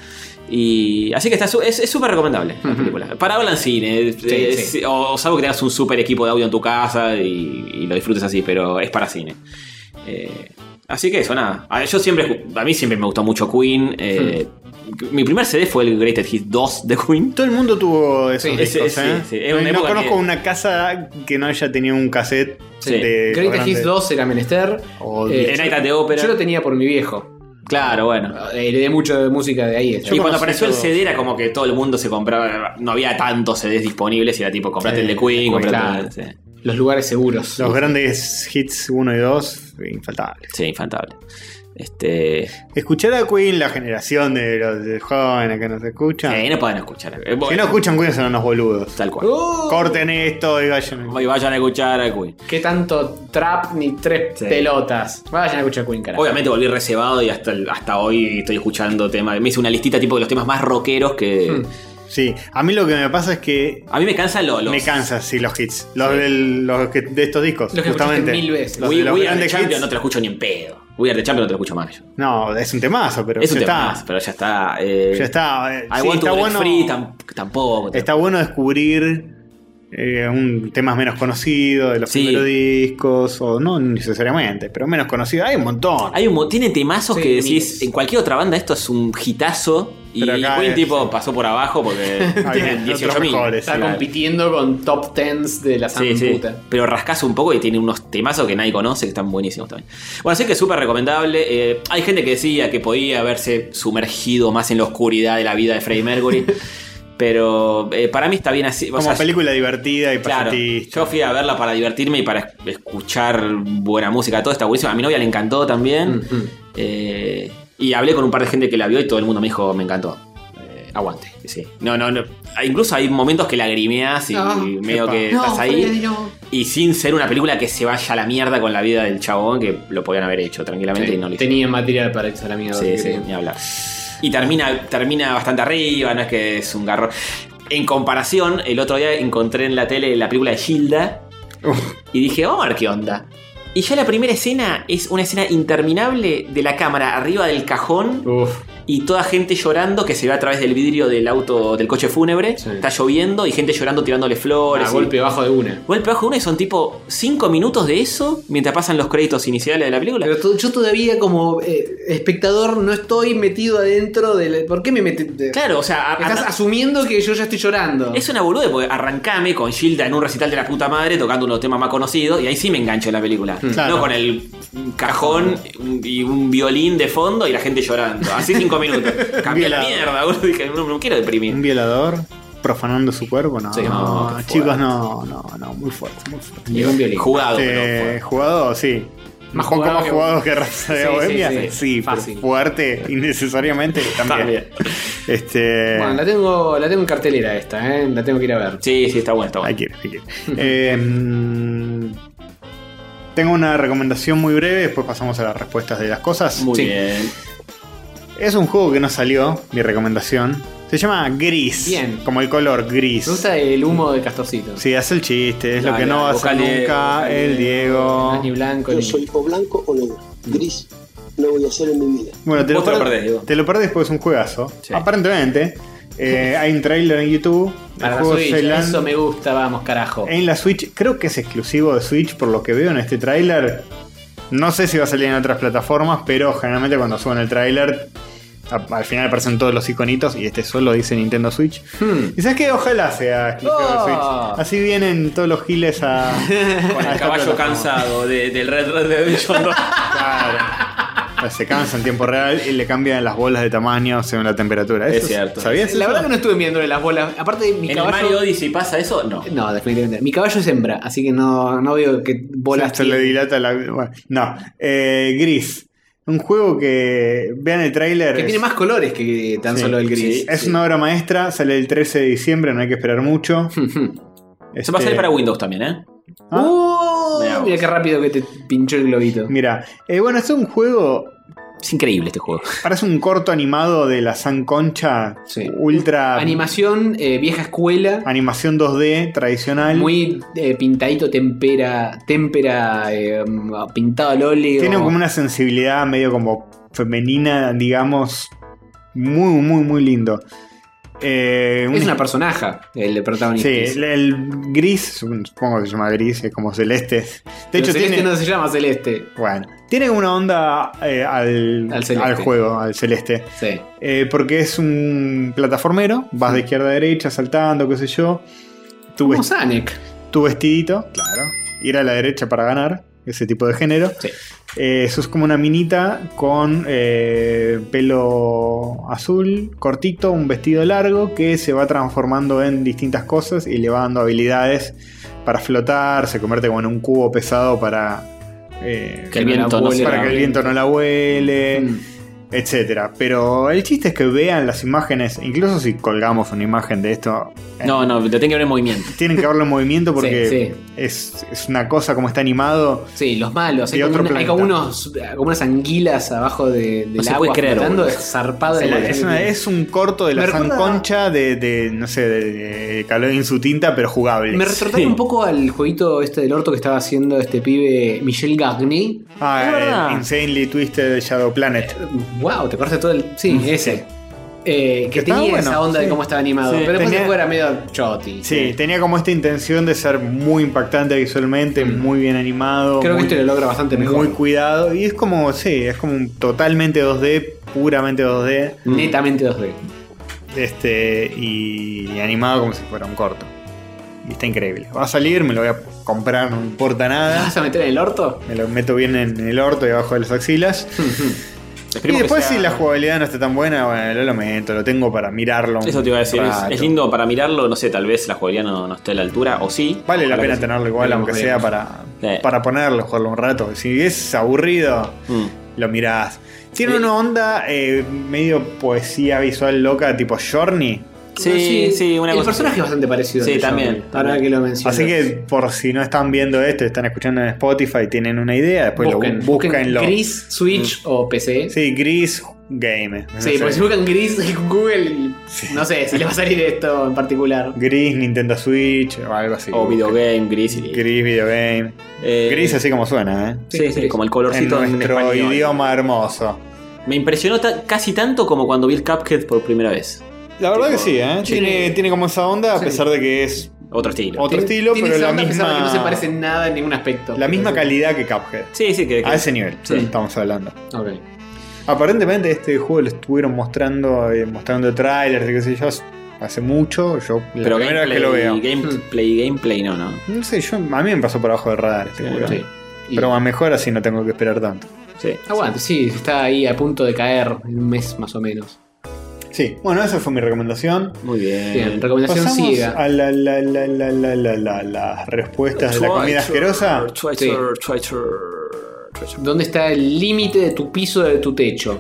S1: Y así que está, su- es es súper recomendable la película. Para hablar en cine. eh,
S3: sí.
S1: es- O, o salvo que tengas un súper equipo de audio en tu casa y, y lo disfrutes así, pero es para cine. Eh, así que eso, nada. A, yo siempre, a mí siempre me gustó mucho Queen. eh, Mi primer CD fue el Greatest Hits 2 de Queen.
S2: Todo el mundo tuvo esos
S1: Sí,
S2: discos,
S1: ese-
S2: ¿eh?
S1: sí, sí. Era una
S2: No- No
S1: época
S2: conozco
S1: que-
S2: una casa que no haya tenido un cassette
S1: Sí.
S2: de los
S3: Greatest Hits
S2: grandes.
S3: 2 era menester.
S2: O-
S3: Eh,
S1: The Night at the Opera.
S3: Yo lo tenía por mi viejo.
S1: Claro, bueno.
S3: Heredé mucho de música de ahí.
S1: y cuando apareció el CD era como que todo el mundo se compraba, no había tantos CDs disponibles y era tipo, comprate
S3: Sí,
S1: el de Queen, comprate
S3: claro.
S1: el- sí.
S3: Los lugares seguros.
S2: Los grandes hits 1 y 2, infaltables.
S1: Sí, infaltable. Este.
S2: Escuchar a Queen, la generación de los de jóvenes que nos escuchan.
S1: Sí, no pueden escuchar. eh,
S2: Si no
S1: bueno,
S2: escuchan uh. Queen son unos boludos.
S1: Tal cual.
S3: ¡Oh!
S2: Corten esto y vayan.
S1: Y vayan a escuchar a Queen.
S3: ¿Qué tanto trap ni tres
S1: Sí.
S3: pelotas? Vayan a escuchar Queen, carajo.
S1: Obviamente volví
S2: Hmm.
S1: recebado y hasta, el- hasta hoy estoy escuchando temas. Me hice una listita tipo de los temas más rockeros que,
S2: Sí, a mí lo que me pasa es que.
S1: A mí me cansan los.
S2: Me cansa, sí, los hits. Los, del- los que- de estos discos,
S1: Los que
S2: justamente.
S1: escuchaste mil veces.
S2: Los,
S1: We,
S2: de los
S1: We Are the
S2: grandes
S1: Champions
S2: hits.
S1: no te lo escucho ni en pedo. We Are the Champions no te lo escucho más. yo.
S2: No, es un temazo, pero
S1: es
S2: ya
S1: un
S2: está.
S1: tema más, pero ya está. eh,
S2: Ya está, eh,
S1: I
S2: sí,
S1: want
S2: está
S1: to break
S2: bueno.
S1: free tam- tampoco.
S2: Está bueno descubrir eh, un temas menos conocidos de los primeros discos, o no necesariamente, pero menos conocidos. Hay un montón.
S1: Hay un mo- tiene temazos
S2: Sí,
S1: que decís, en cualquier otra banda esto es un hitazo. Y
S2: Pero acá
S1: Queen
S2: es-
S1: tipo pasó por abajo
S2: (laughs)
S1: porque (laughs) tiene 18
S3: Está compitiendo con top tens de la
S1: Sí,
S3: San
S1: sí.
S3: puta.
S1: Pero rascás un poco y tiene unos temazos que nadie conoce que están buenísimos también. Bueno, así que es súper recomendable. Eh, hay gente que decía que podía haberse sumergido más en la oscuridad de la vida de Freddie Mercury. pero eh, para mí está bien así. o
S2: Como
S1: sea,
S2: película divertida y
S1: Claro, yo fui a verla para divertirme y para escuchar buena música. Todo está buenísimo. A mi novia le encantó también. Eh, y hablé con un par de gente que la vio y todo el mundo me dijo, me encantó. Eh, aguante. Sí. No, no, no. Incluso hay momentos que lagrimeas y
S7: No.
S1: medio
S7: Epa.
S1: que
S7: No,
S1: estás ahí.
S7: Freddy, no.
S1: Y sin ser una película que se vaya a la mierda con la vida del chabón, que lo podían haber hecho tranquilamente
S3: Sí,
S1: y no lo
S3: Tenía material para irse a la mierda.
S1: Sí,
S3: si
S1: sí,
S3: querían.
S1: ni hablar. Y termina, termina bastante arriba, no es que es un garrón. En comparación, el otro día encontré en la tele la película de Gilda y dije, vamos a ver qué onda. Y ya la primera escena es una escena interminable de la cámara arriba del cajón
S3: ah,
S1: y toda gente llorando que se ve a través del vidrio del auto, del coche fúnebre. Está lloviendo y gente llorando tirándole flores.
S3: Ah,
S1: y-
S3: golpe bajo de una.
S1: Golpe bajo de una y son tipo 5 minutos de eso mientras pasan los créditos iniciales de la película.
S3: Pero to- yo todavía como eh, espectador no estoy metido adentro del... ¿Por qué me metiste?
S1: Claro, o sea...
S3: Estás
S1: arran-
S3: asumiendo que yo ya estoy llorando.
S1: Es una bolude, porque arrancame con Gilda en un recital de la puta madre tocando unos temas más conocidos y ahí sí me engancho en la película.
S2: Hmm.
S3: Claro.
S1: No con el cajón y un violín de fondo y la gente llorando. Así cinco
S2: (laughs)
S1: minutos. Cambié la
S2: Violador.
S1: mierda, boludo. Dije, no, no quiero deprimir.
S2: Un violador profanando su cuerpo, no.
S1: Sí, no, qué
S2: chicos, no, no, no, muy fuerte, muy fuerte.
S1: Y un violín. Jugado, pero
S2: Eh, jugado, sí.
S3: Más
S2: Un poco
S3: jugado
S2: más
S3: que-
S2: jugado que Raza de
S3: Sí, sí,
S2: Bohemia. Sí,
S3: sí,
S2: pero fuerte,
S3: (laughs)
S2: innecesariamente también. este.
S3: Bueno, la tengo, la tengo en cartelera esta, ¿eh? La tengo que ir a ver.
S1: Sí, sí, está buena, está buena.
S2: Hay que ir, hay que ir.
S3: (laughs)
S2: Eh, mm, tengo una recomendación muy breve, después pasamos a las respuestas de las cosas.
S1: Muy bien.
S2: Es un juego que no salió, mi recomendación. Se llama Gris.
S3: Bien.
S2: Como el color gris.
S3: Me gusta el humo de Castorcito.
S2: Sí, hace el chiste, es lo
S3: Dale,
S2: que no va a hacer
S3: vocaleo,
S2: nunca
S3: vocaleo,
S2: el Diego.
S3: Ni blanco,
S15: Yo
S3: ni...
S15: soy o blanco o negro. Gris no voy a hacer en mi vida.
S2: Bueno, te lo,
S15: Vos te lo
S2: per-
S15: perdés, Diego.
S2: te lo perdés porque es un juegazo. Aparentemente, eh, hay un trailer en YouTube. El
S3: Para la
S2: juego
S3: Switch,
S2: se lan-
S3: eso me gusta, vamos, carajo.
S2: en la Switch, creo que es exclusivo de Switch por lo que veo en este tráiler. No sé si va a salir en otras plataformas, pero generalmente cuando suben el tráiler a- al final aparecen todos los iconitos y este solo dice Nintendo Switch. ¿Y sabes qué? Ojalá sea exclusivo de
S1: Oh.
S2: Switch. Así vienen todos los giles a...
S1: Con
S2: a
S1: el
S2: esta
S1: caballo
S2: plataforma.
S1: cansado de- del Red Red Redemption
S2: (laughs)
S1: 2.
S2: Se cansa en tiempo real y le cambian las bolas de tamaño según la temperatura.
S1: Es
S2: ¿Eso
S1: cierto.
S2: ¿Sabías?
S3: La verdad que no estuve mirándole las bolas. Aparte, mi
S1: ¿En el
S3: caballo...
S1: Mario Odyssey pasa eso? No.
S3: No, definitivamente. Mi caballo es hembra, así que no, no veo que bolas...
S2: Se le dilata la. Bueno, no. Eh, gris. Un juego que. Vean el tráiler.
S3: Que
S2: es-
S3: tiene más colores que tan
S2: Sí,
S3: solo el gris.
S2: sí. Es
S3: (laughs)
S2: una obra maestra, sale el 13 de diciembre, no hay que esperar mucho. ¿ah?
S1: Se va
S2: Este
S1: a salir para Windows también, ¿eh?
S3: Uh, Mira, qué rápido que te pinchó el globito.
S2: Mira, eh, bueno, es un juego.
S1: Es increíble este juego.
S2: Parece un corto animado de la San Concha. Ultra.
S3: Animación, eh, vieja escuela.
S2: Animación 2D tradicional.
S3: Muy eh, pintadito, tempera, témpera, eh, pintado al óleo.
S2: Tiene como una sensibilidad medio como femenina, digamos. Muy, muy, muy lindo. Eh,
S3: Es una personaja, el protagonista.
S2: Sí, el, el gris, supongo que se llama gris, es como celeste. De
S3: Pero
S2: hecho,
S3: Celeste
S2: tiene,
S3: no se llama Celeste.
S2: Bueno, tiene una onda eh, al,
S3: Al celeste.
S2: al juego, al celeste.
S3: Sí.
S2: Eh, porque es un plataformero, vas de izquierda a derecha, saltando, qué sé yo. Tu
S3: Como
S2: vest- Tu vestidito, claro. Ir a la derecha para ganar, ese tipo de género. Eh, sos como una minita con eh, pelo azul, cortito, un vestido largo que se va transformando en distintas cosas y le va dando habilidades para flotar, se convierte como en un cubo pesado para eh,
S1: Que el viento no se la
S2: para
S1: huele.
S2: que el Eh,
S3: Mm.
S2: viento no la huele. etcétera. Pero el chiste es que vean las imágenes, incluso si colgamos una imagen de esto.
S1: No, no, lo tienen que ver en movimiento.
S2: Tienen que verlo en movimiento porque
S1: Sí,
S2: Es, es una cosa como está animado.
S3: Sí, los malos. Hay,
S2: de
S3: como,
S2: otro
S3: un- hay
S2: planeta.
S3: como unos, como unas anguilas abajo de, del
S2: No se
S3: agua
S2: puede creer,
S3: flotando,
S2: boludo.
S3: es zarpado.
S2: Es, una- es un corto de la
S3: Me recuerda-
S2: Sanconcha de, de, no sé, de, de calor en su tinta, pero jugable.
S3: Me retrotrae
S2: Sí.
S3: un poco al jueguito este del orto que estaba haciendo este pibe Michel Gagné.
S2: Ah, el Insanely Twisted Shadow Planet.
S3: Wow, te cortaste todo el. Sí, ese. Eh, que
S2: Estaba
S3: tenía
S2: bueno,
S3: esa onda
S2: sí.
S3: de cómo estaba animado.
S2: Sí.
S3: Pero después
S2: Tenía-
S3: después era medio choti.
S2: Sí, tenía como esta intención de ser muy impactante visualmente, muy bien animado.
S3: Mm. Creo que
S2: muy-
S3: este lo logra bastante mejor.
S2: Muy cuidado. Y es como, sí, es como un totalmente 2D, puramente 2D.
S3: Netamente 2D.
S2: Este, y, y animado como si fuera un corto. Y está increíble. Va a salir, me lo voy a comprar, no importa nada.
S3: ¿Vas a meter en el orto?
S2: Me lo meto bien en el orto y abajo de las axilas. y
S1: Hmm, que
S2: después,
S1: sea-
S2: si la jugabilidad no está tan buena, bueno, lo lamento, lo tengo para mirarlo. un
S1: Eso te iba a decir, es,
S2: rato.
S1: es lindo para mirarlo, no sé, tal vez la jugabilidad no, no esté a la altura, o sí.
S2: Vale la
S1: Ojalá
S2: pena
S1: que sí.
S2: tenerlo igual,
S1: Veremos,
S2: aunque sea
S1: veremos.
S2: para,
S1: Eh.
S2: para ponerlo, jugarlo un rato. Si es aburrido,
S1: Mm.
S2: lo mirás. Tiene una onda eh, medio poesía visual loca, tipo Journey.
S1: Sí, sí, una
S3: El
S1: cosa-
S3: personaje es bastante parecido.
S1: Sí,
S3: al de
S1: también,
S3: Johnny, Ahora que lo mencionas.
S2: Así que por si no están viendo esto, y están escuchando en Spotify, tienen una idea, después
S3: Busquen,
S2: lo bu-
S3: busquen
S2: búsquenlo. Mm.
S3: Gris, Switch o PC.
S2: Sí, Gris Game. no sé.
S3: Sí,
S1: pues, (laughs)
S3: porque si buscan gris (laughs) en Google, no sé si les va a salir esto en particular.
S2: Gris, Nintendo Switch o algo así.
S1: O videogame, gris. y-
S2: Gris, videogame. gris así como suena, ¿eh?
S1: Sí, sí, como el colorcito en
S2: en nuestro
S1: español.
S2: idioma hermoso.
S1: Me impresionó ta- casi tanto como cuando vi el Cuphead por primera vez.
S2: La verdad que sí, ¿eh?
S1: sí.
S2: Tiene, tiene como esa onda, a pesar de que es
S1: otro estilo.
S2: Otro estilo,
S3: Tiene
S2: pero
S3: esa
S2: la
S3: onda a pesar de
S2: misma,
S3: que no se parece en nada en ningún aspecto.
S2: la misma calidad que Cuphead.
S1: Sí, sí, que.
S2: A ese nivel estamos hablando.
S3: Ok.
S2: Aparentemente este juego lo estuvieron mostrando, eh, mostrando trailers y qué sé yo, hace mucho. Yo la
S1: Pero
S2: primera
S1: gameplay,
S2: vez que lo veo.
S1: gameplay, gameplay, no, ¿no?
S2: No sé, yo, a mí me pasó por abajo del radar este
S1: Sí,
S2: juego.
S1: sí.
S2: Pero a mejor así no tengo que esperar tanto.
S1: Sí.
S3: Aguante, sí, está ahí a punto de caer en un mes más o menos.
S2: Sí, bueno, esa fue mi recomendación.
S1: Muy bien.
S3: Bien, recomendación
S2: Eh, Pasamos
S3: ciega.
S2: a la, la, la, la, la, la, la- las respuestas de la comida asquerosa.
S1: Twitter, Twitter.
S3: ¿Dónde está el límite de tu piso de tu techo?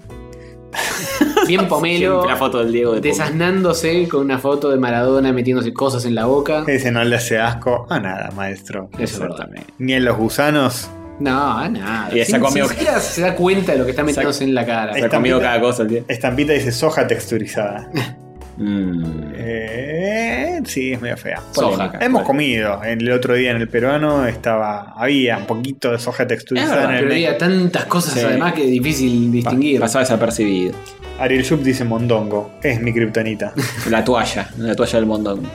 S2: (laughs)
S3: Bien pomelo,
S1: Siempre la foto del Diego de
S3: desasnándose con una foto de Maradona metiéndose cosas en
S2: (laughs)
S3: la boca.
S2: Ese no le hace asco a nada, maestro.
S3: Eso es verdad.
S2: Ni en los gusanos.
S3: No, nada.
S2: Y esa
S3: Sin-
S2: comió-
S3: Ni siquiera se da cuenta de lo que está metiéndose en la cara.
S1: cosa, tío.
S2: Estampita dice soja
S3: (laughs)
S2: texturizada.
S1: Mm.
S2: Eh, sí, es medio fea.
S1: Soja.
S2: Polémica. Hemos comido. El otro día en el peruano estaba. Había un poquito de soja
S3: Es
S2: texturizada
S3: verdad,
S2: en el
S3: pero
S2: medio.
S3: había tantas cosas
S2: Sí.
S3: además que es difícil distinguir.
S1: Pasaba desapercibido.
S2: Ariel Schupp dice mondongo. Es mi kriptonita.
S1: La toalla, la toalla del mondongo.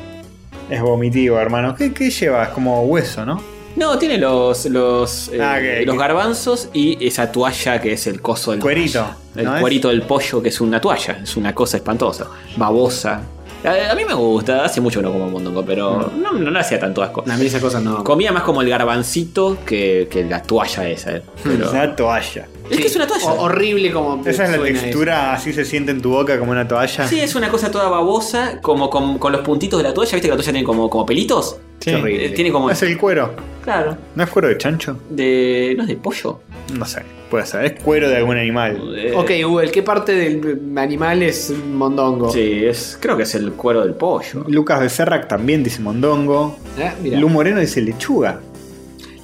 S2: es vomitivo, hermano. ¿Qué, qué lleva? Es como hueso, ¿no?
S1: No, tiene los los, eh,
S2: Ah, que-
S1: los
S2: que-
S1: garbanzos y esa toalla que es el coso del
S2: Cuerito,
S1: pollo. El
S2: ¿no es?
S1: cuerito del pollo que es una toalla, es una cosa espantosa, babosa. A, a mí me gusta, hace mucho que no como mondongo, pero no, no le hacía tanto asco.
S3: A mí esas cosas no.
S1: Comía más como el garbancito que, que la toalla esa. eh. Pero-
S2: Una toalla.
S1: Es que es una toalla.
S3: O- horrible como.
S2: Esa es la
S3: suena
S2: textura, así se siente en tu boca como una toalla.
S1: Sí, es una cosa toda babosa, como con, con los puntitos de la toalla. ¿Viste que la toalla tiene como, como pelitos?
S2: Sí.
S1: Eh, Tiene como.
S2: Es el cuero.
S1: Claro.
S2: ¿No es cuero de chancho?
S1: De, ¿No es de pollo?
S2: No sé, puede ser. Es cuero de algún animal.
S1: Eh,
S3: Ok, Google, ¿qué parte del animal es mondongo?
S1: Sí, es, creo que es el cuero del pollo.
S2: Lucas Becerrac también dice mondongo.
S3: Eh, mirá.
S2: Lu Moreno dice lechuga.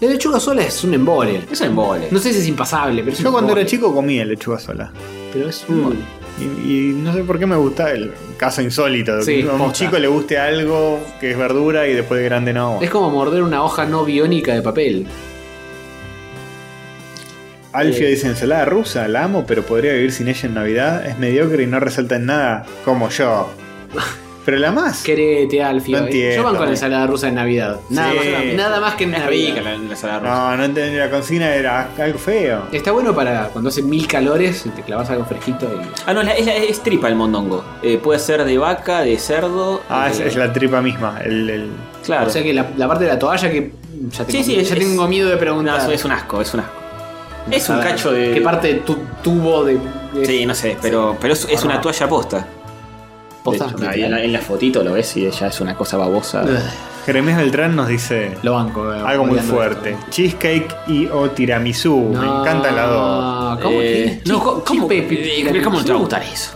S3: La lechuga sola es un embole.
S1: Es un embole.
S3: No sé si es impasable, pero es
S2: Yo
S3: un
S2: cuando
S3: embole.
S2: era chico comía lechuga sola.
S3: Pero es un embole.
S2: Mm. Y, y no sé por qué me gusta el caso insólito.
S3: Sí,
S2: que a un
S3: posta.
S2: chico le guste algo que es verdura y después de grande no.
S3: Es como morder una hoja no biónica de papel.
S2: Alfio dice ensalada rusa, la amo, pero podría vivir sin ella en Navidad. Es mediocre y no resalta en nada, como yo. Pero la más.
S3: Querete, Alfio. ¿eh?
S2: No
S3: Yo
S2: entiendo.
S3: van con ensalada rusa en Navidad. Nada,
S2: Sí.
S3: más, nada más que en Navidad.
S2: No, no entendí la cocina, era algo feo.
S3: Está bueno para cuando hace mil calores y te clavas algo fresquito y.
S1: Ah, no, es, la- es la- es tripa el mondongo. Eh, puede ser de vaca, de cerdo.
S2: Ah, es,
S1: de-
S2: es la tripa misma. El, el-
S1: Claro.
S3: O sea que la, la parte de la toalla que mm, ya tengo,
S1: Sí, sí,
S3: ya
S1: es-
S3: tengo miedo de preguntar.
S1: No, es un asco, es un asco. Es un
S3: A ver,
S1: cacho de.
S3: ¿Qué parte de tu tubo de.? de-
S1: Sí, no sé, pero, pero es, es una toalla posta. De hecho, ahí en, la, en la fotito lo ves y ya es una cosa babosa.
S2: Jeremías Beltrán nos dice
S3: lo banco, eh,
S2: algo muy
S3: bailando
S2: fuerte. Cheesecake y o tiramisú. Me encantan las dos.
S3: ¿Cómo
S1: Eh,
S3: que? No, ¿cómo, cómo,
S1: ¿cómo te va a gustar
S3: eso?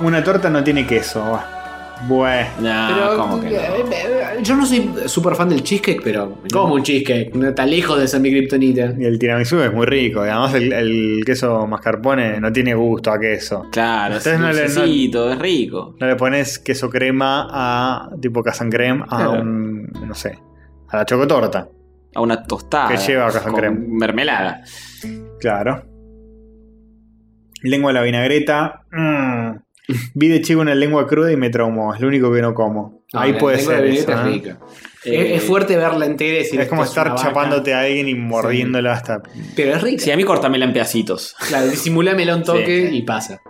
S2: Una torta no tiene queso. va. Bueno.
S1: Ah,
S3: Pero, eh, eh, Yo no soy súper fan del cheesecake, pero como un cheesecake. No está lejos de ser mi kriptonita.
S2: Y el tiramisú es muy rico. y además, el, el queso mascarpone no tiene gusto a queso.
S1: Claro, es
S2: Entonces no le- no-
S1: dulcecito, es rico.
S2: No le pones queso crema a tipo casan creme a
S1: Claro.
S2: un, no sé, a la chocotorta.
S1: A una tostada.
S2: Que lleva casan
S1: con
S2: creme.
S1: Mermelada.
S2: Claro. Lengua a la vinagreta. mm. Vi de chico una lengua cruda y me traumó. Es lo único que no como.
S3: No,
S2: Ahí
S3: la
S2: puede
S3: lengua de
S2: ser.
S3: vinagreta
S2: eso,
S3: es
S2: ¿eh?
S3: rica. Es-
S1: Eh,
S3: es fuerte verla entera y decir,
S2: Es como
S3: "Esto
S2: estar
S3: una vaca".
S2: chapándote a alguien y mordiéndola hasta.
S3: Pero es rica.
S1: Sí, a mí cortamela en pedacitos.
S3: Claro, disimulámela un toque y pasa.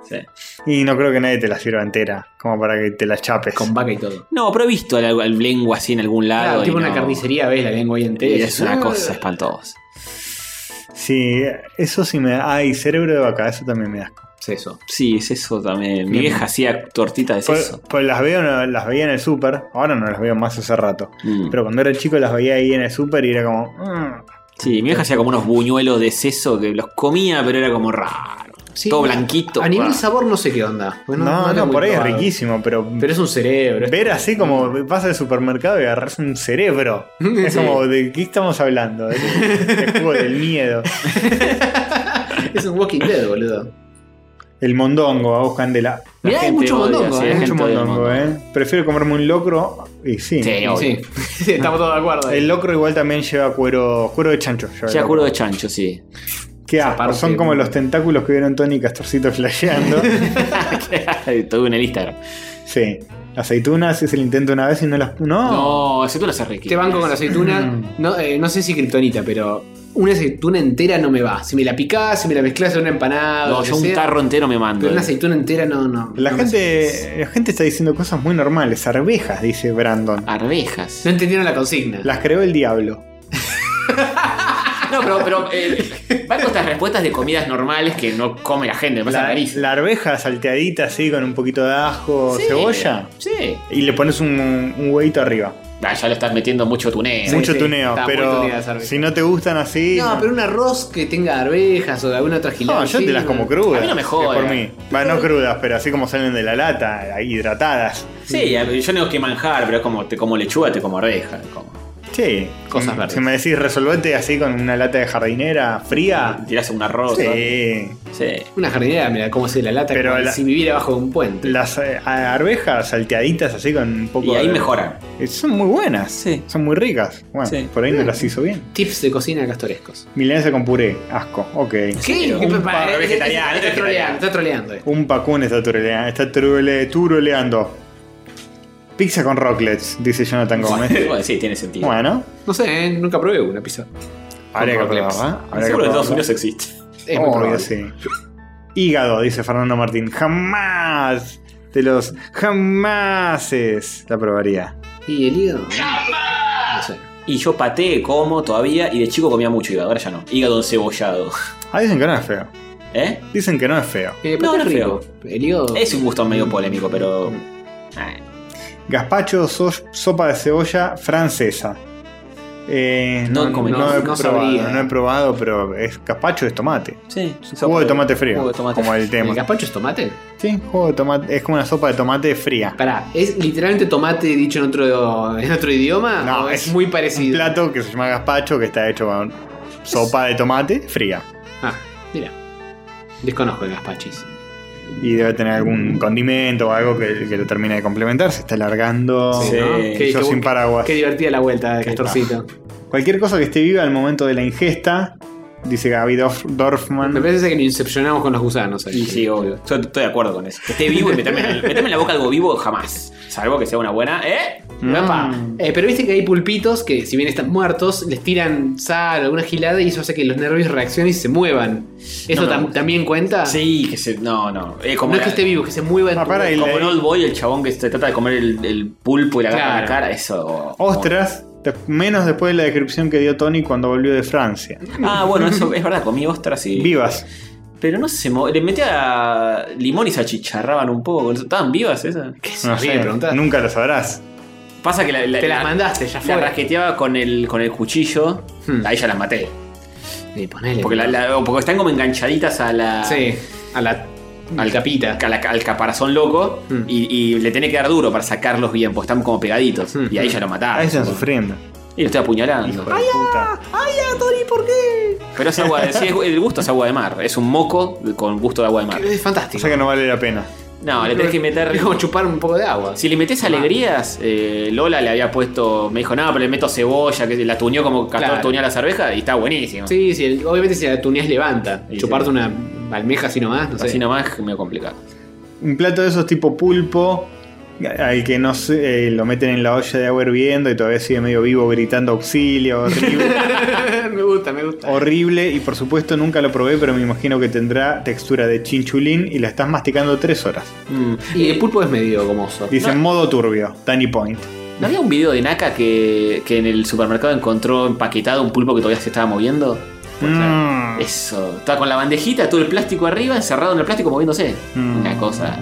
S2: Y no creo que nadie te la sirva entera, como para que te la chapes. Con
S3: vaca y todo.
S1: No, pero he visto la, la lengua así en algún lado.
S3: Claro, tipo
S1: y
S3: una
S1: no.
S3: carnicería, ves la lengua ahí entera.
S1: Y es una
S3: Ah.
S1: cosa espantosa.
S2: Sí, eso sí me da. Ay, cerebro de vaca, eso también me da asco.
S3: Es eso.
S1: Sí, es eso también. Mi
S2: Bien.
S1: vieja hacía tortitas de
S2: Pues,
S1: seso.
S2: pues las veo, no- las veía en el súper, ahora no las veo más hace rato.
S1: Mm.
S2: Pero cuando era chico las veía ahí en el súper y era como. mm.
S1: Sí, mi vieja hacía como unos buñuelos de seso que los comía, pero era como raro.
S3: Sí,
S1: Todo
S3: no,
S1: blanquito.
S3: A nivel
S1: raro.
S3: sabor no sé qué onda. Bueno,
S2: pues No,
S3: lo
S2: no,
S3: he
S2: por ahí es
S3: probado.
S2: riquísimo, pero.
S3: Pero es un cerebro.
S2: Ver así como vas al supermercado y agarras un cerebro. Es
S3: (laughs) Sí.
S2: como, ¿de qué estamos hablando? Es el juego del miedo.
S3: Es un Walking Dead, boludo.
S2: El mondongo, a Candela.
S3: La Mirá, hay gente mucho odia, mondongo, sí, eh.
S2: Hay
S3: la
S2: mucho
S3: gente odia el
S2: mondongo, eh. Prefiero comerme un locro y sí.
S1: Sí, obvio. Sí.
S3: (laughs) Sí, estamos todos de acuerdo. ahí.
S2: El locro igual también lleva cuero, cuero de chancho.
S3: eh.
S2: lleva el
S1: Ya
S2: locro.
S1: cuero de chancho, sí. (laughs)
S2: Qué asco,
S1: parte-
S2: son como los tentáculos que vieron Tony y Castorcito flasheando.
S1: Todo en el Instagram.
S2: sí. Aceitunas es el intento una vez y no las. No.
S1: No, aceitunas es riquísimo.
S3: Te banco con
S2: Mm.
S3: la aceituna. No, eh, no sé si kriptonita, pero una aceituna entera no me va. Si me la picás, si me la mezclás en una empanada.
S1: No,
S3: lo que
S1: yo un
S3: sea,
S1: tarro entero me mando.
S3: Pero una
S1: eh.
S3: aceituna entera no, no.
S2: La gente, la gente está diciendo cosas muy normales. Arvejas, dice Brandon.
S1: Arvejas.
S3: No entendieron la consigna.
S2: Las creó el diablo.
S1: No, pero, pero eh, van con estas respuestas de comidas normales que no come la gente, me pasa la
S2: La,
S1: nariz.
S2: la arveja salteadita así con un poquito de ajo,
S1: Sí,
S2: cebolla.
S1: Sí.
S2: Y le pones un, un huevito arriba.
S1: Ah, ya lo estás metiendo mucho tuneo.
S2: Mucho tuneo,
S3: está muy
S2: pero
S3: tuneadas arvejas.
S2: si no te gustan así.
S3: No, pero un arroz que tenga arvejas o de alguna otra gilada.
S2: No, yo te
S3: encima.
S2: las como crudas.
S1: A mí no me
S2: que
S1: joda.
S2: Por mí. Va, no crudas, pero así como salen de la lata, ahí hidratadas.
S1: Sí, a- yo no digo que manjar, pero es como te como lechuga, te como arveja. te Como.
S2: Sí.
S1: Cosas
S2: Mm,
S1: verdes.
S2: Si me decís resolvete así con una lata de jardinera fría.
S1: Tirás un arroz.
S2: Sí.
S1: Sí.
S3: Una jardinera, mira cómo se la lata.
S2: Pero
S3: como
S2: la-
S3: si viviera bajo un puente.
S2: Las eh, arvejas salteaditas así con un poco
S1: Y ahí
S2: de- (laughs)
S1: mejoran.
S2: Eh, Son muy buenas. Son muy ricas. Bueno,
S3: Sí.
S2: por ahí no las hizo bien.
S3: Tips de cocina castorescos.
S2: Milanesa con puré. Asco. Ok.
S3: ¿Qué?
S2: Un
S3: Para-
S2: pa-
S3: eh, Está troleando, está troleando. eh.
S2: Un pacún está turoleando. Está turole- turoleando. Pizza con rocklets, dice Jonathan Gómez.
S1: Bueno, (laughs) sí, tiene sentido.
S2: este. bueno,
S3: No sé, eh, nunca probé una pizza.
S2: habría que
S3: Con rocklets.
S2: probarla. ¿eh? Habría que
S1: Seguro en Estados
S2: probarla.
S1: Unidos existe.
S3: Es muy
S2: Obvio,
S3: probable.
S2: sí. Hígado, dice Fernando Martín. Jamás de los jamases la probaría.
S3: Y el hígado. No sé.
S1: Y yo paté, como todavía, y de chico comía mucho hígado, ahora ya no. Hígado encebollado.
S2: Ah, dicen que no es feo.
S1: ¿Eh?
S2: Dicen que no es feo.
S3: Eh, pero
S1: No, no
S3: está
S1: es
S3: rico.
S1: feo.
S3: El hígado.
S1: Es un gusto medio polémico, pero.
S2: Gazpacho, so- sopa de cebolla francesa. Eh, no,
S1: No,
S2: no
S1: no,
S2: he
S1: no
S2: probado,
S1: sabría.
S2: no he probado, pero es gazpacho es tomate.
S1: Sí.
S2: Jugo de tomate frío,
S3: Jugo de tomate.
S2: como el tema.
S3: ¿El gazpacho es tomate?
S2: Sí, jugo de tomate. Es como una sopa de tomate fría.
S3: Pará, ¿es literalmente tomate dicho en otro, en otro idioma?
S2: No,
S3: ¿O es,
S2: es
S3: muy
S2: Un
S3: parecido.
S2: plato que se llama gazpacho que está hecho con sopa de tomate fría.
S3: Ah, mira. Desconozco el gazpachis.
S2: Y debe tener algún condimento o algo que, que lo termine de complementar. Se está alargando.
S3: Sí, ¿no? Qué-
S2: yo
S3: qué-
S2: sin paraguas.
S3: Qué divertida la vuelta de Castorcito.
S2: Cualquier cosa que esté viva al momento de la ingesta, dice Gaby Dorf- Dorfman.
S3: Me parece que nos incepcionamos con los gusanos. ahí.
S1: Y sí, obvio. Yo estoy de acuerdo con eso. Que esté vivo y meterme en, el- meterme en la boca algo vivo jamás. Salvo que sea una buena. ¿Eh?
S3: Epa.
S2: Mm.
S3: Eh, pero viste que hay pulpitos que, si bien están muertos, les tiran sal o alguna gilada y eso hace que los nervios reaccionen y se muevan. ¿Eso
S1: No me
S3: tam-
S1: gusta.
S3: también cuenta?
S1: Sí, que se. No, no. Eh, como
S3: no es
S1: la-
S3: que esté vivo, que se mueva en tu boca.
S1: Como en Old Boy, el chabón que se trata de comer el, el pulpo y la agarra en la
S3: Claro.
S1: cara, eso. oh,
S2: Ostras, de- menos después de la descripción que dio Tony cuando volvió de Francia.
S1: Ah, bueno, eso es verdad, comí ostras y.
S2: Vivas.
S1: Pero no se mo- Le metía limón y se achicharraban un poco. ¿Estaban vivas esas?
S2: No sé, nunca lo sabrás.
S1: Pasa que la,
S3: Te las mandaste, ya fue.
S1: La rasqueteaba con el, con el cuchillo.
S3: Hmm.
S1: Ahí ya las maté. Porque, la- la- o porque están como enganchaditas a la.
S3: Sí,
S1: a la. Al capita. al caparazón loco.
S3: Mm.
S1: Y, y le tiene que dar duro para sacarlos bien, porque están como pegaditos.
S3: Mm.
S1: Y ahí ya lo mataba.
S2: Ahí están sufriendo.
S1: Y lo estoy apuñalando.
S7: ¡Ay, ya, Tony, ¿por qué?
S1: Pero es agua de, sí, es- el gusto es agua de mar. Es un moco con gusto de agua de mar.
S3: Es fantástico.
S2: O sea que no vale la pena.
S1: No, le tenés que meter.
S3: Es como chupar un poco de agua.
S1: Si le metes alegrías, eh, Lola le había puesto. Me dijo, no, pero le meto cebolla, que la tuñó como Castor
S3: Claro.
S1: tuñó las arvejas y está buenísimo.
S3: Sí, sí, el- obviamente si la tuneas levanta. Chuparte una almeja así nomás, no sé.
S1: Así nomás medio complicado.
S2: Un plato de esos tipo pulpo, al que no sé, eh, lo meten en la olla de agua hirviendo y todavía sigue medio vivo gritando auxilio, horrible,
S3: (laughs) me gusta, me gusta.
S2: horrible. Y por supuesto nunca lo probé, pero me imagino que tendrá textura de chinchulín y la estás masticando tres horas.
S3: Mm. Y
S1: eh,
S3: el pulpo es medio gomoso.
S2: Dice modo turbio, Tiny Point.
S1: ¿No había un video de Naka que, que en el supermercado encontró empaquetado un pulpo que todavía se estaba moviendo? Puede ser.
S3: Mm.
S2: Mm.
S1: Eso. Estaba con la bandejita, todo el plástico arriba, encerrado en el plástico moviéndose.
S3: Mm.
S1: Una cosa.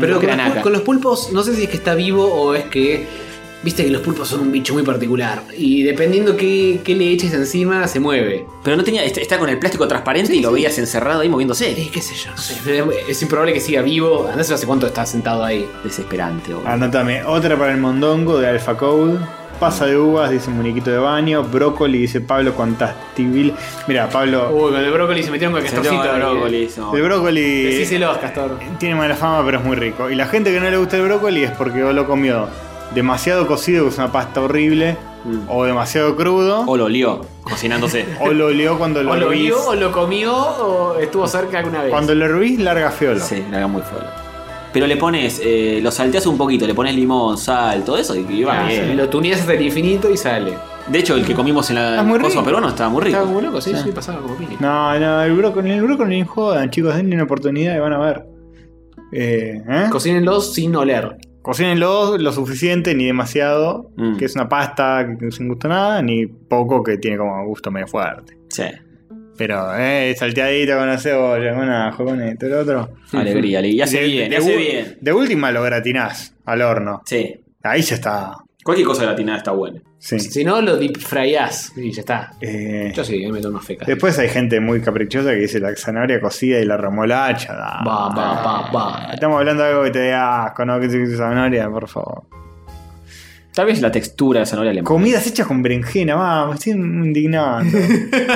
S3: Pero con
S1: Era
S3: los, pul-
S1: Naka.
S3: con los pulpos, no sé si es que está vivo o es que. Viste que los pulpos son un bicho muy particular. Y dependiendo qué, qué le eches encima, se mueve.
S1: Pero no tenía. Está con el plástico transparente y lo veías encerrado ahí moviéndose.
S3: qué sé yo. Es improbable que siga vivo. Andás a hace cuánto está sentado ahí.
S1: Desesperante, boludo.
S2: Anotame, otra para el mondongo de Alpha Code. Pasa de uvas, dice muñequito de baño. Brócoli, dice Pablo con tastivil. Mira, Pablo.
S3: Uy, con el brócoli se metieron con el
S2: Se
S3: castorcito.
S2: metieron con el
S3: ahí.
S1: brócoli, no.
S2: El brócoli.
S3: Decíselos, castor.
S2: Tiene mala fama, pero es muy rico. Y la gente que no le gusta el brócoli es porque o lo comió demasiado cocido, que es una pasta horrible, o demasiado crudo,
S1: Mm. O lo olió,
S3: (laughs)
S1: cocinándose.
S2: o lo olió cuando lo
S3: O lo
S2: hervís.
S3: vio, o lo comió, o estuvo cerca alguna vez.
S2: Cuando lo hervís, larga feolo.
S1: Sí, larga muy feo. Pero le pones. eh, lo salteas un poquito, le pones limón, sal, todo eso y, y va
S3: Ah,
S1: bien.
S3: sí, Lo tuneas hasta el infinito y sale.
S1: De hecho, el que comimos en la
S3: Está muy
S1: cosa
S3: rico.
S1: peruano estaba muy rico.
S3: Estaba muy loco, sí,
S1: Sí.
S3: sí, pasaba como mini.
S2: No, no, el brócoli, el brócoli ni jodan, chicos, denle una oportunidad y van a ver. Eh, ¿eh?
S3: Cocínenlos sin oler.
S2: Cocínenlo lo suficiente, ni demasiado,
S1: Mm.
S2: que es una pasta que sin gusto a nada, ni poco que tiene como gusto medio fuerte.
S1: Sí.
S2: Pero, eh, salteadito con la cebolla, con ajo, con esto, lo otro.
S1: Alegría, alegría. Y hace bien, y hace
S2: u-
S1: bien.
S2: de última lo gratinás al horno.
S1: Sí.
S2: Ahí ya está.
S1: Cualquier cosa gratinada está buena.
S2: Sí.
S3: Si no, lo deep fryás y ya está.
S2: Eh,
S3: Yo sí, me meto unos fecas.
S2: después hay gente muy caprichosa que dice la zanahoria cocida y la remolacha. da.
S3: Va, va, va, va.
S2: Estamos hablando de algo que te dé asco, ¿no? Que se zanahoria, por favor.
S1: Tal vez la textura de zanahoria le
S2: Comidas hechas con berenjena, vamos, estoy indignando.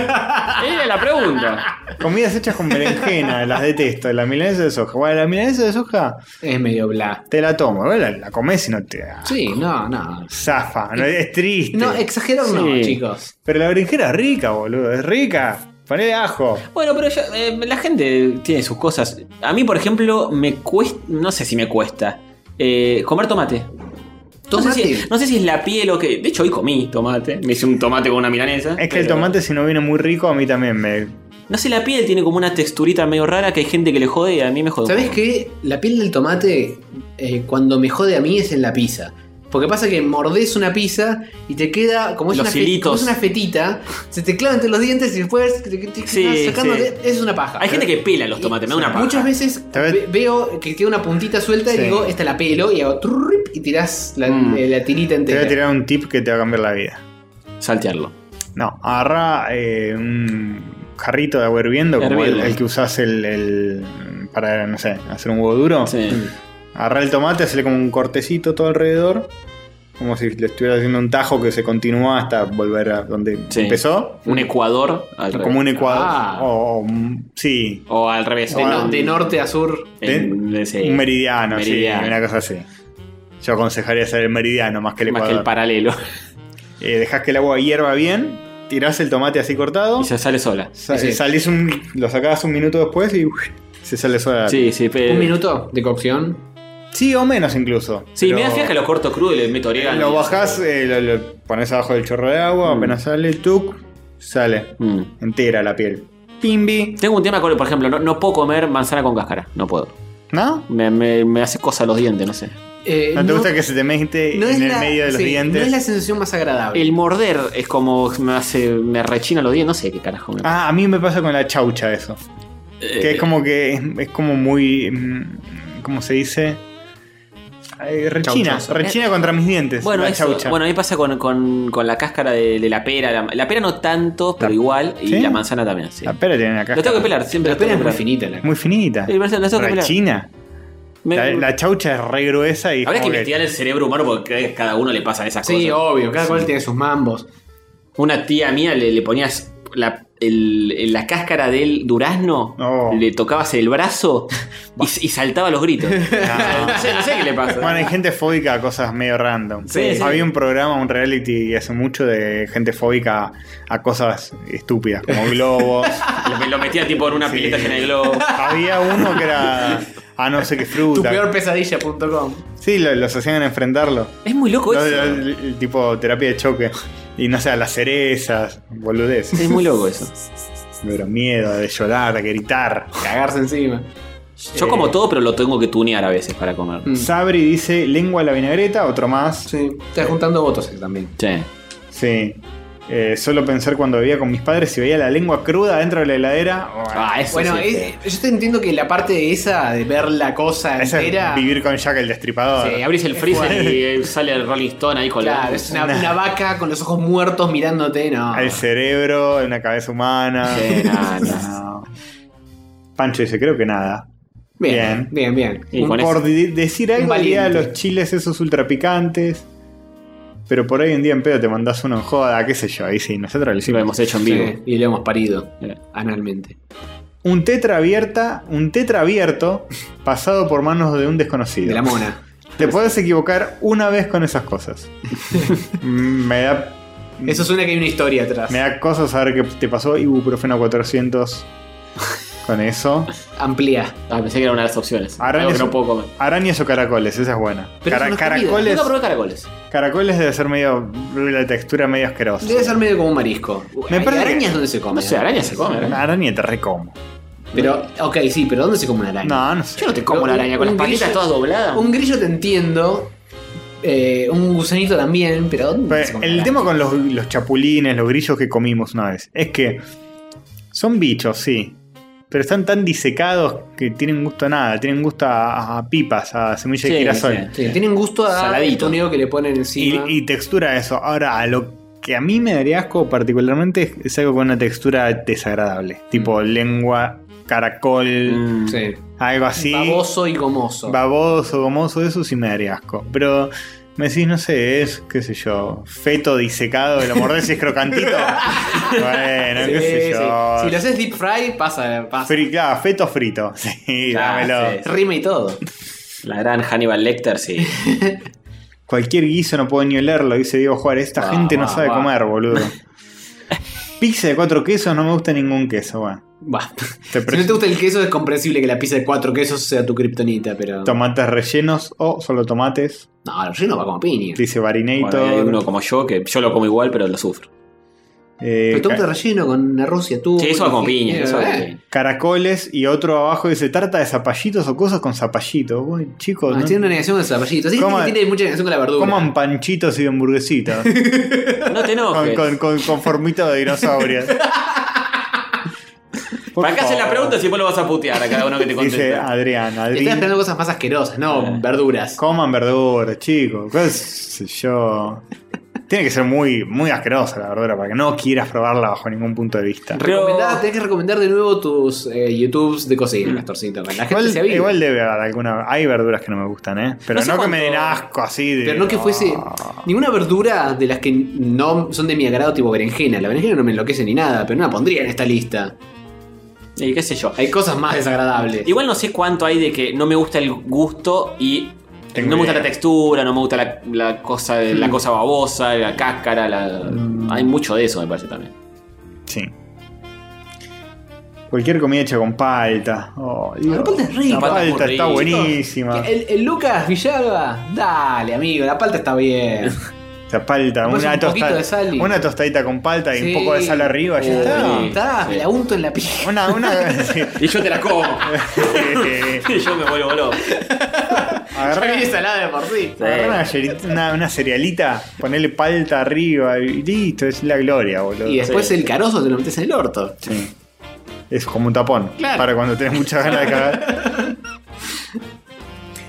S1: Era la (laughs) pregunta.
S2: Comidas hechas con berenjena, (laughs) las detesto. La milanesa de soja. Bueno, la milanesa de soja.
S3: Es medio bla.
S2: Te la tomo, ¿no? la, la comes y no te. da
S3: Sí, no, no.
S2: Zafa, no, es triste.
S3: No, exagerar no,
S2: Sí.
S3: chicos.
S2: Pero la berenjena es rica, boludo, es rica. Ponele ajo.
S1: Bueno, pero yo, eh, la gente tiene sus cosas. A mí, por ejemplo, me cuesta. No sé si me cuesta. eh, comer tomate. No sé,
S2: ¿Tomate?
S1: si, no sé si es la piel o qué. De hecho, hoy comí tomate. Me hice un tomate con una milanesa.
S2: Es que el tomate, si no viene muy rico, a mí también me.
S1: No sé, la piel tiene como una texturita medio rara que hay gente que le jode y a mí me jode.
S3: ¿Sabes qué? La piel del tomate, eh, cuando me jode a mí, es en la pizza. Porque pasa que mordés una pizza y te queda, como es,
S1: Los
S3: una, fe-
S1: hilitos.
S3: como es una fetita, se te clava entre los dientes y después te, te- te-
S1: Sí,
S3: vas sacando-
S1: sí.
S3: Es una paja.
S1: Hay gente que pela los tomates, me da una paja.
S3: Muchas veces ve- veo que queda una puntita suelta
S2: Sí. Mm.
S3: y digo, esta la pelo y hago trrrip y tirás la, eh, la tirita
S2: Te
S3: entera.
S2: voy a tirar un tip que te va a cambiar la vida.
S1: Saltearlo.
S2: No, agarra eh, un jarrito de agua hirviendo, como el,
S1: Hervirlo.
S2: el que usás el, el- para, no sé, hacer un huevo duro. Agarra el tomate, hacele como un cortecito todo alrededor. Como si le estuviera haciendo un tajo que se continúa hasta volver a donde
S1: Sí.
S2: empezó.
S1: Un ecuador al revés.
S2: Como un ecuador.
S1: Ah.
S2: O, o un- sí.
S1: O al revés.
S2: De no- de
S3: norte a sur.
S1: En- sí.
S2: Un meridiano, sí,
S1: Meridiano.
S2: una cosa así. Yo aconsejaría hacer el meridiano más que el
S1: Más que
S2: ecuador.
S1: el paralelo. (laughs)
S2: Eh, dejás que el agua hierva bien, tirás el tomate así cortado. Y
S1: se sale sola. Sí, sí.
S2: Salís un, lo sacás un minuto después y uff, se sale sola.
S1: Sí, sí, pero-
S3: ¿Un minuto Eh, de cocción?
S2: Sí, o menos incluso.
S1: Sí,
S2: Pero
S1: me da fiaca lo corto crudo y le meto orégano.
S2: Lo bajás, eh, lo, lo pones abajo del chorro de agua,
S1: Mm.
S2: apenas sale, tuc, sale. Entera la piel. Pimbi.
S1: Tengo un tema con, por ejemplo, no, no puedo comer manzana con cáscara. No puedo.
S2: ¿No?
S1: Me, me- me hace cosa los dientes, no sé.
S3: Eh,
S2: ¿No te gusta que se te mete
S3: no es
S2: en el
S3: la-
S2: medio de los
S3: sí,
S2: dientes?
S3: No es la sensación más agradable.
S1: El morder es como me hace. me rechina los dientes, no sé qué carajo me
S2: Ah, a mí me pasa con la chaucha eso.
S1: Eh,
S2: Que es como que es, es como muy. mm, ¿Cómo se dice? Ay, Rechina,
S1: Chauchoso.
S2: rechina contra mis dientes.
S1: Bueno,
S2: la
S1: eso.
S2: chaucha.
S1: bueno, a mí pasa con, con- con la cáscara de, de la pera. La, la pera no tanto, pero igual. Y
S2: ¿Sí?
S1: la manzana también, sí.
S2: La pera tiene la cáscara.
S1: Lo tengo que pelar, siempre
S2: La pera es muy
S1: finita.
S2: Muy finita.
S1: Sí, por eso lo tengo que pelar.
S2: Rechina. La, la chaucha es re gruesa y.
S1: Habrá que
S2: como que-
S1: investigar el cerebro humano porque a cada uno le pasan esas cosas.
S3: Sí, obvio, cada cual tiene sus mambos.
S1: Una tía mía le, le ponías la, el- el- la cáscara del durazno, le tocabas el brazo y, y saltaba los
S2: (laughs)
S1: gritos. no, sé, no sé qué le pasa.
S2: Bueno, hay gente fóbica a cosas medio random.
S1: Sí, sí.
S2: Había un programa, un reality hace mucho de gente fóbica a cosas estúpidas, como
S1: (laughs)
S2: globos.
S1: Lo, lo metía tipo en una pileta llena de globos.
S2: Había uno que era a no sé qué
S3: Tu
S2: fruta.
S3: peor pesadilla.com.
S2: Sí, lo- los hacían enfrentarlo.
S1: Es muy loco
S2: Lo-
S1: eso.
S2: lo- el- el tipo terapia de choque. Y no sé, a las cerezas, boludez.
S1: (laughs) Es muy loco eso.
S2: Pero miedo de llorar, de gritar.
S3: Cagarse encima.
S1: Yo
S2: Eh.
S1: como todo, pero lo tengo que tunear a veces para comer.
S2: Mm. Sabri dice lengua a la vinagreta, otro más.
S3: Sí, está juntando votos él también.
S1: Sí.
S2: Sí. Eh, solo pensar cuando vivía con mis padres si veía la lengua cruda dentro de la heladera. oh,
S1: Ah,
S3: bueno, es- yo te entiendo que la parte de esa de ver la cosa
S2: Eso es
S3: entera.
S2: vivir con Jack el Destripador.
S1: Sí, abrís el freezer y eh, sale el Rolling Stone ahí colgado.
S3: Claro, es una, una vaca con los ojos muertos mirándote, no.
S2: Al cerebro, una cabeza humana.
S3: ah.
S2: (laughs)
S3: Sí, no,
S2: No. Pancho dice, creo que nada. Bien.
S3: Bien, bien.
S2: Un- por de- decir algo diría los chiles esos ultra picantes. Pero por ahí un día en pedo te mandás uno en joda, qué sé yo, ahí sí, nosotros lo hicimos.
S1: Lo hemos hecho en
S3: vivo. y lo hemos parido analmente.
S2: Un tetra abierta, un tetra abierto, pasado por manos de un desconocido.
S3: De la mona.
S2: Te puedes equivocar una vez con esas
S1: (laughs)
S2: cosas. Mm, me da.
S3: Eso suena que hay una historia atrás.
S2: Me da cosa saber que te pasó ibuprofeno 400 con eso.
S3: Amplía.
S1: Ah, pensé que era una de las opciones. Algo
S2: Arañas,
S1: que no puedo comer.
S2: arañas o caracoles, esa es buena.
S1: Pero
S2: Cara-
S1: eso no es comida.
S2: caracoles.
S1: Nunca probé caracoles.
S2: Caracoles debe ser medio. La textura medio asquerosa.
S3: Debe ser medio como un marisco.
S2: Me
S3: Hay
S2: parece que-
S3: arañas donde se come.
S2: No sé, arañas se comen. ¿eh? Araña te recomo.
S3: Pero, ok, sí, pero ¿dónde se come una araña?
S2: No, no sé.
S1: Yo no te como
S3: Pero
S1: la
S3: un-
S1: araña con las
S3: un
S1: patitas
S3: grillo-
S1: todas dobladas.
S3: Un grillo te entiendo. eh, un gusanito también, pero ¿dónde se come
S2: El
S3: una
S2: tema con los, los chapulines, los grillos que comimos una vez, es que son bichos, sí. Pero están tan disecados que tienen gusto a nada, tienen gusto a, a pipas, a semilla de
S3: Sí,
S2: girasol.
S3: sí, sí. Tienen gusto a toneo que le ponen
S2: Y,
S3: encima.
S2: y textura a eso. Ahora, a lo que a mí me daría asco particularmente es- es algo con una textura desagradable. Tipo lengua, caracol,
S3: Mm.
S1: Mm.
S2: algo así.
S3: Baboso y gomoso.
S2: Baboso, gomoso, eso sí me daría asco. Pero me decís, no sé, es, qué sé yo, feto disecado, lo mordés y es crocantito. bueno,
S3: Sí,
S2: qué sé
S3: sí.
S2: yo.
S3: Si lo haces deep fry, pasa. pasa.
S2: Fri- claro, feto frito. (laughs) Sí, dámelo.
S3: Rima y
S2: (laughs)
S3: todo.
S1: La gran Hannibal Lecter, sí.
S2: Cualquier guiso no puedo ni olerlo, dice Diego Juárez. Esta
S1: Va,
S2: gente no
S1: va,
S2: sabe
S1: va.
S2: comer, boludo. Pizza de cuatro quesos, no me gusta ningún queso, bueno.
S3: Bah.
S2: Te
S3: Si no te gusta el queso, es comprensible que la pizza de cuatro quesos sea tu kriptonita, pero.
S2: Tomates rellenos o solo tomates.
S3: No, el relleno va como piña.
S2: Dice Barinator.
S1: Bueno, hay uno como yo, que yo lo como igual, pero lo sufro.
S2: Eh,
S3: Pero tomate
S2: ca-
S3: relleno con arroz y atún.
S1: Sí, eso va como piña,
S3: Eh,
S1: eso va como
S3: eh.
S1: piña.
S2: Caracoles y otro abajo dice tarta de zapallitos o cosas con zapallitos. Uy, chicos,
S3: Ah,
S2: ¿no?
S3: Tiene una negación con el zapallito. Sí,
S2: Coman-
S3: tiene mucha negación con la verdura.
S2: coman panchitos y
S3: (laughs)
S2: hamburguesitas.
S1: No te
S2: con,
S1: enojes.
S2: con, con- con formita de dinosaurio.
S3: (laughs)
S1: ¿Para qué haces la pregunta si vos lo vas a putear a cada uno que te
S2: (laughs) Dice
S1: conteste?
S2: Adrián,
S3: Estás
S2: Adrián.
S3: esperando cosas más asquerosas,
S1: Eh.
S3: no verduras.
S2: Coman verduras, chicos. Qué sé yo. Tiene que ser muy, muy asquerosa la verdura para que no quieras probarla bajo ningún punto de vista.
S3: Recomendá, tenés que recomendar de nuevo tus eh, YouTubes de cocina,
S1: Mm.
S3: Castorcito. La gente
S2: Igual,
S3: se aviva.
S2: igual debe haber alguna. Hay verduras que no me gustan, ¿eh? Pero
S3: No sé
S2: no, que me den
S3: cuánto-
S2: asco así de. Ah.
S3: Pero no que fuese ninguna verdura de las que no son de mi agrado, tipo berenjena. La berenjena no me enloquece ni nada, pero no la pondría en esta lista.
S1: Y qué sé yo.
S3: Hay cosas más desagradables.
S1: Igual no sé cuánto hay de que no me gusta el gusto y
S2: Tengo
S1: no me gusta
S2: idea.
S1: la textura, no me gusta la, la cosa la
S2: Mm.
S1: cosa babosa, la cáscara, la- hay mucho de eso me parece también.
S2: Sí. Cualquier comida hecha con palta. Oh, Dios.
S3: La palta es rica. eh,
S2: La palta
S3: Chicos,
S2: está buenísima.
S3: El, el Lucas Villalba, dale, amigo, la palta está bien.
S2: La palta,
S3: Después
S2: una,
S3: un poquito
S2: tosta-
S3: de sal y-
S2: una tostadita con palta y
S3: Sí.
S2: un poco de sal arriba. ya
S3: Oh,
S2: está.
S3: está, me la unto en la pija.
S2: Una,
S3: (laughs)
S2: una. sí.
S1: Y yo te la como. (laughs) y yo me vuelvo loco.
S3: Ya
S2: (laughs) Agarrá-
S3: viene salada de por sí.
S2: agarrá una, galletita- una- una cerealita, ponele palta arriba y listo, es la gloria, boludo.
S3: Y después el carozo te lo metes en el orto.
S2: Es como un tapón.
S3: Claro.
S2: Para cuando tenés muchas ganas de cagar.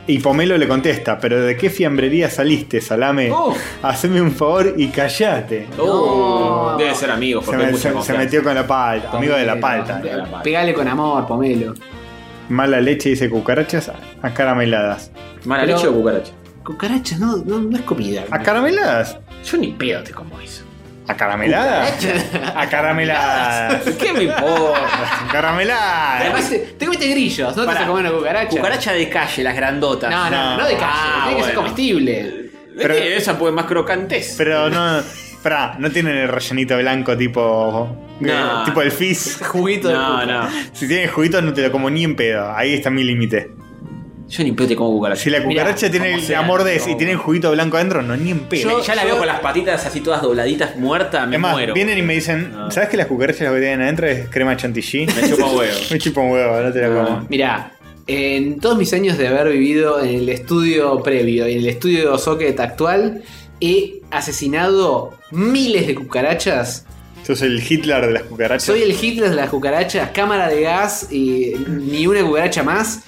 S2: Y Pomelo le contesta, pero ¿de qué fiambrería saliste, Salame?
S3: Oh.
S2: Haceme un favor y callate.
S1: Oh, Debe ser amigos,
S2: Se,
S1: porque hay
S2: me-
S1: mucha
S2: se- se
S1: confianza.
S2: metió con la palta, amigo de la
S1: Pomelo,
S2: palta.
S1: amigo de la palta.
S3: Pegale con amor, pomelo.
S2: Mala leche dice cucarachas acarameladas.
S1: ¿Mala
S3: Pero- leche o
S1: cucaracha?
S3: Cucarachas, no, no, no es comida. (laughs)
S2: ¿Acarameladas?
S1: Yo ni pedo te como (laughs) eso.
S2: ¿Acarameladas?
S3: Cucarachas.
S2: Acarameladas.
S1: ¿Qué me importa?
S3: Además, eh,
S2: Acarameladas.
S3: te te comiste grillos, no te vas a
S1: Pará.
S3: comer una cucaracha.
S1: Cucaracha de calle, las grandotas.
S3: No, no, no, no de calle, tiene que ser comestible.
S1: Pero esa puede más crocantes.
S2: Pero no. Pará, no tienen el rellenito blanco tipo.
S1: No.
S2: eh, tipo el fizz.
S3: Juguito
S1: de No, cuca. no.
S2: Si tienen juguito, no te lo como ni en pedo. Ahí está mi límite.
S1: Yo ni pedo te como cucaracha.
S2: Si la cucaracha
S1: Mirá,
S2: tiene
S1: como
S2: el
S1: sea,
S2: amor de
S1: no.
S2: y tiene el juguito blanco adentro, no ni en pedo.
S1: Yo- ya la veo con las patitas así todas dobladitas, muerta, me
S2: Es más,
S1: muero.
S2: vienen y me dicen, ¿sabes que las cucarachas lo que tienen adentro es crema chantilly?
S1: Me chupa un huevo.
S2: (laughs) Me chupa un huevo, no te lo como.
S3: Mirá, en todos mis años de haber vivido en el estudio previo y en el estudio de Socket actual, he asesinado miles de cucarachas.
S2: Sos el Hitler de las cucarachas.
S3: Soy el Hitler de las cucarachas, cámara de gas y ni una cucaracha más.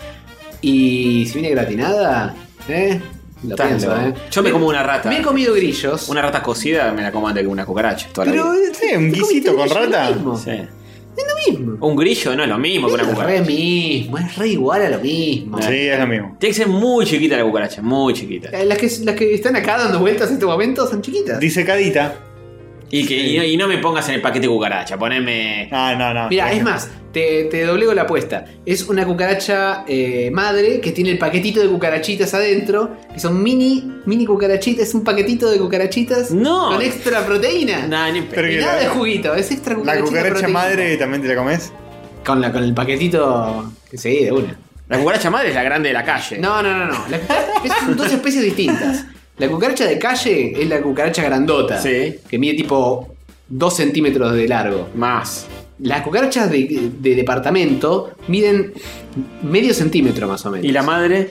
S3: Y si viene gratinada, ¿eh? Lo
S1: Tanto.
S3: pienso, ¿eh?
S1: Yo me como una rata.
S3: Me he comido grillos.
S1: Una rata cocida me la como antes que una cucaracha. Toda la
S2: Pero, eh,
S1: vida.
S2: sí, un guisito con rata.
S1: Sí. Es lo mismo. Un grillo no es lo mismo que una
S3: Es
S1: cucaracha.
S3: re mismo, es re igual a lo mismo.
S2: Sí, es lo mismo.
S1: Tiene que ser muy chiquita la cucaracha, muy chiquita.
S3: Eh, Las que, las que están acá dando vueltas en este momento son chiquitas.
S2: Dice Cadita.
S1: Y, que, y, no, y no me pongas en el paquete cucaracha, poneme.
S2: Ah, no, no.
S3: Mira, es más, te, te doblego la apuesta. Es una cucaracha eh, madre que tiene el paquetito de cucarachitas adentro, que son mini, mini cucarachitas, es un paquetito de cucarachitas
S1: No.
S3: con extra proteína.
S1: Nah, ni en
S2: Pero
S1: pedo.
S3: Y
S2: que
S3: nada
S2: la-
S3: de juguito, es extra
S2: ¿La
S3: cucarachita.
S2: cucaracha
S3: proteína.
S2: madre también te la comes?
S3: Con, la, con el paquetito. que Sí, de una.
S1: La cucaracha madre es la grande de la calle.
S3: No, no, no, no. La cucaracha- es- son dos especies distintas. La cucaracha de calle es la cucaracha grandota.
S1: Sí.
S3: Que mide tipo 2 centímetros de largo.
S1: Más.
S3: Las cucarachas de, de departamento miden medio centímetro más o menos.
S1: ¿Y la madre?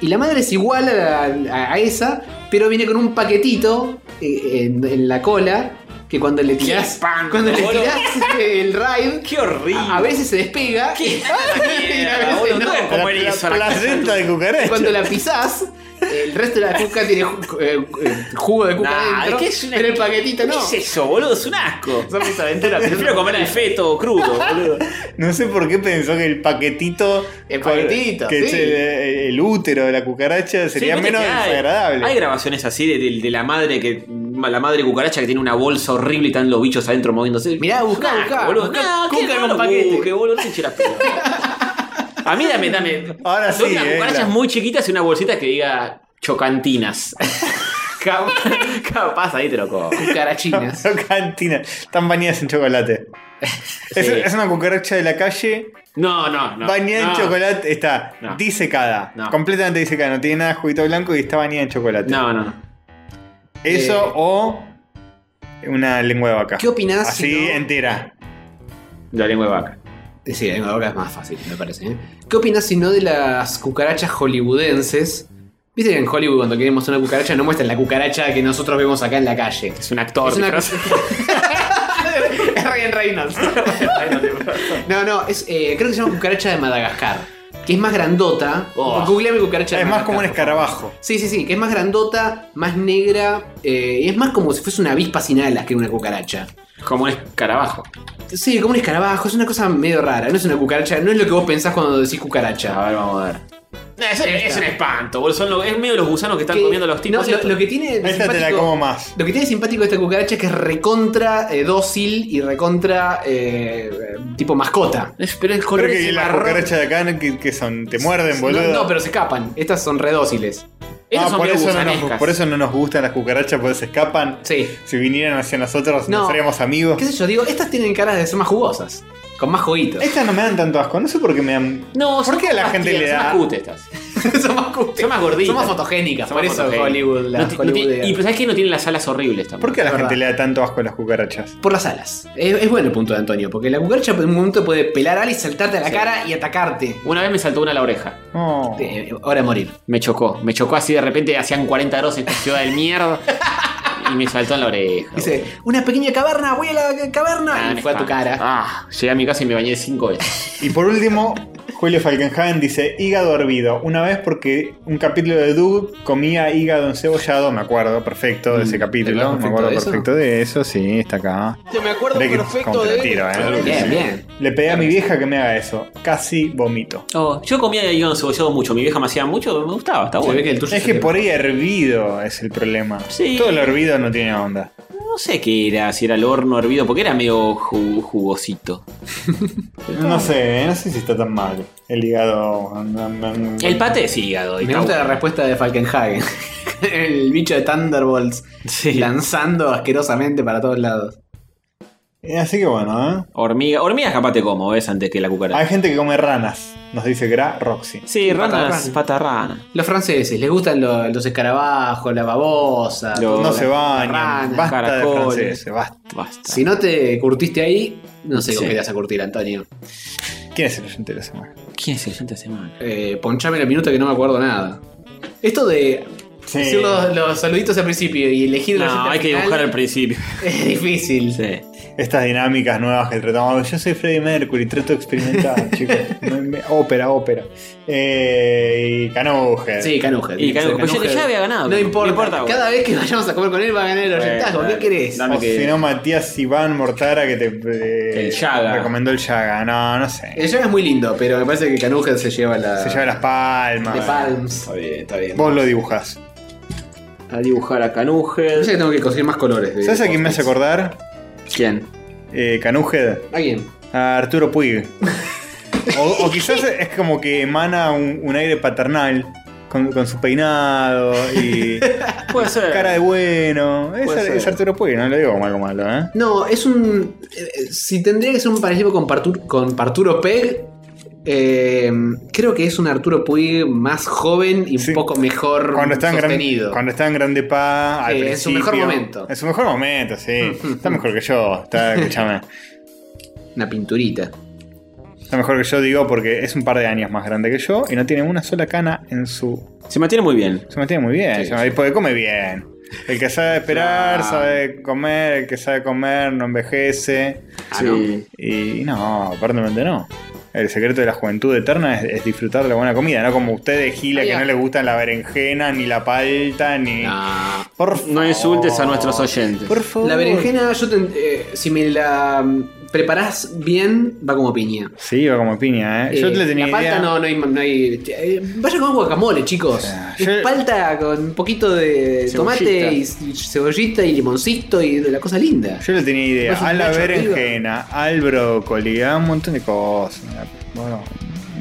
S3: Y la madre es igual a, a- a esa, pero viene con un paquetito eh, en, en la cola que cuando le tirás,
S1: espanto,
S3: cuando le
S1: boludo.
S3: tirás (laughs) Ah, el ride,
S1: ¡Qué horrible!
S3: a,
S1: (laughs)
S3: a veces se despega. y a veces
S1: boludo,
S3: no.
S1: todo como erizo, la casa.
S2: placenta de cucaracha.
S3: Cuando la pisás, el resto de la cuca tiene ju- eh, eh, jugo de cuca
S1: Nah,
S3: adentro,
S1: ¿qué es una-
S3: pero el paquetito no.
S1: ¿Qué es eso, boludo? Es un asco.
S3: Son mis aventuras.
S1: Prefiero comer el feto crudo, boludo.
S2: No sé por qué pensó que el paquetito.
S3: El paquetito,
S2: Que eh,
S3: sí.
S2: el, el útero de la cucaracha sería
S1: Sí, viste
S2: menos
S1: que hay-
S2: desagradable.
S1: Hay grabaciones así de, de- de la madre que la madre cucaracha que tiene una bolsa horrible y están los bichos adentro moviéndose.
S3: Mirá, buscá,
S1: Nah,
S3: buscá.
S1: boludo.
S3: buscá
S1: Nah, qué
S3: cuca
S1: raro
S3: con paquete.
S1: busque, boludo, no te eche la pelota. A mí dame, dame.
S2: Ahora
S1: dame
S2: sí,
S1: Unas
S2: eh,
S1: cucarachas
S2: la-
S1: muy chiquitas y una bolsita que diga
S2: (laughs)
S1: chocantinas. Capaz, capaz ahí te lo como.
S3: Cucarachinas.
S2: Son cantinas. Están bañadas en chocolate. Es,
S1: Sí.
S2: es una cucaracha de la calle,
S1: No, no, no.
S2: bañada
S1: no.
S2: en chocolate, está
S1: No.
S2: disecada.
S1: No.
S2: Completamente disecada. No tiene nada de juguito blanco y está bañada en chocolate.
S1: No, no.
S2: Eso
S3: Eh.
S2: o una lengua de vaca.
S3: ¿Qué opinás si
S2: Así
S3: no-
S2: entera.
S1: La lengua de vaca.
S3: Sí, la lengua de vaca es más fácil, me parece. ¿eh? ¿Qué opinas si no de las cucarachas hollywoodenses? Viste que en Hollywood cuando queremos una cucaracha no muestran la cucaracha que nosotros vemos acá en la calle.
S1: Es un actor.
S3: Es una
S1: disfrazado.
S3: (laughs) Es
S2: (laughs)
S3: Ryan Reynolds. no, no, es, eh, creo que se llama cucaracha de Madagascar. Que es más grandota.
S1: Oh.
S3: Googleame cucaracha de
S2: Es más como un
S3: Madagascar.
S2: escarabajo.
S3: Sí, sí, sí, que es más grandota, más negra. eh, y es más como si fuese una avispa sin alas que una cucaracha.
S1: Como un escarabajo.
S3: Sí, como un escarabajo, es una cosa medio rara. No es una cucaracha, no es lo que vos pensás cuando decís cucaracha.
S1: A ver, vamos a ver. No, Eh, es, es un espanto, boludo. Son lo- es medio los gusanos que están
S3: Que-
S1: comiendo los tipos.
S3: no, lo,
S1: estos.
S3: lo que tiene de
S2: Esta te la
S3: simpático-
S2: como más.
S3: Lo que tiene de simpático esta cucaracha es que es recontra eh, dócil y recontra eh, tipo mascota.
S1: Es- pero el color
S2: Creo
S1: es
S2: que las
S1: marrón.
S2: cucarachas de acá que, que son, te muerden,
S3: No,
S2: boludo.
S3: no, pero se escapan. Estas son redóciles.
S1: Esas
S2: Ah,
S1: son
S2: por,
S1: medio
S2: eso no nos,
S1: gusanescas.
S2: por eso no nos gustan las cucarachas, porque se escapan.
S3: Sí.
S2: Si vinieran hacia nosotros,
S3: No.
S2: no seríamos amigos.
S3: ¿Qué sé yo? Digo, estas tienen caras de ser más jugosas. Con más
S1: (laughs)
S3: juguitos.
S2: Estas no me dan tanto asco, no sé por qué me dan.
S1: No, son
S2: ¿Por qué a la
S1: más
S2: gente
S1: tiernas,
S2: le da?
S1: Son más cute estas.
S3: son más cute.
S1: Son más gorditas.
S3: Son más fotogénicas.
S1: Son
S3: por
S1: más
S3: eso
S1: fotogénicas.
S3: Hollywood.
S1: No
S3: las
S1: ti- no ti-
S3: Hollywoods-
S1: y pero sabes que no tiene las alas horribles tampoco.
S2: ¿Por qué a la
S3: Es
S2: gente
S3: verdad.
S2: le da tanto asco a las cucarachas?
S3: Por las alas. Es, es bueno el punto de Antonio, porque la cucaracha en un momento puede pelar alas y saltarte a la cara y atacarte.
S1: Una vez me saltó una a la oreja.
S2: No.
S3: Eh, hora de morir.
S1: Me chocó. Me chocó así de repente. Hacían 40 grados en esta ciudad del mierda. y me saltó en la oreja.
S3: Dice, una pequeña caverna, voy a la caverna.
S1: Ah,
S3: y fue a
S1: nefasta.
S3: tu cara.
S1: Ah, llegué a mi casa y me bañé cinco veces.
S2: Y por último, Julio Falkenhagen dice hígado hervido. Una vez porque un capítulo de Doug comía hígado encebollado, me acuerdo perfecto de ese capítulo. Me
S6: perfecto
S2: acuerdo
S6: de eso?
S2: perfecto de eso, sí, está acá.
S6: me acuerdo
S2: Ve que como te lo tiro, ¿eh?
S1: Bien, bien.
S2: Le pedí a mi vieja que me haga eso. Casi vomito.
S1: Oh, yo comía hígado cebollado mucho, mi vieja me hacía mucho, me gustaba, está bueno.
S2: Ah, es que por ahí hervido es el problema.
S1: Sí.
S2: Todo lo hervido no tiene onda.
S1: No sé qué era, si era el horno hervido, porque era medio ju- jugosito.
S2: No sé, no sé si está tan mal. El hígado.
S1: El pate es hígado. y
S3: Me
S1: está
S3: gusta la
S1: bueno.
S3: respuesta de Falkenhagen. (laughs) el bicho de Thunderbolts lanzando asquerosamente para todos lados.
S2: Así que bueno, ¿eh?
S1: Hormiga, hormigas capaz te como, ¿ves? Antes que la
S2: Hay
S1: cucaracha.
S2: gente que come ranas, nos dice Gra Roxy.
S1: Sí, ranas,
S3: Patarrana.
S1: patarrana.
S3: Los franceses, les gustan lo- los escarabajos, la babosa.
S2: Los-
S3: todo,
S2: no se
S3: la-
S2: bañan,
S3: la rana,
S2: basta de
S3: caracoles.
S2: franceses, basta.
S3: Si no te curtiste ahí, no sé con
S2: Sí.
S3: qué te vas a curtir, Antonio.
S2: ¿Quién es el oyente de la semana?
S1: ¿Quién es el oyente de semana?
S3: Eh, ponchame el minuto que no me acuerdo nada. Esto de decir los, los saluditos al principio y elegir el oyente al final (laughs)
S1: principio.
S3: Es difícil.
S2: Estas dinámicas nuevas que tratamos. Yo soy Freddie Mercury, trato de experimentar, (laughs) chicos. Me- me- ópera, ópera. Eh, y Canúger.
S3: Sí, Canúger.
S1: Y Canúger,
S2: Pues
S1: pero yo que ya había ganado.
S3: No importa.
S1: importa,
S3: Cada vez que vayamos a comer con él va a ganar el oyentazgo. ¿Qué querés?
S2: O si no, Matías Iván Mortara que te eh,
S3: El Yaga.
S2: recomendó el Yaga. No, no sé.
S3: El Yaga es muy lindo, pero me parece que Canúger se lleva la.
S2: Se lleva las palmas.
S3: De Palms. Está bien, está bien.
S2: Vos lo dibujás.
S1: A dibujar a Canúger.
S3: Yo tengo que conseguir más colores. de-
S2: ¿Sabes a quién me hace acordar?
S1: ¿Quién?
S2: Eh, Canúged.
S3: ¿A quién?
S2: A Arturo
S3: (laughs)
S2: Puig. o, o quizás es como que emana un, un aire paternal con, con su peinado
S3: (laughs)
S2: y
S1: Puede ser.
S2: cara de bueno. Es,
S3: Puede ser.
S2: es Arturo Puig, no le digo como algo malo, ¿eh?
S3: No, es un. eh, eh, Si tendría que ser un parecido con, Partur- con Parturo Peg, eh, creo que es un Arturo Puig más joven y un poco mejor
S2: Cuando está, en gran,
S3: sostenido.
S2: cuando está en Grande Pa, al
S3: Sí, en su
S2: principio.
S3: mejor momento.
S2: En su mejor momento,
S3: (laughs)
S2: sí. está mejor que yo, está, escúchame.
S3: Una pinturita.
S2: Está mejor que yo, digo, porque es un par de años más grande que yo y no tiene una sola cana en su
S1: Se mantiene muy bien.
S2: Se mantiene muy bien, se mantiene- porque come bien. El que sabe esperar,
S3: Ah.
S1: Claro.
S2: sabe comer, el que sabe comer no envejece.
S3: Ah,
S1: Sí.
S2: Y, y no, aparentemente no. El secreto de la juventud eterna es, es disfrutar de la buena comida, no como ustedes, Gila, que no les gustan la berenjena, ni la palta, ni.
S1: No insultes a nuestros
S3: Oh.
S1: oyentes.
S2: Por favor.
S3: La berenjena, yo te- eh, si me la mm, preparás bien, va como piña.
S2: Sí, va como piña, ¿eh? yo
S3: Eh,
S2: le tenía
S3: la palta
S2: idea.
S3: no, no hay. no hay- eh, vaya con guacamole, chicos. Palta con un poquito de
S2: Ah, Cebollita.
S3: tomate y c- cebollita y limoncito y de la cosa linda.
S2: Yo le tenía idea.
S3: Vas un
S2: A la
S3: cacho
S2: berenjena, al brócoli, a un montón de cosas. Bueno,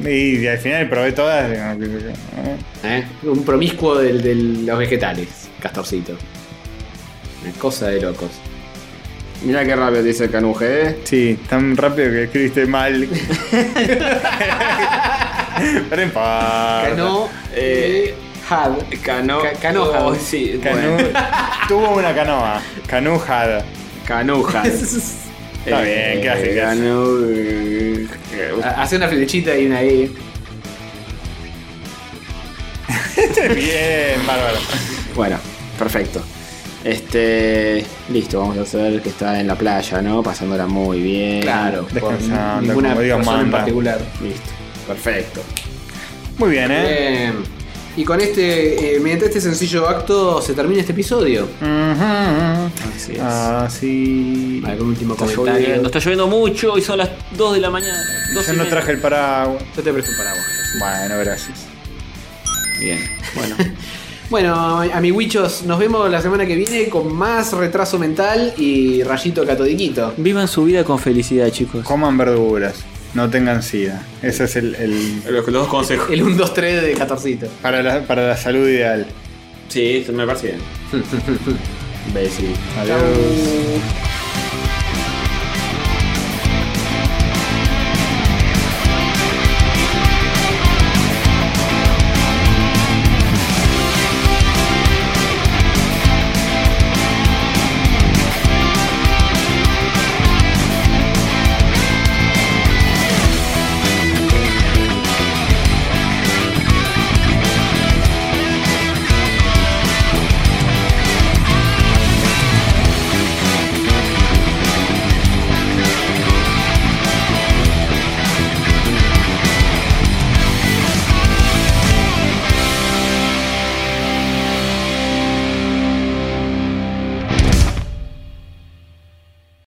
S2: y al final probé todas.
S3: ¿Eh? Un promiscuo del- de los vegetales, Castorcito. Una cosa de locos.
S9: Mirá qué rápido dice el Canuje, ¿eh?
S2: Sí, tan rápido que escribiste
S3: (laughs)
S2: mal. Pero en paz.
S3: Cano. Eh, Had.
S9: Cano.
S3: Ca- canoja.
S9: Oh, sí,
S2: Canu-
S9: bueno.
S2: Tuvo una canoa. Canujada.
S3: (laughs)
S9: Canuja.
S2: Está
S9: Eh,
S2: bien, ¿qué hace? ¿Qué hace?
S3: Ha- Hace una flechita y una E.
S2: Bien, bárbaro.
S9: Bueno, perfecto. Este. Listo, vamos a hacer que está en la playa, ¿no? Pasándola muy bien.
S3: Claro,
S9: Por
S2: Descansando,
S9: ninguna
S2: como Dios
S9: persona en
S2: manda.
S9: particular. Listo. Perfecto.
S2: Muy bien, ¿eh?
S3: Bien. Y con este, eh, mediante este sencillo acto, se termina este episodio.
S2: Así es. Así.
S3: Algún último
S1: Está lloviendo, está lloviendo mucho y son las 2 de la mañana. dos
S2: Yo
S1: y
S2: no
S1: media.
S2: traje el paraguas.
S3: Yo te presto un paraguas.
S2: Bueno, gracias.
S1: Bien, bueno.
S3: Bueno, amiguichos, nos vemos la semana que viene con más retraso mental y rayito catodiquito.
S1: Vivan su vida con felicidad, chicos.
S2: Coman verduras. No tengan sida. Ese es el. el-
S1: Los, dos consejos.
S3: El 1, 2, 3 de Catorcito.
S2: para, la, para la salud ideal.
S1: Sí, me parece bien. Besito.
S2: Adiós.
S3: Chau.